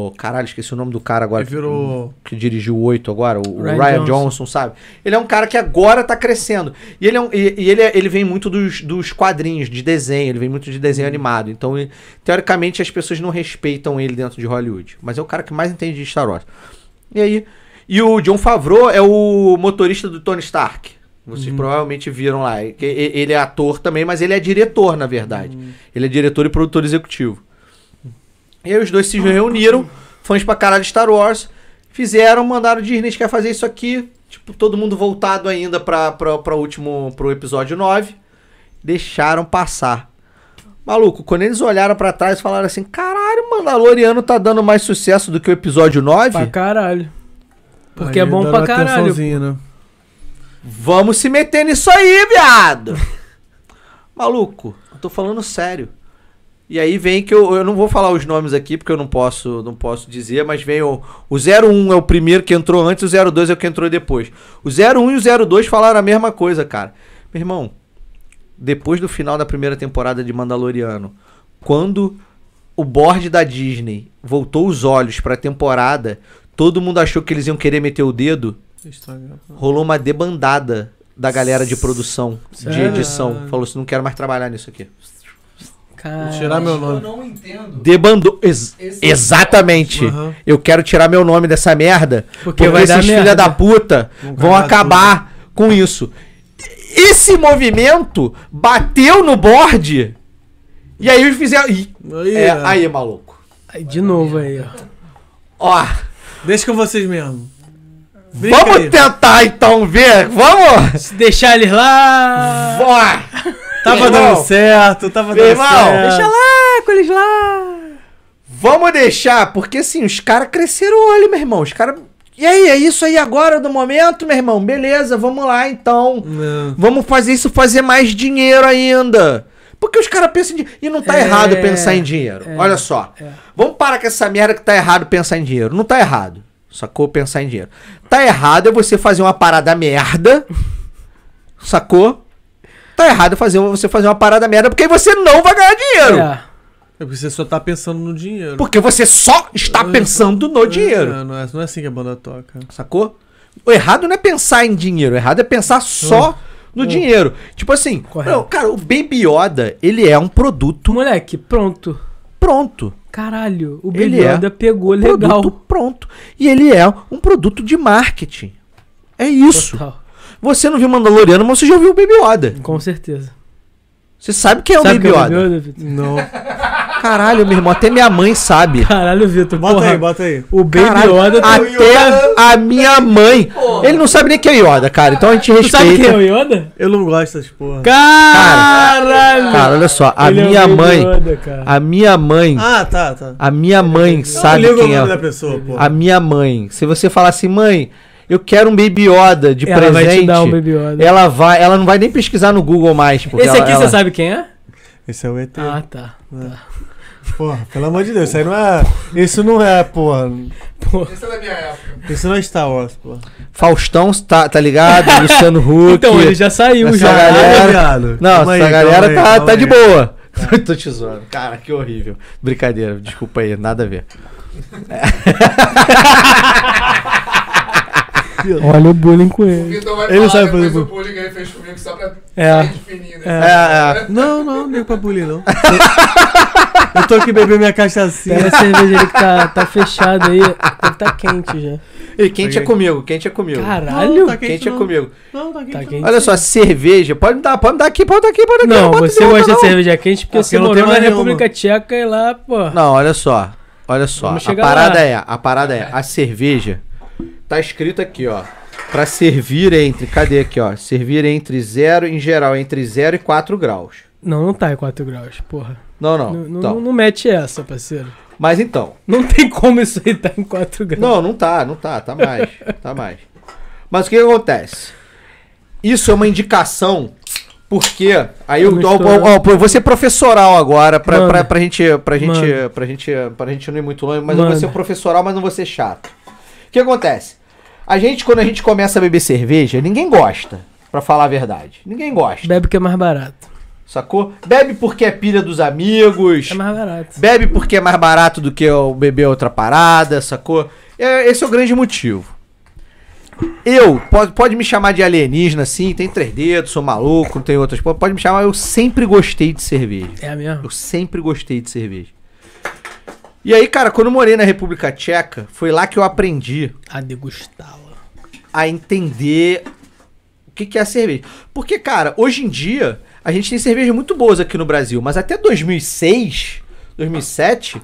C: o- caralho, esqueci o nome do cara agora. Hum.
B: Ele virou.
C: que dirigiu o 8 agora, o o
A: Ryan
C: Ryan,
A: Johnson.
C: Johnson. sabe? Ele é um cara que agora tá crescendo. E ele, é um- e- e ele, é- ele vem muito dos, dos quadrinhos, de desenho, ele vem muito de desenho animado. Então, ele- teoricamente, as pessoas não respeitam ele dentro de Hollywood. Mas é o cara que mais entende de Star Wars. E aí? E o John Favreau é o motorista do Tony Stark. Vocês provavelmente viram lá. E- e- Ele é ator também, mas ele é diretor, na verdade. Ele é diretor e produtor executivo. E aí os dois se reuniram, fãs pra caralho de Star Wars, fizeram, mandaram Disney, a gente quer fazer isso aqui. Tipo, todo mundo voltado ainda pra, pra, pra último, pro episódio 9. Deixaram passar. Maluco, quando eles olharam pra trás, falaram assim: caralho, Mandaloriano tá dando mais sucesso do que o episódio 9?
A: Pra caralho. Porque
B: Aí
A: é bom
B: deram
A: pra caralho.
B: atençãozinha, né?
C: Vamos se meter nisso aí, viado! (laughs) Maluco, eu tô falando sério. E aí vem que eu, eu não vou falar os nomes aqui porque eu não posso, não posso dizer, mas vem o, o 01 é o primeiro que entrou antes, o 02 é o que entrou depois. O 01 e o 02 falaram a mesma coisa, cara. Meu irmão, depois do final da primeira temporada de Mandaloriano, quando o board da Disney voltou os olhos pra temporada, todo mundo achou que eles iam querer meter o dedo
B: Instagram.
C: rolou uma debandada da galera de produção, de
A: Sério?
C: edição. Falou assim, não quero mais trabalhar nisso aqui.
A: Caralho.
B: Tirar meu
D: Eu
B: nome.
D: não entendo.
C: Debandou. ex-
D: Esse-
C: exatamente.
B: Aham.
C: Eu quero tirar meu nome dessa merda,
A: Porque
C: porque,
A: vai dar
C: esses filha
A: merda.
C: da puta
B: Vão
C: vão
B: cagar
C: acabar com isso. Esse movimento bateu no board e aí eles fizeram... Ih,
B: Aí,
C: é,
B: ó.
C: aí, maluco.
A: Aí, De novo aí, ó.
C: Ó,
B: Deixa com vocês mesmo. Brinca
C: vamos
B: aí.
C: tentar então ver, vamos?
A: Se deixar eles lá.
C: Vó!
B: Tava
C: Irmão.
B: dando certo, tava
C: Meu
B: dando
C: irmão,
B: certo.
A: Deixa lá, com eles lá.
C: Vamos deixar, porque assim, os caras cresceram o olho, meu irmão. Os caras. E aí, é isso aí agora do momento, meu irmão? Beleza, vamos lá então.
B: Não.
C: Vamos fazer isso, fazer mais dinheiro ainda. Porque os caras pensam em dinheiro. E não tá
A: É,
C: errado pensar em dinheiro.
A: é,
C: Olha só. Vamos parar com essa merda que tá errado pensar em dinheiro. Não tá errado. Sacou? Pensar em dinheiro. Tá errado é você fazer uma parada merda. Sacou? Tá errado fazer, você fazer uma parada merda, porque aí você não vai ganhar dinheiro.
A: É.
B: É porque você só tá pensando no dinheiro.
C: Porque você só está
A: Uhum.
C: pensando no dinheiro.
B: É, não, é, não é assim que a banda toca.
C: Sacou? O errado não é pensar em dinheiro, o errado é pensar só no dinheiro. Tipo assim,
A: Uhum. Correto.
C: não, cara, o Baby Yoda, ele é um produto
A: Moleque, pronto.
C: pronto.
A: Caralho, o
C: Ele
A: Baby
C: é
A: Yoda pegou
C: Um
A: legal.
C: produto pronto. E ele é um produto de marketing. É isso.
A: Total,
C: Você não viu Mandaloriano, mas você já viu o Baby Yoda.
A: Com certeza.
C: Você sabe quem é o
A: Sabe
C: Baby
A: que é o
C: Yoda.
A: Vitor?
B: Não.
C: Caralho, meu irmão, até minha mãe sabe.
A: Caralho, Vitor.
B: Bota
A: porra.
B: aí, bota aí.
A: O (laughs) Baby
C: Caralho,
A: Yoda tá...
C: até a minha mãe. Ele não sabe nem quem é Yoda, cara. Então a gente
A: Tu sabe quem é
C: respeita.
A: o Yoda?
B: Eu não gosto dessas porra.
A: Caralho!
C: Cara, olha só, a
A: Ele é o
C: minha
A: Baby
C: mãe,
A: Yoda, cara.
C: a minha mãe,
B: Ah, tá, tá.
C: a minha
A: é um
C: mãe sabe
A: né,
B: eu não ligo
C: quem
B: o nome da
C: é.
B: pessoa, pô.
C: A minha mãe. Se você falar assim, mãe, eu quero um Baby Yoda de
A: Ela vai te
C: presente.
A: dar um Baby Yoda.
C: Ela vai, ela não vai nem pesquisar no Google mais, porque
A: Esse
C: ela-
A: aqui
C: ela-
A: você sabe quem é?
B: Esse é o ET.
A: Ah, tá.
B: Porra, pelo amor de Deus, isso aí não é. Isso não é, porra.
D: Esse é da minha época.
B: Isso não é Star Wars, porra.
C: Faustão tá, tá
A: (laughs)
C: ligado, Luciano Huck.
A: Então, ele já saiu
C: Essa
A: já.
C: galera-
B: viado.
C: Não,
B: Calma
C: essa
B: aí,
C: galera
B: calma aí,
C: tá,
B: calma
C: tá de (laughs)
B: aí.
C: boa. Tô te zoando. Cara, que horrível. Brincadeira, desculpa aí, nada a ver.
A: Olha o bullying com
D: O
A: ele.
D: Vitor Então vai
B: Ele
D: falar
B: sabe fazer
D: depois
B: bu-
D: o bullying que ele fez comigo só pra
A: É.
D: sair de fininho. né?
C: É, é.
B: Não, não, não é pra bulir, não. Eu tô aqui bebendo minha
A: Pega
B: cachaçinha.
A: a cerveja ali que tá, tá fechada aí. Deve tá quente já.
C: E quente é comigo, quente é comigo.
A: Caralho.
B: Não, tá
C: Quente é
B: não.
C: comigo.
B: Não, tá quente.
A: Tá
B: não.
A: quente.
C: Olha só, cerveja. Pode me dar, pode me dar aqui, pode me dar aqui, pode me dar aqui.
A: Não,
C: eu boto
A: você
C: de volta,
A: gosta de
C: não.
A: cerveja quente porque
B: Ah,
A: você
B: eu não
A: morou
B: tenho
A: na
B: mais
A: República Tcheca e lá, pô.
C: Não, olha só. Olha só.
A: Vamos
C: A
A: chegar
C: parada
A: lá.
C: é, a parada é, a cerveja tá escrito aqui, ó. Pra servir entre, cadê aqui, ó? Servir entre 0, em geral, entre 0 e 4 graus.
A: Não, não tá em 4 graus, porra.
C: Não, não.
A: Não, não-
C: então.
A: não mete essa, parceiro.
C: Mas então.
A: Não tem como isso aí tá em 4 graus.
C: Não, não tá, não tá, tá mais, tá mais. Mas o que, que acontece? Isso é uma indicação, porque aí eu,
A: Vamos
C: ó,
A: estourar.
C: ó, ó, eu vou ser professoral agora pra,
A: Manda.
C: pra, pra gente, pra gente,
A: Manda.
C: pra gente, pra gente não ir muito longe, mas eu vou
A: Manda.
C: ser professoral, mas não vou ser chato. O que acontece? A gente quando a gente começa a beber cerveja, ninguém gosta, pra falar a verdade. Ninguém gosta.
A: Bebe que é mais barato.
C: Sacou? Bebe porque é pilha dos amigos.
A: É mais barato.
C: Bebe porque é mais barato do que eu beber outra parada, sacou? É, esse é o grande motivo. Eu, pode, pode me chamar de alienígena, sim, tem três dedos, sou maluco, tem outras coisas. Pode me chamar, eu sempre gostei de cerveja.
A: É mesmo?
C: Eu sempre gostei de cerveja. E aí, cara, quando eu morei na República Tcheca, foi lá que eu aprendi
A: A degustá-la.
C: a entender o que, que é a cerveja. Porque, cara, hoje em dia, a gente tem cervejas muito boas aqui no Brasil, mas até 2006, 2007,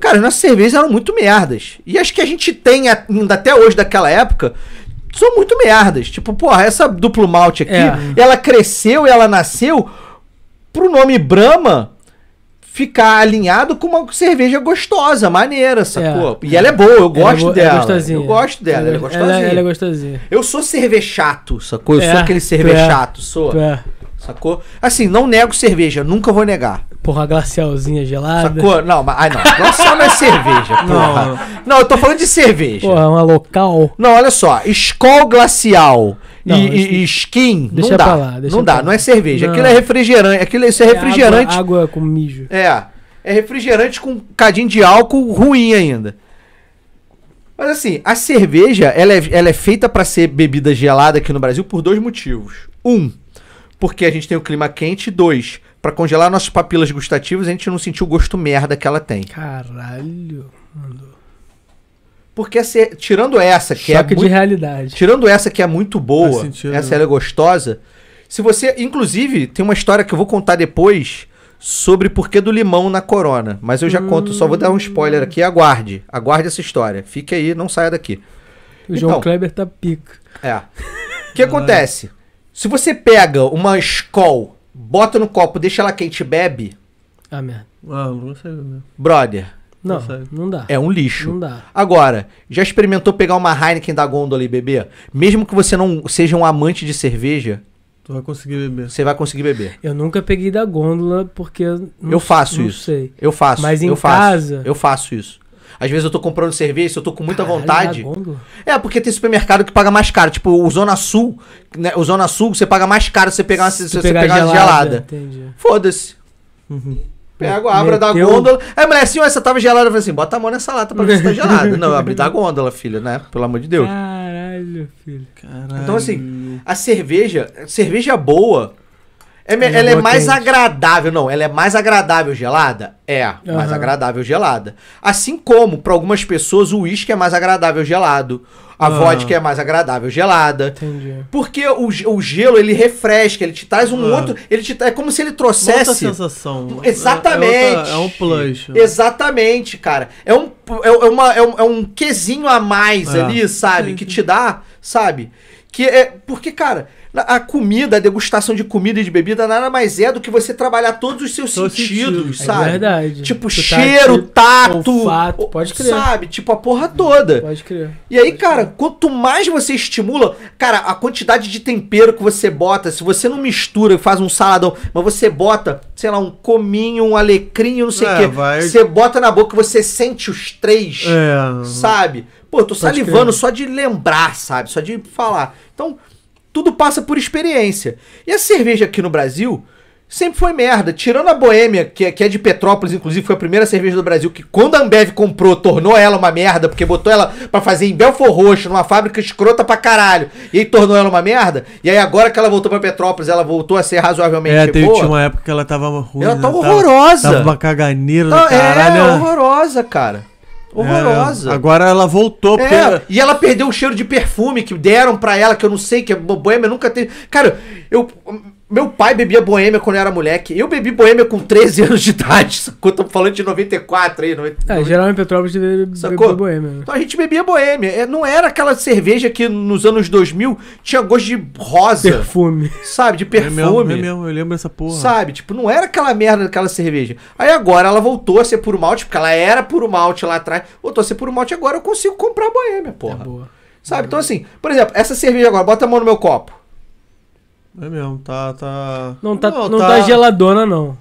C: cara, as nossas cervejas eram muito merdas. E as que a gente tem a- ainda até hoje daquela época são muito merdas. Tipo, porra, essa duplo malte aqui,
A: É.
C: ela cresceu, ela nasceu pro nome Brahma ficar alinhado com uma cerveja gostosa, maneira, sacou? E ela é boa, eu
A: Ela é
C: gosto
A: bo- ela é
C: dela.
A: gostosinha.
C: eu gosto dela, ela, é gostosinha.
A: Ela, é gostosinha.
C: Eu sou cervechato, sacou? Eu
A: É,
C: sou aquele
A: tu
C: cerveja
A: é.
C: chato, sou,
A: Tu é.
C: sacou? Assim, não nego cerveja, nunca vou negar,
A: Porra, glacialzinha gelada.
C: sacou? Não, mas, ai não, não só não é cerveja,
A: (laughs)
C: porra. Não, eu tô falando de cerveja.
A: Porra, uma local.
C: Não, olha só, Skol Glacial
A: Não,
C: e,
A: isso-
C: e- e Skin,
A: deixa
C: não dá,
A: pra lá, deixa
C: não dá,
A: pra lá.
C: não é cerveja,
A: Não.
C: aquilo é refrigerante, aquilo é, isso é refrigerante,
A: Água, água com mijo.
C: é, é refrigerante com um cadinho de álcool ruim ainda. Mas assim, a cerveja, ela é, ela é feita pra ser bebida gelada aqui no Brasil por dois motivos. Um, porque a gente tem o clima quente. Dois, pra congelar nossas papilas gustativas, a gente não sentir o gosto merda que ela tem.
A: Caralho. Mandou.
C: Porque se- tirando essa, que é
A: Choque de
C: muito,
A: realidade.
C: tirando essa que é muito boa,
B: Faz sentido,
C: essa
B: né?
C: ela é gostosa. Se você, inclusive, tem uma história que eu vou contar depois sobre porquê do limão na corona, mas eu já
B: Hum.
C: conto, só vou dar um spoiler aqui, aguarde, aguarde essa história. Fique aí, não saia daqui.
A: O João
C: Então.
A: Kleber tá pica.
C: É.
B: (laughs)
C: O que acontece? Se você pega uma Skol, bota no copo, deixa ela quente e bebe,
A: Ah, merda.
B: Ah, não gostei mesmo.
C: brother,
A: Não,
B: Não sabe.
A: não dá.
C: é um lixo.
B: Hum.
A: Não dá.
C: Agora, já experimentou pegar uma Heineken da Gondola e beber? Mesmo que você não seja um amante de cerveja,
B: Tu vai conseguir beber.
C: você vai conseguir beber.
A: Eu nunca peguei da gôndola porque eu não,
C: Eu faço
A: não
C: isso.
A: sei.
C: Eu faço.
A: Mas em
C: eu faço,
A: casa-
C: Eu faço isso. Às vezes eu tô comprando cerveja, se eu tô com muita
A: Caralho,
C: vontade.
A: da gôndola?
C: É, porque tem supermercado que paga mais caro. Tipo, o Zona Sul, né? O Zona Sul, você paga mais caro se você pegar uma, se
A: Tu
C: você pegar uma gelada.
A: Entendi.
C: Foda-se. Pego, abro a da
A: Uhum. Meteu-
C: gôndola. Aí a mulher assim, ó, essa tava gelada. Eu falei assim, bota a mão nessa lata pra ver
A: (laughs)
C: se tá gelada. Não, eu abri da gôndola, filha, né? Pelo amor de Deus.
A: Caralho, filho.
B: Caralho.
C: Então, assim, a cerveja, a cerveja boa, é, me-
A: Ela é
C: ela é
A: boa
C: mais
A: quente.
C: agradável, não, ela é mais agradável gelada? É, mais
A: Aham.
C: agradável gelada. Assim como, para algumas pessoas, o uísque é mais agradável gelado, a
B: Ah.
C: vodka é mais agradável gelada.
A: Entendi.
C: Porque o, ge- o gelo, ele refresca, ele te traz um
B: Ah.
C: outro, ele te, é como se ele
B: Uma outra
C: trouxesse...
B: sensação.
C: Exatamente.
B: É, é outra- é um plus.
C: Exatamente, cara. É um, é, é uma, é um, é um quesinho a mais
B: É.
C: ali, sabe?
B: Sim,
C: Que
B: sim.
C: te dá, sabe? Que é. Porque, cara, na- a comida, a degustação de comida e de bebida nada mais é do que você trabalhar todos os seus
B: Todos os
C: sentidos,
B: sentidos.
A: É
C: sabe?
A: verdade.
C: tipo,
A: Tu tá
C: cheiro,
A: aqui,
C: tato.
A: olfato, pode crer.
C: Sabe? Tipo, a porra toda.
A: Pode crer.
C: E aí, cara, quanto mais você estimula, cara, a quantidade de tempero que você bota, se você não mistura e faz um saladão, mas você bota, sei lá, um cominho, um alecrim, não sei o
B: É,
C: quê.
B: vai-
C: Você bota na boca, você sente os três,
B: É.
C: sabe? Pô, eu tô salivando
A: crer.
C: só de lembrar, sabe? Só de falar. Então, tudo passa por experiência. E a cerveja aqui no Brasil, sempre foi merda. Tirando a Boêmia, que, é- que é de Petrópolis, inclusive, foi a primeira cerveja do Brasil que, quando a Ambev comprou, tornou ela uma merda, porque botou ela pra fazer em Belfor Roxo, numa fábrica escrota pra caralho, e aí tornou ela uma merda. E aí, agora que ela voltou pra Petrópolis, ela voltou a ser razoavelmente
B: É, teve,
C: boa.
B: tinha uma época que ela tava ruim.
C: Ela
B: né?
C: tá horrorosa.
B: Tava uma caganeira
C: Não,
B: do caralho.
C: é,
B: né?
C: horrorosa, cara. Horrorosa.
B: É, agora ela voltou, porque.
C: É, e ela perdeu o cheiro de perfume que deram pra ela, que eu não sei, que é bo- boêmia nunca teve. Cara, eu. Meu pai bebia boêmia quando eu era moleque. Eu bebi boêmia com 13 (laughs) anos de idade. Sacou? Tô falando de 94 aí, 90,
A: É, geral em Petrópolis deve
C: Sacou?
A: beber boêmia. né?
C: Então a gente bebia boêmia. É, Não era aquela cerveja que nos anos 2000 tinha gosto de rosa,
A: Perfume.
C: sabe? De
B: É mesmo, é
C: perfume.
B: mesmo, eu lembro dessa porra.
C: Sabe? Tipo, não era aquela merda daquela cerveja. Aí agora ela voltou a ser puro malte, porque ela era puro malte lá atrás. Voltou a ser puro malte agora eu consigo comprar boêmia, porra.
A: É boa.
C: Sabe? Então, assim, por exemplo, essa cerveja agora, bota a mão no meu copo.
B: É mesmo, tá. tá...
A: Não tá, não, tá... geladona, não.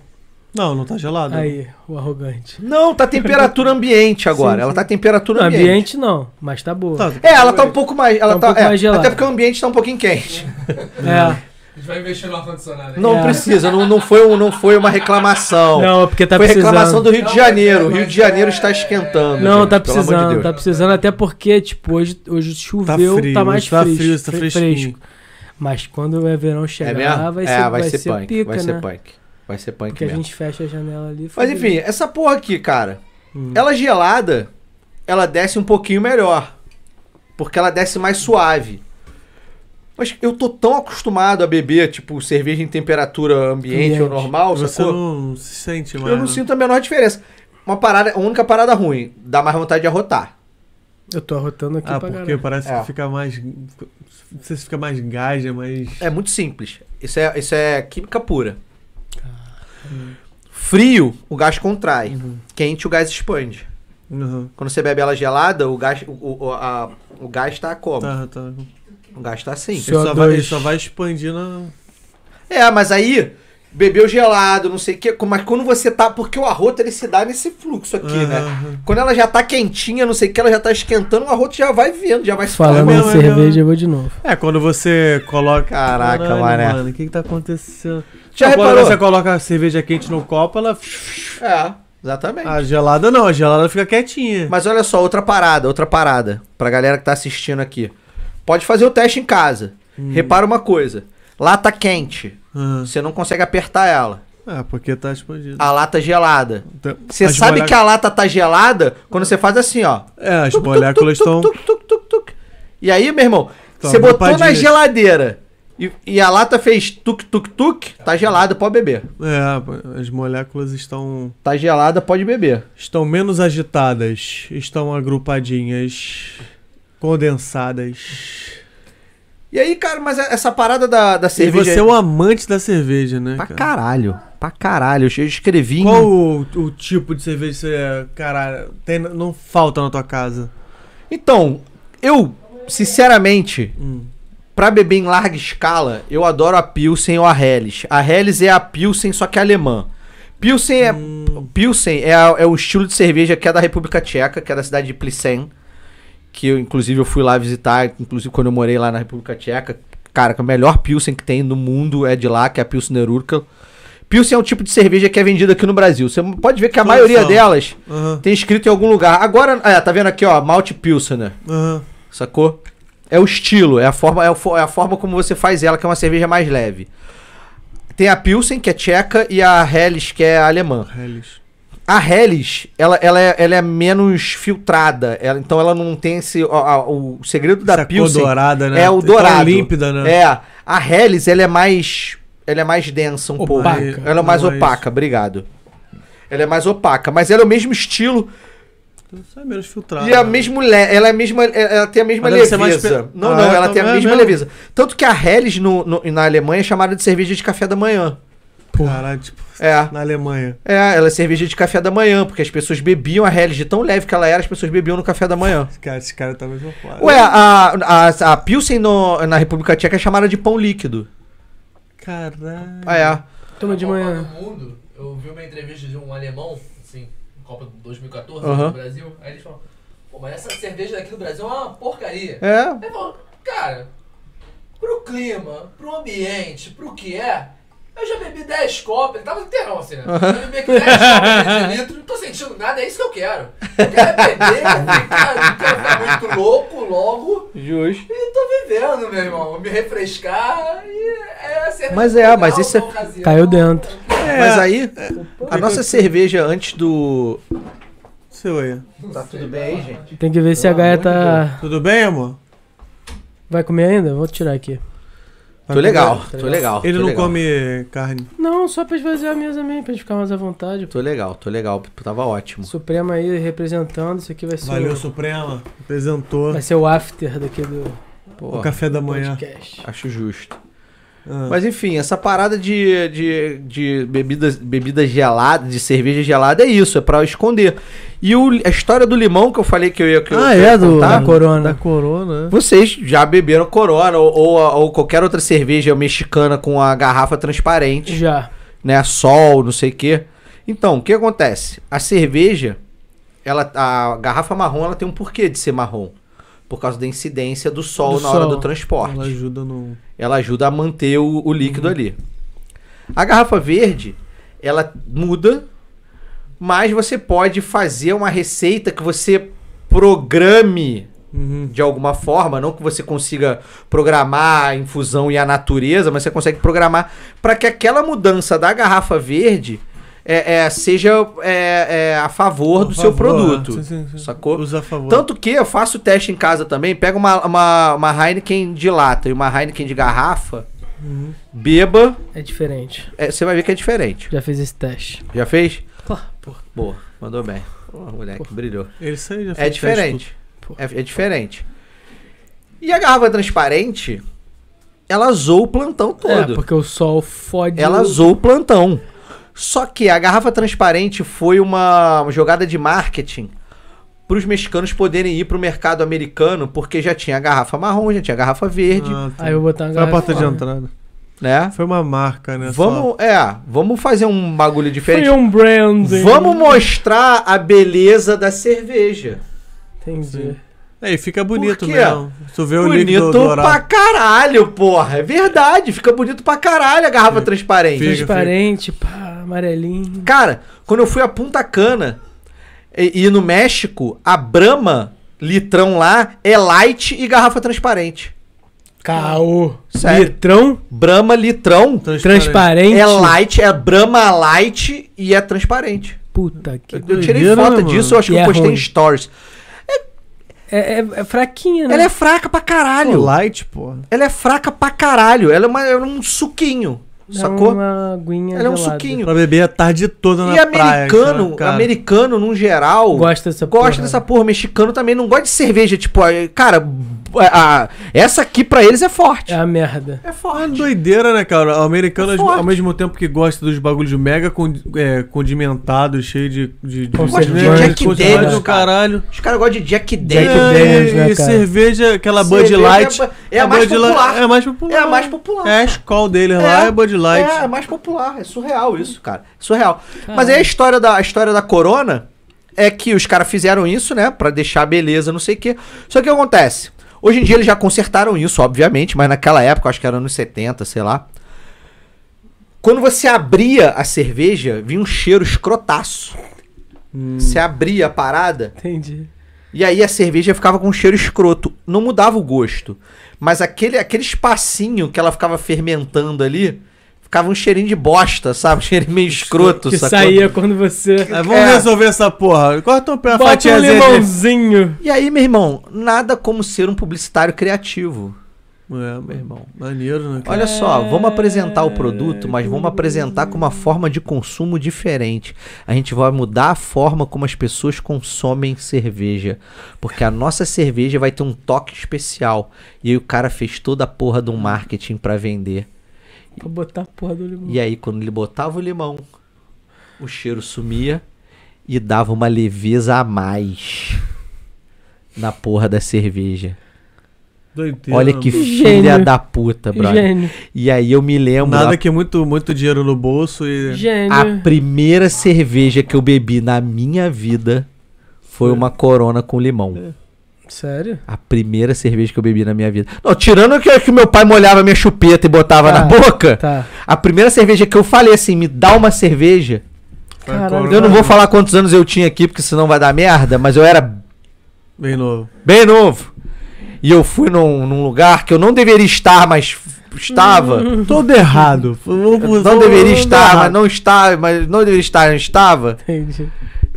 B: Não, não tá gelado.
A: Aí, o arrogante.
C: Não, tá temperatura (laughs) ambiente agora.
A: Sim,
C: Ela
A: sim.
C: tá temperatura
A: Não,
C: ambiente.
A: ambiente não, mas tá boa.
B: Tá.
C: É, ela tá um pouco mais. Ela
A: Tá um
C: tá,
A: pouco
C: é,
A: mais gelada.
C: Até porque o ambiente tá um pouquinho quente.
A: É.
D: A gente vai investir no ar-condicionado aí.
C: Não
A: É.
C: precisa, não, não, foi um, não foi uma reclamação.
A: Não, é porque tá
C: foi reclamação
A: precisando.
C: do Rio
D: Não,
C: de Janeiro. O
D: mas é-
C: Rio de Janeiro está esquentando.
A: Não,
C: gente,
A: tá
C: pelo amor de
A: precisando,
C: Deus.
A: tá precisando, até porque, tipo, hoje, hoje
B: Tá
A: choveu, tá,
B: frio,
A: mais
B: tá
A: fresco,
B: frio, tá
A: fre-
B: fresquinho.
A: Mas quando o verão chegar,
C: É mesmo?
A: vai ser,
C: é,
A: vai ser
C: punk.
A: pica,
C: vai ser
A: né?
C: punk. Vai ser punk
A: Porque a
C: mesmo.
A: gente fecha a janela ali.
C: Mas
A: fudeu.
C: enfim, essa porra aqui, cara,
B: Hum.
C: ela gelada, ela desce um pouquinho melhor. Porque ela desce mais suave. Mas eu tô tão acostumado a beber, tipo, cerveja em temperatura ambiente, ou
A: Ambiente.
C: normal,
B: Você
C: sacou?
B: não se sente mais.
C: eu não
B: né?
C: sinto a menor diferença. Uma parada, a única parada ruim, dá mais vontade de arrotar.
A: Eu tô arrotando aqui
B: Ah,
A: pra
B: porque
A: caralho.
B: parece
C: É.
B: que fica mais. Não sei se fica mais gás, é mais.
C: É muito simples. Isso é, isso é química pura. Frio, o gás contrai. Quente, o gás expande.
B: Uhum.
C: Quando você bebe ela gelada, o gás, o, o, a- o gás tá como?
B: Tá, tá.
C: O gás tá assim.
B: Ele só, vai,
A: CO2.
B: ele só vai expandindo. a-
C: É, mas aí bebeu gelado, não sei o quê, mas quando você tá. Porque o arroto ele se dá nesse fluxo aqui, né?
B: Aham.
C: Quando ela já tá quentinha, não sei o que, ela já tá esquentando, o arroto já vai vendo, já vai se
A: Falando
B: É
A: em
B: mesmo, é
A: cerveja,
B: mesmo.
A: eu vou de novo.
B: É, quando você coloca.
C: Caraca,
B: Caralho,
C: mané.
B: Mano, o que, que tá acontecendo?
C: Já
B: Agora
C: reparou?
B: você coloca a cerveja quente no copo, ela.
C: É, exatamente.
B: A gelada não, a gelada fica quietinha.
C: Mas olha só, outra parada, outra parada. Pra galera que tá assistindo aqui. Pode fazer o teste em casa. Repara uma coisa. Lata quente.
B: Ah,
C: Você não consegue apertar ela.
B: É, porque tá expandido.
C: A lata gelada.
B: Então,
C: Ah, Você
B: as
C: sabe
B: molec-
C: que a lata tá gelada quando você faz assim, ó.
B: É, as
C: Tuc, tuc,
B: moléculas
C: tuc,
B: estão.
C: tuc, tuc, tuc, tuc. E aí, meu irmão,
B: Tá
C: você botou na
B: agrupadinhas.
C: geladeira e, e a lata fez tuk-tuk-tuk, tá gelada, pode beber.
B: É, as moléculas estão.
C: Tá gelada, pode beber.
B: Estão menos agitadas. Estão agrupadinhas. Condensadas.
C: E aí, cara, mas é, essa parada da, da
B: E
C: cerveja...
B: você é um amante da cerveja, né?
C: Pra
B: cara?
C: caralho, pra caralho. Eu escrevi em-
B: Qual o, o tipo de cerveja que você, caralho, tem, não falta na tua casa?
C: Então, eu, sinceramente,
B: Hum.
C: pra beber em larga escala, eu adoro a Pilsen ou a Helles. A Helles é a Pilsen, só que alemã. Pilsen é,
B: Hum,
C: Pilsen é, a- é o estilo de cerveja que é da República Tcheca, que é da cidade de Plzeň, que eu, inclusive, eu fui lá visitar, inclusive quando eu morei lá na República Tcheca. Cara, que a melhor Pilsen que tem no mundo é de lá, que é a Pilsner Urquell. Pilsen é um tipo de cerveja que é vendida aqui no Brasil. Você pode ver que a
B: Quais
C: maioria
B: são?
C: delas
B: Aham,
C: tem escrito em algum lugar. Agora, é, tá vendo aqui, ó, Malte Pilsener.
B: aham.
C: Sacou? É o estilo, é a forma, é o fo- é a forma como você faz ela, que é uma cerveja mais leve. Tem a Pilsen, que é tcheca, e a Helles, que é alemã.
B: Helles.
C: A Helles, ela, ela, é, ela é menos filtrada, ela- então ela não tem esse. ó, ó, o segredo Tipo da
B: Essa cor
C: Pilsen
B: dourada, né?
C: é o
B: Então
C: dourado.
B: límpida, né?
C: é. A Helles, ela é mais. Ela é mais densa um pouco.
A: Opaca.
C: Ela é mais
B: Mas-
C: opaca, obrigado. Ela é mais opaca, mas ela é o mesmo estilo
B: Isso é menos filtrado.
C: e a mesmo le... ela é a mesma, ela tem a mesma
B: Mas deve ser
C: leveza.
B: mais pe-
C: Não,
B: Ah,
C: não,
B: é,
C: ela tem a
B: também é
C: mesma
B: mesmo.
C: leveza. Tanto que a Helles no, no- na Alemanha é chamada de cerveja de café da manhã.
B: Caralho, tipo,
C: É.
B: na Alemanha.
C: É, ela é cerveja de café da manhã, porque as pessoas bebiam a Helles de tão leve que ela era, as pessoas bebiam no café da manhã.
B: Esse cara, esse cara tá mesmo foda.
C: Ué, a, a, a Pilsen no- na República Tcheca é chamada de pão líquido.
B: Caralho.
C: Ah, é.
A: Toma de manhã.
F: Copa do Mundo, eu vi uma entrevista de um alemão, assim, Copa do 2014,
C: Aham.
F: no Brasil, aí eles falam, pô, mas essa cerveja daqui do Brasil é uma porcaria.
C: É.
F: Aí falam, cara, pro clima, pro ambiente, pro que é, Eu já bebi 10 copos, ele tava inteirão
A: (laughs)
F: assim, né? Eu bebi aqui 10 copos de litro, não tô sentindo nada, é isso que eu quero. Eu quero é beber, ficar, não quero ficar muito louco logo.
C: Justo.
F: E tô vivendo, meu irmão. Me refrescar e é cerveja.
C: Mas é,
F: legal,
C: mas isso é-
F: uma ocasião.
A: Caiu dentro.
B: É.
C: Mas aí, a nossa cerveja antes do.
B: Seu aí.
C: Tá tudo bem, gente?
A: Tem que ver se a Gaia tá.
B: Tudo bem, amor?
A: Vai comer ainda? Vou tirar aqui.
C: Tô legal, tô legal.
B: Tá Ele
C: tô
B: não
C: legal.
B: come carne.
A: Não, só pra esvaziar a mesa mesmo, pra gente ficar mais à vontade. pô.
C: Tô legal, tô legal. Tava ótimo.
A: Suprema aí representando, isso aqui vai ser,
B: Valeu,
A: o...
B: Suprema. Apresentou
A: vai ser o after daqui do
C: Pô,
B: o café da manhã.
A: podcast.
C: acho justo.
B: Ah.
C: Mas enfim, essa parada de, de, de bebidas, bebidas geladas, de cerveja gelada, é isso, é pra esconder. E o- a história do limão que eu falei que eu ia. Que eu-
B: Ah,
C: que eu ia
B: é, do- né?
C: contar,
A: Da Corona.
B: Da corona.
C: Vocês já beberam Corona ou, ou, a- ou qualquer outra cerveja mexicana com a garrafa transparente,
A: Já.
C: né? Sol, não sei o quê. Então, o que acontece? A cerveja, ela, a garrafa marrom, ela tem um porquê de ser marrom. Por causa da incidência do sol
A: Do
C: na hora
A: sol.
C: do transporte
B: Ela ajuda no.
C: ela ajuda a manter o, o líquido ali. A garrafa verde, ela muda, mas você pode fazer uma receita que você programe
B: Uhum.
C: de alguma forma, não que você consiga programar a infusão e a natureza, mas você consegue programar para que aquela mudança da garrafa verde é, é, seja é, é, a favor do
B: Por
C: seu
B: favor.
C: produto.
B: Sim, sim, sim.
C: Sacou?
B: Usa a favor.
C: Tanto que eu faço teste em casa também, pego uma, uma, uma Heineken de lata e uma Heineken de garrafa,
B: Uhum.
C: beba,
A: É diferente.
C: é, você vai ver que é diferente.
A: Já fiz esse teste.
C: Já fez?
A: Claro,
C: Boa, mandou bem. Boa, moleque, brilhou.
B: Isso
A: "Então,
B: aí já
C: É
B: fez
C: diferente.
A: pô.
C: É, é diferente. E a garrafa transparente, ela zoou o plantão
A: É,
C: todo.
A: porque é o sol fode.
C: ela
A: o-
C: zoou o plantão. Só que a garrafa transparente foi uma jogada de marketing para os mexicanos poderem ir pro mercado americano, porque já tinha a garrafa marrom, já tinha a garrafa
B: teste.
C: verde,
B: Ah, tá.
A: Aí é eu vou botar uma
B: Foi a
A: garrafa
B: porta de
A: fora.
B: entrada.
A: Ah.
C: né?
B: Foi uma marca, né?
C: Vamos, é, vamos fazer um bagulho diferente.
A: Foi um branding.
C: Vamos mostrar a beleza da cerveja.
A: Entendi.
B: Aí fica bonito
C: quê?
B: mesmo. Tu vê o líquido
C: bonito pra
B: dourado.
C: caralho, porra. É verdade, fica bonito pra caralho a garrafa
B: Fica.
C: transparente.
B: Fica.
A: Transparente, pá, amarelinho.
C: Cara, quando eu fui a Punta Cana e, e no México, a Brahma litrão lá é light e garrafa transparente.
A: Caô.
C: Sério.
A: Litrão,
C: Brahma litrão
A: transparente.
C: é light, é Brahma light e é transparente.
A: Puta que.
C: Eu, eu tirei
B: doideira,
C: foto
B: né,
C: disso,
B: mano?
C: eu acho que
A: E
C: eu
A: é
C: postei
A: ruim.
C: em stories.
A: É, é, é fraquinha, né?
C: Ela é fraca pra caralho.
B: Light, pô.
C: Ela é fraca pra caralho. Ela é, uma- ela é um suquinho. sacou?
A: É uma aguinha
C: Ela é um
A: gelada.
C: suquinho.
B: Pra beber a tarde toda na praia.
C: E americano,
B: cara.
C: americano, num geral, gosta,
A: Gosta dessa porra.
C: dessa porra. Mexicano também não gosta de cerveja. Tipo, ah, cara, a- a- essa aqui pra eles é forte.
A: É a merda.
C: É
B: É
C: forte.
B: doideira, né, cara? O americano,
C: É
B: as-
C: forte.
B: ao mesmo tempo que gosta dos bagulhos mega condi- é, condimentados, cheio de. de, de
A: Gosta de
B: né,
A: Jack
B: condimentos
A: Daniels,
B: do caralho.
C: Os caras gostam de Jack
A: Jack
C: Daniels.
A: Daniels,
B: e,
A: né,
B: e
A: cara?
B: cerveja, aquela Bud
C: Cerveja
B: Light.
C: É, é a mais
B: Bud Light-
C: popular.
B: É a mais popular.
C: É a mais popular.
B: É a escola dele lá, é Bud Light.
C: É, é a mais popular. É surreal isso, cara. Surreal. Mas aí a história da, a história da Corona é que os caras fizeram isso, né? Pra deixar a beleza, não sei o quê. Só que o que acontece? Hoje em dia eles já consertaram isso, obviamente, mas naquela época, acho que era anos 70, sei lá. Quando você abria a cerveja, vinha um cheiro escrotaço.
B: Hum.
C: Você abria a parada,
A: Entendi.
C: e aí a cerveja ficava com um cheiro escroto. Não mudava o gosto. Mas aquele, aquele espacinho que ela ficava fermentando ali, ficava um cheirinho de bosta, sabe? Um cheirinho meio escroto,
A: que
C: sacou?
A: saía quando
C: (laughs)
A: você.
B: É, vamos
C: É.
B: resolver essa porra. Corta um pé, a
A: Bota um
B: fatiazinha. de-
A: limãozinho.
C: E aí, meu irmão, nada como ser um publicitário criativo.
B: É, meu irmão. Maneiro, né? cara?
C: Olha só, vamos apresentar o produto, mas vamos apresentar com uma forma de consumo diferente. A gente vai mudar a forma como as pessoas consomem cerveja. Porque a nossa cerveja vai ter um toque especial. E aí o cara fez toda a porra do marketing pra vender.
A: Pra botar a porra do limão.
C: E aí, quando ele botava o limão, o cheiro sumia e dava uma leveza a mais na porra da cerveja.
B: Doideira,
C: Olha que
B: mano.
C: filha
A: Gênio.
C: da puta, brother.
A: Gênio.
C: E aí eu me lembro.
B: Nada
C: a-
B: que muito, muito dinheiro no bolso e.
A: Gênio.
C: A primeira cerveja que eu bebi na minha vida foi uma corona com limão.
A: Sério?
C: A primeira cerveja que eu bebi na minha vida. Não, tirando que, que meu pai molhava minha chupeta e botava
A: Tá,
C: na boca,
A: Tá.
C: a primeira cerveja que eu falei assim, me dá uma cerveja.
B: Foi
A: Caralho.
B: corona.
C: Eu não vou falar quantos anos eu tinha aqui, porque senão vai dar merda, mas eu era
B: Bem novo.
C: bem novo. E eu fui num, num lugar que eu não deveria estar, mas f- estava.
B: Todo errado. (laughs) Vamos-
C: Eu
B: vamos-
C: não deveria
B: vamos
C: estar,
B: errado.
C: mas não estava, mas não deveria estar, eu estava.
A: Entendi.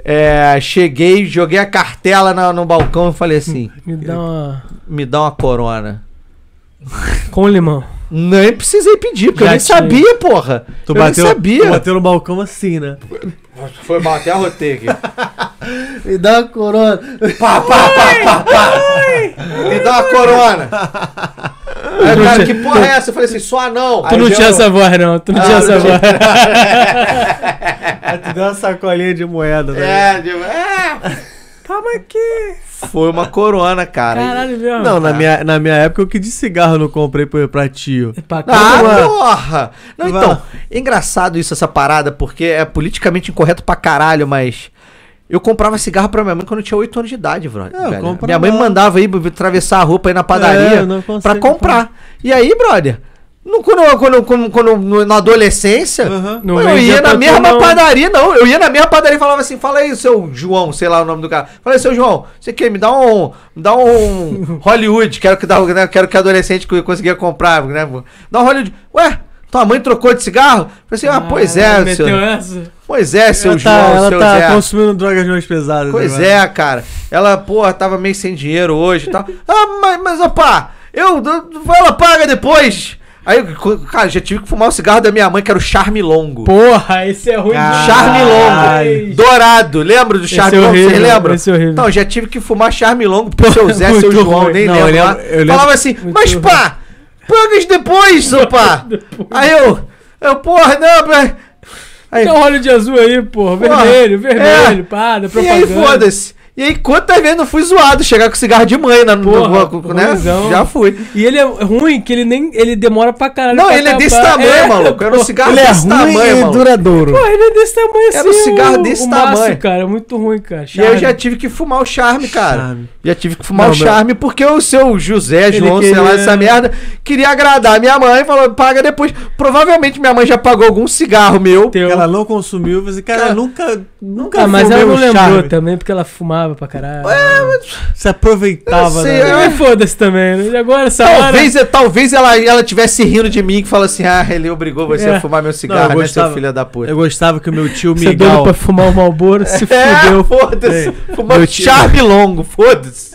C: É, cheguei, joguei a cartela na- no balcão e falei assim:
A: Me dá uma.
C: me dá uma corona.
A: Com limão.
C: Nem precisei pedir, porque
A: Já
C: eu nem
A: tinha.
C: sabia, porra.
B: Tu
C: eu
B: bateu,
C: nem sabia.
B: tu bateu no balcão assim, né?
C: Foi mal, até arrotei (laughs) aqui.
B: E dá uma corona.
C: pá, pá, pá, pá, pá. Me dá uma corona. Aí o cara, que porra é essa? Eu falei assim, só não.
A: Tu não tinha essa voz, não. Tu não tinha essa
C: é Ah, não (laughs)
A: voz.
B: Aí tu deu uma sacolinha de moeda, né?
C: É, de- é.
A: Calma aqui.
C: Foi uma corona, cara.
A: Caralho, mesmo.
B: Não, na minha, na minha época eu que de cigarro eu não comprei pra, pra tio.
A: Pra
C: Ah,
A: caralho.
C: porra! Não,
B: Vá.
C: então, é engraçado isso, essa parada, porque é politicamente incorreto pra caralho, mas. Eu comprava cigarro pra minha mãe quando eu tinha 8 anos de idade, bro.
B: É, eu
C: velho.
B: compro
C: minha mãe
B: agora.
C: mandava aí atravessar a roupa aí na padaria
B: eu É, não consigo
C: pra comprar. E aí, brother, no- quando, eu- quando, eu- quando, quando eu- na adolescência,
B: Aham.
A: Não
C: eu
A: vendia
C: ia
A: pra
C: na
A: tu,
C: mesma
A: não.
C: padaria, não. Eu ia na mesma padaria e falava assim: fala aí, seu João, sei lá o nome do cara. Fala aí, seu João, você quer me dá um. Me dá um Hollywood, quero que, dá, né, quero que adolescente co- consiga comprar, né? pô? Dá um Hollywood. Ué, tua mãe trocou de cigarro? Falei assim: ah, pois
A: Ah,
C: é,
A: meteu
C: seu.
A: essa?
C: Pois é, seu
B: ela
C: João,
B: tá, ela
C: seu
B: tá
C: Zé.
B: consumindo drogas mais pesadas.
C: Pois
B: né,
C: é, cara. Ela, porra, tava meio sem dinheiro hoje e tal. Ah, mas, mas opa, eu, eu. Ela paga depois. Aí, cara, já tive que fumar o cigarro da minha mãe, que era o Charme Longo.
A: Porra, esse é ruim
B: Ah,
C: Charme
A: Ai.
C: Longo. Dourado. Lembra do Charme
A: é
C: Longo? Então, Vocês
A: horrível,
C: lembram?
A: esse é horrível.
C: Não, já tive que fumar Charme Longo pro
A: (laughs)
C: seu Zé,
A: Muito
C: seu João,
A: ruim. é
C: nem
B: Não,
C: lembro.
B: eu
C: lá.
B: lembro- eu lembro-
C: Falava assim, mas
A: ruim.
C: pá, pagas depois, seu pá. Aí eu, eu, porra, não, mas... Aí,
A: Tem um óleo de azul aí, porra.
C: Porra,
A: Vermelho, vermelho,
C: é.
A: pá, da
C: e aí,
A: propaganda.
C: foda-se. E aí, quantas vezes eu fui zoado chegar com cigarro de mãe na, no-
A: Porra,
C: no- né?
A: ruimzão.
C: Já fui.
A: E ele é ruim que ele nem. Ele demora pra caralho.
C: Não,
A: pra
C: ele é desse
A: acabar.
C: tamanho,
A: É,
C: maluco. Era um
A: porra.
C: cigarro
B: Ele é
C: desse
B: ruim
C: tamanho,
B: e
C: maluco.
B: duradouro.
A: Pô, ele é desse tamanho assim.
C: Era um cigarro
A: o-
C: desse
A: o maço,
C: tamanho.
A: cara. Muito ruim, cara.
C: E aí eu já
A: Charme.
C: tive que fumar o charme, cara.
B: Charme.
C: Já tive que fumar
B: Não,
C: o
B: meu-
C: charme porque o seu José, João, sei lá,
B: queria-
C: essa merda, queria agradar a minha mãe, falou, paga depois. Provavelmente minha mãe já pagou algum cigarro meu.
A: Teu.
B: Ela não consumiu, você, cara,
C: Cara,
B: nunca, nunca
A: Ah, mas ela
B: fumei
A: não
B: um
A: lembrou
B: charme.
A: também, porque ela fumava pra caralho.
C: É,
B: Se aproveitava,
C: Eu sei,
B: né?
C: eu-
A: Também foda-se também, né? E agora
B: Tá,
A: essa
C: Talvez, talvez ela, ela tivesse rindo de mim que fala assim: ah, ele obrigou você
A: É.
C: a fumar
B: Não,
C: meu
B: eu
C: cigarro, né, seu
B: gostava-
C: filho da puta.
B: Eu gostava que o meu tio
A: hora você é doido
B: Miguel.
A: pra fumar o Malboro, se
C: (laughs) É,
A: fudeu.
C: foda-se. Fumar
B: Meu
C: um
B: tio-
C: charme longo, foda-se.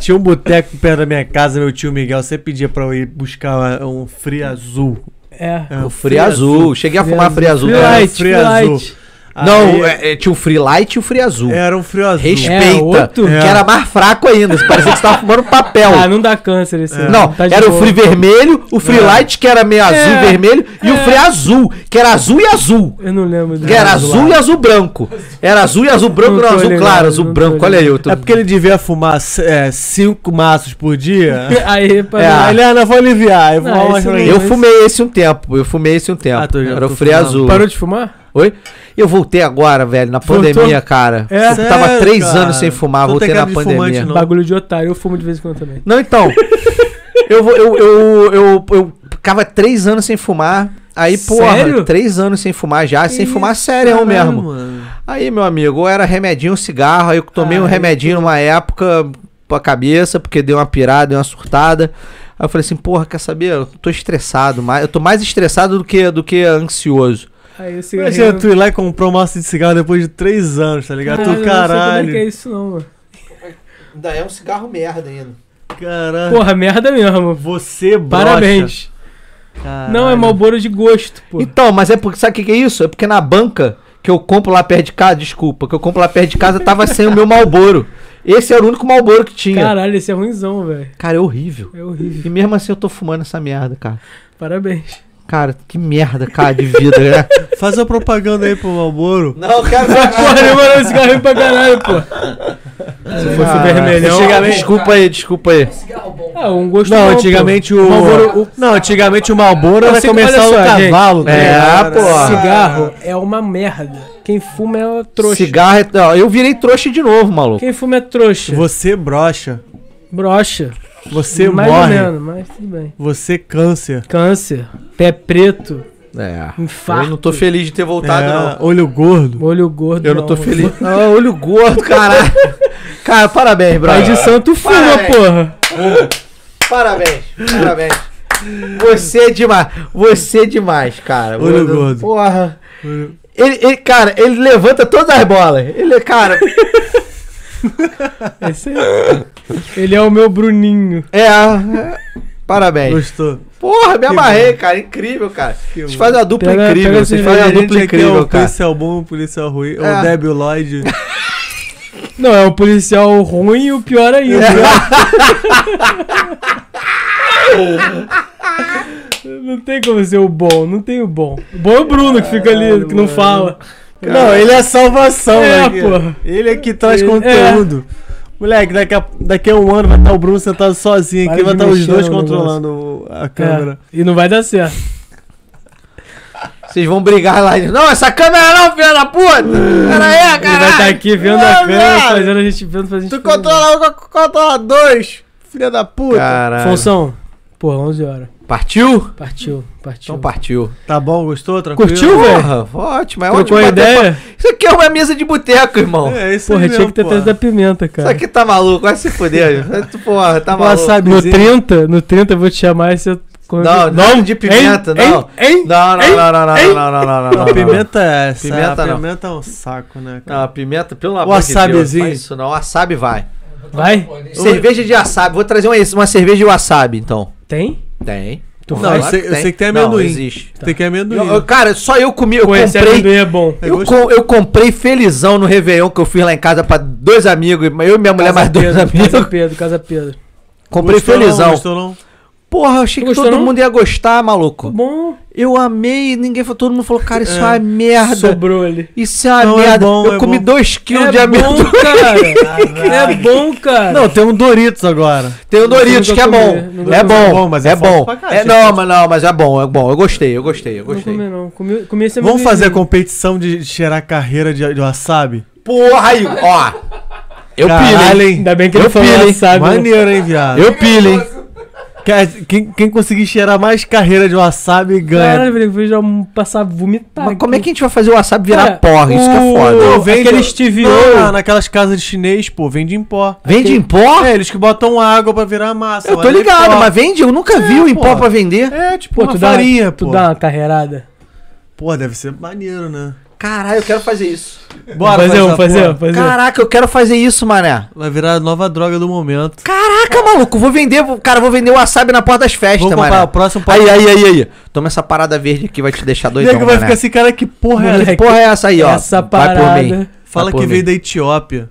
B: Tinha um boteco perto da minha casa, meu tio Miguel sempre pedia pra eu ir buscar uma- um frio azul.
A: É.
B: É, um
C: Free azul. Cheguei a fumar free azul.
A: Free
C: né?
A: light, free
B: Free azul.
A: light.
C: Não,
B: Aí-
C: é- é, tinha o free light e o free azul.
B: Era um frio azul.
C: Respeita.
A: É, outro?
C: Que era mais fraco ainda. Parecia que você tava fumando papel.
A: Ah, não dá câncer esse.
B: É.
C: Não,
A: tá de
C: era o
A: boa.
C: free vermelho, o free
B: É.
C: light, que era meio azul
A: É.
C: e vermelho, e o
A: É.
C: free azul, que era azul e azul.
A: Eu não lembro.
C: Que era azul e azul branco. Era azul e azul branco,
A: Não
C: não,
A: tô
C: azul
A: ligado,
C: claro, azul
A: não tô
C: branco. Olha aí, eu tô...
B: É porque ele devia fumar c- é, cinco maços por dia.
A: (laughs) Aí, pra
B: É,
A: não-
B: ele, ah, não, vou aliviar. Eu vou
A: Não,
B: arrumar
A: isso
B: pra
A: não- é
B: ele."
C: Eu
A: mas-
C: fumei esse um tempo, eu fumei esse um tempo.
B: Ah, tô- já
C: era o
B: tô
C: free
B: fumando.
C: azul.
A: Parou de fumar?
C: Oi? Eu voltei agora, velho, na
A: Voltou?
C: pandemia, cara.
A: É?
C: eu tava
B: Sério,
C: três
B: cara?
C: anos sem fumar,
B: Tu não tem
C: voltei na
B: cara de fumante,
C: pandemia.
B: Não.
A: Bagulho de otário, eu fumo de vez em quando também.
C: Não, então. (laughs) eu, vou- eu, eu, eu, eu ficava três anos sem fumar. Aí, porra,
A: Sério?
C: três anos sem fumar já, sem fumar sério
B: Caralho,
C: mesmo.
B: mano.
C: Aí, meu amigo, ou era remedinho, ou cigarro. Aí eu tomei um
A: Ai,
C: remedinho numa época pra cabeça, porque deu uma pirada, deu uma surtada. Aí eu falei assim, porra, quer saber? Eu tô estressado, mas eu tô mais estressado do que, do que ansioso.
A: Aí o
B: Imagina
A: cigarrinho...
B: tu ir lá e comprar um maço de cigarro depois de três anos, tá ligado?
A: Caralho, Eu
B: Tu,
A: não sei como é que é
B: caralho.
A: isso não, mano.
C: Ainda é um cigarro merda ainda.
B: Caralho.
A: Porra, merda mesmo.
B: Você, Ah. brocha.
A: Parabéns.
B: Caralho.
A: Não, é Malboro de gosto, pô.
C: Então, mas é porque, sabe o que, que é isso? É porque na banca que eu compro lá perto de casa, desculpa, que eu compro lá perto de casa, tava sem o meu Malboro. Esse era o único Malboro que tinha. Cara,
A: Caralho, esse é ruimzão, velho.
C: é horrível.
A: É horrível.
C: E mesmo assim eu tô fumando essa merda, cara.
B: (laughs)
A: Parabéns.
C: Cara, que merda, cara, de vida, né?
B: Faz a propaganda aí pro Malboro.
C: Não, cara,
B: né,
A: Porra, demorou esse cigarrinho pra caralho, pô. Se fosse vermelhão.
F: chega lá-
C: desculpa aí, desculpa aí.
F: Um cigarro bom.
A: Ah, um gosto
B: Não,
A: bom, pô.
B: antigamente o,
A: Malboro-
B: o- Não, antigamente o Malboro
A: Eu sei
B: era
A: que-
B: comercial do
A: olha só,
B: cavalo, tá
C: É,
B: ligado?
C: pô.
B: Era-
A: Cigarro é uma merda. Quem fuma é trouxa.
C: Cigarro é. Não, eu virei trouxa de novo, maluco.
A: Quem fuma é trouxa.
B: Você brocha.
A: Brocha.
B: Você
A: Mais
B: morre.
A: ou menos, mas tudo bem.
B: Você câncer.
A: Câncer. Pé preto.
C: É.
A: Infarto.
C: Eu não tô feliz de ter voltado,
B: É,
C: Tá, não.
B: olho gordo.
A: Olho gordo.
C: Eu não tô
A: alvo.
C: feliz. Ah, olho gordo, caralho.
B: (laughs)
C: Cara, parabéns,
A: Pai de
C: brother.
A: santo fuma,
C: Parabéns.
A: porra.
C: Parabéns, parabéns. Você é demais. Você é demais, cara.
B: Olho
C: Mano,
B: gordo.
C: Porra. Ele, ele- cara, ele levanta todas as bolas. Ele, cara,
A: É isso aí. Ele é o meu Bruninho.
C: é. é, Parabéns.
B: Gostou?
C: Porra, me amarrei,
B: bom.
C: cara. Incrível, cara.
B: Que
C: Vocês fazem uma dupla
A: Pega-
C: incrível.
A: pega
C: Vocês
A: esse-
C: fazem
B: a
C: uma
B: gente
C: dupla
B: aqui é
C: um incrível,
B: o
C: cara.
B: policial bom, o policial ruim, é
C: É.
B: o Debbie Lloyd.
A: Não, é um policial ruim e o pior ainda.
C: (laughs)
A: não tem como ser o bom, não tem o bom. O bom é o Bruno que fica ali, que não fala.
B: (laughs) Não, ele é a salvação,
A: É,
B: né?
A: porra.
B: Ele é que traz
A: Ele-
B: conteúdo. Moleque, daqui a, daqui a um ano vai estar o Bruno sentado sozinho
A: Para
B: aqui, vai
A: de
B: estar os
A: mexer
B: dois
A: no
B: controlando a
A: É,
B: câmera.
A: e não vai dar certo.
C: Vocês vão brigar lá. Não, essa câmera não, filha da puta! Pera aí,
A: Ele vai
C: cara.
A: estar aqui vendo a
C: Não,
A: câmera,
C: viado.
A: fazendo a gente vendo, fazendo a gente.
B: Tu controla um, co- controla
A: É.
B: dois, filha da puta.
C: Caralho.
A: Função. Porra, 11 horas.
C: Partiu?
A: Partiu, partiu.
C: Então partiu.
B: Tá bom, gostou? Tranquilo?
A: Curtiu, velho?
C: Porra, ótimo. É
A: Trocou
C: ótimo.
A: a
C: bater
A: ideia?
C: pa- Isso aqui é uma mesa de boteco, irmão.
B: É, isso
A: Porra,
B: aí
A: tinha que ter
B: mesmo,
A: teste da pimenta, cara.
C: Isso aqui tá maluco, vai se fuder. (laughs) gente. Porra, tá
B: Boa
C: maluco.
B: sabe-
A: No
B: Vizinho.
A: 30, no 30 eu vou te chamar e você.
C: Não, não de pimenta,
A: hein,
C: não.
A: Hein?
C: Não, não, não, não, não, não, não, não, não, não,
B: Não,
C: não.
B: pimenta é essa.
C: Pimenta
B: Pimenta,
C: não.
B: pimenta é um saco, né,
C: Não,
B: cara?
C: pimenta, pelo amor de Deus.
B: Wasabizinho.
C: Faz isso não, wasabi vai.
A: Vai?
C: Cerveja de wasabi, vou trazer uma, uma cerveja de wasabi, então.
A: Tem?
C: Tem.
A: Tu
B: Não,
A: vai?
B: eu sei- eu sei que tem
C: Não,
B: amendoim.
C: existe.
B: Tem que é amendoim.
C: Eu- eu- cara, só eu comi, eu
A: Pô, esse
C: comprei.
A: amendoim é bom.
B: É
C: Eu,
B: gostoso.
C: com- eu comprei felizão no Réveillon que eu fiz lá em casa pra dois amigos, eu e minha mulher, mais dois
A: Pedro,
C: amigos.
A: Casa Pedro, Casa Pedro.
C: (laughs) Comprei
B: Gostou não,
C: felizão.
B: Gostou não?
C: Porra, eu achei
A: Não
C: que
A: gostou,
C: todo
A: não?
C: mundo ia gostar, maluco.
A: Bom,
C: Eu amei, ninguém falou, todo mundo falou, cara, isso é, uma
B: É,
C: merda. um
A: sobrou ali.
C: Isso é uma
B: Não, é
C: merda.
B: bom,
C: eu
B: é
C: comi
B: bom.
C: 2kg de
A: é
C: amendoim. (laughs)
A: bom, cara. é bom, cara.
B: Não, tem um Doritos agora.
C: Tem o
A: Não,
C: Doritos,
A: eu
C: que é
A: nunca
C: bom.
A: comi, nunca
C: É
A: comi.
C: bom,
B: É bom, mas
C: é
B: é forte
C: bom.
B: pra caralho,
C: É,
B: gente.
C: não, mas não, mas é bom, é bom. Eu gostei, eu gostei, eu
A: não
C: gostei.
A: comi, não. Comi, comi esse
B: Vamos
A: amendoim.
B: fazer competição de cheirar carreira de, de wasabi?
C: Porra aí, ó. Eu
B: Caralho,
C: pilho, hein?
A: Ainda bem que
C: Eu
A: ele falou,
C: pilho, hein?
A: sabe? né?
B: Maneiro, hein, viado?
C: Eu pilho, hein?
F: assim,
B: Cara, Quem, quem conseguir cheirar mais carreira de wasabi ganha.
A: Caralho, velho, eu vou já passar a vomitar.
C: Mas como é
A: aqui.
C: que a gente vai fazer o wasabi virar
A: Cara,
C: porra? Isso que é
A: o-
C: foda.
A: Não,
B: Pô, vende-
A: aquele Steve O.
B: Não, na- naquelas casas de chinês, pô, vende em pó.
C: Vende em pó?
B: É, eles que botam água pra virar massa.
C: Eu tô
B: mas é em
C: ligado,
B: pó.
C: mas vende? Eu nunca vi o em pó
B: porra.
C: pra vender.
B: É, tipo,
A: Pô,
B: uma
A: tu dá,
B: farinha, pô.
A: tu dá uma carreirada.
B: Pô, deve ser maneiro, né?
C: Caralho, eu quero fazer isso.
B: Bora
A: fazer, um,
B: essa
A: fazer, um,
B: porra.
A: fazer. um.
C: Caraca, eu quero fazer isso, mané.
B: Vai virar a nova droga do momento.
C: Caraca, maluco, vou vender, cara, vou vender o wasabi na porta das festas,
B: Vamos comprar o
C: mano.
B: próximo
C: Aí, aí, aí, aí. Toma essa parada verde aqui, vai te deixar doidão,
B: Nego vai
C: mané.
B: ficar assim, cara, que porra é
A: Moleque,
B: essa?
C: Que porra é essa Ah, aí, ó?
A: Essa
C: Vai por mim.
A: parada.
B: Fala
C: por
B: que
C: mim.
B: veio da Etiópia.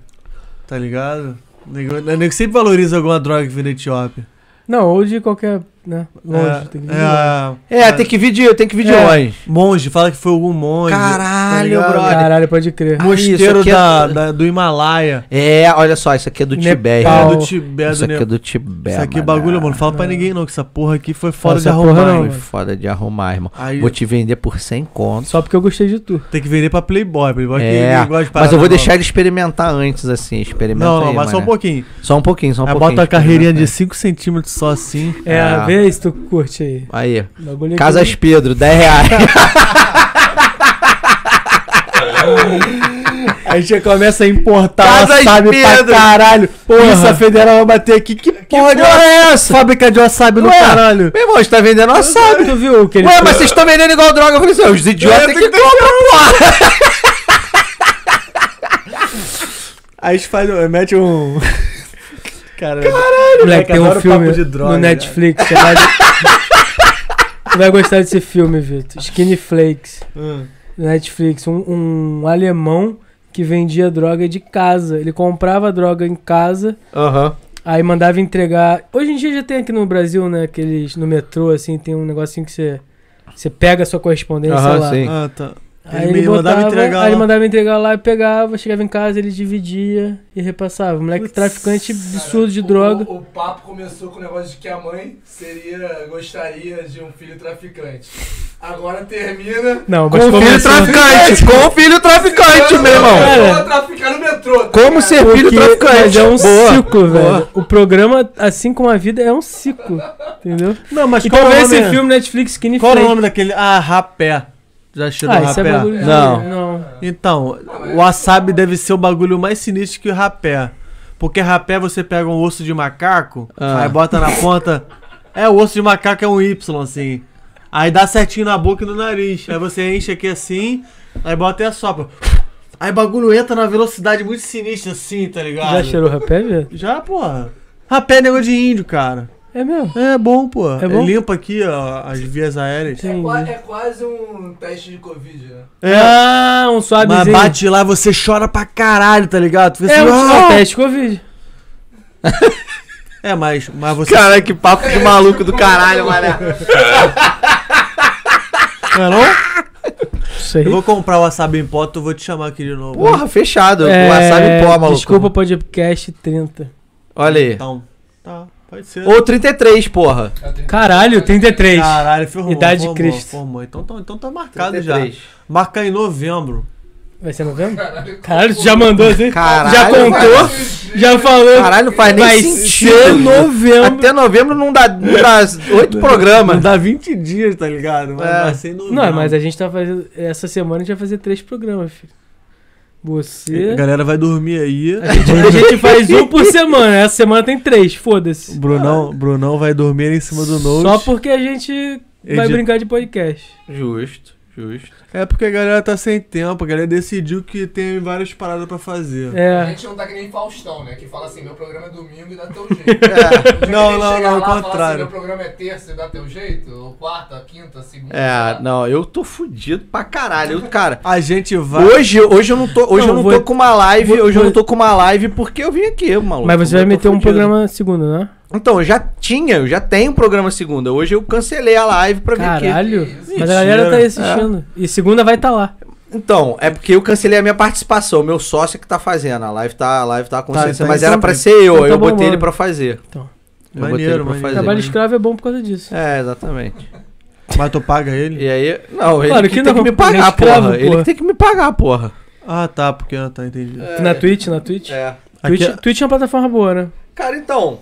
B: Tá ligado? Nego, nego sempre valoriza alguma droga que vem da Etiópia.
A: Não, ou de qualquer. Né? Longe,
B: é,
A: tem que
B: é,
C: É, tem que vir de, tem que vir de
A: É.
C: longe.
B: Monge, fala que foi algum monge.
C: Caralho,
B: tá ligado?
C: brother.
A: Caralho, pode crer.
C: Ah, isso
B: Mosteiro
C: aqui é-
B: da, da- do Himalaia.
C: É, olha só, isso aqui é do
A: Nepal.
C: Tibete.
B: É,
A: Pau.
B: do Tibete,
C: Isso
B: né?
C: aqui é do Tibete.
B: Isso aqui é
C: mané.
B: bagulho, mano. Fala pra ninguém não, que essa porra aqui foi fora de
A: Essa porra
B: arrumar.
A: não.
C: Foi
B: hein?
C: foda de arrumar, irmão.
B: Aí-
C: Vou te vender por 100 contos.
A: Só porque eu gostei de tu.
B: Tem que vender pra Playboy. Playboy que
C: É,
B: ele gosta de
C: mas eu vou
B: parada
C: deixar ele experimentar antes, assim.
B: nova.
C: Experimenta
B: Não, não,
C: aí,
B: mas só um
C: mané.
B: pouquinho.
C: Só um pouquinho, só um
B: Aí
C: pouquinho.
B: bota a carreirinha de
C: experimenta
B: 5 centímetros só assim.
A: É,
C: Ah.
A: vê se tu curte aí.
C: aí. Aí,
A: Bagulho é
C: Casas Pedro, 10 reais.
B: A gente começa a importar
C: Casas
B: wasabi pra
C: Pedro.
B: caralho. Polícia Federal vai bater aqui. (laughs) Que porra de
C: porra é essa?
B: Fábrica de wasabi no
C: Ué,
B: caralho.
C: Meu irmão, você tá vendendo assado.
A: que- Tu viu que ele.
C: Ué, mas vocês estão vendendo igual droga. Eu falei assim, os idiotas é que
B: um
C: compram, porra.
B: Aí a gente faz, um- mete um... (laughs) Caralho.
A: Moleque, tem um
B: adoro
A: filme
B: papo de droga, né?
A: no Netflix. Você
B: (laughs)
A: vai... tu vai gostar desse filme, Vitor. Skinny Flakes.
B: Hum.
A: No Netflix. Um, um alemão que vendia droga de casa. Ele comprava droga em casa,
C: Aham.
A: aí mandava entregar. Hoje em dia já tem aqui no Brasil, né? Aqueles no metrô, assim, tem um negocinho que você. Você pega a sua correspondência
C: Aham,
A: lá.
C: sim.
B: Ah, tá.
A: Aí
B: Ele
A: ele,
B: me mandava
A: botava,
B: entregar
A: aí ele
B: lá.
A: mandava entregar lá, eu pegava, chegava em casa, ele dividia e repassava. Moleque traficante absurdo de
F: o-
A: droga.
F: O, o papo começou com o negócio de que a mãe seria, gostaria de um filho traficante. Agora termina.
A: Não, assim?
C: Com o filho traficante, com o filho traficante, meu irmão.
A: Cara.
F: Vou traficar no metrô. tá
C: Como
F: ligado?
C: ser filho
A: Porque- Mas
C: traficante?
A: é um
C: Boa,
A: ciclo,
C: boa.
A: velho. O programa, assim como a vida, é um ciclo. Entendeu?
B: Não, mas
A: Então
B: qual
A: vê
B: é o
A: esse
B: nome?
A: filme Netflix Skinny
B: Qual era o
A: Fake.
B: nome daquele? Ah, rapé. Já cheirou
A: Ah, isso é
B: rapé?
A: bagulho de-
C: Não.
A: Não.
B: Então, o wasabi deve ser o bagulho mais sinistro que o rapé. Porque rapé você pega um osso de macaco,
C: Ah.
B: aí bota na ponta. É, o osso de macaco é um Y, assim. Aí dá certinho na boca e no nariz. Aí você enche aqui assim, aí bota e assopra. Aí o bagulho entra na velocidade muito sinistra, assim, tá ligado?
A: Já cheirou rapé, velho?
B: Já, porra. Rapé é negócio de índio, cara.
A: É mesmo.
B: É bom, porra.
A: É bom?
B: Limpa aqui, ó, as vias aéreas.
F: É,
A: Entendi.
F: qua- é quase um teste de Covid, né?
A: Ah, um
B: Mas
A: suavezinho.
B: bate lá, você chora pra caralho, tá ligado? Tu fica
A: É
B: assim,
A: um
B: "Ah!"
A: ah, teste Covid.
B: É, mas, mas você.
C: Cara, que papo de maluco do caralho, mané.
B: Não é não?
A: Sei.
B: Eu vou comprar o wasabi em pó, eu vou te chamar aqui de novo. né?
C: Porra, fechado.
A: É,
C: É... Wasabi em pó, maluco.
A: Desculpa, podcast 30.
C: Olha aí.
B: Então, tá, pode ser.
C: Ou 33, porra.
F: Já É, tem-
A: Caralho, 33.
B: Caralho, firmou.
A: Idade de
B: firmou,
A: Cristo.
B: firmou. Então, tá- então tá marcado já. Marca em novembro.
A: Vai ser novembro? Caralho, tu já mandou assim?
C: Caralho,
A: já contou? Já falou?
C: Caralho, não faz nem
A: Vai
C: sentido.
A: ser novembro.
C: Até novembro não dá, não dá oito
A: (laughs)
B: Não
C: programas.
B: dá 20 dias, tá ligado? Mas
C: É.
B: vai ser em novembro.
A: Não, mas a gente tá fazendo. Essa semana a gente vai fazer três programas, filho.
B: A
A: Você.
B: galera vai
A: (laughs)
B: dormir aí.
A: A gente, a gente faz um por semana. Essa semana tem três, foda-se.
B: Brunão, Brunão vai dormir em cima do Note.
A: Só porque a gente vai
B: Edita.
A: brincar de podcast.
C: Justo, justo.
B: É porque a galera tá sem tempo, a galera decidiu que tem várias paradas pra fazer.
F: A
A: É.
F: gente não tá que nem Faustão, né? Que fala assim, meu programa é domingo e dá teu jeito.
B: (laughs)
A: É.
F: O dia que
B: Não,
F: ele
B: não,
F: chega lá,
B: não, ao
F: fala assim,
B: contrário.
F: meu programa é terça e dá teu jeito? Ou quarta, quinta, segunda.
C: É, não, eu tô fudido pra caralho. Eu, cara,
B: A gente vai.
C: hoje, hoje eu não tô, hoje
A: Não,
C: eu não
A: vou-
C: tô com uma
A: vou-
C: live, hoje
A: vou-
C: eu não tô com uma live porque eu vim aqui, maluco.
A: Mas você
C: Eu
A: vai
C: tô
A: meter um
C: fudido.
A: programa segunda, né?
C: Então, eu já tinha, eu já tenho um programa segunda. Hoje eu cancelei a live pra vir aqui.
A: Caralho.
F: que
A: Mas a galera tá aí assistindo. E segunda vai estar tá lá.
C: Então, é porque eu cancelei a minha participação. O meu sócio é que tá fazendo. A live tá, a live tá com
B: Tá,
C: consciência.
B: então
C: mas
B: então
C: era pra
B: tá.
C: ser eu,
A: Então
C: aí
A: tá
C: eu
A: bom,
C: botei ele
A: mano.
C: pra fazer.
A: Então.
C: Eu
B: Maneiro,
C: botei ele pra
B: maneiro.
C: fazer. né?
A: Trabalho escravo é bom por causa disso.
C: É, exatamente.
B: Mas tu paga ele?
A: É.
C: E aí, não, ele
A: Claro
C: que
A: que
C: tem
A: não,
C: que me pagar,
A: ele é escravo,
C: porra. Ele
A: porra.
C: que tem que me pagar, porra.
B: Ah, tá, porque ah, tá, entendi.
A: Na Twitch, na Twitch.
C: É.
B: Aqui-
A: Twitch, Twitch é uma plataforma boa, né? (laughs)
C: Cara, então,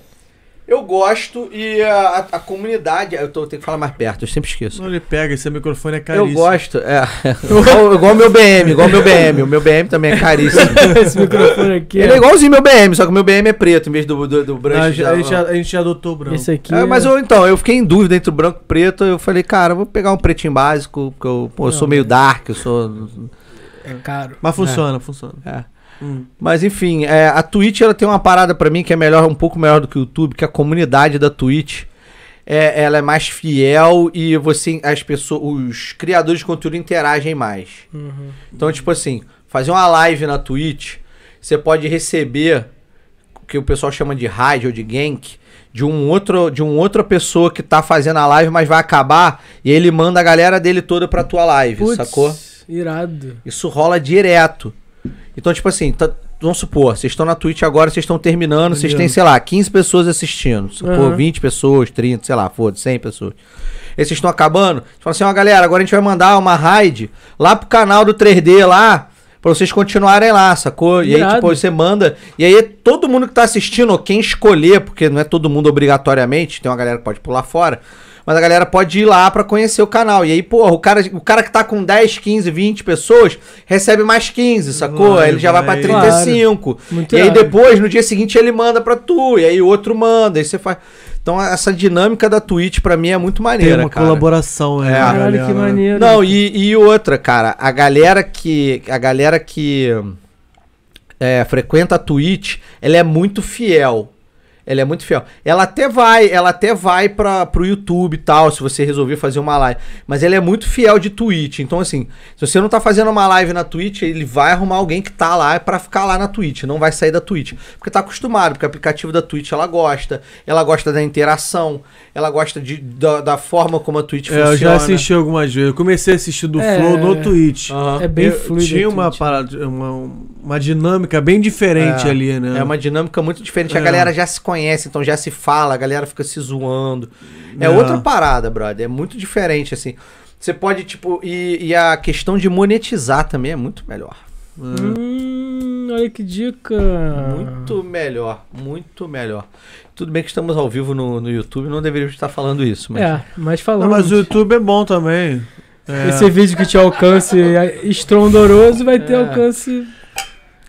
C: eu gosto e a, a, a comunidade. Eu tô, tenho que falar mais perto, eu sempre esqueço.
B: Não, ele pega, esse microfone é
C: Eu
B: caríssimo.
C: gosto, é. (laughs) igual, igual o meu BM, igual o meu BM. O meu BM também é caríssimo.
A: (laughs) Esse microfone aqui.
C: Ele é
A: ó.
C: igualzinho meu BM, só que o meu BM é preto em vez do, do, do
B: Não,
C: branco.
B: a, gente,
C: já-
B: a, gente, a gente adotou o branco.
A: Esse aqui.
C: É, mas
A: é-
C: eu, então, eu fiquei em dúvida entre o branco e o preto. Eu falei, cara, eu vou pegar um pretinho básico, porque eu, pô, eu sou meio dark, eu sou.
A: é caro.
B: Mas funciona, funciona.
C: É.
B: Hum.
C: Mas enfim, é, a Twitch ela tem uma parada pra mim que é melhor, um pouco melhor do que o YouTube, que a comunidade da Twitch é, ela é mais fiel e você as pessoas, os criadores de conteúdo interagem mais.
A: Uhum.
C: Então, tipo assim, fazer uma live na Twitch, você pode receber o que o pessoal chama de raid ou de gank de um outro de um outra pessoa que tá fazendo a live, mas vai acabar e ele manda a galera dele toda pra tua live,
A: Putz,
C: sacou?
A: Irado.
C: Isso rola direto. Então, tipo assim, tá- vamos supor, vocês estão na Twitch agora, vocês estão terminando, vocês têm, sei lá, 15 pessoas assistindo. Sacou?
A: Aham.
C: 20 pessoas, 30, sei lá, foda-se, 100 pessoas. Aí vocês estão acabando, vocês falam assim, ó, galera, agora a gente vai mandar uma raid lá pro canal do 3D lá, pra vocês continuarem lá, sacou? E aí,
A: Irado.
C: tipo, você manda. E aí, todo mundo que tá assistindo, ou quem escolher, porque não é todo mundo obrigatoriamente, tem uma galera que pode pular fora. Mas a galera pode ir lá pra conhecer o canal. E aí, porra, o cara, o cara que tá com 10, 15, 20 pessoas recebe mais 15, sacou?
B: Vai,
C: Aí ele já vai pra
B: vai.
C: 35.
A: Muito
C: E aí
A: irado.
C: depois, no dia seguinte, ele manda pra tu. E aí o outro manda. Aí você faz. Então, essa dinâmica da Twitch pra mim é muito
B: Tem
C: maneira.
B: uma
C: cara.
B: colaboração aí.
C: É.
B: né,
A: Caralho,
B: galera?
A: que maneiro.
C: Não, e, e outra, cara, a galera que. A galera que é, frequenta a Twitch, ela é muito fiel. Ela é muito fiel. Ela até vai, ela até vai para pro YouTube e tal, se você resolver fazer uma live. Mas ela é muito fiel de Twitch. Então, assim, se você não tá fazendo uma live na Twitch, ele vai arrumar alguém que tá lá para ficar lá na Twitch. Não vai sair da Twitch. Porque tá acostumado, porque o aplicativo da Twitch ela gosta. Ela gosta da interação. Ela gosta de, da, da forma como a Twitch
B: É, eu já assisti algumas vezes. Eu comecei a assistir do
A: É.
B: Flow no Twitch.
C: Aham.
A: É bem
B: Eu-
A: fluido.
B: Tinha
A: o
B: uma
A: Twitch.
B: parada, uma, uma dinâmica bem diferente
C: É.
B: ali, né?
C: É uma dinâmica muito diferente. A
B: É.
C: galera já se conhece, então já se fala, a galera fica se zoando. É,
B: É.
C: outra parada, brother. É muito diferente, assim. Você pode, tipo, e, e a questão de monetizar também é muito melhor.
A: Hum, olha que dica.
C: Muito melhor, muito melhor. Tudo bem que estamos ao vivo no, no YouTube, não deveríamos estar falando isso, mas.
A: É, mas
B: Não,
A: falando.
B: mas o YouTube é bom também. É.
A: Esse vídeo que te alcance é estrondoroso vai ter
C: É.
A: alcance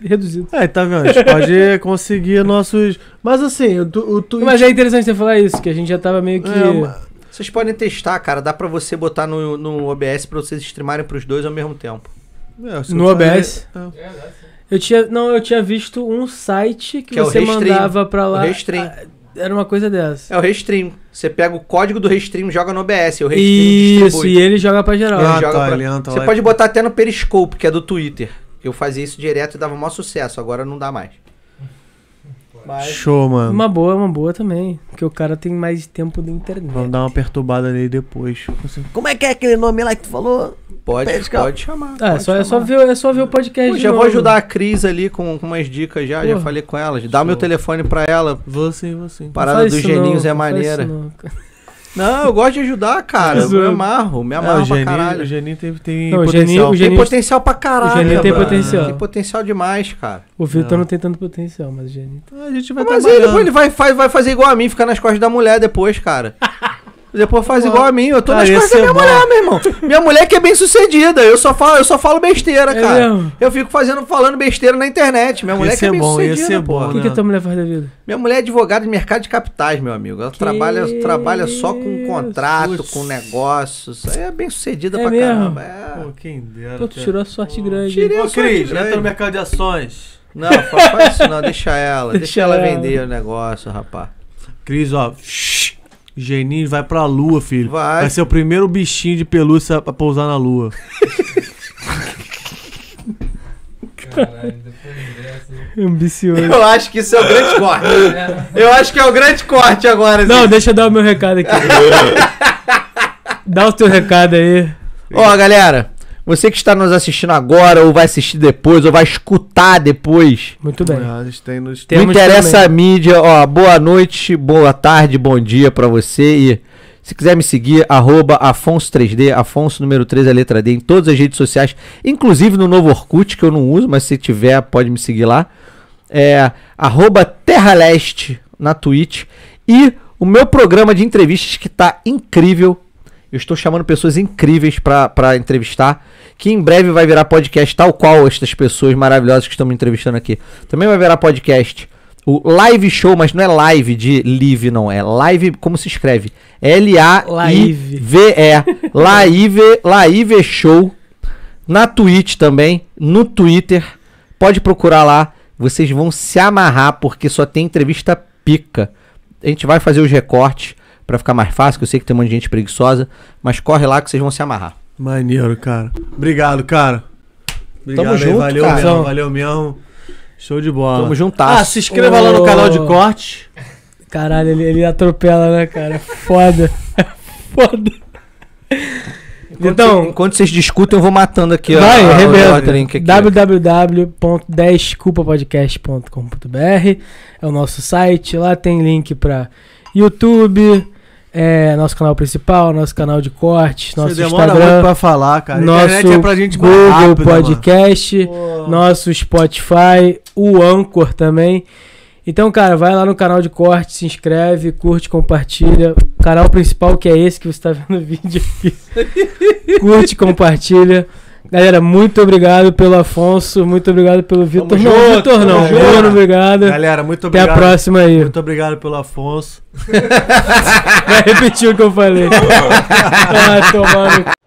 A: reduzido.
B: É, tá vendo? A gente pode (laughs) conseguir nossos. Mas assim, o, tu- o Twitch.
A: Mas é interessante você falar isso, que a gente já tava meio que.
B: É, uma-
C: Vocês podem testar, cara. Dá pra você botar no, no OBS pra vocês streamarem pros dois ao mesmo tempo.
B: é, se
A: No
B: eu falei-
A: OBS.
B: é.
A: Eu tinha. Não, eu tinha visto um site que,
C: Que é o
A: você
C: Restream.
A: mandava pra
C: O
A: lá.
C: Restream.
A: Ah, Era uma coisa dessa.
C: É o Restream. Você pega o código do Restream e joga no OBS. O Restream
A: Isso,
C: distribui.
A: e ele joga pra geral.
B: Ah,
C: joga
B: tá,
C: pra-
B: ele entra
C: Você
A: Então
B: lá e-
C: pode
A: é
C: botar até no Periscope, que é do Twitter. Eu fazia isso direto e dava o maior sucesso. Agora não dá mais. Mas...
B: Show, mano.
A: Uma boa, uma boa também. Porque o cara tem mais tempo de internet.
B: Vamos dar uma perturbada nele depois. Assim, Como é que é aquele nome lá que tu falou?
C: Pode,
B: Periscope.
C: pode chamar.
A: Ah, é
C: pode
A: só, é, só
C: chamar.
A: ver, é só ver o podcast.
C: Pô,
A: de
C: já vou
A: novo.
C: ajudar a Cris ali com, com umas dicas já. Já
A: Porra.
C: falei com ela. Dá meu telefone pra ela.
B: Vou sim, vou sim.
A: Não
C: Parada
A: faz
C: dos
A: isso
C: geninhos
A: não,
C: é
A: não faz
C: maneira.
A: isso não, cara.
C: Não, eu gosto de ajudar, cara.
A: Tá
C: Eu me
A: zoando.
C: amarro, me
B: É,
C: amarro
B: o
C: pra
B: Geninho, o
C: caralho.
B: Geninho tem, tem
A: Não, o
B: potencial.
A: Geninho- o
C: Tem
A: Geninho-
C: potencial pra caralho.
A: o Geninho tem
C: brother.
A: potencial.
C: Tem potencial demais, cara.
A: O Vitor
B: Não.
A: não. tem tanto potencial, mas o Geninho.
B: Ah, A gente vai
C: Mas aí
B: trabalhando.
C: depois ele é vai, faz, vai fazer igual a mim, ficar nas costas da mulher depois, cara. Depois faz igual a mim, eu tô
B: Cara,
C: nas
B: Ah, ia
C: costas da
B: ser
C: minha
B: bom.
C: mulher, meu irmão. Minha mulher que é bem sucedida, eu só falo, eu só falo besteira,
A: É
C: cara.
A: mesmo?
C: Eu fico fazendo, falando besteira na internet. Minha mulher
B: Ia
C: que é
B: ser
C: bem
B: bom, ia
C: sucedida,
B: ser bom.
C: pô.
B: né?
A: O que, que a tua mulher faz da vida?
C: Minha mulher é advogada de mercado de capitais, meu amigo. Ela trabalha, trabalha só com contrato,
A: Putz.
C: com negócios. Aí é bem sucedida
A: É
C: pra
A: mesmo?
C: caramba. É.
B: Pô, quem dera.
A: Pô, tu
B: cara.
A: tirou a sorte grande.
B: Ô,
C: Tirei. Eu sou
B: Cris,
C: de
B: entra
C: grande.
B: no mercado de ações.
C: Não, fa- faz isso não, deixa
B: (laughs)
C: ela. Deixa,
A: Deixa
C: ela
A: ela.
C: vender o negócio, rapaz.
B: Cris, ó. Geninho vai pra lua, filho.
C: Vai.
B: Vai ser o primeiro bichinho de pelúcia pra pousar na lua.
F: Caralho, depois dessa.
A: Ambicioso.
C: Eu acho que isso é o grande corte. Eu acho que é o grande corte agora. assim.
A: Não, deixa eu dar o meu recado
C: (laughs)
A: aqui. Dá o teu recado aí.
C: Ó, galera, você que está nos assistindo agora, ou vai assistir depois, ou vai escutar depois.
A: Muito bem.
B: a gente tem nos...
A: Temos
C: não interessa
A: também.
C: a mídia, ó. Boa noite, boa tarde, bom dia pra você. E se quiser me seguir, arroba Afonso3D, Afonso número 3, a letra D, em todas as redes sociais, inclusive no novo Orkut, que eu não uso, mas se tiver, pode me seguir lá. É, arroba Terra Leste na Twitch. E o meu programa de entrevistas que tá incrível. Eu estou chamando pessoas incríveis pra pra entrevistar, que em breve vai virar podcast, tal qual estas pessoas maravilhosas que estão me entrevistando aqui. Também vai virar podcast. O live show, mas não é live de live, não. É live, como se escreve? L-A-I-V-E. Live, live show. Na Twitch também, no Twitter. Pode procurar lá. Vocês vão se amarrar, porque só tem entrevista pica. A gente vai fazer os recortes pra ficar mais fácil, que eu sei que tem um monte de gente preguiçosa, mas corre lá que vocês vão se amarrar.
B: Maneiro, cara. Obrigado, cara. Obrigado,
C: junto,
B: valeu
C: cara.
B: mesmo, valeu mesmo. Show de bola.
C: Tamo
B: Ah,
C: juntas.
B: se inscreva lá no
A: Ô.
B: canal de corte.
A: Caralho, ele, ele atropela, né, cara? Foda. (laughs) Foda.
C: Então,
A: Então,
C: enquanto vocês discutem, eu vou matando aqui
A: vai,
C: o
A: arrebenta.
C: link aqui.
A: www.desculpapodcast.com.br é o nosso site. Lá tem link pra YouTube, é, nosso canal principal, nosso canal de cortes, nosso
B: Você demora muito
A: Instagram,
B: pra falar, cara. A
A: nosso
B: internet é pra gente mais
A: Google
B: rápida,
A: Podcast.
B: mano.
A: nosso Spotify, o Anchor também. Então, cara, vai lá no canal de corte, se inscreve, curte, compartilha. O canal principal que é esse que você tá vendo o vídeo aqui. curte, compartilha. Galera, muito obrigado pelo Afonso, muito obrigado pelo Vitor.
C: Tamo
A: Não,
C: junto,
A: Vitor não.
B: tamo junto.
A: Bruno, obrigado.
B: Galera, muito
A: Até
B: obrigado.
A: a próxima aí.
B: (laughs) Muito obrigado pelo Afonso.
A: Vai repetir o que eu falei. ah, tomar no